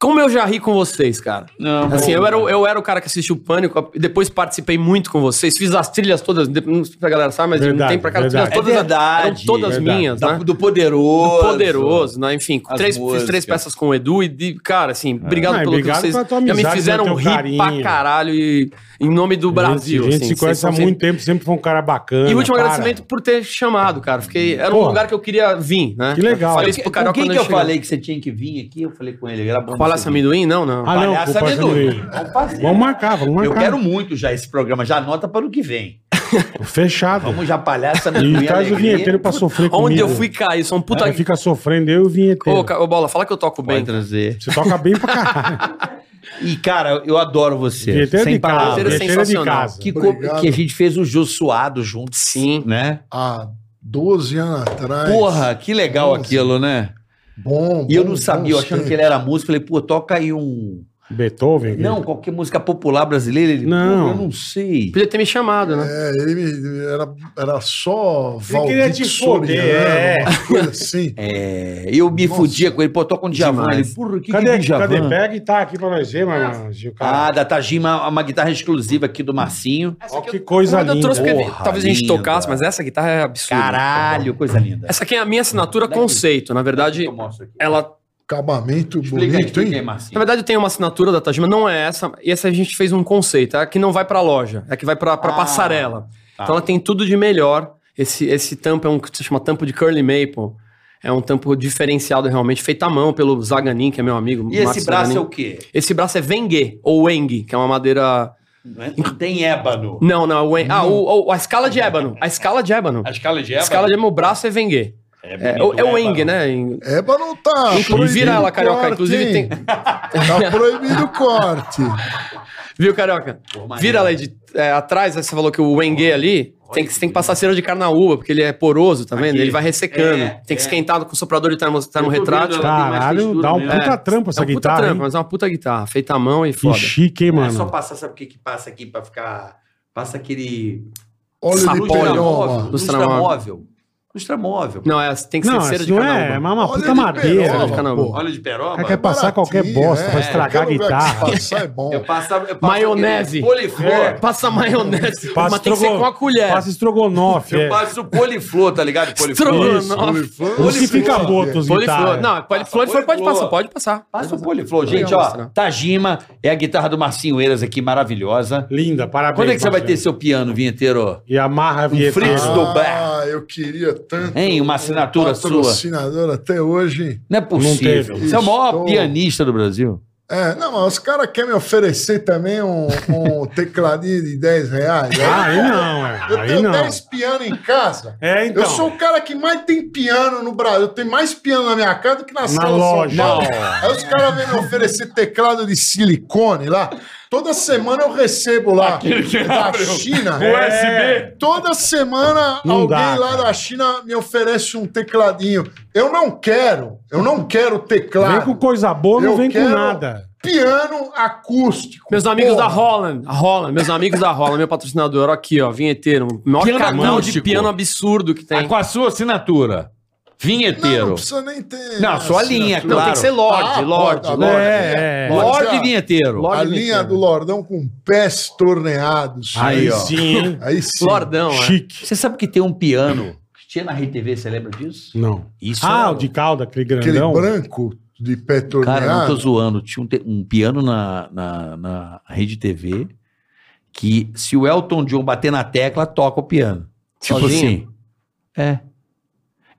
E: Como eu já ri com vocês, cara.
C: Não, né?
E: assim, eu era, o- eu era o cara que assistiu o Pânico, e depois participei muito com vocês, fiz as trilhas todas, de- não sei se a galera sabe, mas
B: Verdade,
E: não tem pra cara. as
B: verdade.
E: trilhas Todas,
C: É verdade,
E: Eram todas
B: verdade.
E: minhas,
C: Da-
E: né?
C: Tá do poderoso.
E: poderoso, né? Enfim,
C: As É.
E: três, fiz
C: músicas.
E: três peças com o Edu e, de- cara, assim, obrigado
B: Ah,
E: pelo
B: obrigado
E: que vocês
B: pela tua
E: já
B: amizade,
E: me fizeram
B: pelo teu
E: rir pra
B: carinho.
E: caralho e, em nome do Brasil.
B: A gente
E: assim,
B: se
E: vocês
B: conhece
E: são
B: há
E: sempre-
B: muito tempo, sempre foi um cara bacana.
E: E último
B: para.
E: agradecimento por ter chamado, cara. Fiquei, era um
B: Porra.
E: lugar que eu queria vir, né?
B: Que legal.
E: Falei isso pro
C: Com
E: Carioca
C: quem
E: quando
C: que eu
E: cheguei.
C: falei que você tinha que vir aqui? Eu falei com ele, era bom.
E: Palácio
C: você vir.
E: Amendoim? Não, não.
B: Ah, não,
C: Palhaço
B: com o parceiro
C: amendoim.
B: dele.
C: Vamos fazer.
B: Vamos marcar, vamos marcar.
C: Eu
E: um
C: quero muito já esse programa, já anota para o que vem.
B: Fechado.
C: Vamos já palhaça na
B: E traz o vinheteiro pra sofrer comigo.
E: Onde eu fui cair? Sou um puta...
B: Aí fica sofrendo, eu e o vinheteiro.
E: Ô, ca- ô, Bola, fala que eu toco bem.
C: Pode trazer.
B: Você toca bem pra caralho.
C: E cara, eu adoro você.
B: Vinheteiro de casa.
E: palavras.
B: Vinheteiro é de
E: Sensacional.
B: casa.
C: Que, co-
D: Obrigado.
C: que a gente fez o Jô suado juntos.
E: Sim.
C: Né?
D: Há 12 anos atrás.
C: Porra, que legal
D: Nossa.
C: aquilo, né?
D: Bom,
C: E eu
D: bom,
C: não sabia, eu
D: bons
C: achando que
D: tempos.
C: ele era músico, falei, pô, toca aí um.
B: Beethoven?
C: Não, qualquer música popular brasileira. Ele,
B: Não.
C: pô, eu não sei.
E: Podia ter me chamado, né?
D: É, ele me- era, era só
B: Ele
D: Valdir
B: queria te foder, é.
D: uma coisa assim.
C: É, eu me
D: Nossa.
C: fudia com ele, pô, toca um Djavan.
E: Demais.
C: Ele, porra, que
B: cadê,
C: que Djavan?
B: cadê? Pega e tá aqui pra nós ver, mano. Gil,
C: Ah,
B: cara.
C: da Tajima, uma guitarra exclusiva aqui do Marcinho.
B: Ó, que coisa
E: Quando
B: linda.
E: eu trouxe, porque
C: Porra,
E: talvez a gente
C: linda.
E: tocasse, mas essa guitarra é absurda.
C: Caralho, coisa linda.
E: Essa aqui é a minha assinatura conceito. Na verdade,
C: Eu mostro aqui.
E: ela
D: Acabamento
C: Explica aí,
D: bonito,
C: explica aí,
D: hein?
E: Na
C: Marcinho.
E: verdade, eu tenho uma assinatura da Tajima, não é essa. E essa a gente fez um conceito. É a que não vai pra loja, é a que vai pra, pra
C: Ah,
E: passarela.
C: tá.
E: Então ela tem tudo de melhor. Esse, esse tampo é um que se chama tampo de Curly Maple. É um tampo diferenciado realmente, feito à mão pelo Zaganin, que é meu amigo.
C: E esse
E: Marcos
C: braço é
E: Zaganin.
C: o quê?
E: Esse braço é Wenge, ou Weng, que é uma madeira.
C: Não é- não tem ébano.
E: Não, não, Weng. Ah, o, o- a escala de ébano. A escala de ébano.
C: A escala de
E: A
C: ébano.
E: escala de ébano, o braço é Wenge. É, é,
C: bonito,
E: o Weng,
C: ébano.
E: né? Em-
D: É pra não tá.
E: Inclusive,
D: proibido
E: vira ela, Carioca,
D: corte,
E: inclusive
D: hein?
E: tem-
D: Tá proibido o corte.
E: Viu, Carioca?
C: Pô, maneiro. né?
E: Vira lá de, é, atrás, aí você falou que o Wenge ali tem que, tem que passar cera de carnaúba, porque ele é poroso, tá vendo?
C: Aqui.
E: Ele vai ressecando.
C: É,
E: tem
C: é.
E: que esquentar com o soprador de termo,
C: Eu tô
E: termorretrátil.
C: vendo, ela tem mais
B: Caralho,
C: textura
B: dá um
C: mesmo.
B: puta trampo essa
E: é um puta
B: guitarra.
E: trampo,
B: hein?
E: mas é uma puta guitarra, feita à mão e
B: Que
E: foda.
B: chique, hein,
C: É só
B: mano.
C: passar, sabe o que que passa aqui pra ficar... Passa aquele...
D: Óleo de
E: Sapólio.
D: peroma.
C: Lustramóvel. Lustramóvel.
E: Não, é, tem que
B: Não,
E: ser cera
B: isso
E: de
B: não é, é
E: carnaúba.
B: uma uma
D: Olha
B: puta
D: de
B: madeira.
D: perola,
E: de carnaúba.
D: pô.
C: Olho de
B: O
C: peroba.
B: cara quer passar qualquer
D: é.
B: bosta pra estragar a
D: qualquer lugar que
B: guitarra.
D: se Passar é bom.
C: Eu passava... Eu passo
E: Maionese.
C: aquele
B: É,
C: Poliflor.
E: Passa maionese,
B: Passa
E: mas tem que ser
B: estrogo-
E: com a colher.
B: Passa estrogonofe.
C: Eu
B: É.
C: passo poliflor, tá ligado? Poliflor.
B: Isso.
E: Estrogonofe.
B: Os que fica boto, os
E: Poliflor.
B: guitarras.
C: Tá,
E: Não, poliflor
C: Passa
E: foi- pode
C: poliflor.
E: passar, pode passar.
C: Passa o poliflor. Gente, ó, Tajima é a guitarra do Marcinho Eiras aqui, maravilhosa.
B: Linda, parabéns.
C: Quando é que você vai ter
B: Marcelo.
C: seu piano, vinheteiro?
B: E amarra a vinheta.
C: Fritz do-
D: Ah, eu queria tanto.
C: Hein, uma assinatura sua.
D: patrocinador até hoje.
C: Não é possível.
B: Não teve.
C: Você é o maior
D: Estou-
C: pianista do Brasil.
D: É, não, mas os caras querem me oferecer também um, um tecladinho de 10 reais. né?
B: Ah, aí não, é.
D: Eu
B: Aí
D: tenho
B: não.
D: 10 pianos em casa.
B: É, então.
D: Eu sou o cara que mais tem piano no Brasil. Eu tenho mais piano na minha casa do que na, sala de São
B: loja. É.
D: Paulo. Aí os caras vêm me oferecer teclado de silicone lá. Toda semana eu recebo lá da China. É,
B: USB.
D: Toda semana
B: Não
D: alguém
B: dá,
D: lá
B: cara.
D: da China me oferece um tecladinho. Eu não quero. Eu não quero teclado.
B: Vem com coisa boa, não
D: Eu
B: vem com
D: quero
B: nada.
D: Piano acústico.
E: Meus amigos
D: porra.
E: da Holland, a Holland, meus amigos da Holland, meu patrocinador, aqui, ó, vinheteiro, o maior
C: Piano
E: canal de
C: acústico.
E: piano absurdo que tem.
C: Ah, Com a sua assinatura.
D: Não,
C: Vinheteiro.
D: não precisa nem ter.
C: Não, só a linha,
E: Não, tem
C: claro.
E: que ser Lorde,
D: Ah,
E: Lorde,
D: pode,
E: Lorde.
B: É, é.
D: Pode
C: Lorde
D: ser a-
C: Vinheteiro.
D: A linha do Lordão com pés torneados.
C: Aí, ó.
B: Sim, hein?
D: Aí sim.
E: Lordão, é.
B: Chique.
C: Você sabe que tem um piano que tinha na RedeTV, você lembra disso?
B: Não.
C: Isso é
B: Ah,
C: era-
B: o de calda, aquele
D: Aquele
B: grandão.
D: branco de pé torneado.
C: Cara, não tô zoando. Tinha um, te- um piano na, na, na Rede TV que se o Elton John bater na tecla, toca o piano. Tipo
E: Sozinho?
C: assim. É.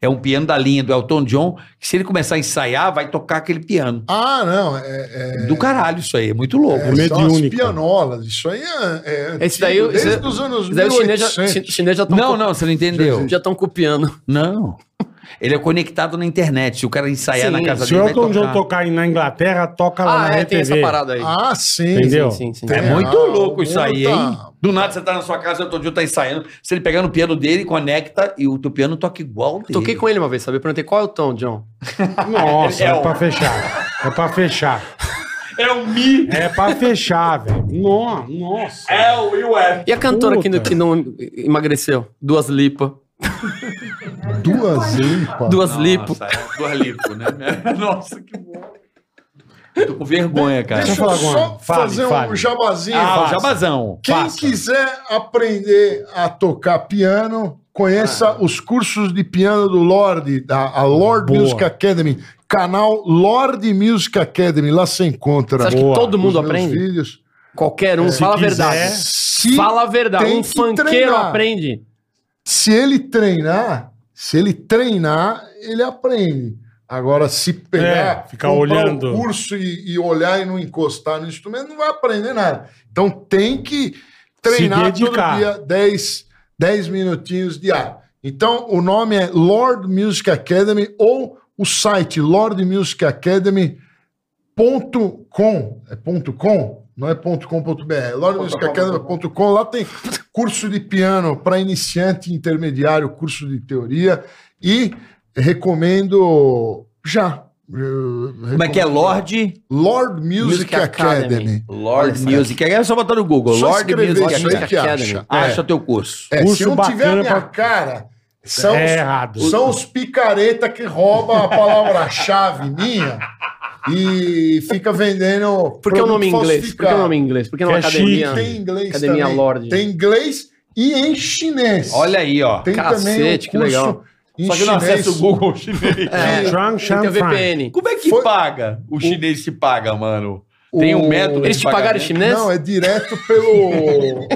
C: É um piano da linha do Elton John que se ele começar a ensaiar, vai tocar aquele piano.
D: Ah, não. É, é,
C: Do caralho isso aí, é muito louco.
B: É
D: são as
B: mediúnico.
D: pianolas. Isso aí é, é antigo,
E: Esse daí eu-
D: desde
E: esse-
D: os anos
E: Mas Daí os chineses
D: 1800.
E: já- chi- chineses já estão
C: Não, não, você não entendeu.
E: já estão copiando.
C: Não. Ele é conectado na internet. Se o cara ensaiar
E: Sim,
C: na casa
B: Se
C: dele,
B: o
C: vai
B: Elton John
C: tocar.
B: tocar aí na Inglaterra, toca lá Ah,
E: Ah, é,
B: na RTV.
E: aí.
D: Ah, sim.
B: Entendeu?
E: sim, sim.
C: É
D: É,
C: muito
D: ah,
C: louco isso
D: o mundo
C: aí,
D: tá-
C: hein? Do nada você tá na sua casa, o Elton John tá ensaiando. Se ele pegar no piano dele, conecta e o teu piano toca igual o dele.
E: Toquei com ele uma vez, sabe? Eu perguntei qual é o tom, John.
B: Nossa,
C: É,
B: é
C: ó.
B: pra fechar. É pra fechar.
C: É o Mi,
B: É pra fechar, velho. No- Nossa.
C: é o e o F.
E: E a cantora que, não-
B: Puta.
E: que não emagreceu? Duas lipa.
D: Duas limpas.
E: Duas lipo.
C: é do Alipo, né? Nossa, que bom. Eu tô com vergonha, cara.
D: Deixa
B: Deixa eu falar
D: eu
B: alguma-
D: só
B: fale,
D: fazer
B: fale.
D: um jabazinho.
C: Ah, o
B: Faça.
C: Jabazão.
D: Quem
B: Faça.
D: quiser aprender a tocar piano,
E: Ah.
D: conheça os cursos de piano do Lorde, da a Lord
B: Boa.
D: Music Academy, canal Lorde Music Academy, lá se encontra.
E: Você acha
B: Boa.
E: que todo mundo
D: Os meus
E: aprende?
D: Vídeos.
E: Qualquer um,
B: Se
E: fala a
B: quiser.
E: verdade.
D: Se,
E: Fala a verdade.
D: tem
E: Um
D: que
E: funkeiro
D: treinar.
E: aprende.
D: se ele treinar, se ele treinar, ele aprende. Agora, se
B: É,
D: pegar,
B: ficar
D: comprar
B: olhando.
D: um curso e, e olhar e não encostar no instrumento, não vai aprender nada. Então, tem que treinar todo
B: dedicar.
D: dia 10, 10 minutinhos diário. Então, o nome é Lord Music Academy ou o site lordmusicacademy.com. É ponto .com? Não é ponto .com.br. Lordmusicacademy.com. Lá tem curso de piano para iniciante, intermediário, curso de teoria. E recomendo já. eh,
C: Como é que é? Lorde?
D: Lord Music,
E: Music Academy.
D: Academy.
C: Lord Music. É só botar no Google.
D: Só
C: Lord
D: escrever
C: Music.
D: isso aí
C: Academy.
D: que acha.
C: Acha teu curso.
D: É,
B: Curso
D: se não tiver a
B: bacana
D: minha
B: pra-
D: cara, são,
B: É
D: os,
B: errado.
D: são os picareta que roubam a palavra-chave minha e fica vendendo.
E: Por que o
D: produto
E: nome em inglês? Por que o
D: falsificado.
E: nome em inglês? Por que não
B: Que é
E: academia?
B: chique,
D: Tem em inglês
E: academia
D: também.
E: Lorde.
D: Tem em inglês e em chinês.
C: Olha aí, ó.
D: Tem também um
E: Cacete,
D: curso
E: que legal.
D: em
C: Só que não
D: chinês.
C: acessa o Google né? chinês.
E: É.
B: Trang
E: Tem que
B: Chan
E: ter
B: Fran.
E: VPN.
C: Como é que
D: Foi-
C: paga? O chinês se paga, mano. Tem um método.
E: Eles
C: de
E: te pagaram
C: pagamento?
E: chinês?
D: Não, é direto pelo.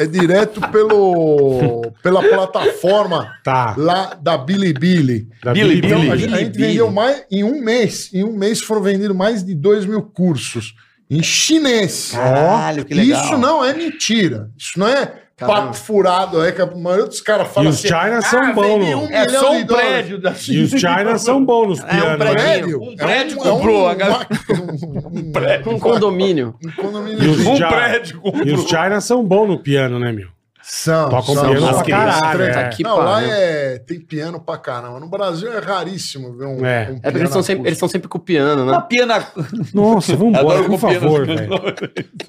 D: é direto pelo. pela plataforma
B: Tá.
D: lá da Bilibili.
B: Da
C: Billy,
D: Então,
C: Billy.
D: a gente, a gente vendeu mais em um mês. Em um mês foram vendidos mais de 2 mil cursos em chinês.
C: Caralho, que legal.
D: Isso não é mentira. Isso não é
E: Caramba.
D: papo furado. É que a maioria dos caras
B: E
D: fala assim.
B: os China são bons,
D: vendi
B: não?
D: um
C: É
D: milhão
C: só
D: de
C: um
D: dólares."
C: prédio da
B: E os China são bons nos
E: É um
B: pianos. né?
D: Prédio?
C: Um
D: É
C: prédio
D: é
C: comprou, a galera-
D: um,
C: prédio.
E: Um condomínio.
D: um
B: E os
D: condomínio.
C: Um
B: China-
C: prédio com-
B: E os China são bons no piano, né, meu?
D: São,
B: Tocam
D: são,
B: piano
D: são.
B: pra caralho, é.
E: Que
D: não, lá
E: pariu.
D: é, tem piano pra caramba. No Brasil é raríssimo ver um,
B: É.
D: um
E: É porque eles estão sempre, eles tão sempre copiando, né?
C: Uma pena.
B: Nossa, vambora, por favor, velho.
C: velho.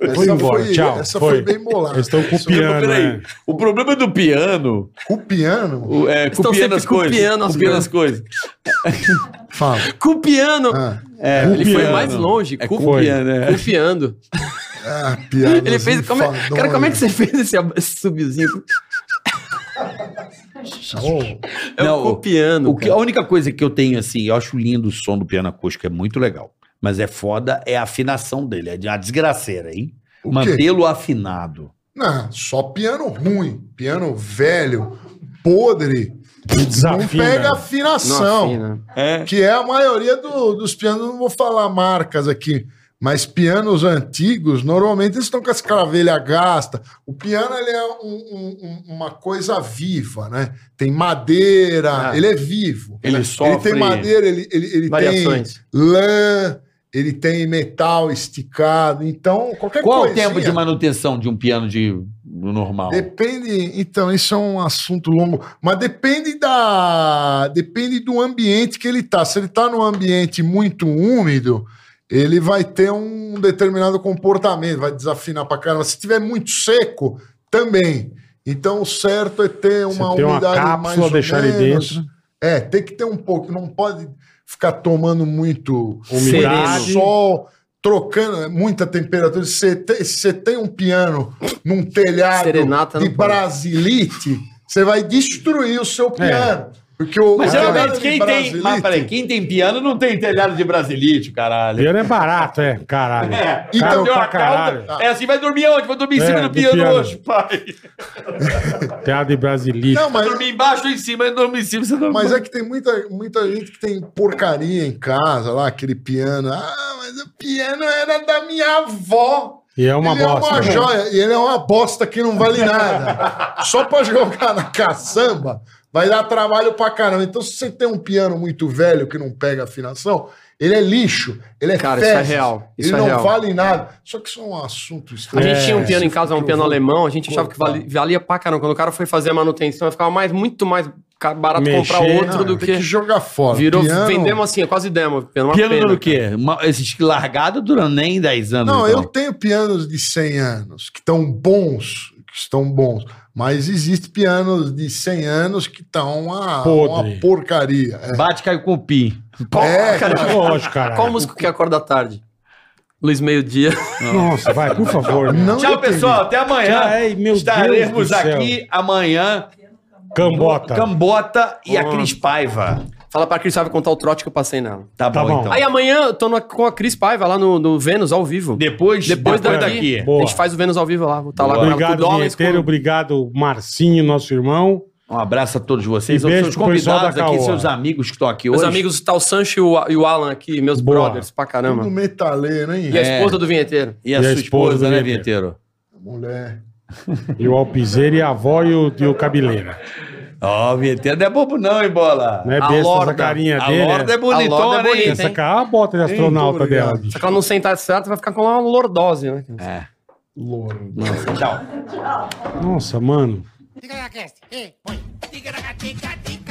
D: Essa
B: Foi embora,
D: foi-
B: tchau.
D: essa foi bem bolada.
B: Eles estão com o
D: Essa-
B: piano,
C: Peraí,
B: né?
C: o problema é do piano,
D: O piano...
C: o- é,
E: Estão
C: copiando
E: sempre
C: as coisas.
E: copiando as
C: copiando
E: coisas.
C: as coisas.
D: Fala.
E: Copiando!
D: Ah,
C: É,
E: Ele foi
C: copiando.
E: mais longe,
C: É
E: cu-
C: copiando, é.
E: copiando.
D: ah, piadas
E: Ele fez. Como é, cara, como é que
D: infadonas.
E: você fez esse, ab- esse subzinho? É
C: Não,
E: o copiando.
C: O que, a única coisa que eu tenho, assim, eu acho lindo o som do piano acústico, é muito legal. Mas é foda, é a afinação dele. É de uma desgraceira, hein?
D: O quê?
C: Mantê-lo afinado.
D: Não, só piano ruim. Piano velho, podre. Não
B: Desafina.
D: pega
E: Não
D: afinação.
E: afina.
C: É.
D: Que é a maioria do- dos pianos. Não vou falar marcas aqui. Mas pianos antigos, normalmente eles estão com as cravelhas gasta. O piano ele é um- um- um- uma coisa viva, né? Tem madeira,
E: Ah.
D: ele é vivo.
C: Ele
D: né? Ele
C: sofre
D: tem madeira, ele, ele, ele tem
E: Variações.
D: lã, ele tem metal esticado. Então, qualquer
C: Qual
D: coisa.
C: o tempo de manutenção de um piano de do normal?
D: Depende, então, isso é um assunto longo, mas depende da, depende do ambiente que ele tá. Se ele tá num ambiente muito úmido, ele vai ter um determinado comportamento, vai desafinar pra caramba. Se tiver muito seco, também. Então, o certo é ter uma
B: Você tem uma
D: umidade mais
B: cápsula,
D: ou
B: deixar ele
D: menos.
B: dentro.
D: É, tem que ter um pouco, não pode ficar tomando muito
B: Umidade.
D: sol, trocando é, muita temperatura. Se te- se você tem um piano num telhado
E: Serenata
D: de
E: não pode.
D: brasilite, você vai destruir o seu piano. Porque o
C: É. Mas
D: o
C: geralmente
D: telhado de
C: quem tem.
D: brasilite-
C: Mas peraí, quem tem piano não tem telhado de brasilite, caralho.
B: Piano é barato, é, caralho.
C: É,
D: Então,
C: então,
B: Caro
C: tem
B: pra
C: uma
B: caralho.
D: Ah.
C: calda. É assim, vai dormir onde? Vai dormir em
B: É,
C: cima do
B: do
C: piano,
B: piano.
C: hoje, pai.
B: Teatro de Brasilite.
D: Não, mas,
C: Dormir embaixo ou em cima, eu dormi em cima, você dorme.
D: mas é que tem muita, muita gente que tem porcaria em casa, lá, aquele piano. Ah, mas o piano era da minha avó.
B: E é uma
D: ele
B: bosta.
D: é uma joia, e ele é uma bosta que não vale nada. Só pra jogar na caçamba vai dar trabalho pra caramba. Então, se você tem um piano muito velho que não pega afinação, ele é lixo, ele é
E: Cara, isso é
D: fezes,
E: real, isso
D: ele
E: é
D: não
E: real.
D: vale nada. Só que isso é um assunto
E: A
D: estranho.
E: gente tinha um piano em casa, um
D: Eu
E: piano
D: vou
E: alemão, a gente achava que
D: cortar.
E: vali- valia pra caramba. Quando o cara foi fazer a manutenção, ficava mais, muito mais ca- barato comprar
B: Mexer,
E: outro
D: Não,
E: do
D: tem
E: que.
D: jogar fora.
E: Virou,
D: Ah, Piano-
E: vendemos assim, quase demo. Piano, uma
D: é-
C: Piano
E: pena,
C: dura o quê? Uma, esses largado duram nem 10 anos.
D: Não,
C: então.
D: eu tenho pianos de 100 anos que estão bons, que estão bons, mas existe pianos de 100 anos que estão uma,
B: Podre.
D: uma porcaria. É.
C: Bate, caiu com o pi.
D: É,
B: Lógico,
E: cara.
B: caralho.
E: Qual músico que acorda tarde? Luiz Meio Dia.
B: Nossa, vai, por favor. meu.
D: não
C: Tchau,
D: entendi.
C: pessoal. Até amanhã.
B: Ai, meu Deus
C: Estaremos
B: do céu.
C: aqui amanhã.
B: Cambota.
C: Cambota e a
E: Nossa.
C: Cris Paiva.
E: Fala pra Cris Paiva contar o trote que eu passei nela.
C: Tá,
B: Tá
C: bom,
B: bom.
C: então.
E: Aí amanhã eu tô no- com a Cris Paiva lá no, no Vênus, ao vivo.
C: depois,
E: Depois, daqui.
B: Boa.
E: A gente faz o Vênus ao vivo lá. Vou estar lá com
B: Obrigado,
E: Dóris,
B: Vinheteiro.
E: com-
B: Obrigado, Marcinho, nosso irmão.
C: Um abraço a todos vocês,
B: E
C: aos
B: beijo
C: seus
B: pro pessoal
C: convidados
B: da
C: aqui,
B: Caoa.
C: seus amigos que estão aqui
E: Meus
C: hoje.
E: amigos, tá o Sancho e o, e o Alan aqui, meus
B: Boa.
E: brothers pra caramba.
D: Tudo metaleiro, hein?
E: E a
C: É.
E: esposa do vinheteiro.
C: E a
B: E
C: sua
B: a
C: esposa,
B: esposa do
C: né,
B: Vinheteiro?
C: Vinheteiro?
D: Mulher.
B: E o Alpizeira e a avó e o, e o Cabeleira.
C: Ó, o Vinheteiro não é bobo não, hein, Bola?
B: Não é besta essa carinha
C: a
B: dele,
C: Lorda
B: é?
C: é bonitona,
E: A Lorda é
C: hein?
E: bonita,
B: Essa
E: hein?
B: cara, a bota de astronauta
D: Muito obrigado.
B: dela, bicho.
E: Só que ela não sentar certo, vai ficar com uma lordose, né?
C: Tchau.
B: Nossa, mano.
A: Tigaracast, hey, boy. Tigaracá, tica, tica.